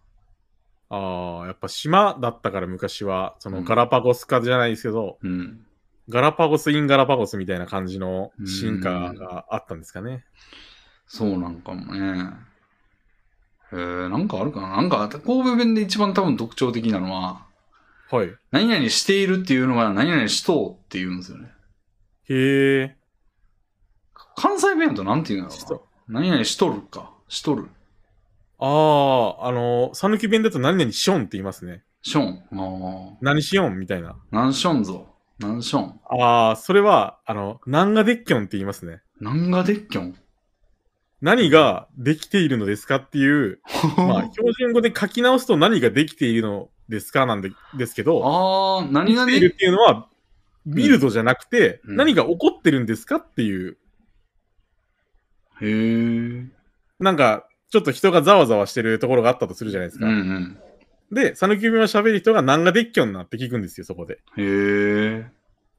Speaker 2: ああ、やっぱ島だったから昔は、そうの
Speaker 1: ん
Speaker 2: ガラパゴス化じゃないですけど、
Speaker 1: うん。
Speaker 2: ガラパゴスインガラパゴスみたいな感じの進化があったんですかね。
Speaker 1: そうなんかもね。えー、なんかあるかななんか、神戸弁で一番多分特徴的なのは、
Speaker 2: はい。
Speaker 1: 何々しているっていうのが何々しとうって言うんですよね。
Speaker 2: へえ。
Speaker 1: 関西弁やとなんて言うんだ
Speaker 2: し
Speaker 1: ろ
Speaker 2: と
Speaker 1: うな。何々しとるか。しとる。
Speaker 2: ああ、あの、讃岐弁だと何々しょんって言いますね。
Speaker 1: しょん。あ
Speaker 2: 何しよんみたいな。
Speaker 1: あ。なんしょんぞ。なんしょん。
Speaker 2: ああ、それは、あの、何がでっきょんって言いますね。
Speaker 1: なんがでっきょん。
Speaker 2: 何ができているのですかっていう、まあ、標準語で書き直すと何ができているのですかなんでですけど、
Speaker 1: ああ、何が
Speaker 2: できている
Speaker 1: で
Speaker 2: っ、ていうのは、ビルドじゃなくて、
Speaker 1: うん
Speaker 2: 何が起こってるんですかっていう、
Speaker 1: へえ。うん
Speaker 2: なんか、ちょっと人がざわざわしてるところがあったとするじゃないです
Speaker 1: う
Speaker 2: か。
Speaker 1: ん。
Speaker 2: で、讃岐弁は喋る人が何がでっきょんなって聞くんですよ、そこで。
Speaker 1: へえ。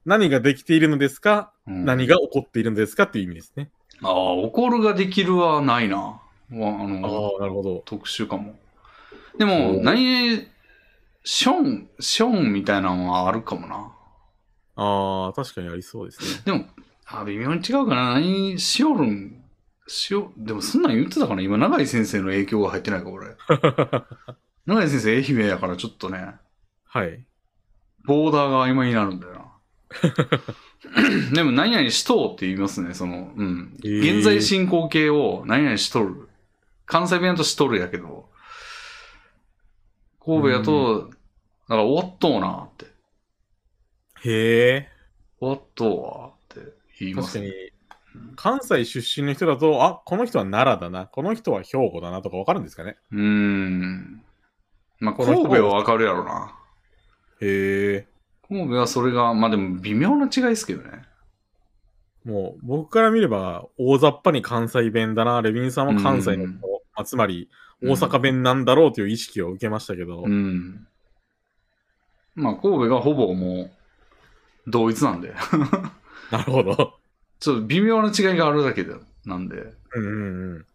Speaker 2: 何ができているのですか
Speaker 1: うん
Speaker 2: 何が起こっているのですかっていう意味ですね。
Speaker 1: ああ、怒るができるはないな。まあ、あ
Speaker 2: ああ
Speaker 1: の、、
Speaker 2: なるほど。
Speaker 1: 特殊かも。でも
Speaker 2: お、ー
Speaker 1: 何々、ション、ションみたいなのはあるかもな。
Speaker 2: ああ、確かにありそうですね。
Speaker 1: でも、あ微妙に違うかな。何、しおるん、しお、でもそんなん言ってたかな今、永井先生の影響が入ってないか、俺。永井先生、愛媛やからちょっとね、
Speaker 2: はい。
Speaker 1: ボーダーが曖昧になるんだよ な。でも、何々しとうって言いますね、その、うん。
Speaker 2: へー
Speaker 1: 現在進行形を何々しとる。関西弁だとしとるやけど、神戸やと、なんか、おっとうなって。
Speaker 2: へえ。
Speaker 1: おっとうわって言いま
Speaker 2: 確
Speaker 1: す
Speaker 2: か
Speaker 1: ね。
Speaker 2: に、関西出身の人だと、あ、この人は奈良だな、この人は兵庫だなとかわかるんですかね。
Speaker 1: うーん。まあ、
Speaker 2: この人
Speaker 1: 神戸はわかるやろな。
Speaker 2: へえ。
Speaker 1: 神戸はそれが、まあでも微妙な違いですけどね。
Speaker 2: もう、僕から見れば、大雑把に関西弁だな、レビンさんは関西の
Speaker 1: う
Speaker 2: 人
Speaker 1: ん、
Speaker 2: まあつまり、大阪弁なんだろうという意識を受けましたけど、
Speaker 1: うん。まあ、神戸がほぼもう、同一なんで。
Speaker 2: なるほど。
Speaker 1: ちょっと微妙な違いがあるだけで、なんで。
Speaker 2: うんうんうん。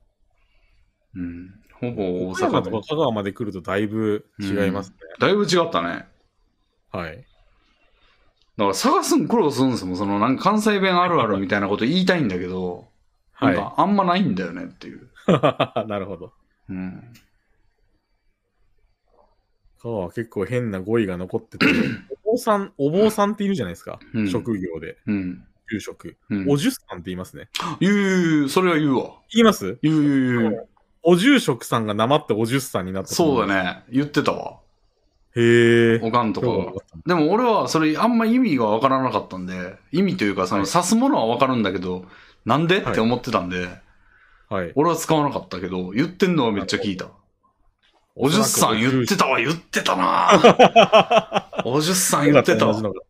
Speaker 1: うん。ほぼ大
Speaker 2: 岡山
Speaker 1: 阪
Speaker 2: と
Speaker 1: 弁
Speaker 2: か香川まで来るとだいぶ違いますね。
Speaker 1: だいぶ違ったね。
Speaker 2: はい。
Speaker 1: だから探すん苦労するんですもん。その、なんか関西弁あるあるみたいなこと言いたいんだけど、
Speaker 2: は
Speaker 1: なんかあんまないんだよねっていう。
Speaker 2: い。 なるほど。
Speaker 1: うん。
Speaker 2: 香川は結構変な語彙が 残ってて、お坊さん、お坊さんっているじゃないですか。
Speaker 1: うん
Speaker 2: 職業で、
Speaker 1: うん。
Speaker 2: 住職。
Speaker 1: うん。
Speaker 2: おじゅさんって言いますね。
Speaker 1: 言う言う、それは言うわ。
Speaker 2: 言います
Speaker 1: 言う言う言う。
Speaker 2: お住職さんが生っておじゅさんになった。
Speaker 1: そう
Speaker 2: ね。
Speaker 1: だね。言ってたわ。
Speaker 2: へえ。
Speaker 1: おかんとか
Speaker 2: そう
Speaker 1: が。でも俺はそれあんま意味がわからなかったんで、意味というかその
Speaker 2: はい
Speaker 1: 刺すものはわかるんだけど、なんでっ
Speaker 2: はい
Speaker 1: て思ってたんで、
Speaker 2: はい。
Speaker 1: 俺は使わなかったけど、言ってんのはめっちゃ聞いた。おじゅっさん言ってたわ、言ってた なおじゅっさん言ってた
Speaker 2: 同
Speaker 1: わ
Speaker 2: じ。のが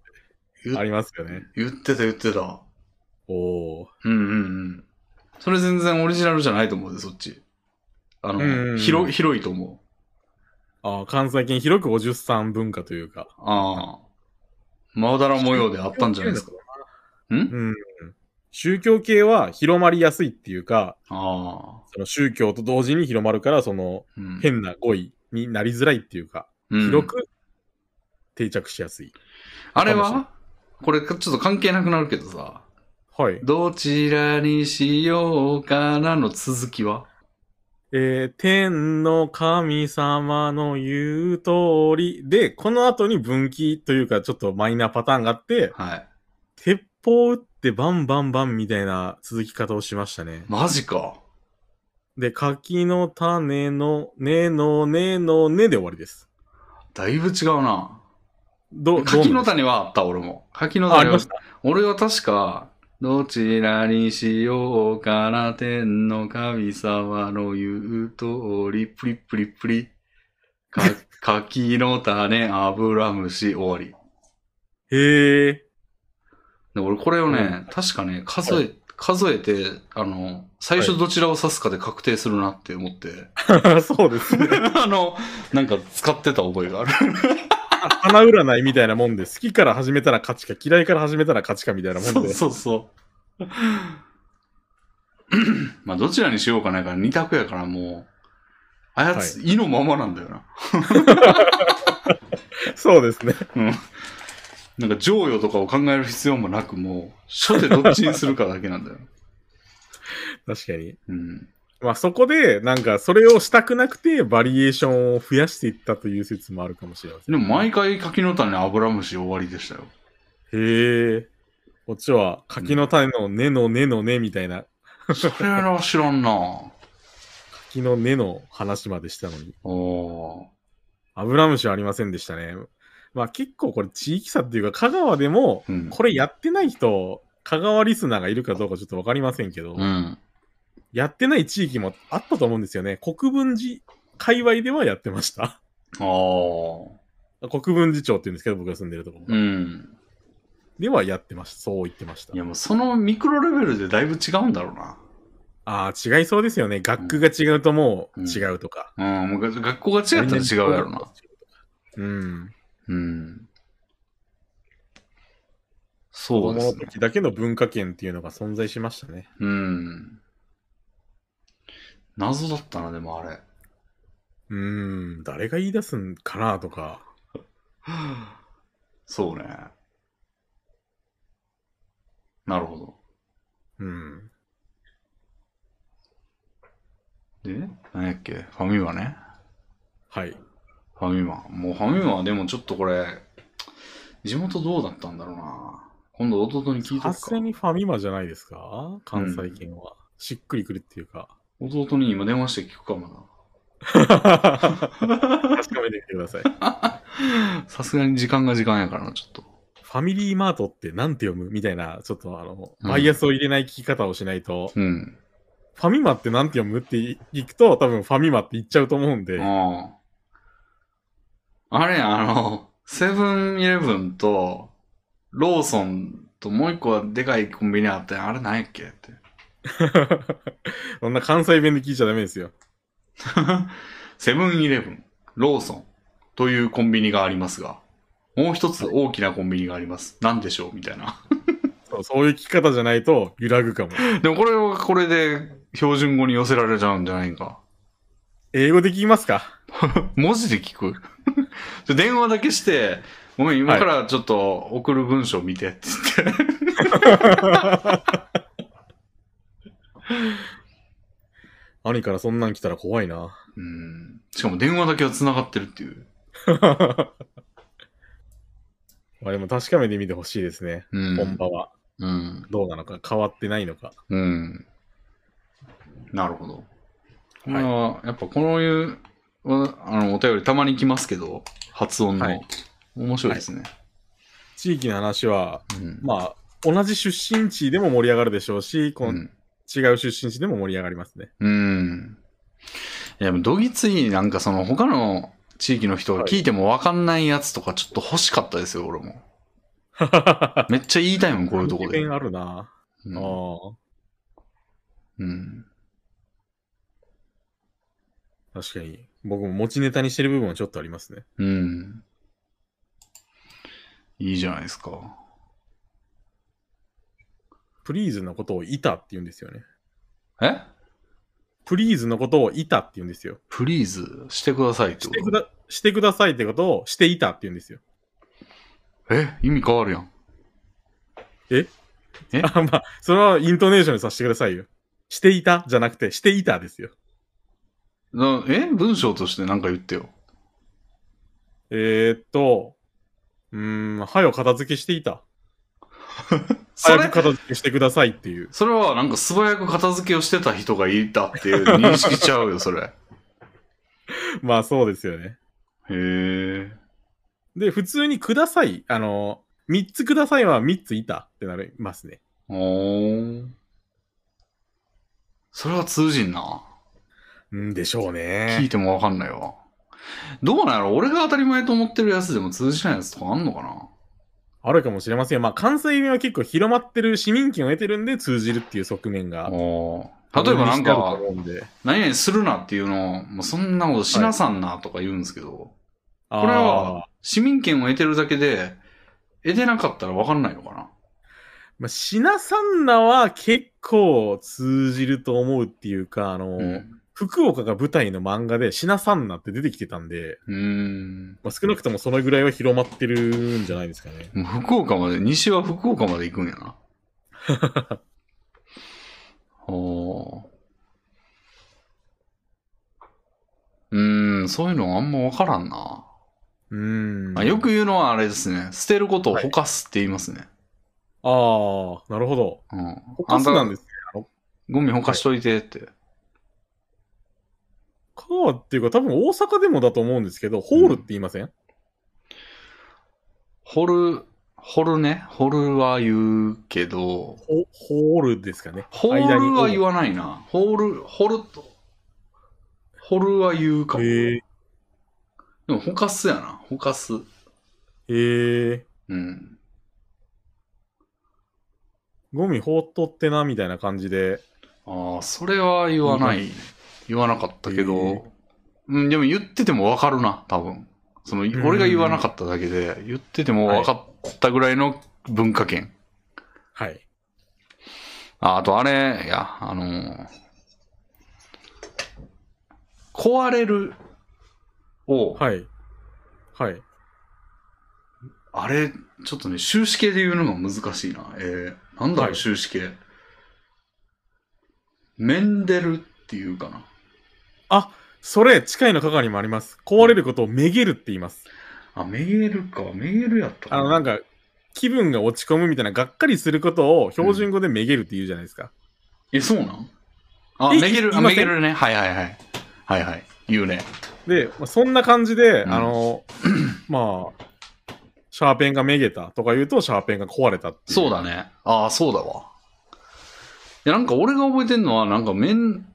Speaker 2: ありますよね。
Speaker 1: 言ってた言ってた。
Speaker 2: おお
Speaker 1: うんうんうん。それ全然オリジナルじゃないと思うで、そっち。あ
Speaker 2: うんうんう
Speaker 1: の、
Speaker 2: ん
Speaker 1: 広い、広いと思う。
Speaker 2: ー。あー関西圏広くおじゅさん文化というか。
Speaker 1: ああ。まだら模様であったんじゃないですか。ん
Speaker 2: うん。宗教系は広まりやすいっていうか、
Speaker 1: ああ。
Speaker 2: その宗教と同時に広まるから、その
Speaker 1: うん
Speaker 2: 変な語彙になりづらいっていうか、
Speaker 1: うん
Speaker 2: 広く定着しやすい。
Speaker 1: あれ
Speaker 2: かもし
Speaker 1: はこれちょっと関係なくなるけどさ、
Speaker 2: はい。
Speaker 1: どちらにしようかなの続きは
Speaker 2: えー、天の神様の言う通りで、この後に分岐というか、ちょっとマイナーパターンがあって、
Speaker 1: はい。
Speaker 2: 鉄砲撃ってバンバンバンみたいな続き方をしましたね。
Speaker 1: マジか。
Speaker 2: で、柿の種の根の根の根で終わりです。
Speaker 1: だいぶ違うな。
Speaker 2: ど、
Speaker 1: 柿の
Speaker 2: どう
Speaker 1: 種はあった、俺も。柿の
Speaker 2: あ、あ
Speaker 1: 種
Speaker 2: り
Speaker 1: は
Speaker 2: ました。
Speaker 1: 俺は確か、どちらにしようかな、天の神様の言う通り、プリプリプリ。 か柿の種、油虫、終わり。
Speaker 2: へえ。
Speaker 1: で俺これをね、
Speaker 2: うん
Speaker 1: 確かね、数え、数えて、あの、最初どちらを指すかで確定するなって思って、
Speaker 2: そうですね。
Speaker 1: あの、なんか使ってた覚えがある。
Speaker 2: 花占いみたいなもんで、好きから始めたら勝ちか、嫌いから始めたら勝ちかみたいなもんで。
Speaker 1: そうそうそう。 まあ、どちらにしようかなから二択やからもう、あやつ、意のままなんだよな。
Speaker 2: そうですね。
Speaker 1: うん。なんか、贈与とかを考える必要もなく、もう、初手どっちにするかだけなん だよ。
Speaker 2: 確かに。
Speaker 1: うん。
Speaker 2: まあそこで、なんかそれをしたくなくて、バリエーションを増やしていったという説もあるかもしれません。
Speaker 1: でも、毎回柿の種、油虫終わりでしたよ。
Speaker 2: へえ。こっちは、柿の種の根の根の根みたいな、
Speaker 1: それは知らんな
Speaker 2: 柿の根の話までしたのに、
Speaker 1: おー。
Speaker 2: アブラムシはありませんでしたね。まあ結構これ地域差っていうか、香川でも、
Speaker 1: うん。
Speaker 2: これやってない人、香川リスナーがいるかどうかちょっとわかりませんけど、
Speaker 1: うん。
Speaker 2: やってない地域もあったと思うんですよね。国分寺界隈ではやってました。
Speaker 1: ああ。
Speaker 2: 国分寺町って言うんですけど、僕が住んでるところ、
Speaker 1: うん。
Speaker 2: ではやってました。そう言ってました
Speaker 1: い。や、もうそのミクロレベルでだいぶ違うんだろう
Speaker 2: ああ、違いそうですよね。学区が違うともう違うとか。
Speaker 1: な。うん。もうが学校が違ったら違うやろな。。
Speaker 2: うん。
Speaker 1: うん。
Speaker 2: 子
Speaker 1: そう
Speaker 2: 供
Speaker 1: です
Speaker 2: の
Speaker 1: ね。
Speaker 2: 時だけの文化圏っていうのが存在しましたね。
Speaker 1: うん。謎だったな、でもあれ。
Speaker 2: うん。誰が言い出すんかなとか。
Speaker 1: そうね。なるほど。
Speaker 2: うん。
Speaker 1: で、何やっけファミマね。
Speaker 2: はい。
Speaker 1: ファミマ。もうファミマはでもちょっとこれ、地元どうだったんだろうな。今度弟に聞いとく
Speaker 2: さす
Speaker 1: か
Speaker 2: が。にファミマじゃないですか関西圏は、しっくりくるっていうか。
Speaker 1: 弟に今電話して聞くか、まだ。
Speaker 2: 確かめてみて ください。フ
Speaker 1: さすがに時間が時間やからな、ちょっと。
Speaker 2: ァミリーマートってなんて読むみたいな、ちょっとあの、
Speaker 1: うん
Speaker 2: バイアスを入れない聞き方をしないと、
Speaker 1: うん。
Speaker 2: ファミマってなんて読むっていいくと、多分ファミマって言っちゃうと思うんで、
Speaker 1: ああ。あれや、あの、セブンイレブンと、ローソンともう一個はでかいコンビニあって、あれなんやっけって。
Speaker 2: そんな関西弁で聞いちゃダメですよ。
Speaker 1: セブンイレブン、ローソンというコンビニがありますが、もう一つ大きなコンビニがあります。なんでしょうみたいな。
Speaker 2: そうそういう聞き方じゃないと揺らぐかも。
Speaker 1: でもこれはこれで標準語に寄せられちゃうんじゃないか。
Speaker 2: 英語で聞きますか
Speaker 1: 文字で聞く ちょ電話だけして、ごめん、今からちょっと送る文章見てって言って。
Speaker 2: 兄からそんなん来たら怖いな。
Speaker 1: うん。しかも電話だけは繋がってるっていう。
Speaker 2: まあでも確かめてみてほしいですね。
Speaker 1: う
Speaker 2: 本
Speaker 1: ん。
Speaker 2: 場は
Speaker 1: うん。
Speaker 2: どうなのか、変わってないのか。
Speaker 1: うん。なるほど。これは、やっぱこういう、わあの、お便りたまに来ますけど、発音の。
Speaker 2: はい
Speaker 1: 面白いですね。
Speaker 2: 地域の話は、
Speaker 1: うん。
Speaker 2: まあ、同じ出身地でも盛り上がるでしょうし、こ
Speaker 1: う
Speaker 2: の
Speaker 1: ん。
Speaker 2: 違う出身地でも盛り上がりますね。
Speaker 1: うん。いや、でもどぎつい、なんかその他の地域の人が聞いてもわかんないやつとかちょっと欲しかったですよ、俺も。 めっちゃ言いたいもん、こういうとこで。
Speaker 2: 偏見あるな。
Speaker 1: う
Speaker 2: あ
Speaker 1: ん
Speaker 2: あ、
Speaker 1: うん。
Speaker 2: 確かに。僕も持ちネタにしてる部分はちょっとありますね。
Speaker 1: うん。いいじゃないですか。
Speaker 2: プリーズのことをいたって言うんですよね。
Speaker 1: え
Speaker 2: プリーズのことをいたって言うんですよ。
Speaker 1: プリーズしてくださいって
Speaker 2: し
Speaker 1: こ
Speaker 2: てく
Speaker 1: と
Speaker 2: だ、してくださいってことをしていたって言うんですよ。
Speaker 1: え意味変わるやん。え
Speaker 2: あ、まあ、それはイントネーションにさせてくださいよ。していたじゃなくて、していたですよ。
Speaker 1: なえ文章としてなんか言ってよ。
Speaker 2: えー、っと、うーん、はよ片付けしていた。
Speaker 1: そ
Speaker 2: 早
Speaker 1: れ
Speaker 2: く、片付けしてくださいっていう。
Speaker 1: それはなんか素早く片付けをしてた人がいたっていう認識ちゃうよ、それ。へ
Speaker 2: まあそうですよね。
Speaker 1: え。
Speaker 2: で、普通にください。あの、3つくださいは3ついたってなりますね。
Speaker 1: おー。それは通じんな。
Speaker 2: うんでしょう
Speaker 1: 聞い
Speaker 2: ね。
Speaker 1: てもわかんないわ。どうなんやろ俺が当たり前と思ってるやつでも通じないやつとかあんのかな
Speaker 2: あるかもしれませんよ。まあ関西弁は結構広まってる市民権を得てるんで通じるっていう側面が。
Speaker 1: おー例えばなん
Speaker 2: あると
Speaker 1: か、
Speaker 2: 思うんで
Speaker 1: 何々するなっていうのを、もうそんなことしなさんなとか言うんですけど、
Speaker 2: あー
Speaker 1: これは市民権を得てるだけで、得てなかったら分かんないのかな
Speaker 2: まあ、しなさんなは結構通じると思うっていうか、あの、
Speaker 1: うん。
Speaker 2: 福岡が舞台の漫画でしなさんなって出てきてたんで、
Speaker 1: うーん。
Speaker 2: まあ、少なくともそのぐらいは広まってるんじゃないですかね。
Speaker 1: もう福岡まで、西は福岡まで行くんや な。おーうーん、そういうのあんま分からんな。
Speaker 2: うーん。
Speaker 1: まあ、よく。言うのはあれですね。捨てることをほかすって言いますね。
Speaker 2: ああ、なるほど。
Speaker 1: うん。あ
Speaker 2: ほか
Speaker 1: ん
Speaker 2: す
Speaker 1: た
Speaker 2: なんです。
Speaker 1: ゴミほかしといてって。
Speaker 2: かーっていうか、多分大阪でもだと思うんですけど、ホールって言いません、
Speaker 1: 掘る、掘るね。掘るは言うけど、
Speaker 2: ほホールですかね。
Speaker 1: 掘るは言
Speaker 2: わ
Speaker 1: わないな。掘る、掘ると、掘るは言うかも。
Speaker 2: へ
Speaker 1: で
Speaker 2: え
Speaker 1: も、ほかすやな。ほかす。
Speaker 2: へえ
Speaker 1: うん。
Speaker 2: ゴミ放っとってな、みたいな感じで。
Speaker 1: ああ、それは言わない。言わなかったけど、
Speaker 2: へえ
Speaker 1: うん、でも言っててもわかるな、多分。その、
Speaker 2: ん
Speaker 1: 俺が言わなかっただけで、言っててもわかったぐらいの文化圏。
Speaker 2: はい。
Speaker 1: あ、あとあれ、いや、あのー壊れるを、
Speaker 2: はい。はい。
Speaker 1: あれ、ちょっとね、終止形で言うのが難しいな。えー、なんだろ
Speaker 2: は
Speaker 1: う、
Speaker 2: い
Speaker 1: 終止形。メンデルっていうかな。
Speaker 2: それ、近いの係にもあります。壊れることをめげるって言います。
Speaker 1: あ、メールか。メールやったか
Speaker 2: あの、なんか、気分が落ち込むみたいな、がっかりすることを標準語でめげるって言うじゃないですか。
Speaker 1: え、そうなんあ、
Speaker 2: え
Speaker 1: めげる、あ、
Speaker 2: 言いま
Speaker 1: め
Speaker 2: せん
Speaker 1: げるね。はいはいはい。はいはい。言うね。
Speaker 2: で、まあ、そんな感じで、
Speaker 1: うん
Speaker 2: あの、 まあ、シャーペンがめげたとか言うと、シャーペンが壊れたっていう。
Speaker 1: そうだね。ああ、そうだわ。いや、なんか俺が覚えてんのは、なんか面、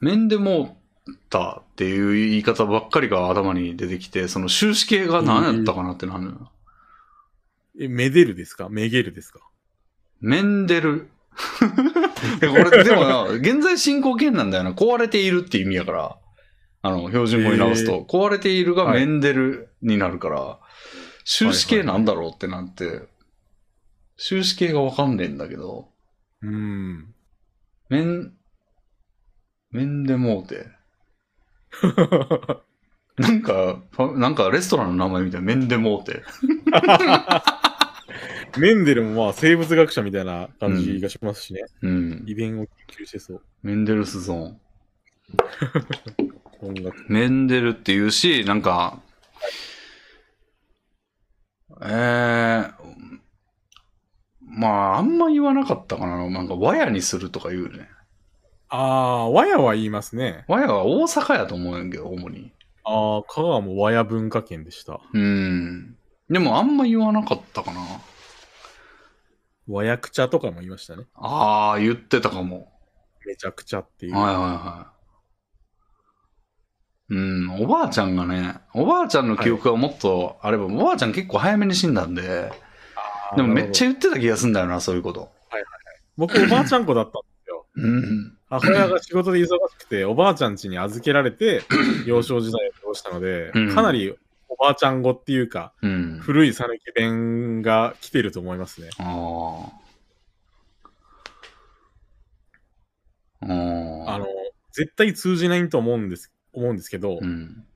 Speaker 1: 面でもったっていう言い方ばっかりが頭に出てきて、その終止形が何やったかなってなるのよ。
Speaker 2: え、めでるですかめげるですか
Speaker 1: メンデ ル。いやこれ、でもな、現在進行形なんだよな。壊れているって意味やから。あの、標準語に直す
Speaker 2: へ
Speaker 1: と、壊れているが
Speaker 2: は
Speaker 1: メ
Speaker 2: い
Speaker 1: ンデルになるから、終止形なんだろうってなって、終止形がわかんねえんだけど、
Speaker 2: うーん。
Speaker 1: メン、メンデモーテ。なんか、ファなんかレストランの名前みたいな、メンデモーテ。
Speaker 2: メンデルもまあ、生物学者みたいな感じがしますしね。
Speaker 1: うん。
Speaker 2: 遺伝を研究してそう。
Speaker 1: メンデルスゾーン。
Speaker 2: 音楽。
Speaker 1: メンデルっていうし、なんか、えー、まあ、あんま言わなかったかな。なんか、和屋にするとか言うね。
Speaker 2: あー、和屋は言いますね。
Speaker 1: 和屋は大阪やと思うんやけど、主に。
Speaker 2: あー、香川も和屋文化圏でした。
Speaker 1: うん。でも、あんま言わなかったかな。
Speaker 2: 和訳茶とかも言いましたね。
Speaker 1: ああ、言ってたかも。
Speaker 2: めちゃくちゃっていう。
Speaker 1: はいはいはい。うん、おばあちゃんがね、おばあちゃんの記憶がもっとあれば、おばあちゃん結構早めに死んだんで、でもめっち
Speaker 2: ゃ。
Speaker 1: ゃ言ってた気がするんだよな、そういうこと。
Speaker 2: 僕、おばあちゃん子だったんですよ。
Speaker 1: うん。
Speaker 2: 母親が仕事で忙しくて、おばあちゃん家に預けられて、 幼少時代を過ごしたので、
Speaker 1: うん
Speaker 2: かなりおばあちゃん語っていうか、
Speaker 1: うん。
Speaker 2: 古い讃岐弁が来てると思いますね。
Speaker 1: ああ。
Speaker 2: あ
Speaker 1: あ
Speaker 2: の
Speaker 1: あ。、
Speaker 2: 絶対通じないと思うんです、思うんですけど、
Speaker 1: うん。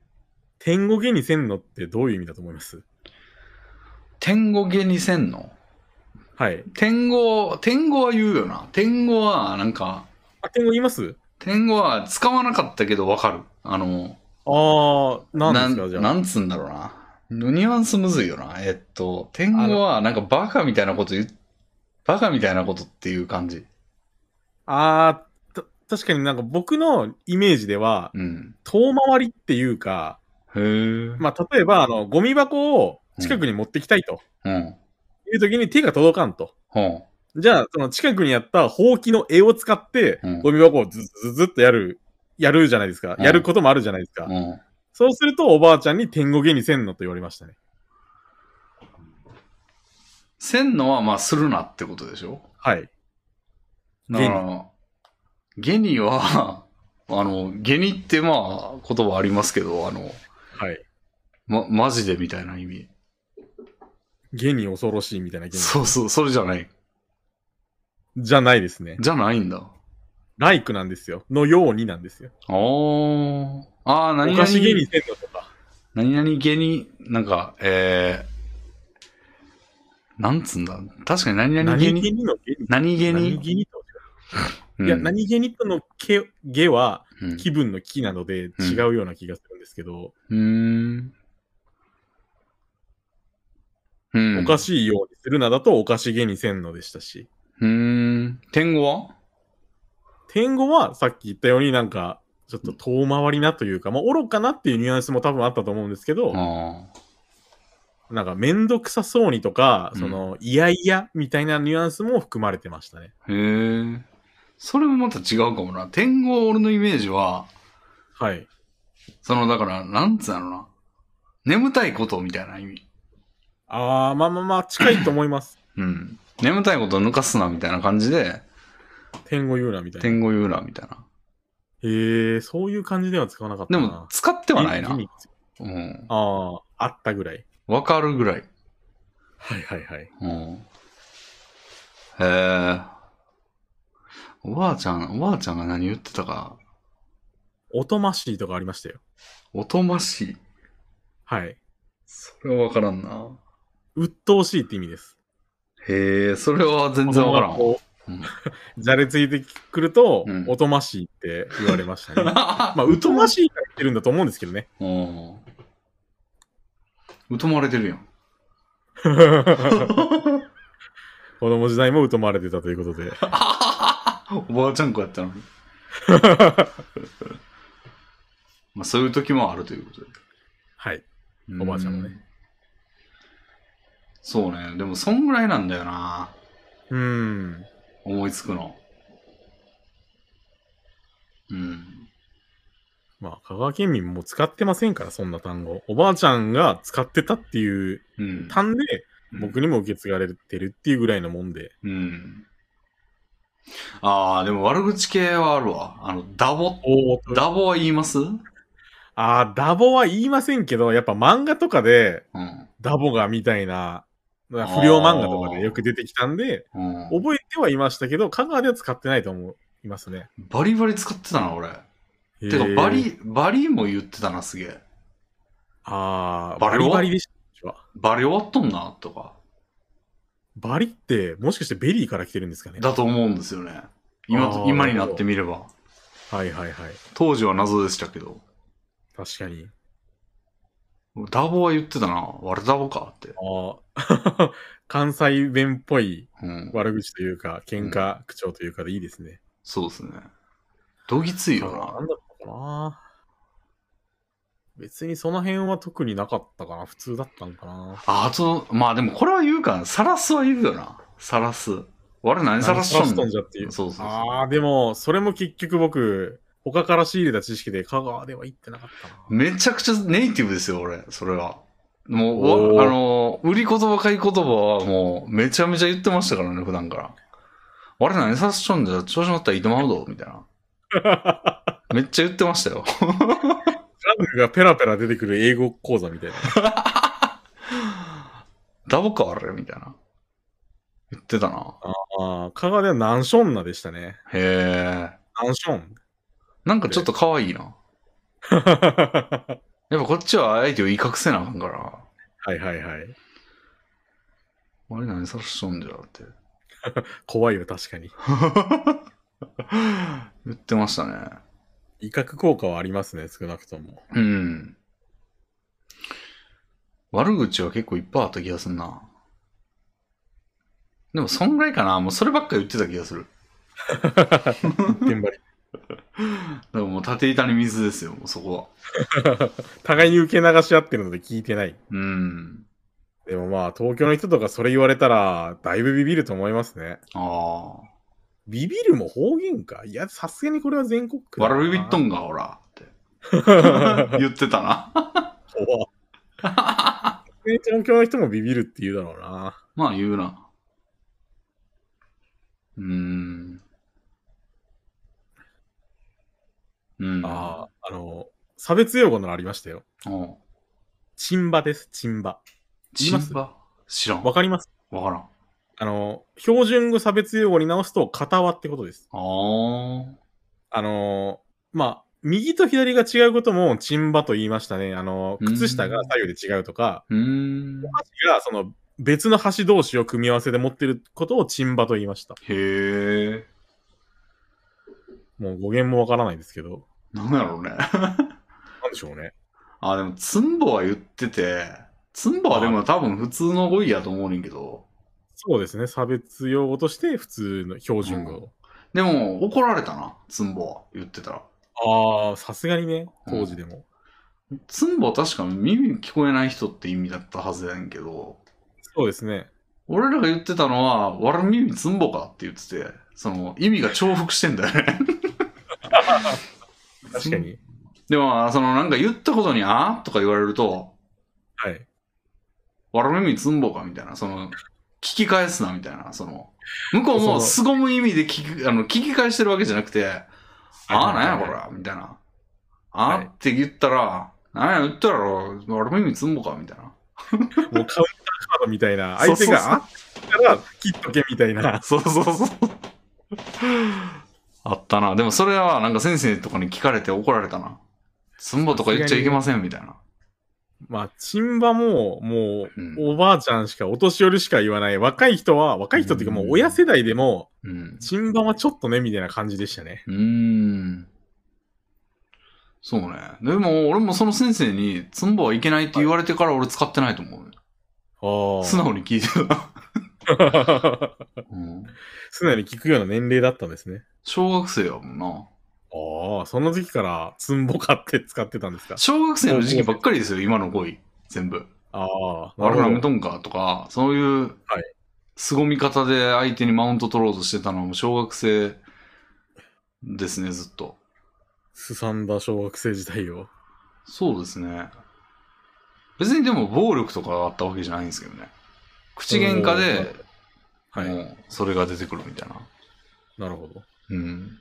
Speaker 2: 天語下にせんのってどういう意味だと思います
Speaker 1: 天語下にせんの
Speaker 2: はい。
Speaker 1: 天語、天語は言うよな。天語は、なんか、
Speaker 2: あ、天語言います
Speaker 1: 天語は使わなかったけどわかる。あの、
Speaker 2: あー、なん
Speaker 1: な
Speaker 2: ですか、
Speaker 1: ん
Speaker 2: じゃあ。
Speaker 1: なんつうんだろうな。ニュアンスむずいよな。えっと、天語は、なんかバカみたいなこと言う、バカみたいなことっていう感じ。
Speaker 2: あー、た確かになんか僕のイメージでは、
Speaker 1: うん。
Speaker 2: 遠回りっていうか、
Speaker 1: へえ。
Speaker 2: まあ、例えば、あの、ゴミ箱を近くに持ってきたいと
Speaker 1: うん。
Speaker 2: いう時に手が届かんと。
Speaker 1: ほ
Speaker 2: じゃあ、その近くにあったほうきの絵を使って
Speaker 1: うん、
Speaker 2: ゴミ箱をずずずっとやる、やるじゃないですか。
Speaker 1: うん
Speaker 2: やることもあるじゃないですか
Speaker 1: う。。うん。
Speaker 2: そうすると、おばあちゃんに天狗芸にせんのと言われましたね。
Speaker 1: せんのは、まあ、するなってことでしょ
Speaker 2: はい。
Speaker 1: だから、ゲニは、 あの、ゲニってまあ、言葉ありますけど、あの、
Speaker 2: はい。
Speaker 1: ま、マジでみたいな意味。
Speaker 2: 芸に恐ろしいみたいな芸
Speaker 1: そうそう、それじゃない。
Speaker 2: じゃないですね。
Speaker 1: じゃないんだ。
Speaker 2: ライクなんですよ。のようになんですよ。
Speaker 1: あー。あー、
Speaker 2: お
Speaker 1: 何
Speaker 2: か
Speaker 1: 々、
Speaker 2: しげにせんのとか。
Speaker 1: 何々ゲニ、なんか、えー、なんつうんだ。確かに何々
Speaker 2: 何
Speaker 1: ゲ
Speaker 2: 気
Speaker 1: ニ。
Speaker 2: にの芸に。
Speaker 1: 何ゲ
Speaker 2: 何
Speaker 1: ニ
Speaker 2: 気にと。
Speaker 1: うん
Speaker 2: いや、何気にとのけ、げは
Speaker 1: うん
Speaker 2: 気分の気なので違うような気がするんですけど、
Speaker 1: うーん。うん。
Speaker 2: おかしいようにするなだとおかしげにせんのでしたし。
Speaker 1: うーん。天語は
Speaker 2: 天狗はさっき言ったようになんか、ちょっと遠回りなというか、まあ、愚かなっていうニュアンスも多分あったと思うんですけど、
Speaker 1: あ
Speaker 2: なんか、めんどくさそうにとか、
Speaker 1: うん
Speaker 2: その、いやいやみたいなニュアンスも含まれてましたね。
Speaker 1: ー。へえ。それもまた違うかもな。天語、俺のイメージは、
Speaker 2: はい。
Speaker 1: その、だから、なんつうのな。眠たいことみたいな意味。
Speaker 2: あー、まあまあまあ、近いと思 います。
Speaker 1: うん。眠たいことを抜かすな、みたいな感じで、
Speaker 2: 天狗言うなみたいな。
Speaker 1: 天語言うな、みたいな。
Speaker 2: へー、そういう感じでは使わなかっ
Speaker 1: で
Speaker 2: たな。
Speaker 1: も、使ってはないな
Speaker 2: ギ。リギリ
Speaker 1: うん。
Speaker 2: あー、あったぐらい。
Speaker 1: わかるぐらい。
Speaker 2: はいはいはい。
Speaker 1: うん。へえ。おばあちゃん、おばあちゃんが何言ってたか。
Speaker 2: おとましいとかありましたよ。
Speaker 1: おとましい。
Speaker 2: はい。
Speaker 1: それはわからんな。
Speaker 2: 鬱陶しいって意味です。
Speaker 1: へえ、それは全然わからんわ。
Speaker 2: こう じゃれついてくると、
Speaker 1: うん
Speaker 2: おとましいって言われました ね。まあ、うとましいから言ってるんだと思うんですけどね。
Speaker 1: うん。疎まれてるやん。
Speaker 2: 子供時代も疎まれてたということ で。
Speaker 1: おばあちゃん子やったのに。まあ、そういう時もあるということで。
Speaker 2: はい。おばあちゃんもね
Speaker 1: う。そうね。でも、そんぐらいなんだよな。
Speaker 2: うん。
Speaker 1: 思いつくの。うん。
Speaker 2: まあ、香川県民も使ってませんから、そんな単語。おばあちゃんが使ってたっていう
Speaker 1: うん。
Speaker 2: 単で、僕にも受け継がれてるっていうぐらいのもんで。
Speaker 1: うん。ああ、でも悪口系はあるわ。あの、ダボ、
Speaker 2: おー
Speaker 1: ダボは言いますうん。
Speaker 2: あーダボは言いませんけど、やっぱ漫画とかで、ダボがみたいな、不良漫画とかでよく出てきたんで、
Speaker 1: うん、
Speaker 2: 覚えてはいましたけど、香川では使ってないと思いますね。
Speaker 1: バリバリ使ってたな、俺。てか
Speaker 2: へ、ー
Speaker 1: バリ、バリも言ってたな、すげえ。
Speaker 2: ああ、
Speaker 1: バ
Speaker 2: バ
Speaker 1: リ
Speaker 2: リ
Speaker 1: は
Speaker 2: バリでした。私は
Speaker 1: バリ終わっとんな、とか。
Speaker 2: バリって、もしかしてベリーから来てるんですかね
Speaker 1: だと思うんですよね。今と
Speaker 2: あ、ー
Speaker 1: 今になってみれば。
Speaker 2: はいはいはい。
Speaker 1: 当時は謎でしたけど。
Speaker 2: 確かに。
Speaker 1: ダボは言ってたな。悪ダボかって。
Speaker 2: ああ、 関西弁っぽい
Speaker 1: うん。
Speaker 2: 悪口というか、喧嘩口調というかでいいですね。
Speaker 1: そうですね。どぎついよ
Speaker 2: あ
Speaker 1: な
Speaker 2: なんだったかな別にその辺は特になかったかな普通だったのかな。
Speaker 1: ああと、まあでもこれは言うか、さらすは言うよな。さらす。俺何さらしとん
Speaker 2: と
Speaker 1: の
Speaker 2: んじゃっていう。
Speaker 1: そうそうそ
Speaker 2: ああ、でも、それも結局僕、他から仕入れた知識で香川では行ってなかったな。
Speaker 1: う。めちゃくちゃネイティブですよ、俺。それは。も
Speaker 2: お
Speaker 1: う、
Speaker 2: ー
Speaker 1: わあの、売り言葉買い言葉はもう、めちゃめちゃ言ってましたからね、普段から。俺何さらしとんじゃ、調子乗ったらいてまうど、みたい な。めっちゃ言ってましたよ。
Speaker 2: ラングがペラペラ出てくる英語講座みたいな。
Speaker 1: ダボか、あれみたいな。言ってたな。
Speaker 2: ああ、香川ではナンションナでしたね。
Speaker 1: へえ。
Speaker 2: ナンション。
Speaker 1: なんかちょっと可愛い な。
Speaker 2: は
Speaker 1: やっぱこっちは相手を威嚇せなあかんから。
Speaker 2: いはいはい。
Speaker 1: あれ何さらしとんじゃって。
Speaker 2: 怖いよ、確かに。
Speaker 1: 言ってましたね。
Speaker 2: 威嚇効果はありますね、少なくとも。
Speaker 1: うん。悪口は結構いっぱいあった気がするな。でもそんぐらいかな。もうそればっか言ってた気がする。
Speaker 2: 現場に
Speaker 1: だからもう縦板に水ですよ、もうそこは。
Speaker 2: 互いに受け流し合ってるので聞いてない。
Speaker 1: うん。
Speaker 2: でもまあ、東京の人とかそれ言われたら、だいぶビビると思いますね。
Speaker 1: ああ。
Speaker 2: ビビるも方言かいや、さすがにこれは全国区だな
Speaker 1: 悪ビビっとんが、ほら。って言ってたな。
Speaker 2: 怖っね東京の人もビビるって言うだろうな。
Speaker 1: まあ言うな。うーん。うん。
Speaker 2: ああ、あの、差別用語なのありましたよ。
Speaker 1: うん。
Speaker 2: チンバです、チンバ。言います
Speaker 1: チンバ知らん。
Speaker 2: わ
Speaker 1: わ
Speaker 2: かります
Speaker 1: からん。
Speaker 2: あの、標準語差別用語に直すと、片輪ってことです。
Speaker 1: あー。
Speaker 2: あの、まあ、右と左が違うことも、チンバと言いましたね。あの、靴下が左右で違うとか、
Speaker 1: うーん。
Speaker 2: 箸がその別の箸同士を組み合わせで持ってることをチンバと言いました。
Speaker 1: へえ。
Speaker 2: もう語源もわからないですけど、
Speaker 1: なんやろうね。
Speaker 2: なんでしょうね。
Speaker 1: あ、でも、ツンボは言ってて、ツンボはでも多分普通の語彙やと思うねんけど、
Speaker 2: そうですね。差別用語として普通の標準語。
Speaker 1: でも怒られたな、ツンボは言ってたら。
Speaker 2: ああ、さすがにね、当時でも。
Speaker 1: ツンボ確か耳聞こえない人って意味だったはずやねんけど、
Speaker 2: そうですね。
Speaker 1: 俺らが言ってたのは、悪耳つんぼかって言ってて、その意味が重複してんだよね。
Speaker 2: 確か。に。
Speaker 1: でも、そのなんか言ったことに、あーとか言われると、
Speaker 2: はい。
Speaker 1: 悪耳つんぼかみたいな、その、聞き返すなみたいな、その、向こうも
Speaker 2: そ
Speaker 1: 凄む意味で聞き、あの、聞き返してるわけじゃなくて、あーなんやこれ、みたいな。あ
Speaker 2: は
Speaker 1: ー
Speaker 2: い
Speaker 1: って言ったら、なんや言ったやろ、悪耳つんぼかみたいな。
Speaker 2: もうカウンターカードみたいな、
Speaker 1: そう
Speaker 2: 相
Speaker 1: そう
Speaker 2: 手
Speaker 1: そう
Speaker 2: があったら切っとけみたいな。
Speaker 1: そうそうそう。あったな。でもそれはなんか先生とかに聞かれて怒られたな。ツンボとか言っちゃいけませんみたいな。
Speaker 2: まあ、チンバも、もう、
Speaker 1: うん
Speaker 2: おばあちゃんしか、お年寄りしか言わない、若い人は、若い人っていうかもう親世代でも、
Speaker 1: うん。
Speaker 2: チンバはちょっとね、みたいな感じでしたね。
Speaker 1: うーん。そうね。でも俺もその先生にツンボはいけないって言われてから俺使ってないと思う。
Speaker 2: ああ。
Speaker 1: 素直に聞いて た。う
Speaker 2: 素
Speaker 1: ん
Speaker 2: 直に聞くような年齢だったんですね。
Speaker 1: 小学生やもんな。
Speaker 2: ああ、その時期からツンボ買って使ってたんですか。
Speaker 1: 小学生の時期ばっかりですよ、今の5位。全部。
Speaker 2: ああ、
Speaker 1: あ
Speaker 2: な
Speaker 1: れ
Speaker 2: る
Speaker 1: なめ
Speaker 2: ほ
Speaker 1: と
Speaker 2: ど。
Speaker 1: んかとか、そういう
Speaker 2: はい、
Speaker 1: 凄み方で相手にマウント取ろうとしてたのも小学生ですね、ずっと。
Speaker 2: すさんだ小学生時代を。
Speaker 1: そうですね。別にでも暴力とかあったわけじゃないんですけどね。口喧嘩で、
Speaker 2: はい。
Speaker 1: もう、それが出てくるみたいな。
Speaker 2: なるほど。
Speaker 1: うん。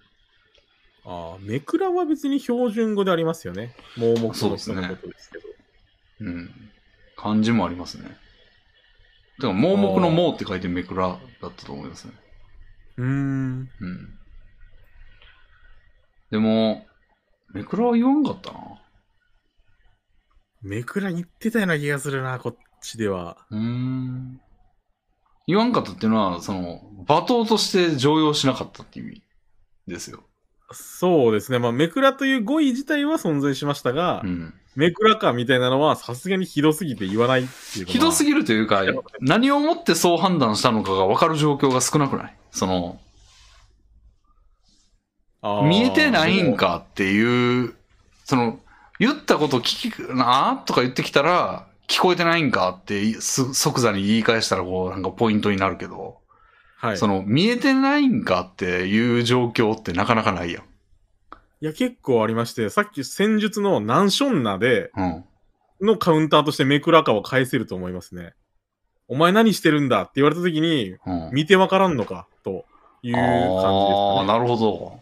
Speaker 2: ああ、めくらは別に標準語でありますよね。盲目
Speaker 1: そう
Speaker 2: の
Speaker 1: です
Speaker 2: 人
Speaker 1: ね
Speaker 2: のことですけど。
Speaker 1: うん。漢字もありますね。だから、盲目の盲って書いてめくらだったと思いますね。
Speaker 2: うーん。
Speaker 1: うん。でも、めくらは言わんかったな。
Speaker 2: めくら言ってたような気がするな、こっちでは。
Speaker 1: うーん。言わんかったっていうのは、その、罵倒として常用しなかったっていう意味ですよ。
Speaker 2: そうですね。まあ、めくらという語彙自体は存在しましたが、
Speaker 1: うん。
Speaker 2: めくらかみたいなのはさすがにひどすぎて言わないっていうか。
Speaker 1: ひどす
Speaker 2: ぎ
Speaker 1: ぎるというか、何をもってそう判断したのかが分かる状況が少なくないその、見えてないん。かっていう、その、言ったこと聞き、なあとか言ってきたら、聞こえてないんかってす即座に言い返したらこう、なんかポイントになるけど、
Speaker 2: はい。
Speaker 1: その、見えてないんかっていう状況ってなかなかないやん。
Speaker 2: いや、結構ありまして、さっき戦術のナンションナで、
Speaker 1: うん。
Speaker 2: のカウンターとしてめくらかを返せると思いますね。お前何してるんだって言われた時に、
Speaker 1: うん。
Speaker 2: 見てわからんのか、という感じです
Speaker 1: ああ、
Speaker 2: かね。
Speaker 1: なるほど。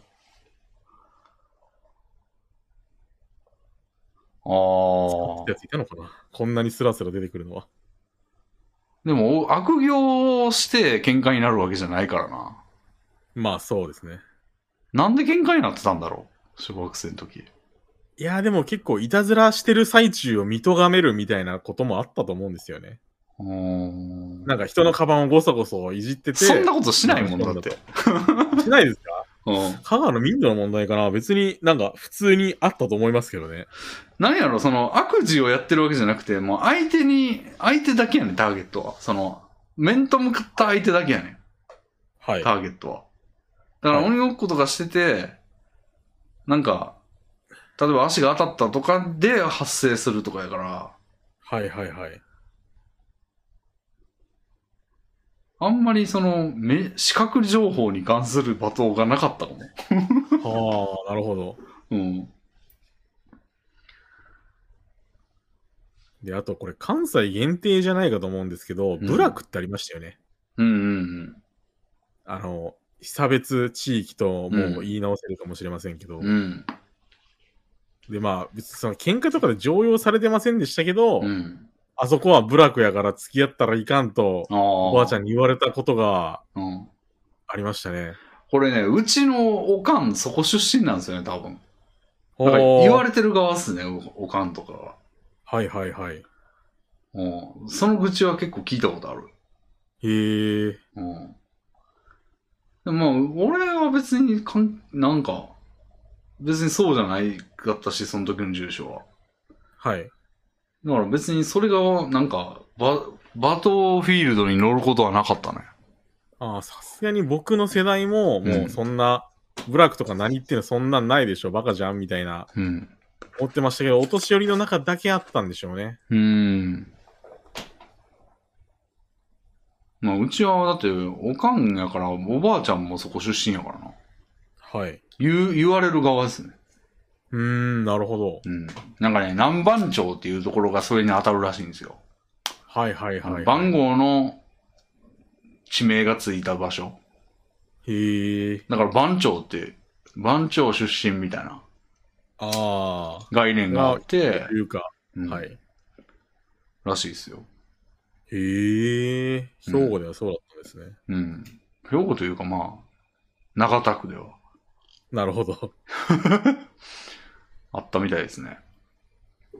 Speaker 1: ああ
Speaker 2: や。ついたのかなこんなにスラスラ出てくるのは。
Speaker 1: でも、お悪行をして喧嘩になるわけじゃないからな。
Speaker 2: まあそうですね。
Speaker 1: なんで喧嘩になってたんだろう小学生の時。
Speaker 2: いや、でも結構いたずらしてる最中を見とがめるみたいなこともあったと思うんですよね。
Speaker 1: うーん。
Speaker 2: なんか人のカバンをごそごそいじってて。
Speaker 1: そんなことしないもんだって。
Speaker 2: しないですか
Speaker 1: うん。
Speaker 2: 香川の民度の問題かな別になんか普通にあったと思いますけどね。
Speaker 1: なんやろ、その、悪事をやってるわけじゃなくて、もう相手に、相手だけやねん、ターゲットは。その、面と向かった相手だけやねん、
Speaker 2: はい。
Speaker 1: ターゲットは。だから
Speaker 2: はい
Speaker 1: 鬼ごっことかしてて、なんか、例えば足が当たったとかで発生するとかやから、
Speaker 2: はいはいはい。
Speaker 1: あんまりその、め視覚情報に関する罵倒がなかったかも。
Speaker 2: はあ、なるほど。
Speaker 1: うん。
Speaker 2: で、あとこれ関西限定じゃないかと思うんですけど、
Speaker 1: ん
Speaker 2: 部落ってありましたよね。
Speaker 1: うんうん
Speaker 2: あの、被差別地域とも
Speaker 1: う
Speaker 2: うん言い直せるかもしれませんけど、
Speaker 1: うん。うん。
Speaker 2: で、まあ、別にその喧嘩とかで常用されてませんでしたけど、
Speaker 1: うん。
Speaker 2: あそこは部落やから付き合ったらいかんと、
Speaker 1: ああ。お
Speaker 2: おばあち
Speaker 1: ん。
Speaker 2: ゃんに言われたことが
Speaker 1: うん。
Speaker 2: ありましたね。
Speaker 1: これね、うちのおかん、そこ出身なんですよね、多分。だから
Speaker 2: おー
Speaker 1: 言われてる側っすね、おおかんとかは。
Speaker 2: はいはいはい。
Speaker 1: うん。その愚痴は結構聞いたことある。
Speaker 2: へえ。
Speaker 1: うん。でもまあ、俺は別にかん、なんか、別にそうじゃないかったし、その時の住所は。
Speaker 2: はい。
Speaker 1: だから別にそれが、なんか、バ、バトフィールドに乗ることはなかったね。
Speaker 2: ああ、さすがに僕の世代も、
Speaker 1: う
Speaker 2: も
Speaker 1: ん
Speaker 2: うそんな、部落とか何言ってんのそんなんないでしょ、バカじゃんみたいな、
Speaker 1: うん。
Speaker 2: 思ってましたけど、お年寄りの中だけあったんでしょうね。
Speaker 1: うーん。まあ、うちは、だって、おかんやから、おばあちゃんもそこ出身やからな。
Speaker 2: はい。
Speaker 1: 言う、言われる側ですね。
Speaker 2: うーん、なるほど。
Speaker 1: うん。なんかね、南番町っていうところがそれに当たるらしいんですよ。
Speaker 2: はいはい
Speaker 1: あ
Speaker 2: は
Speaker 1: の
Speaker 2: い。
Speaker 1: 番号の地名がついた場所。
Speaker 2: へえ。
Speaker 1: だから番町って、番町出身みたいな
Speaker 2: ああ。
Speaker 1: 概念があって
Speaker 2: と、いうか、
Speaker 1: うん
Speaker 2: はい。
Speaker 1: らしいですよ。
Speaker 2: へえ。兵庫ではそうだったんですね。
Speaker 1: うん。兵庫というかまあ、長田区では
Speaker 2: なるほど。
Speaker 1: あったみたいですね。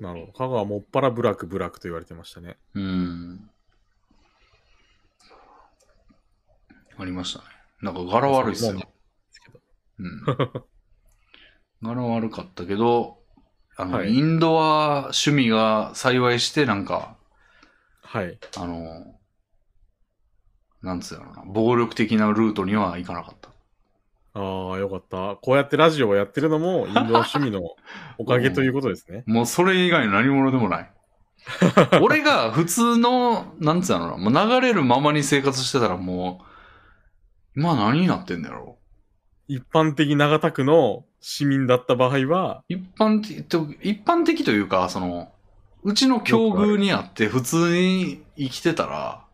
Speaker 2: なるほど。香川もっぱら部落部落と言われてましたね。
Speaker 1: うん。ありましたね。なんか柄悪いっすよ
Speaker 2: もう。
Speaker 1: うん。柄悪かったけど、あの、
Speaker 2: はい
Speaker 1: インドア趣味が幸いして、なんか、
Speaker 2: はい。
Speaker 1: あの、なんつうのな、暴力的なルートには行かなかった。
Speaker 2: ああ、よかった。こうやってラジオをやってるの も、インドア趣味のおかげということですね。
Speaker 1: もうそれ以外の何者でも ない。俺が普通の、なんつうのかな、もう流れるままに生活してたらもう、今何になってんだろ
Speaker 2: 一般的長田区の市民だった場合は、
Speaker 1: う。一般的と、一般的というか、その、うちの境遇にあって普通に生きてたら、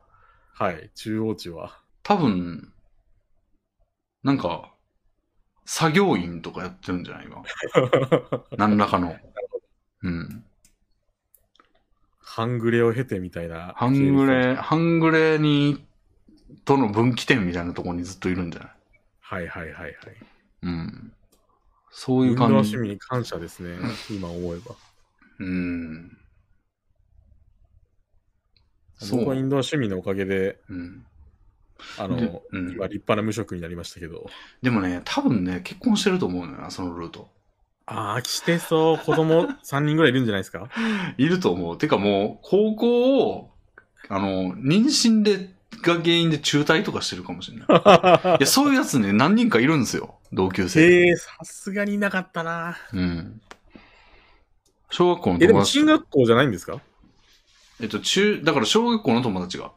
Speaker 2: はい、中央値は。
Speaker 1: 多分、なんか、作業員とかやってるんじゃない か。何らかの。うん。
Speaker 2: 半グレを経てみたいな。
Speaker 1: 半グ。レ、半グレに、との分岐点みたいなところにずっといるんじゃない
Speaker 2: はいはいはいはい。
Speaker 1: うん。そう
Speaker 2: イ
Speaker 1: い
Speaker 2: ン
Speaker 1: う
Speaker 2: ドア
Speaker 1: 感じ
Speaker 2: 趣。味に感謝ですね。今思えば。
Speaker 1: うん。そう
Speaker 2: 僕はインドア趣味のおかげで、
Speaker 1: うん。
Speaker 2: あ
Speaker 1: で
Speaker 2: の、
Speaker 1: うん
Speaker 2: 今立派な無職になりましたけど。
Speaker 1: でもね、多分ね、結婚してると思うのよな、そのルート。
Speaker 2: ああ、飽きてそう。子供 3人ぐらいいるんじゃないですか
Speaker 1: いると思う。てかもう、高校を、あの、妊娠で、が原因で中退とかしてるかもし れない。いや、そういうやつね、何人かいるんですよ、同級生。
Speaker 2: ええー、さすがにいなかったな。
Speaker 1: うん。小学校の
Speaker 2: え、で
Speaker 1: 友
Speaker 2: も
Speaker 1: 達
Speaker 2: 進
Speaker 1: と。
Speaker 2: 学校じゃないんですか
Speaker 1: えっと、中、だから小学校の友達が。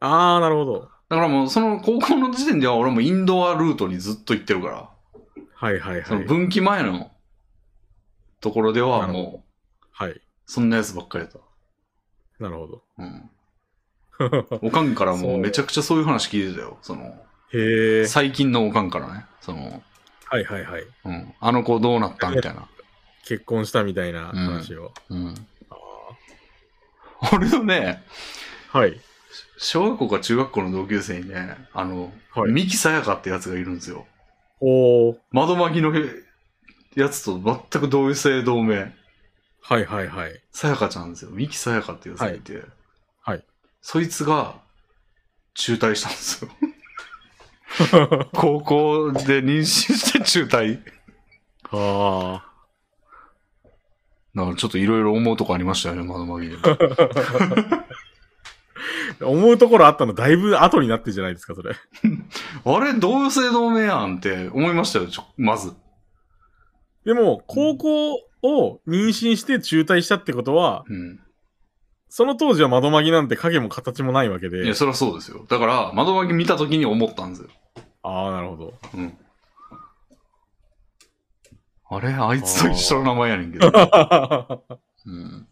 Speaker 2: ああ、なるほど。
Speaker 1: だからもう、その高校の時点では俺もインドアルートにずっと行ってるから、
Speaker 2: はいはい
Speaker 1: そ
Speaker 2: は
Speaker 1: の
Speaker 2: い。
Speaker 1: 分岐前のところでは
Speaker 2: なるほ
Speaker 1: も
Speaker 2: はい。
Speaker 1: う、そんなやつばっかりだっ
Speaker 2: なるほど。
Speaker 1: た。うん。おかんから
Speaker 2: そ
Speaker 1: も
Speaker 2: う
Speaker 1: めちゃくちゃそういう話聞いてたよ。その、
Speaker 2: へえ。
Speaker 1: 最近のおかんからね。その、
Speaker 2: はいはいはい。
Speaker 1: うん。あの子どうなったみたいな。
Speaker 2: 結婚したみたいな話を。
Speaker 1: うん。俺のね、
Speaker 2: はい。
Speaker 1: 小学校か中学校の同級生にね、あの、
Speaker 2: はい
Speaker 1: 三木さやかってやつがいるんですよ。
Speaker 2: おー。
Speaker 1: 窓巻きのへやつと全く同姓同名。
Speaker 2: はいはいはい。
Speaker 1: さやかちゃんですよ。三木さやかっていうやつがいて。
Speaker 2: はい
Speaker 1: そいつが、中退したん ですよ。高校で妊娠して中退。
Speaker 2: はあ。
Speaker 1: だからちょっといろいろ思うとこありましたよね、窓巻きでも。
Speaker 2: 思うところあったのだいぶ後になってじゃないですか、それ。
Speaker 1: あれ、同姓同名やんって思いましたよ、ちょまず。
Speaker 2: でも、高校を妊娠して中退したってことは、
Speaker 1: うん。
Speaker 2: その当時は窓紛なんて影も形もないわけ
Speaker 1: い
Speaker 2: で
Speaker 1: や、。そりゃそうですよ。だから、窓脇見たときに思ったんですよ。
Speaker 2: ああ、なるほど。
Speaker 1: うん。あれあいつと一緒の名前やねんけど。うん。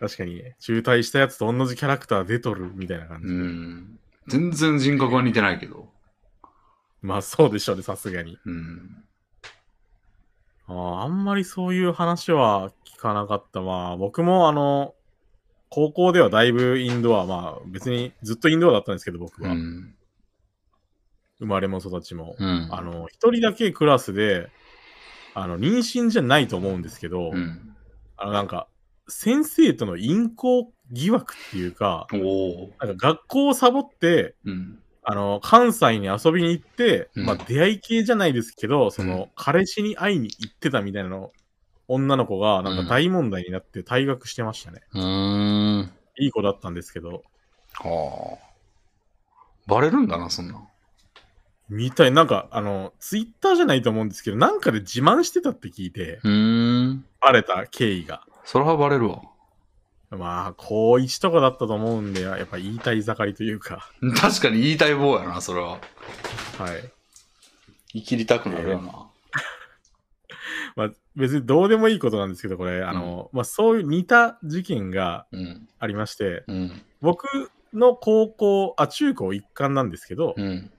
Speaker 2: 確かにね、中退したやつと同じキャラクター出とるみたいな感じ。
Speaker 1: うん。全然人格は似てないけど。
Speaker 2: まあそうでしょうね、さすがに。
Speaker 1: うん。
Speaker 2: あああんまりそういう話は聞かなかった。まあ僕もあの、高校ではだいぶインドア、まあ別にずっとインドアだったんですけど僕
Speaker 1: う
Speaker 2: は。
Speaker 1: ん。
Speaker 2: 生まれも育ちも。
Speaker 1: うん。
Speaker 2: あの、一人だけクラスで、あの、妊娠じゃないと思うんですけ
Speaker 1: う
Speaker 2: ど、
Speaker 1: ん。
Speaker 2: あのなんか、先生との淫行疑惑っていうか、
Speaker 1: おお。
Speaker 2: なんか学校をサボって、
Speaker 1: うん。
Speaker 2: あの、関西に遊びに行って、
Speaker 1: うん
Speaker 2: まあ出会い系じゃないですけど、そうの、彼氏に会いに行ってたみたいなの、女の子が、なんか大問題になって退学してましたね。
Speaker 1: うーん。
Speaker 2: いい子だったんですけど、
Speaker 1: はあ。バレるんだな、そんなん。
Speaker 2: みたい、なんか、あの、ツイッターじゃないと思うんですけど、なんかで自慢してたって聞いて、
Speaker 1: うーん。
Speaker 2: バレた経緯が。
Speaker 1: それはバレるわ。
Speaker 2: まあ、高1とかだったと思うんで、やっぱ言いたい盛りというか、
Speaker 1: 確かに言いたい棒やな、それは。
Speaker 2: はい。
Speaker 1: 生きりたくなるよな。
Speaker 2: まあ、別にどうでもいいことなんですけど、これ、あの、まあ、そういう似た事件が
Speaker 1: うん。
Speaker 2: ありまして、
Speaker 1: うん。
Speaker 2: 僕の高校、あ、中高一貫なんですけど、
Speaker 1: うん。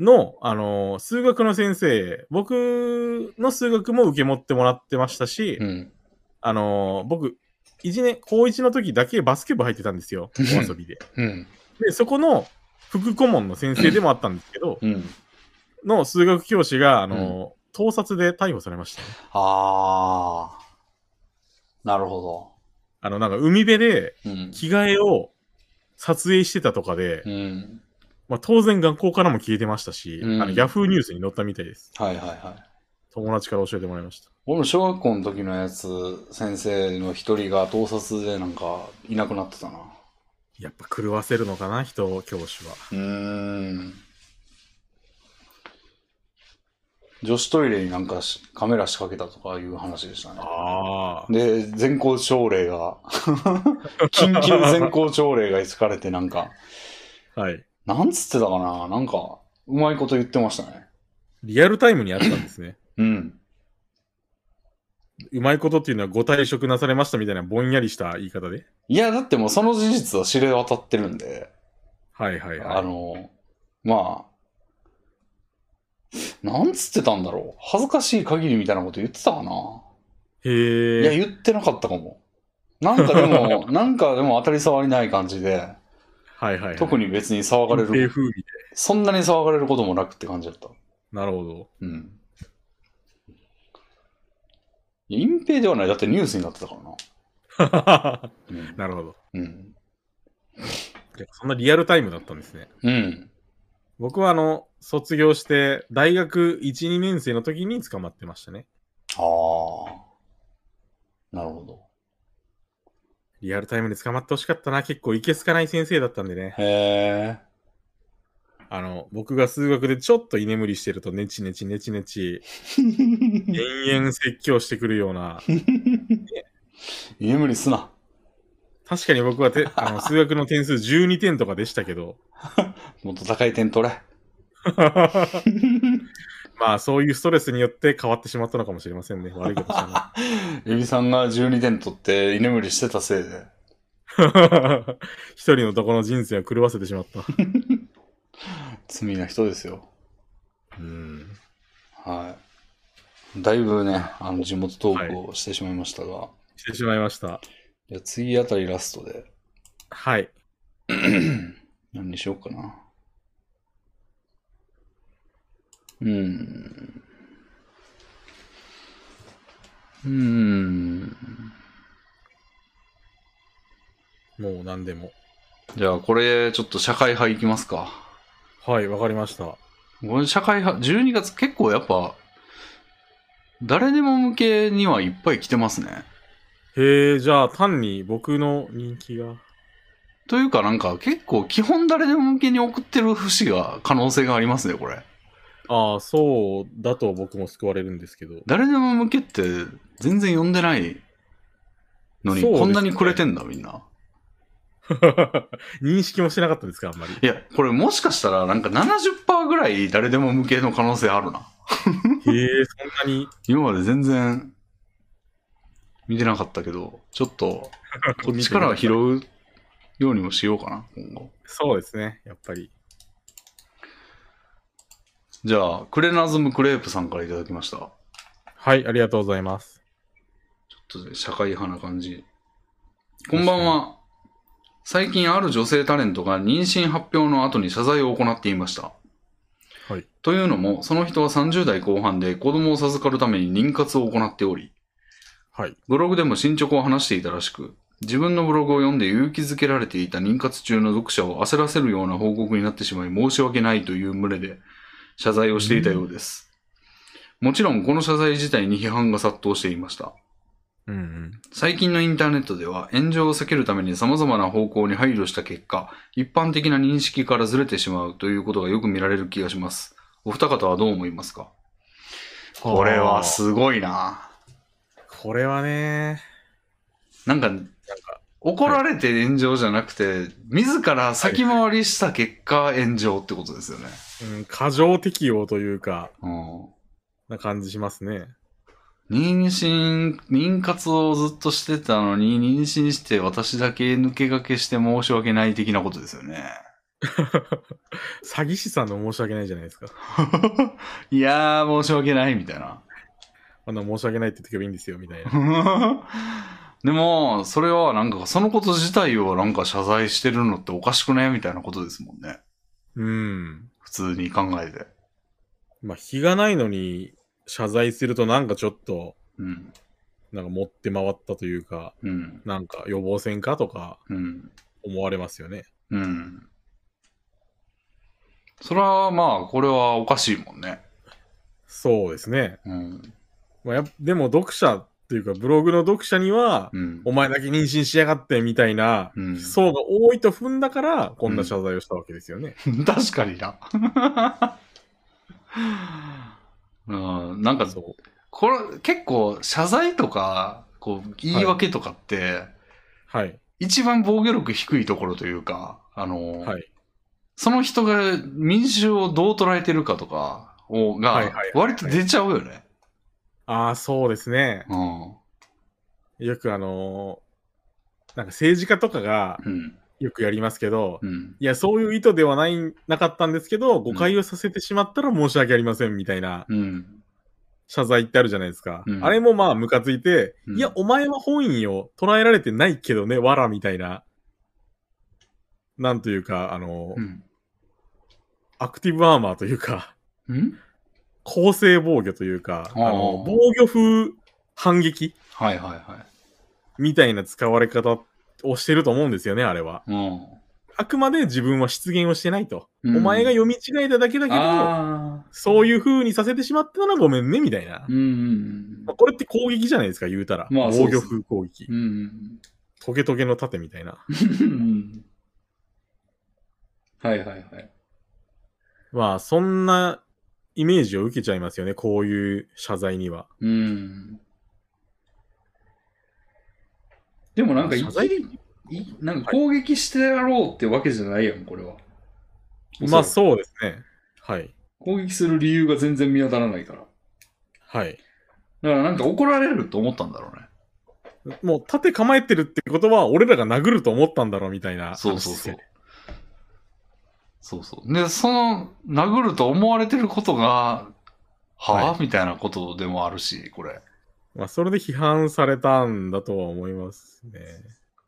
Speaker 2: の、あの、数学の先生、僕の数学も受け持ってもらってましたし、
Speaker 1: うん。
Speaker 2: あの、僕、一年、高一の時だけバスケ部入ってたんですよ、お遊びで。
Speaker 1: うん。
Speaker 2: で、そこの副顧問の先生でもあったんですけど、
Speaker 1: うん。
Speaker 2: の数学教師が、あの、盗撮で逮捕されましたね。
Speaker 1: あー。なるほ
Speaker 2: あの、なんか海辺で
Speaker 1: ど。うん。
Speaker 2: 着替えを撮影してたとかで
Speaker 1: う、ん。
Speaker 2: まあ当然学校からも消えてましたし、
Speaker 1: うん
Speaker 2: あの、ヤフーニュースに載ったみたいです。
Speaker 1: はいはいはい。
Speaker 2: 友達から教えてもらいました。
Speaker 1: 俺も小学校の時のやつ、先生の一人が盗撮でなんかいなくなってたな。
Speaker 2: やっぱ狂わせるのかな、人を、教師は。
Speaker 1: うーん。女子トイレになんかしカメラ仕掛けたとかいう話でしたね。
Speaker 2: ああ。
Speaker 1: で、全校朝礼が、緊急全校朝礼がいつかれてなんか、
Speaker 2: はい。
Speaker 1: なんつってたかななんか、うまいこと言ってましたね。
Speaker 2: リアルタイムにあったんですね。
Speaker 1: うん。
Speaker 2: うまいことっていうのはご退職なされましたみたいなぼんやりした言い方で。
Speaker 1: いや、だってもうその事実は知れ渡ってるんで、
Speaker 2: はいはいはい。
Speaker 1: あの、まあ、なんつってたんだろう。恥ずかしい限りみたいなこと言ってたかな
Speaker 2: へえ。
Speaker 1: いや、言ってなかったかも。なんかで も、なんかでも当たり障りない感じで、
Speaker 2: はいはい、はい。
Speaker 1: 特に別に騒がれ
Speaker 2: 隠蔽
Speaker 1: る、
Speaker 2: 風味で。
Speaker 1: そんなに騒がれることもなくって感じだった。
Speaker 2: なるほど。
Speaker 1: うん。いや隠蔽ではない。だってニュースになってたからな。うん。
Speaker 2: なるほど。
Speaker 1: うん。
Speaker 2: いやそんなリアルタイムだったんですね。
Speaker 1: うん。
Speaker 2: 僕はあの、卒業して、大学1、2年生の時に捕まってましたね。
Speaker 1: ああ。なるほど。
Speaker 2: リアルタイムで捕まってほしかったな。結構いけすかない先生だったんでね。
Speaker 1: へえ。
Speaker 2: あの、僕が数学でちょっと居眠りしてると、ネチネチネチネチ、延々説教してくるような。
Speaker 1: 居眠りすな。
Speaker 2: 確かに僕は てあの数学の点数12点とかでしたけ ど、
Speaker 1: もっと高い点取れ。
Speaker 2: まあそういうストレスによって変わってしまったのかもしれませんね。悪いこと したな。
Speaker 1: エビさんが12点取って居眠りしてたせいで。
Speaker 2: 一人の男の人生を狂わせてしまった。
Speaker 1: 罪な人ですよ。
Speaker 2: うん。
Speaker 1: はい。だいぶね、あの、地元トークをしてしまいましたが、
Speaker 2: してしまいました。
Speaker 1: じゃあ次あたりラストで、
Speaker 2: はい。
Speaker 1: 何にしようかな。うーん。うーん。
Speaker 2: もう何でも。
Speaker 1: じゃあ、これ、ちょっと社会派いきますか。
Speaker 2: はい、わかりました。
Speaker 1: これ社会派、12月結構やっぱ、誰でも向けにはいっぱい来てますね。
Speaker 2: へえ、じゃあ単に僕の人気が。
Speaker 1: というかなんか結構基本誰でも向けに送ってる節が可能性がありますね、これ。
Speaker 2: ああ、そうだと僕も救われるんですけど。
Speaker 1: 誰でも向けって全然読んでないのに、
Speaker 2: そうですね
Speaker 1: こんなにくれてんだ、みんな。
Speaker 2: 認識もしてなかったですか、あんまり。
Speaker 1: いや、これもしかしたらなんか70%ぐらい誰でも向けの可能性あるな。
Speaker 2: へえ、そんなに。
Speaker 1: 今まで全然見てなかったけど、ちょっとこっちから拾うようにもしようかな、今後。
Speaker 2: そうですね、やっぱり。
Speaker 1: じゃあ、クレナズムクレープさんからいただきました。
Speaker 2: はい、ありがとうございます。
Speaker 1: ちょっと社会派な感じ。こんばんは。最近ある女性タレントが妊娠発表の後に謝罪を行っていました。
Speaker 2: はい。
Speaker 1: というのも、その人は30代後半で子供を授かるために妊活を行っており、
Speaker 2: はい。
Speaker 1: ブログでも進捗を話していたらしく、自分のブログを読んで勇気づけられていた妊活中の読者を焦らせるような報告になってしまい申し訳ないという群れで謝罪をしていたようです。もちろんこの謝罪自体に批判が殺到していました。
Speaker 2: うんうん。
Speaker 1: 最近のインターネットでは炎上を避けるために様々な方向に配慮した結果、一般的な認識からずれてしまうということがよく見られる気がします。お二方はどう思いますかこれはすごいな
Speaker 2: これはね、
Speaker 1: なんか、
Speaker 2: なんか、
Speaker 1: 怒られて炎上じゃなくて、自ら先回りした結果炎上ってことですよね。
Speaker 2: うん、過剰適用というか、
Speaker 1: うん
Speaker 2: な感じしますね。
Speaker 1: 妊娠、妊活をずっとしてたのに、妊娠して私だけ抜け駆けして申し訳ない的なことですよね。
Speaker 2: 詐欺師さんの申し訳ないじゃないですか。
Speaker 1: いやー、申し訳ない、みたいな。
Speaker 2: あんな申し訳ないって言ってけばいいんですよ、みたいな。
Speaker 1: でも、それはなんか、そのこと自体をなんか謝罪してるのっておかしくねみたいなことですもんね。
Speaker 2: うん。
Speaker 1: 普通に考えて。
Speaker 2: まあ、日がないのに謝罪するとなんかちょっと、
Speaker 1: うん。
Speaker 2: なんか持って回ったというか、
Speaker 1: うん。
Speaker 2: なんか予防線かとか
Speaker 1: うん。
Speaker 2: 思われますよね。
Speaker 1: うん。それは、まあ、これはおかしいもんね。
Speaker 2: そうですね。
Speaker 1: うん。
Speaker 2: まあ、やっでも読者というか、ブログの読者には、
Speaker 1: うん。
Speaker 2: お前だけ妊娠しやがってみたいな
Speaker 1: うん
Speaker 2: 層が多いと踏んだから、こんな謝罪をしたわけですよね。
Speaker 1: 確かにな。 うん、なんか、
Speaker 2: そう。
Speaker 1: これ、結構、謝罪とか、こう、言い訳とかって、
Speaker 2: はい。
Speaker 1: 一番防御力低いところというか、あの、
Speaker 2: はい。
Speaker 1: その人が民衆をどう捉えてるかとかを、
Speaker 2: はいはい
Speaker 1: が
Speaker 2: はい、
Speaker 1: 割と出ちゃうよね。
Speaker 2: ああ、そうですね。
Speaker 1: うん。
Speaker 2: よくあのーなんか政治家とかが
Speaker 1: うん。
Speaker 2: よくやりますけど、
Speaker 1: うん。
Speaker 2: いや、そういう意図ではない、なかったんですけど、誤解をさせてしまったら申し訳ありませんみたいな
Speaker 1: うん。
Speaker 2: 謝罪ってあるじゃないですか。
Speaker 1: うん
Speaker 2: あれもまあムカついて、
Speaker 1: うん
Speaker 2: いや、お前は本意を捉えられてないけどね、わらみたいな。なんというか、あの、
Speaker 1: うん。
Speaker 2: アクティブアーマーというか、
Speaker 1: うん
Speaker 2: 構成防御というか、あ
Speaker 1: あー
Speaker 2: の防御風反撃
Speaker 1: はいはいは
Speaker 2: みたいな使われ方をしてると思うんですよね、あれは。
Speaker 1: い。うん。
Speaker 2: あくまで自分は失言をしてないと。
Speaker 1: うん
Speaker 2: お前が読み違えただけだけど、
Speaker 1: ああ。
Speaker 2: そういう風にさせてしまったならごめんね、みたいな。
Speaker 1: うんうん
Speaker 2: まあこれって攻撃じゃないですか、言うたら。
Speaker 1: まあそ
Speaker 2: 防
Speaker 1: うです
Speaker 2: 御風攻撃。
Speaker 1: うん。うん
Speaker 2: トゲトゲの盾みたいな。
Speaker 1: うん。はいはいはい。
Speaker 2: まあ、そんなイメージを受けちゃいますよね、こういう謝罪には。
Speaker 1: うん。でもなんか、
Speaker 2: 謝罪
Speaker 1: いいなんか攻撃してやろうってわけじゃないやん、これは。
Speaker 2: まあ、
Speaker 1: おそら
Speaker 2: そうですね。はい。
Speaker 1: く攻撃する理由が全然見当たらないから。だ
Speaker 2: はい。
Speaker 1: からなんか怒られると思ったんだろうね。
Speaker 2: もう、盾構えてるってことは、俺らが殴ると思ったんだろう、みたいな。
Speaker 1: そうそうそう。。そうそう。で、その、殴ると思われてることが、はぁ、みたいなことでもあるし、これ。
Speaker 2: まあ、それで批判されたんだとは思いますね。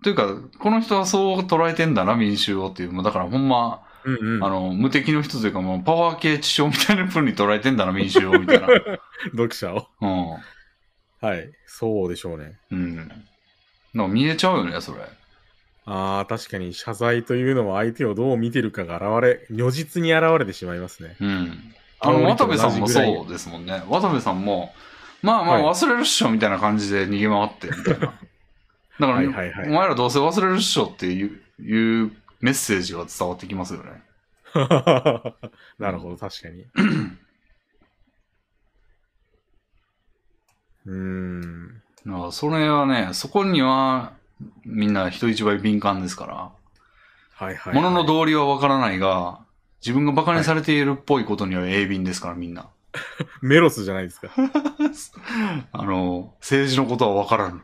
Speaker 1: というか、この人はそう捉えてんだな、民衆をっていう。もうだからほんま、
Speaker 2: うんうん。
Speaker 1: あの、無敵の人というか、もうパワー系地上みたいな風に捉えてんだな、民衆を、みた いな。
Speaker 2: 読者を。
Speaker 1: うん。
Speaker 2: はい。そうでしょうね。
Speaker 1: うん。なんか見えちゃうよね、それ。
Speaker 2: ああ、確かに謝罪というのは相手をどう見てるかが現れ、如実に現れてしまいますね。
Speaker 1: うん。あの、渡部さんも
Speaker 2: う
Speaker 1: そうですもんね。渡部さんも、まあまあ
Speaker 2: は
Speaker 1: 忘れるっしょ、みたいな感じで逃げ回って、みたいな。だから、
Speaker 2: はいはいはい
Speaker 1: お前らどうせ忘れるっしょっていう、いうメッセージが伝わってきますよね。
Speaker 2: なるほど、確かに。 うーん。
Speaker 1: だからそれはね、そこには、みんな人一倍敏感ですから。
Speaker 2: はいはい、はい。
Speaker 1: 物の道理はわからないが、自分が馬鹿にされているっぽいことには鋭敏ですから、みんな。
Speaker 2: メロスじゃないですか。
Speaker 1: あの、政治のことはわからぬ。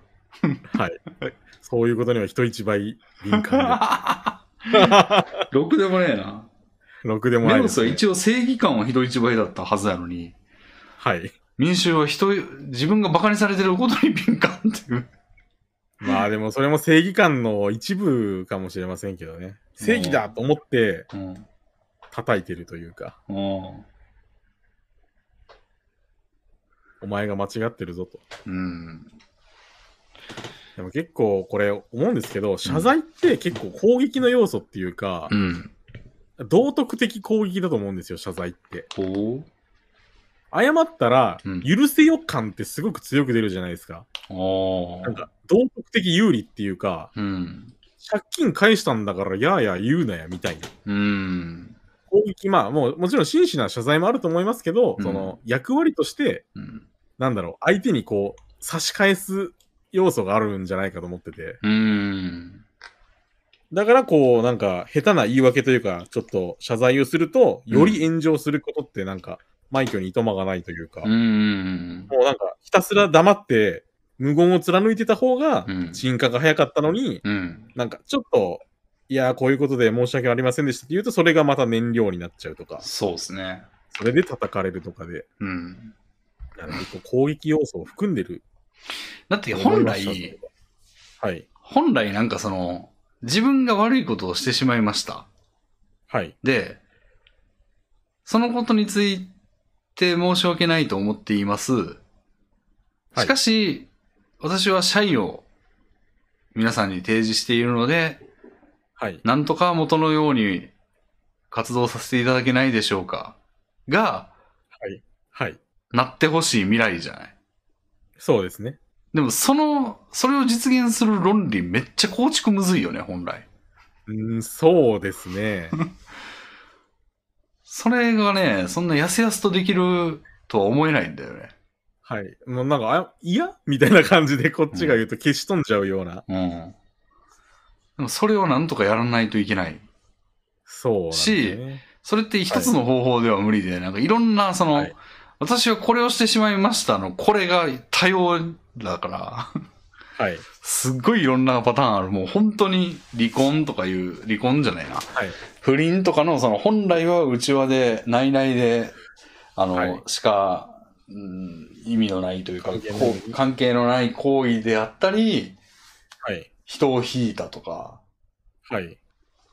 Speaker 2: そういうことには人一倍敏感
Speaker 1: ろくでもねえな。
Speaker 2: で。ろくでも
Speaker 1: メ
Speaker 2: ないで
Speaker 1: ロ
Speaker 2: す
Speaker 1: ス
Speaker 2: ね、
Speaker 1: は一応正義感は人一倍だったはずなのに、
Speaker 2: はい。
Speaker 1: 民衆は人、自分が馬鹿にされてることに敏感っていう。
Speaker 2: まあでもそれも正義感の一部かもしれませんけどね。正義だと思って
Speaker 1: うん。
Speaker 2: 叩いてるというか、
Speaker 1: うん
Speaker 2: お前が間違ってるぞと。
Speaker 1: うん。
Speaker 2: でも結構これ思うんですけど、謝罪って結構攻撃の要素っていうか
Speaker 1: う、ん。
Speaker 2: 道徳的攻撃だと思うんですよ、謝罪って。
Speaker 1: ほ
Speaker 2: 謝ったら
Speaker 1: うん、
Speaker 2: 許せよ感ってすごく強く出るじゃないですか。
Speaker 1: う。あ
Speaker 2: なん
Speaker 1: あ。
Speaker 2: か、道徳的有利っていうか、
Speaker 1: うん。
Speaker 2: 借金返したんだから、やーやー言うなや、みたいな。
Speaker 1: うん。
Speaker 2: 攻撃、まあ、もう、もちろん真摯な謝罪もあると思いますけど、
Speaker 1: うん
Speaker 2: その、役割として、
Speaker 1: うん。
Speaker 2: なんだろう、相手にこう、差し返す要素があるんじゃないかと思ってて。
Speaker 1: うん。
Speaker 2: だから、こう、なんか、下手な言い訳というか、ちょっと謝罪をすると、より炎上することって、なんか、枚挙にいとまがないというか、
Speaker 1: うん。
Speaker 2: もうなんか、ひたすら黙って、無言を貫いてた方が
Speaker 1: う、ん
Speaker 2: 沈下が早かったのに、
Speaker 1: うん。
Speaker 2: なんか、ちょっと、いやー、こういうことで申し訳ありませんでしたって言うと、それがまた燃料になっちゃうとか、
Speaker 1: そうですね。
Speaker 2: それで叩かれるとかで、
Speaker 1: うん。
Speaker 2: なんか結構攻撃要素を含んでる
Speaker 1: だって
Speaker 2: と思い
Speaker 1: 本
Speaker 2: ました。
Speaker 1: 来、
Speaker 2: はい。
Speaker 1: 本来なんかその、自分が悪いことをしてしまいました。
Speaker 2: はい。
Speaker 1: で、そのことについて申し訳ないと思っています。しかし、私は謝意を皆さんに提示しているので、
Speaker 2: はい。
Speaker 1: なんとか元のように活動させていただけないでしょうか。が、
Speaker 2: はい。
Speaker 1: なってほしい未来じゃない。
Speaker 2: そうですね。
Speaker 1: でもその、それを実現する論理めっちゃ構築むずいよね、本来。
Speaker 2: うーん、そうで すね。
Speaker 1: それがね、そんなやすやすとできるとは思えないんだよね。
Speaker 2: はい。もうなんか、あ、いやみたいな感じでこっちが言うと消し飛んじゃうような。
Speaker 1: うん。でもそれをなんとかやらないといけない。
Speaker 2: そうなんですよね。
Speaker 1: それって一つの方法では無理で、なんかいろんな、その、
Speaker 2: はい
Speaker 1: 私はこれをしてしまいましたの、これが多様だから、
Speaker 2: はい。
Speaker 1: すっごいいろんなパターンある。もう本当に離婚とかいう、離婚じゃないな。
Speaker 2: はい。
Speaker 1: 不倫とかの、その本来は内輪で、内々で、あの、
Speaker 2: はい
Speaker 1: しか、うん、意味のないというか、こ
Speaker 2: 関係ないう
Speaker 1: 関係のない行為であったり、
Speaker 2: はい。
Speaker 1: 人を引いたとか、
Speaker 2: はい。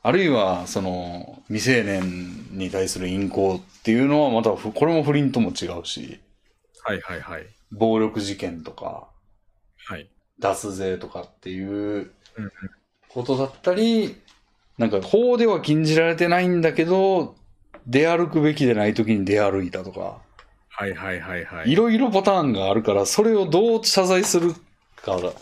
Speaker 1: あるいは、その、未成年に対する淫行っていうのは、またふ、これも不倫とも違うし、
Speaker 2: はい。はい。はい。
Speaker 1: 暴力事件とか、
Speaker 2: はい。
Speaker 1: 脱税とかっていう
Speaker 2: うんうん
Speaker 1: ことだったり、なんか法では禁じられてないんだけど、出歩くべきでない時に出歩いたとか、
Speaker 2: はい。はい。はい。はいい。
Speaker 1: ろいろパターンがあるから、それをどう謝罪するかだ。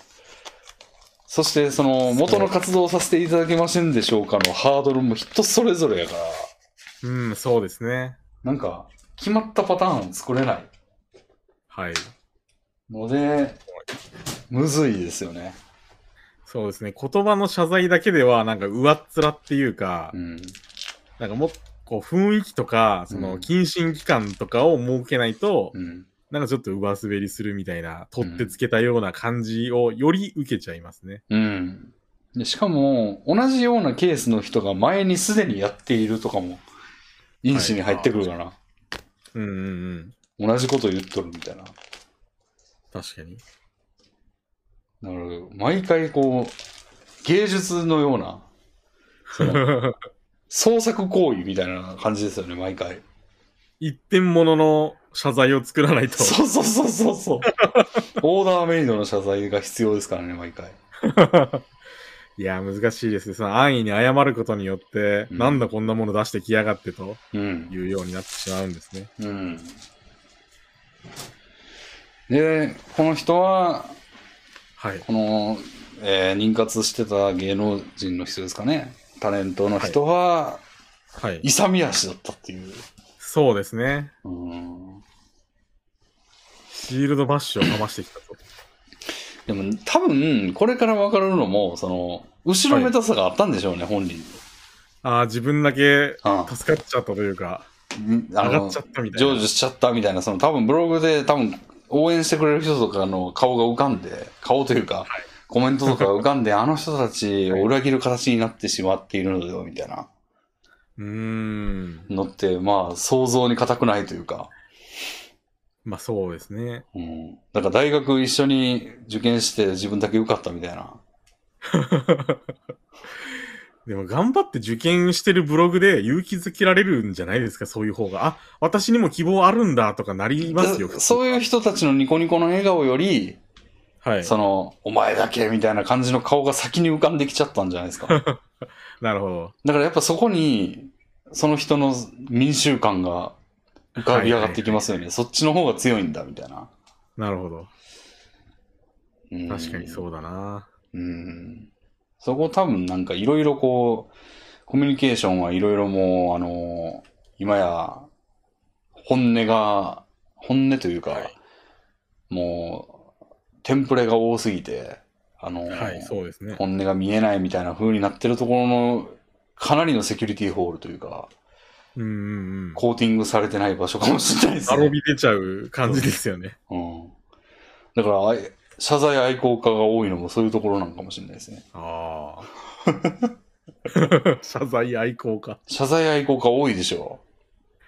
Speaker 1: そして、その、元の活動をさせていただけませんでしょうかのハードルも人それぞれやから、
Speaker 2: うん、そうですね。
Speaker 1: なんか、決まったパターンを作れない
Speaker 2: はい。
Speaker 1: ので、むずいですよね。
Speaker 2: そうですね。言葉の謝罪だけでは、なんか上っ面っていうか
Speaker 1: う、ん。
Speaker 2: なんかもっとこう雰囲気とか、その
Speaker 1: うん
Speaker 2: 謹慎期間とかを設けないと、
Speaker 1: うん。
Speaker 2: なんかちょっと上滑りするみたいな、取ってつけたような感じをより受けちゃいますね。
Speaker 1: うん。でしかも、同じようなケースの人が前にすでにやっているとかも、因子に入ってくるから、
Speaker 2: うんうんうん。
Speaker 1: 同じこと言っとるみたいな。だか
Speaker 2: 確かに。
Speaker 1: ら、毎回こう、芸術のような、その創作行為みたいな感じですよね、毎回。
Speaker 2: 一点ものの謝罪を作らないと。
Speaker 1: そうそうそうそうそう。オーダーメイドの謝罪が必要ですからね、毎回。
Speaker 2: いや、難しいですね。その安易に謝ることによって、
Speaker 1: うん
Speaker 2: なんだこんなもの出してきやがってと
Speaker 1: うん。
Speaker 2: いうようになってしまうんですね。
Speaker 1: うん。で、この人は、
Speaker 2: はい。
Speaker 1: この、えー妊活してた芸能人の人ですかね、タレントの人は、
Speaker 2: はい。
Speaker 1: 勇み足だったっていう。
Speaker 2: そうですね。
Speaker 1: うん
Speaker 2: シールドバッシュをかましてきたと。
Speaker 1: でも、多分、これから分かるのも、その、後ろめたさがあったんでしょうね、本人。
Speaker 2: ああ、自分だけ
Speaker 1: ああ
Speaker 2: 助かっちゃったというか、
Speaker 1: あ
Speaker 2: 上が
Speaker 1: の
Speaker 2: っちゃ、ったみたい
Speaker 1: 成
Speaker 2: な。
Speaker 1: 就しちゃったみたいな、その、多分ブログで、多分、応援してくれる人とかの顔が浮かんで、顔というか、コメントとかが浮かん で、あの人たちを裏切る形になってしまっているのでは、みたいな
Speaker 2: うーん。
Speaker 1: のって、まあ、想像に難くないというか。
Speaker 2: まあそうですね。
Speaker 1: うん。なんか大学一緒に受験して自分だけ受かったみたいな。
Speaker 2: でも頑張って受験してるブログで勇気づけられるんじゃないですか、そういう方が。あ、私にも希望あるんだとかなりますよ。
Speaker 1: だそういう人たちのニコニコの笑顔より、
Speaker 2: はい。
Speaker 1: その、お前だけみたいな感じの顔が先に浮かんできちゃったんじゃないです か。だ
Speaker 2: なるほど。
Speaker 1: からやっぱそこに、その人の民衆感が浮かび上がってきますよね。そっちの方が強いんだ、みたいな。
Speaker 2: なるほど。
Speaker 1: うん
Speaker 2: 確かにそうだな。
Speaker 1: うんそこ多分なんかいろいろこう、コミュニケーションはいろいろもう、あの今や、本音が、本音というか、
Speaker 2: はい
Speaker 1: もう、テンプレが多すぎて、あの
Speaker 2: はい、そうですね。
Speaker 1: 本音が見えないみたいな風になってるところの、かなりのセキュリティホールというか、
Speaker 2: うんうんうん。
Speaker 1: コーティングされてない場所かもしれないです
Speaker 2: あろ
Speaker 1: ね。
Speaker 2: び出ちゃう感じですよね。
Speaker 1: うん、だからあい、謝罪愛好家が多いのもそういうところなんかもしれないですね。
Speaker 2: あ あ。謝罪愛好家。
Speaker 1: 謝罪愛好家多いでしょ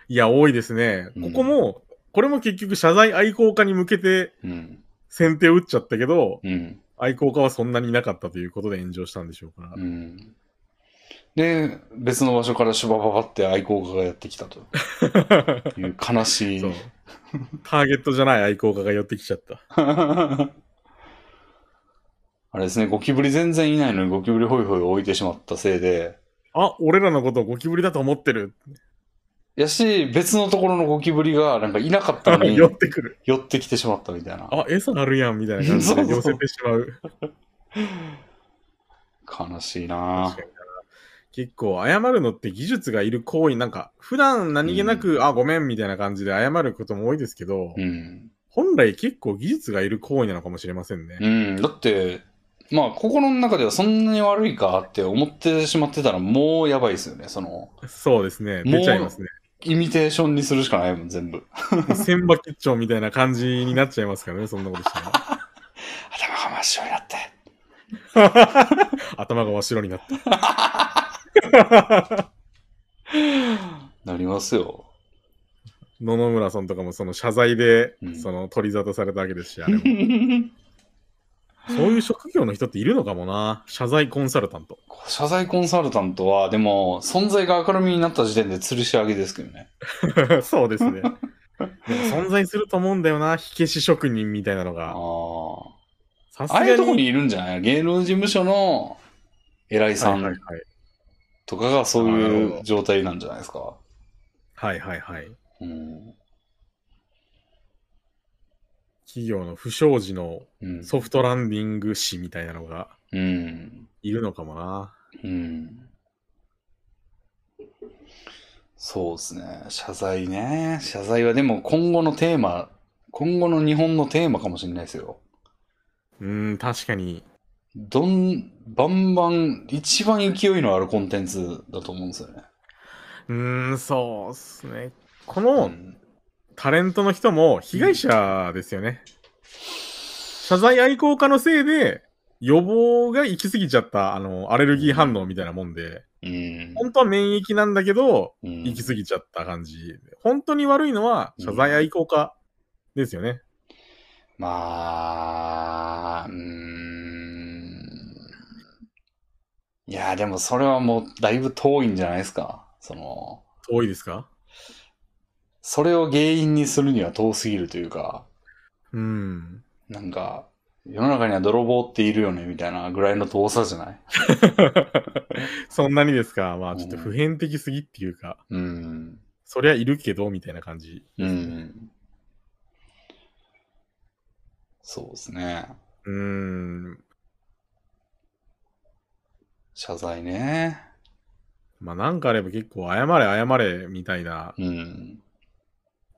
Speaker 2: いや、多いですね。
Speaker 1: うん
Speaker 2: ここも、これも結局謝罪愛好家に向けて
Speaker 1: う。うん。
Speaker 2: 先手を打っちゃったけど、
Speaker 1: うん。
Speaker 2: 愛好家はそんなにいなかったということで炎上したんでしょうから。
Speaker 1: うん。で、別の場所からシュバババって愛好家がやってきた という悲しい
Speaker 2: そう。ターゲットじゃない愛好家が寄ってきちゃった。
Speaker 1: あれですね、ゴキブリ全然いないのにゴキブリホイホイ置いてしまったせいで、
Speaker 2: あ、俺らのことをゴキブリだと思ってる。
Speaker 1: やし、別のところのゴキブリがなんかいなかったの に
Speaker 2: 寄ってくる。
Speaker 1: 寄ってきてしまったみたいな。
Speaker 2: あ、餌あるやん、みたいな感じで寄せてしまう。
Speaker 1: 悲しいなぁ
Speaker 2: 確かにな結構謝るのって技術がいる行為、なんか普段何気なく、あ、ごめんみたいな感じで謝ることも多いですけど、
Speaker 1: うん。
Speaker 2: 本来結構技術がいる行為なのかもしれませんね。
Speaker 1: うん。だって、まあ、心の中ではそんなに悪いかって思ってしまってたら、もうやばいですよね。その、
Speaker 2: そうですね。
Speaker 1: もう
Speaker 2: 出ちゃいますね。
Speaker 1: イミテーションにするしかないもん、全部。
Speaker 2: 千葉吉兆みたいな感じになっちゃいますからね、そんなことし たら。
Speaker 1: 頭が真っ白になって。
Speaker 2: 頭が真っ白になった。
Speaker 1: なりますよ。
Speaker 2: 野々村さんとかもその謝罪で、
Speaker 1: うん
Speaker 2: その取り沙汰されたわけですし、あ
Speaker 1: う
Speaker 2: れも。
Speaker 1: ん
Speaker 2: そういう職業の人っているのかもな。謝罪コンサルタ ント。
Speaker 1: 謝罪コンサルタントは、でも、存在が明るみになった時点で吊るし上げですけどね。
Speaker 2: そうです ね。でも存在すると思うんだよな。火消し職人みたいなの
Speaker 1: あ
Speaker 2: が。
Speaker 1: あ。
Speaker 2: さす
Speaker 1: ああ
Speaker 2: がに。
Speaker 1: いうとこにいるんじゃない芸能事務所の偉いさ
Speaker 2: はいはい
Speaker 1: んとかがそういう状態なんじゃないですか。
Speaker 2: はい。はいはいはい。
Speaker 1: うん
Speaker 2: 企業の不祥事の
Speaker 1: うん。
Speaker 2: ソフトランディング師みたいなのが
Speaker 1: うん。
Speaker 2: いるのかもな。
Speaker 1: うん。そうですね。謝罪ね。謝罪はでも今後のテーマ、今後の日本のテーマかもしれないですよ。
Speaker 2: うーん、確かに。
Speaker 1: どん、バンバン、一番勢いのあるコンテンツだと思うんですよね。
Speaker 2: うーん、そうっすね。こ
Speaker 1: う
Speaker 2: の
Speaker 1: ん。
Speaker 2: タレントの人も被害者ですよね。謝罪愛好家のせいで、予防が行き過ぎちゃった、あの、アレルギー反応みたいなもんで、
Speaker 1: うん。
Speaker 2: 本当は免疫なんだけど、
Speaker 1: うん
Speaker 2: 行き過ぎちゃった感じ。本当に悪いのは謝罪愛好家ですよね。
Speaker 1: まあ、うーん。いや、でもそれはもうだいぶ遠いんじゃないですか。その、
Speaker 2: 遠いですか
Speaker 1: それを原因にするには遠すぎるというか、
Speaker 2: うん。
Speaker 1: なんか、世の中には泥棒っているよね、みたいなぐらいの遠さじゃない
Speaker 2: そんなにですかまあちょっと普遍的すぎっていうか、
Speaker 1: うん。
Speaker 2: そりゃいるけど、みたいな感じ。
Speaker 1: うん。そうですね。
Speaker 2: うーん。
Speaker 1: 謝罪ね。
Speaker 2: まあなんかあれば結構謝れ謝れみたいな、
Speaker 1: うん。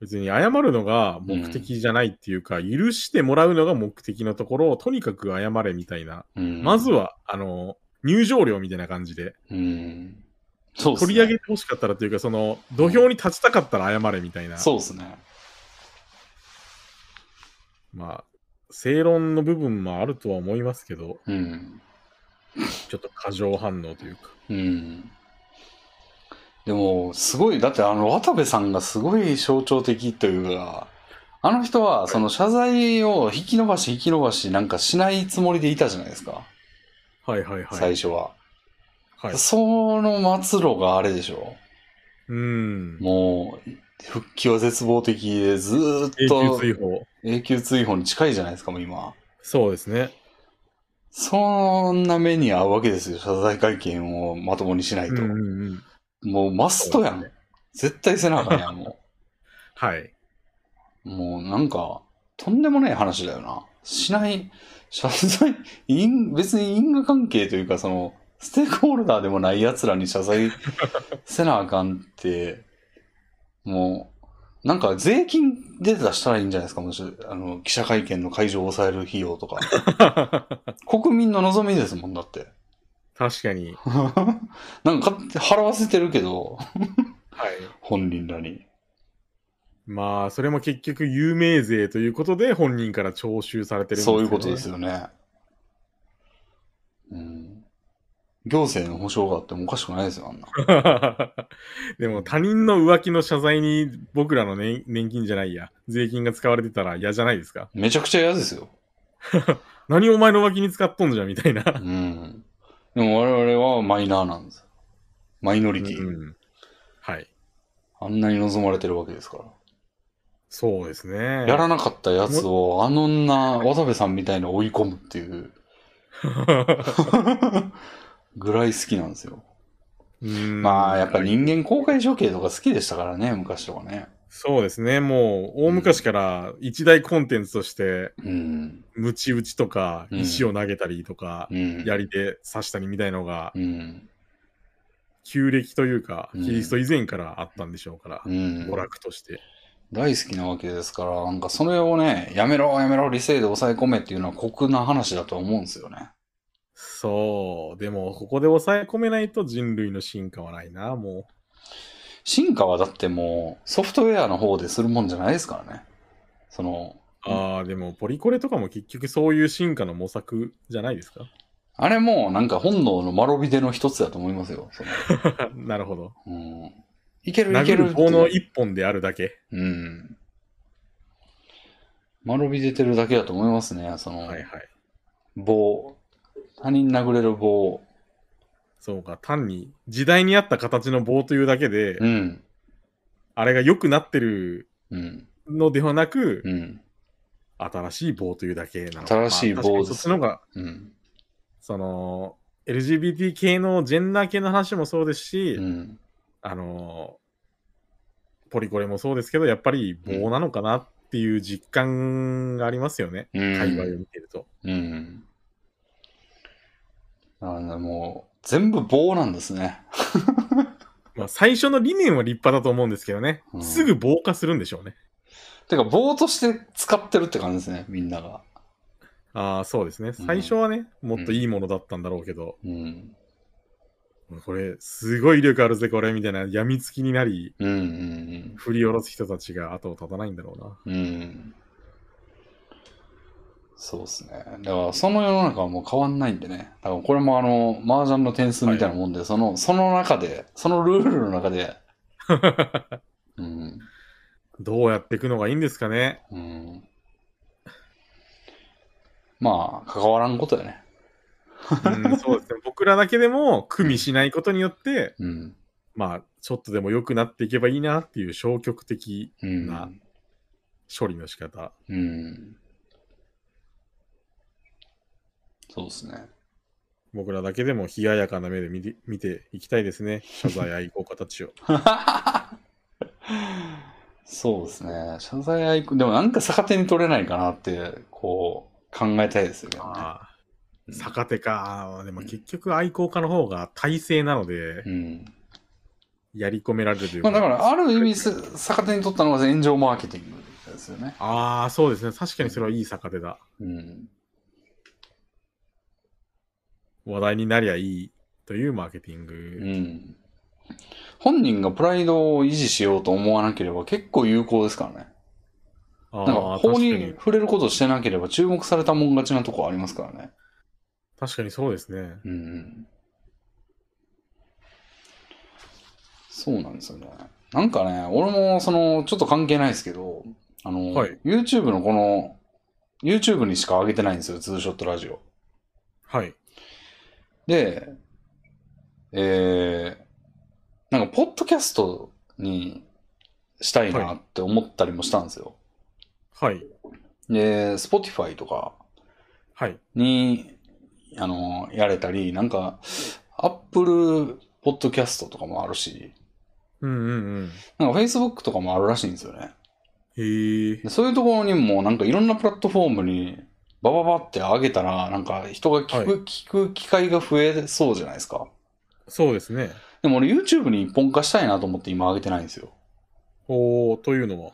Speaker 2: 別に謝るのが目的じゃないっていうか、許してもらうのが目的のところをとにかく謝れみたいな。
Speaker 1: うん、
Speaker 2: まずは、あの、入場料みたいな感じで、
Speaker 1: うん。そうですね。
Speaker 2: 取り上げてほしかったらというか、その、土俵に立ちたかったら謝れみたいな。
Speaker 1: そうですね。
Speaker 2: まあ、正論の部分もあるとは思いますけど、
Speaker 1: うん。
Speaker 2: ちょっと過剰反応というか。
Speaker 1: うん。でも、すごい、だってあの、渡部さんがすごい象徴的というか、あの人は、その謝罪を引き伸ばし引き伸ばしなんかしないつもりでいたじゃないですか、
Speaker 2: はいはいはい。
Speaker 1: 最初は。
Speaker 2: はい、
Speaker 1: その末路があれでしょ。
Speaker 2: うーん。
Speaker 1: もう、復帰は絶望的で、ずーっ
Speaker 2: 永久
Speaker 1: と
Speaker 2: 追放。
Speaker 1: 永久追放に近いじゃないですか、もう今。
Speaker 2: そうですね。
Speaker 1: そんな目に遭うわけですよ、謝罪会見をまともにしないと。
Speaker 2: うんうんうん。
Speaker 1: もうマストや
Speaker 2: そうんで。
Speaker 1: 絶対せなあかんやん、もう。
Speaker 2: はい。
Speaker 1: もうなんか、とんでもない話だよな。しない、謝罪、因別に因果関係というか、その、ステークホルダーでもない奴らに謝罪せなあかんって、もう、なんか税金で出したらいいんじゃないですか、もし、あの、記者会見の会場を抑える費用とか。国民の望みですもんだって。
Speaker 2: 確かに。
Speaker 1: なんか勝手に払わせてるけど、
Speaker 2: はい。
Speaker 1: 本人らに。
Speaker 2: まあ、それも結局、有名税ということで、本人から徴収されてるん
Speaker 1: そういうことです
Speaker 2: よね。
Speaker 1: よね。うん。行政の保障があってもおかしくないですよ、あん な。
Speaker 2: でも、他人の浮気の謝罪に、僕らの年年金じゃないや、税金が使われてたら嫌じゃないですか。
Speaker 1: めちゃくちゃ嫌ですよ。
Speaker 2: 何お前の浮気に使っとんじゃん、みたいな。
Speaker 1: うん。でも我々はマイナーなんですよ。マイノリティ。
Speaker 2: うん。はい。
Speaker 1: あんなに望まれてるわけですから。
Speaker 2: そうですね。
Speaker 1: やらなかったやつを、あの女、渡部さんみたいに追い込むって いう。ぐらい好きなんですよ。
Speaker 2: うん
Speaker 1: まあ、やっぱ人間公開処刑とか好きでしたからね、昔とかね。
Speaker 2: そうですね。もう、大昔から一大コンテンツとして、
Speaker 1: うん。
Speaker 2: ムチ打ちとか、
Speaker 1: うん
Speaker 2: 石を投げたりとか、
Speaker 1: うん。
Speaker 2: 槍で刺したりみたいのが、
Speaker 1: うん。
Speaker 2: 旧暦というか、
Speaker 1: うん
Speaker 2: キリスト以前からあったんでしょうから、
Speaker 1: うん
Speaker 2: 娯楽として。
Speaker 1: 大好きなわけですから、なんかそれをね、やめろ、やめろ、理性で抑え込めっていうのは酷な話だと思うんですよね。
Speaker 2: そう、でも、ここで抑え込めないと人類の進化はないな、も
Speaker 1: 進化はだってもうソフトウェアの方でするもんじゃないですからね。その、
Speaker 2: う。ああ、でも、ポリコレとかも結局そういう進化の模索じゃないで すか。
Speaker 1: あれもなんか本能の丸びでの一つだと思いますよ。その
Speaker 2: なるほど。
Speaker 1: うん、いけるいけ
Speaker 2: 殴
Speaker 1: るっ
Speaker 2: る
Speaker 1: て
Speaker 2: 棒の一本であるだけ。
Speaker 1: うん。丸び出てるだけだと思いますね。その、
Speaker 2: はいはい。
Speaker 1: 棒。他人殴れる棒。
Speaker 2: そうか、単に時代に合った形の棒というだけで、
Speaker 1: うん。
Speaker 2: あれが良くなってる
Speaker 1: うん。
Speaker 2: のではなく、
Speaker 1: うん。
Speaker 2: 新しい棒というだけなの
Speaker 1: 新しい棒
Speaker 2: まあ確かに
Speaker 1: です
Speaker 2: そっちの方が、
Speaker 1: うん。
Speaker 2: その、LGBT 系のジェンダー系の話もそうですし、
Speaker 1: うん。
Speaker 2: あの、ポリコレもそうですけど、やっぱり棒なのかなっていう実感がありますよね。
Speaker 1: うん
Speaker 2: 界隈を見てると。
Speaker 1: うん。なんだもう、全部棒なんですね。
Speaker 2: まあ、最初の理念は立派だと思うんですけどね。
Speaker 1: うん
Speaker 2: すぐ棒化するんでしょうね。
Speaker 1: てか、棒として使ってるって感じですね、みんなが。
Speaker 2: ああ、そうですね。最初はね、もっといいものだったんだろうけど、
Speaker 1: うん。
Speaker 2: これ、すごい威力あるぜ、これ、みたいな、病みつきになり、
Speaker 1: うんうん
Speaker 2: 振り下ろす人たちが後を絶たないんだろう
Speaker 1: う
Speaker 2: な。
Speaker 1: ん。うん。そうですね。だから、その世の中はもう変わんないんでね。だから、これもあの、麻雀の点数みたいなもんで、その、その中で、そのルールの中で。うん。
Speaker 2: どうやっていくのがいいんですかね。
Speaker 1: うん。まあ、関わらんことやね。
Speaker 2: うん、そうですね。 僕らだけでも、組みしないことによって、
Speaker 1: うん。
Speaker 2: まあ、ちょっとでも良くなっていけばいいなっていう消極的
Speaker 1: うん。
Speaker 2: な処理の仕方。
Speaker 1: うん。そうですね。
Speaker 2: 僕らだけでも冷ややかな目で見て見ていきたいですね。謝罪愛好家 たちを。
Speaker 1: そうですね。謝罪アイコン、でもなんか逆手に取れないかなって、こう、考えたいですよね。
Speaker 2: ああ逆手か。でも結局愛好家の方が体制なので
Speaker 1: う、ん。
Speaker 2: やり込められるという
Speaker 1: まあだから、ある意味す、逆手に取ったのが炎上マーケティングですよね。
Speaker 2: ああ、そうですね。確かにそれはいい逆手だ。
Speaker 1: うん。
Speaker 2: 話題になりゃいいというマーケティン
Speaker 1: う
Speaker 2: グ。
Speaker 1: ん。本人がプライドを維持しようと思わなければ結構有効ですからね。な
Speaker 2: あ
Speaker 1: んか
Speaker 2: あ、確
Speaker 1: 法
Speaker 2: か
Speaker 1: に
Speaker 2: に。
Speaker 1: 触れることをしてなければ注目されたもん勝ちなとこありますからね。
Speaker 2: 確かにそうですね。
Speaker 1: うんそうなんですよね。なんかね、俺も、その、ちょっと関係ないですけど、あの、
Speaker 2: はい
Speaker 1: YouTube のこの、YouTube にしか上げてないんですよ、ツーショットラジオ。
Speaker 2: はい。
Speaker 1: で、えー、なんか、ポッドキャストにしたいなって思ったりもしたんですよ。
Speaker 2: はい。
Speaker 1: で、Spotify とか、
Speaker 2: はい。
Speaker 1: に、あの、やれたり、なんか、アップルポッドキャストとかもあるし、
Speaker 2: うんうん
Speaker 1: なんか Facebook とかもあるらしいんですよね。
Speaker 2: うん。へえ
Speaker 1: で。そういうところにも、なんかいろんなプラットフォームに、バババって上げたら、なんか人が聞く、
Speaker 2: は
Speaker 1: 聞く機会が増えそうじゃないですか。
Speaker 2: そうですね。
Speaker 1: でも俺 YouTube に一本化したいなと思って今上げてないんですよ。
Speaker 2: おー、というのは。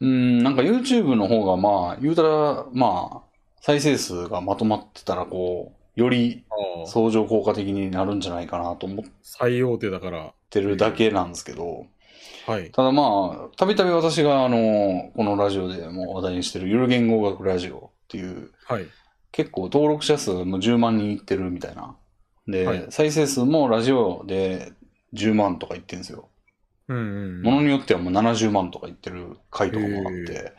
Speaker 1: うん、なんか YouTube の方がまあ、言うたら、まあ、再生数がまとまってたら、こう、より
Speaker 2: ああ、
Speaker 1: 相乗効果的になるんじゃないかなと思っ
Speaker 2: 最大手だから。
Speaker 1: ってるだけなんですけど、
Speaker 2: はい。
Speaker 1: ただまあ、たびたび私が、あの、このラジオでも話題にしてる、ゆる言語学ラジオっていう、
Speaker 2: はい。
Speaker 1: 結構登録者数も10万人いってるみたいな。で、
Speaker 2: はい
Speaker 1: 再生数もラジオで10万とかいってるんですよ。
Speaker 2: うんうんう
Speaker 1: も
Speaker 2: ん。
Speaker 1: のによってはもう70万とかいってる回とかもあって、
Speaker 2: へ
Speaker 1: で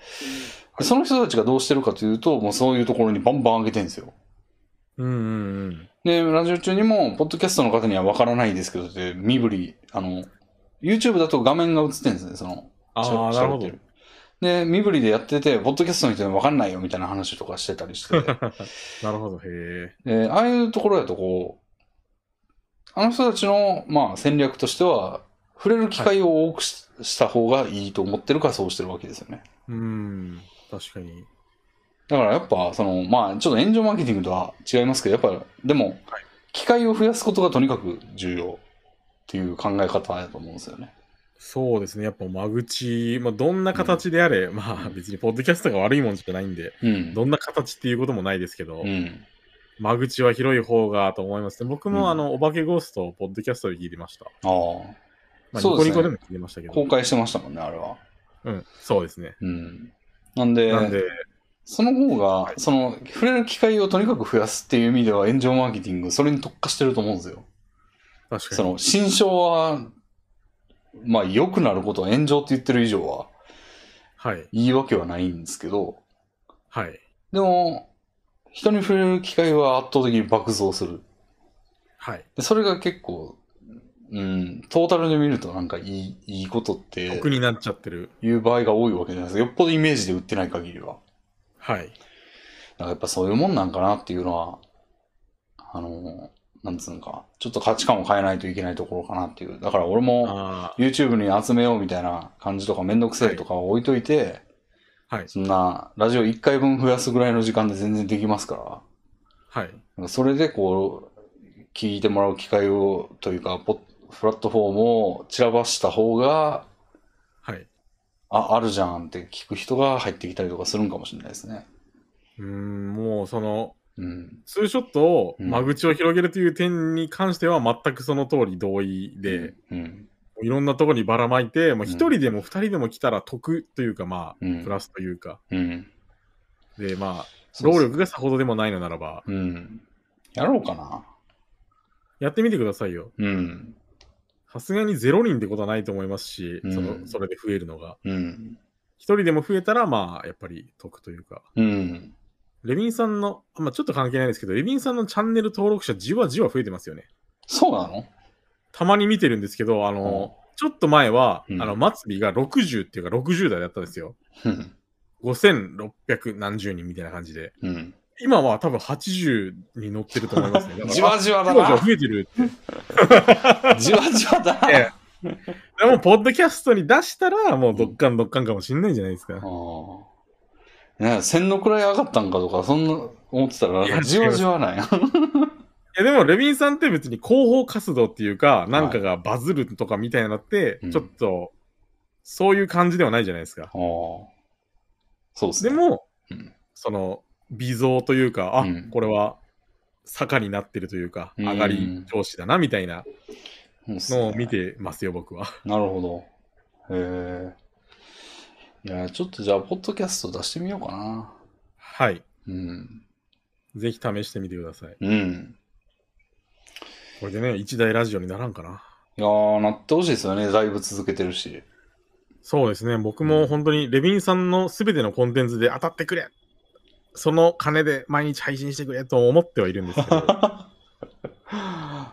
Speaker 1: その人たちがどうしてるかというと、もうそういうところにバンバン上げてるんですよ。
Speaker 2: うんうんうん。
Speaker 1: で、ラジオ中にも、ポッドキャストの方にはわからないですけどって、身振り、あの、YouTube だと画面が映ってるんですね、その、
Speaker 2: ああ、
Speaker 1: し
Speaker 2: な
Speaker 1: ゃ
Speaker 2: るほ
Speaker 1: 喋っ
Speaker 2: ど
Speaker 1: て。で、身振りでやってて、ポッドキャストの人に分かんないよみたいな話とかしてたり して、
Speaker 2: なるほど。へえ。
Speaker 1: でああいうところやとこう、あの人たちの、まあ、戦略としては、触れる機会を多くし,、た方がいいと思ってるからそうしてるわけですよね。
Speaker 2: うん。確かに。
Speaker 1: だからやっぱ、その、まあ、ちょっと炎上マーケティングとは違いますけど、やっぱ、でも、機会を増やすことがとにかく重要っっていう考え方だと思うんですよね。
Speaker 2: そうですね。やっぱ間口、まあ、どんな形であれ、まあ別にポッドキャストが悪いもんじゃないんで、
Speaker 1: うん。
Speaker 2: どんな形っていうこともないですけど、
Speaker 1: うん。
Speaker 2: 間口は広い方がと思いますね。僕
Speaker 1: うん
Speaker 2: もあの、お化けゴーストをポッドキャストで聞いてました。
Speaker 1: ああ。
Speaker 2: まあ、
Speaker 1: そ
Speaker 2: ニ
Speaker 1: う
Speaker 2: コ
Speaker 1: ですね
Speaker 2: ニコでも聞いてましたけど。
Speaker 1: 公開してましたもんね、あれは。
Speaker 2: うん、そうですね。
Speaker 1: うん。なんで、
Speaker 2: なんで、
Speaker 1: その方
Speaker 2: は
Speaker 1: が
Speaker 2: い、
Speaker 1: その、触れる機会をとにかく増やすっていう意味では、炎上マーケティング、それに特化してると思うんですよ。
Speaker 2: 確か
Speaker 1: そ
Speaker 2: に。
Speaker 1: の、新章は、まあ、良くなることを炎上って言ってる以上は、
Speaker 2: はい。
Speaker 1: 言い訳はないんですけど、
Speaker 2: はい。
Speaker 1: でも、人に触れる機会は圧倒的に爆増する。
Speaker 2: はい。
Speaker 1: でそれが結構、うん、トータルで見るとなんかいい、いいことって
Speaker 2: 得になっちゃってる。
Speaker 1: いう場合が多いわけじゃないですか。よっぽどイメージで売ってない限りは。
Speaker 2: はい。
Speaker 1: なんかやっぱそういうもんなんかなっていうのは、あの、なんつうのか、ちょっと価値観を変えないといけないところかなっていう。だから俺も
Speaker 2: あ
Speaker 1: YouTube に集めようみたいな感じとかめんどくせえとか置いといて、
Speaker 2: あ、はい。
Speaker 1: そんなラジオ1回分増やすぐらいの時間で全然できますから。
Speaker 2: はい。
Speaker 1: なんかそれでこう、聞いてもらう機会を、というか、ポップラットフォームを散らばした方が、
Speaker 2: はい。
Speaker 1: あ、あるじゃんって聞く人が入ってきたりとかするんかもしれないですね。
Speaker 2: うーん、もうその、
Speaker 1: うん。
Speaker 2: ツーショットを
Speaker 1: うん
Speaker 2: 間口を広げるという点に関しては全くその通り同意で、
Speaker 1: うん。
Speaker 2: いろんなところにばらまいて、もう
Speaker 1: うん
Speaker 2: 一人でも二人でも来たら得というか、ま
Speaker 1: う
Speaker 2: あ、
Speaker 1: ん。
Speaker 2: プラスというか、
Speaker 1: うん。
Speaker 2: で、まあ、
Speaker 1: そう
Speaker 2: 労
Speaker 1: そう
Speaker 2: 力がさほどでもないのならば、
Speaker 1: うん。やろうかな。
Speaker 2: やってみてくださいよ。
Speaker 1: うん。
Speaker 2: さすがにゼロ人ってことはないと思いますし、
Speaker 1: うん
Speaker 2: そのそれで増えるのが。
Speaker 1: うん。
Speaker 2: 一人でも増えたら、まあ、やっぱり得というか。
Speaker 1: うん。
Speaker 2: レビンさんの、まあ、ちょっと関係ないですけど、レビンさんのチャンネル登録者じわじわ増えてますよね。
Speaker 1: そうなの
Speaker 2: たまに見てるんですけど、あの、ちょっと前は、
Speaker 1: うん
Speaker 2: あの、末尾が60っていうか60代だったんですよ。
Speaker 1: うん。
Speaker 2: 5600何十人みたいな感じで。
Speaker 1: うん。
Speaker 2: 今は多分80に乗ってると思いますね。だから
Speaker 1: じわじわだ
Speaker 2: じわじわ
Speaker 1: な。
Speaker 2: 増えてるって。
Speaker 1: じわじわだな。
Speaker 2: えでも、ポッドキャストに出したら、もうどっかんどっかんかもしんないじゃないですか。
Speaker 1: ああ。ね千の位上がったんかとか、そんな思ってた
Speaker 2: いや
Speaker 1: ら、じわじわなんや。
Speaker 2: いや、でも、レビンさんって別に広報活動っていうか、なんかがバズるとかみたいなのって
Speaker 1: うん、
Speaker 2: ちょっと、そういう感じではないじゃないですか。
Speaker 1: ああ。そうです
Speaker 2: で
Speaker 1: ね。
Speaker 2: も、
Speaker 1: うん
Speaker 2: その、微増というか、あ、
Speaker 1: うん
Speaker 2: これは、坂になってるというか、
Speaker 1: うん
Speaker 2: 上がり調子だな、みたいな
Speaker 1: そうっすね
Speaker 2: のを見てますよ、僕は。
Speaker 1: なるほど。へえ。いや、ちょっとじゃあ、ポッドキャスト出してみようかな。
Speaker 2: はい。
Speaker 1: うん。
Speaker 2: ぜひ試してみてください。
Speaker 1: うん。
Speaker 2: これでね、一大ラジオにならんかな。
Speaker 1: いやー、なってほしいですよね。だいぶ続けてるし。
Speaker 2: そうですね、僕
Speaker 1: うん
Speaker 2: も本当にレビンさんのすべてのコンテンツで当たってくれ、その金で毎日配信してくれと思ってはいるんです けど、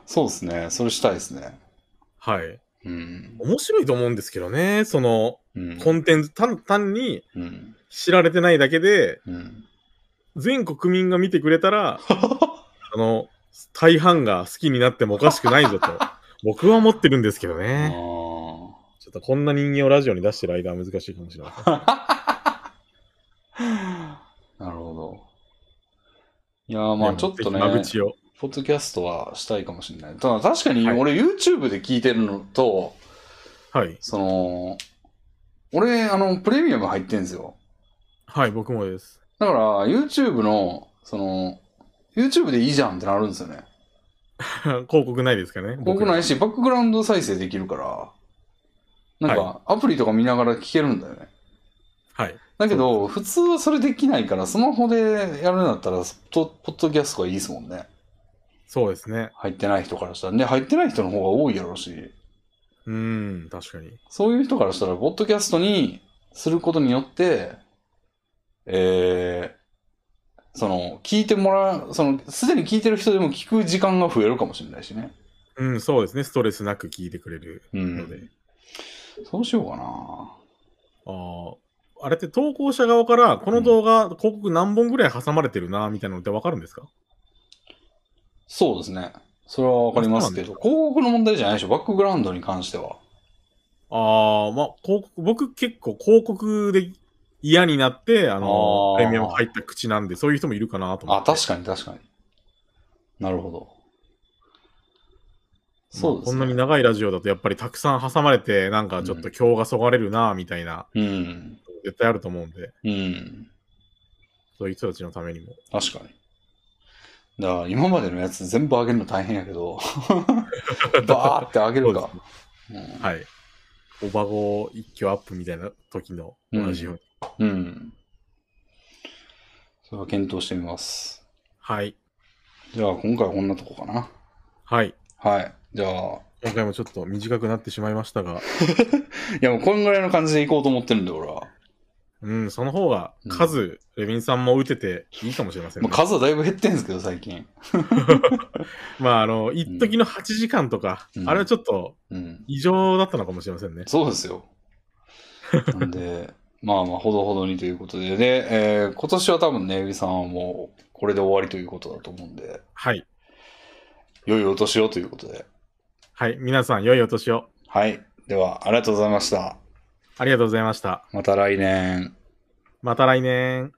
Speaker 1: そうですね。それしたいですね。
Speaker 2: はい。
Speaker 1: うん。
Speaker 2: 面白いと思うんですけどね、その
Speaker 1: うん。
Speaker 2: コンテンツ、単単に
Speaker 1: うん。
Speaker 2: 知られてないだけで、
Speaker 1: うん。
Speaker 2: 全国民が見てくれたら、あの、大半が好きになってもおかしくないぞ と、僕は思ってるんですけど
Speaker 1: あ
Speaker 2: ね。
Speaker 1: ー
Speaker 2: ちょっとこんな人間をラジオに出してる間は難しいかもしれません。
Speaker 1: なるほど。いやー、まあちょっとね。
Speaker 2: 間口を。
Speaker 1: ポッドキャストはしたいかもしれない。ただ確かに
Speaker 2: はい
Speaker 1: 俺 YouTube で聞いてるのと、
Speaker 2: はい。
Speaker 1: その、俺、あの、プレミアム入ってんですよ。
Speaker 2: はい、僕もです。
Speaker 1: だから YouTube の、その、YouTube でいいじゃんってなるんですよね。
Speaker 2: 広告ないですかね。
Speaker 1: 僕ないし、バックグラウンド再生できるから、なんかアプリとか見ながら聞けるんだよね。
Speaker 2: はい。
Speaker 1: だけど、普通はそれできないから、スマホでやるんだったら、ポポッドキャストがいいですもんね。
Speaker 2: そうですね。
Speaker 1: 入ってない人からしたら。ね、入ってない人の方が多いやろうし。
Speaker 2: うーん、確かに。
Speaker 1: そういう人からしたら、ポッドキャストにすることによって、えー、その、聞いてもらう、その、すでに聞いてる人でも聞く時間が増えるかもしれないしね。
Speaker 2: うん、そうですね。ストレスなく聞いてくれる
Speaker 1: う
Speaker 2: ので。
Speaker 1: ん。そうしようかな。
Speaker 2: あーあれって投稿者側から、この動画、広告何本ぐらい挟まれてるな、みたいなのってわかるんですか
Speaker 1: そうですね。それはわかりますけど、広告の問題じゃないでしょ。バックグラウンドに関しては。
Speaker 2: ああ、まあ、広告、僕結構広告で嫌になって、あの
Speaker 1: あー
Speaker 2: プレミアム入った口なんで、そういう人もいるかなと思
Speaker 1: あ、
Speaker 2: って。
Speaker 1: 確かに確かに。なるほど。そうです
Speaker 2: まあこんなに
Speaker 1: ね。
Speaker 2: 長いラジオだとやっぱりたくさん挟まれて、なんかちょっと今日がそがれるな、みたいな、
Speaker 1: うん。
Speaker 2: 絶対あると思うんで、
Speaker 1: うん。
Speaker 2: そういう人たちのためにも。
Speaker 1: 確かに。だから今までのやつ全部上げるの大変やけど、バーって上げるか。うん
Speaker 2: はい。おばご一挙アップみたいな時の同じよう
Speaker 1: う
Speaker 2: に。
Speaker 1: ん。それは検討してみます。
Speaker 2: はい。
Speaker 1: じゃあ今回はこんなとこかな。
Speaker 2: はい。
Speaker 1: はい。じゃあ、
Speaker 2: 今回もちょっと短くなってしまいましたが、
Speaker 1: いやもうこんぐらいの感じでいこうと思ってるんで、俺は。
Speaker 2: うん、その方が数、レビンさんも打てていいかもしれません、ね
Speaker 1: まあ、。数はだいぶ減ってんですけど、最近。
Speaker 2: まあ、あの、一時の8時間とか、
Speaker 1: うん
Speaker 2: あれはちょっと
Speaker 1: うん。
Speaker 2: 異常だったのかもしれませんね。
Speaker 1: そうですよ。 なんで、まあまあ、ほどほどにということで。で、えー今年は多分ね、エビさんはもう、これで終わりということだと思うんで、
Speaker 2: はい。
Speaker 1: 良いお年をということで。
Speaker 2: はい。皆さん、良いお年を。
Speaker 1: はい。では、ありがとうございました。
Speaker 2: ありがとうございました。
Speaker 1: また来年。
Speaker 2: また来年。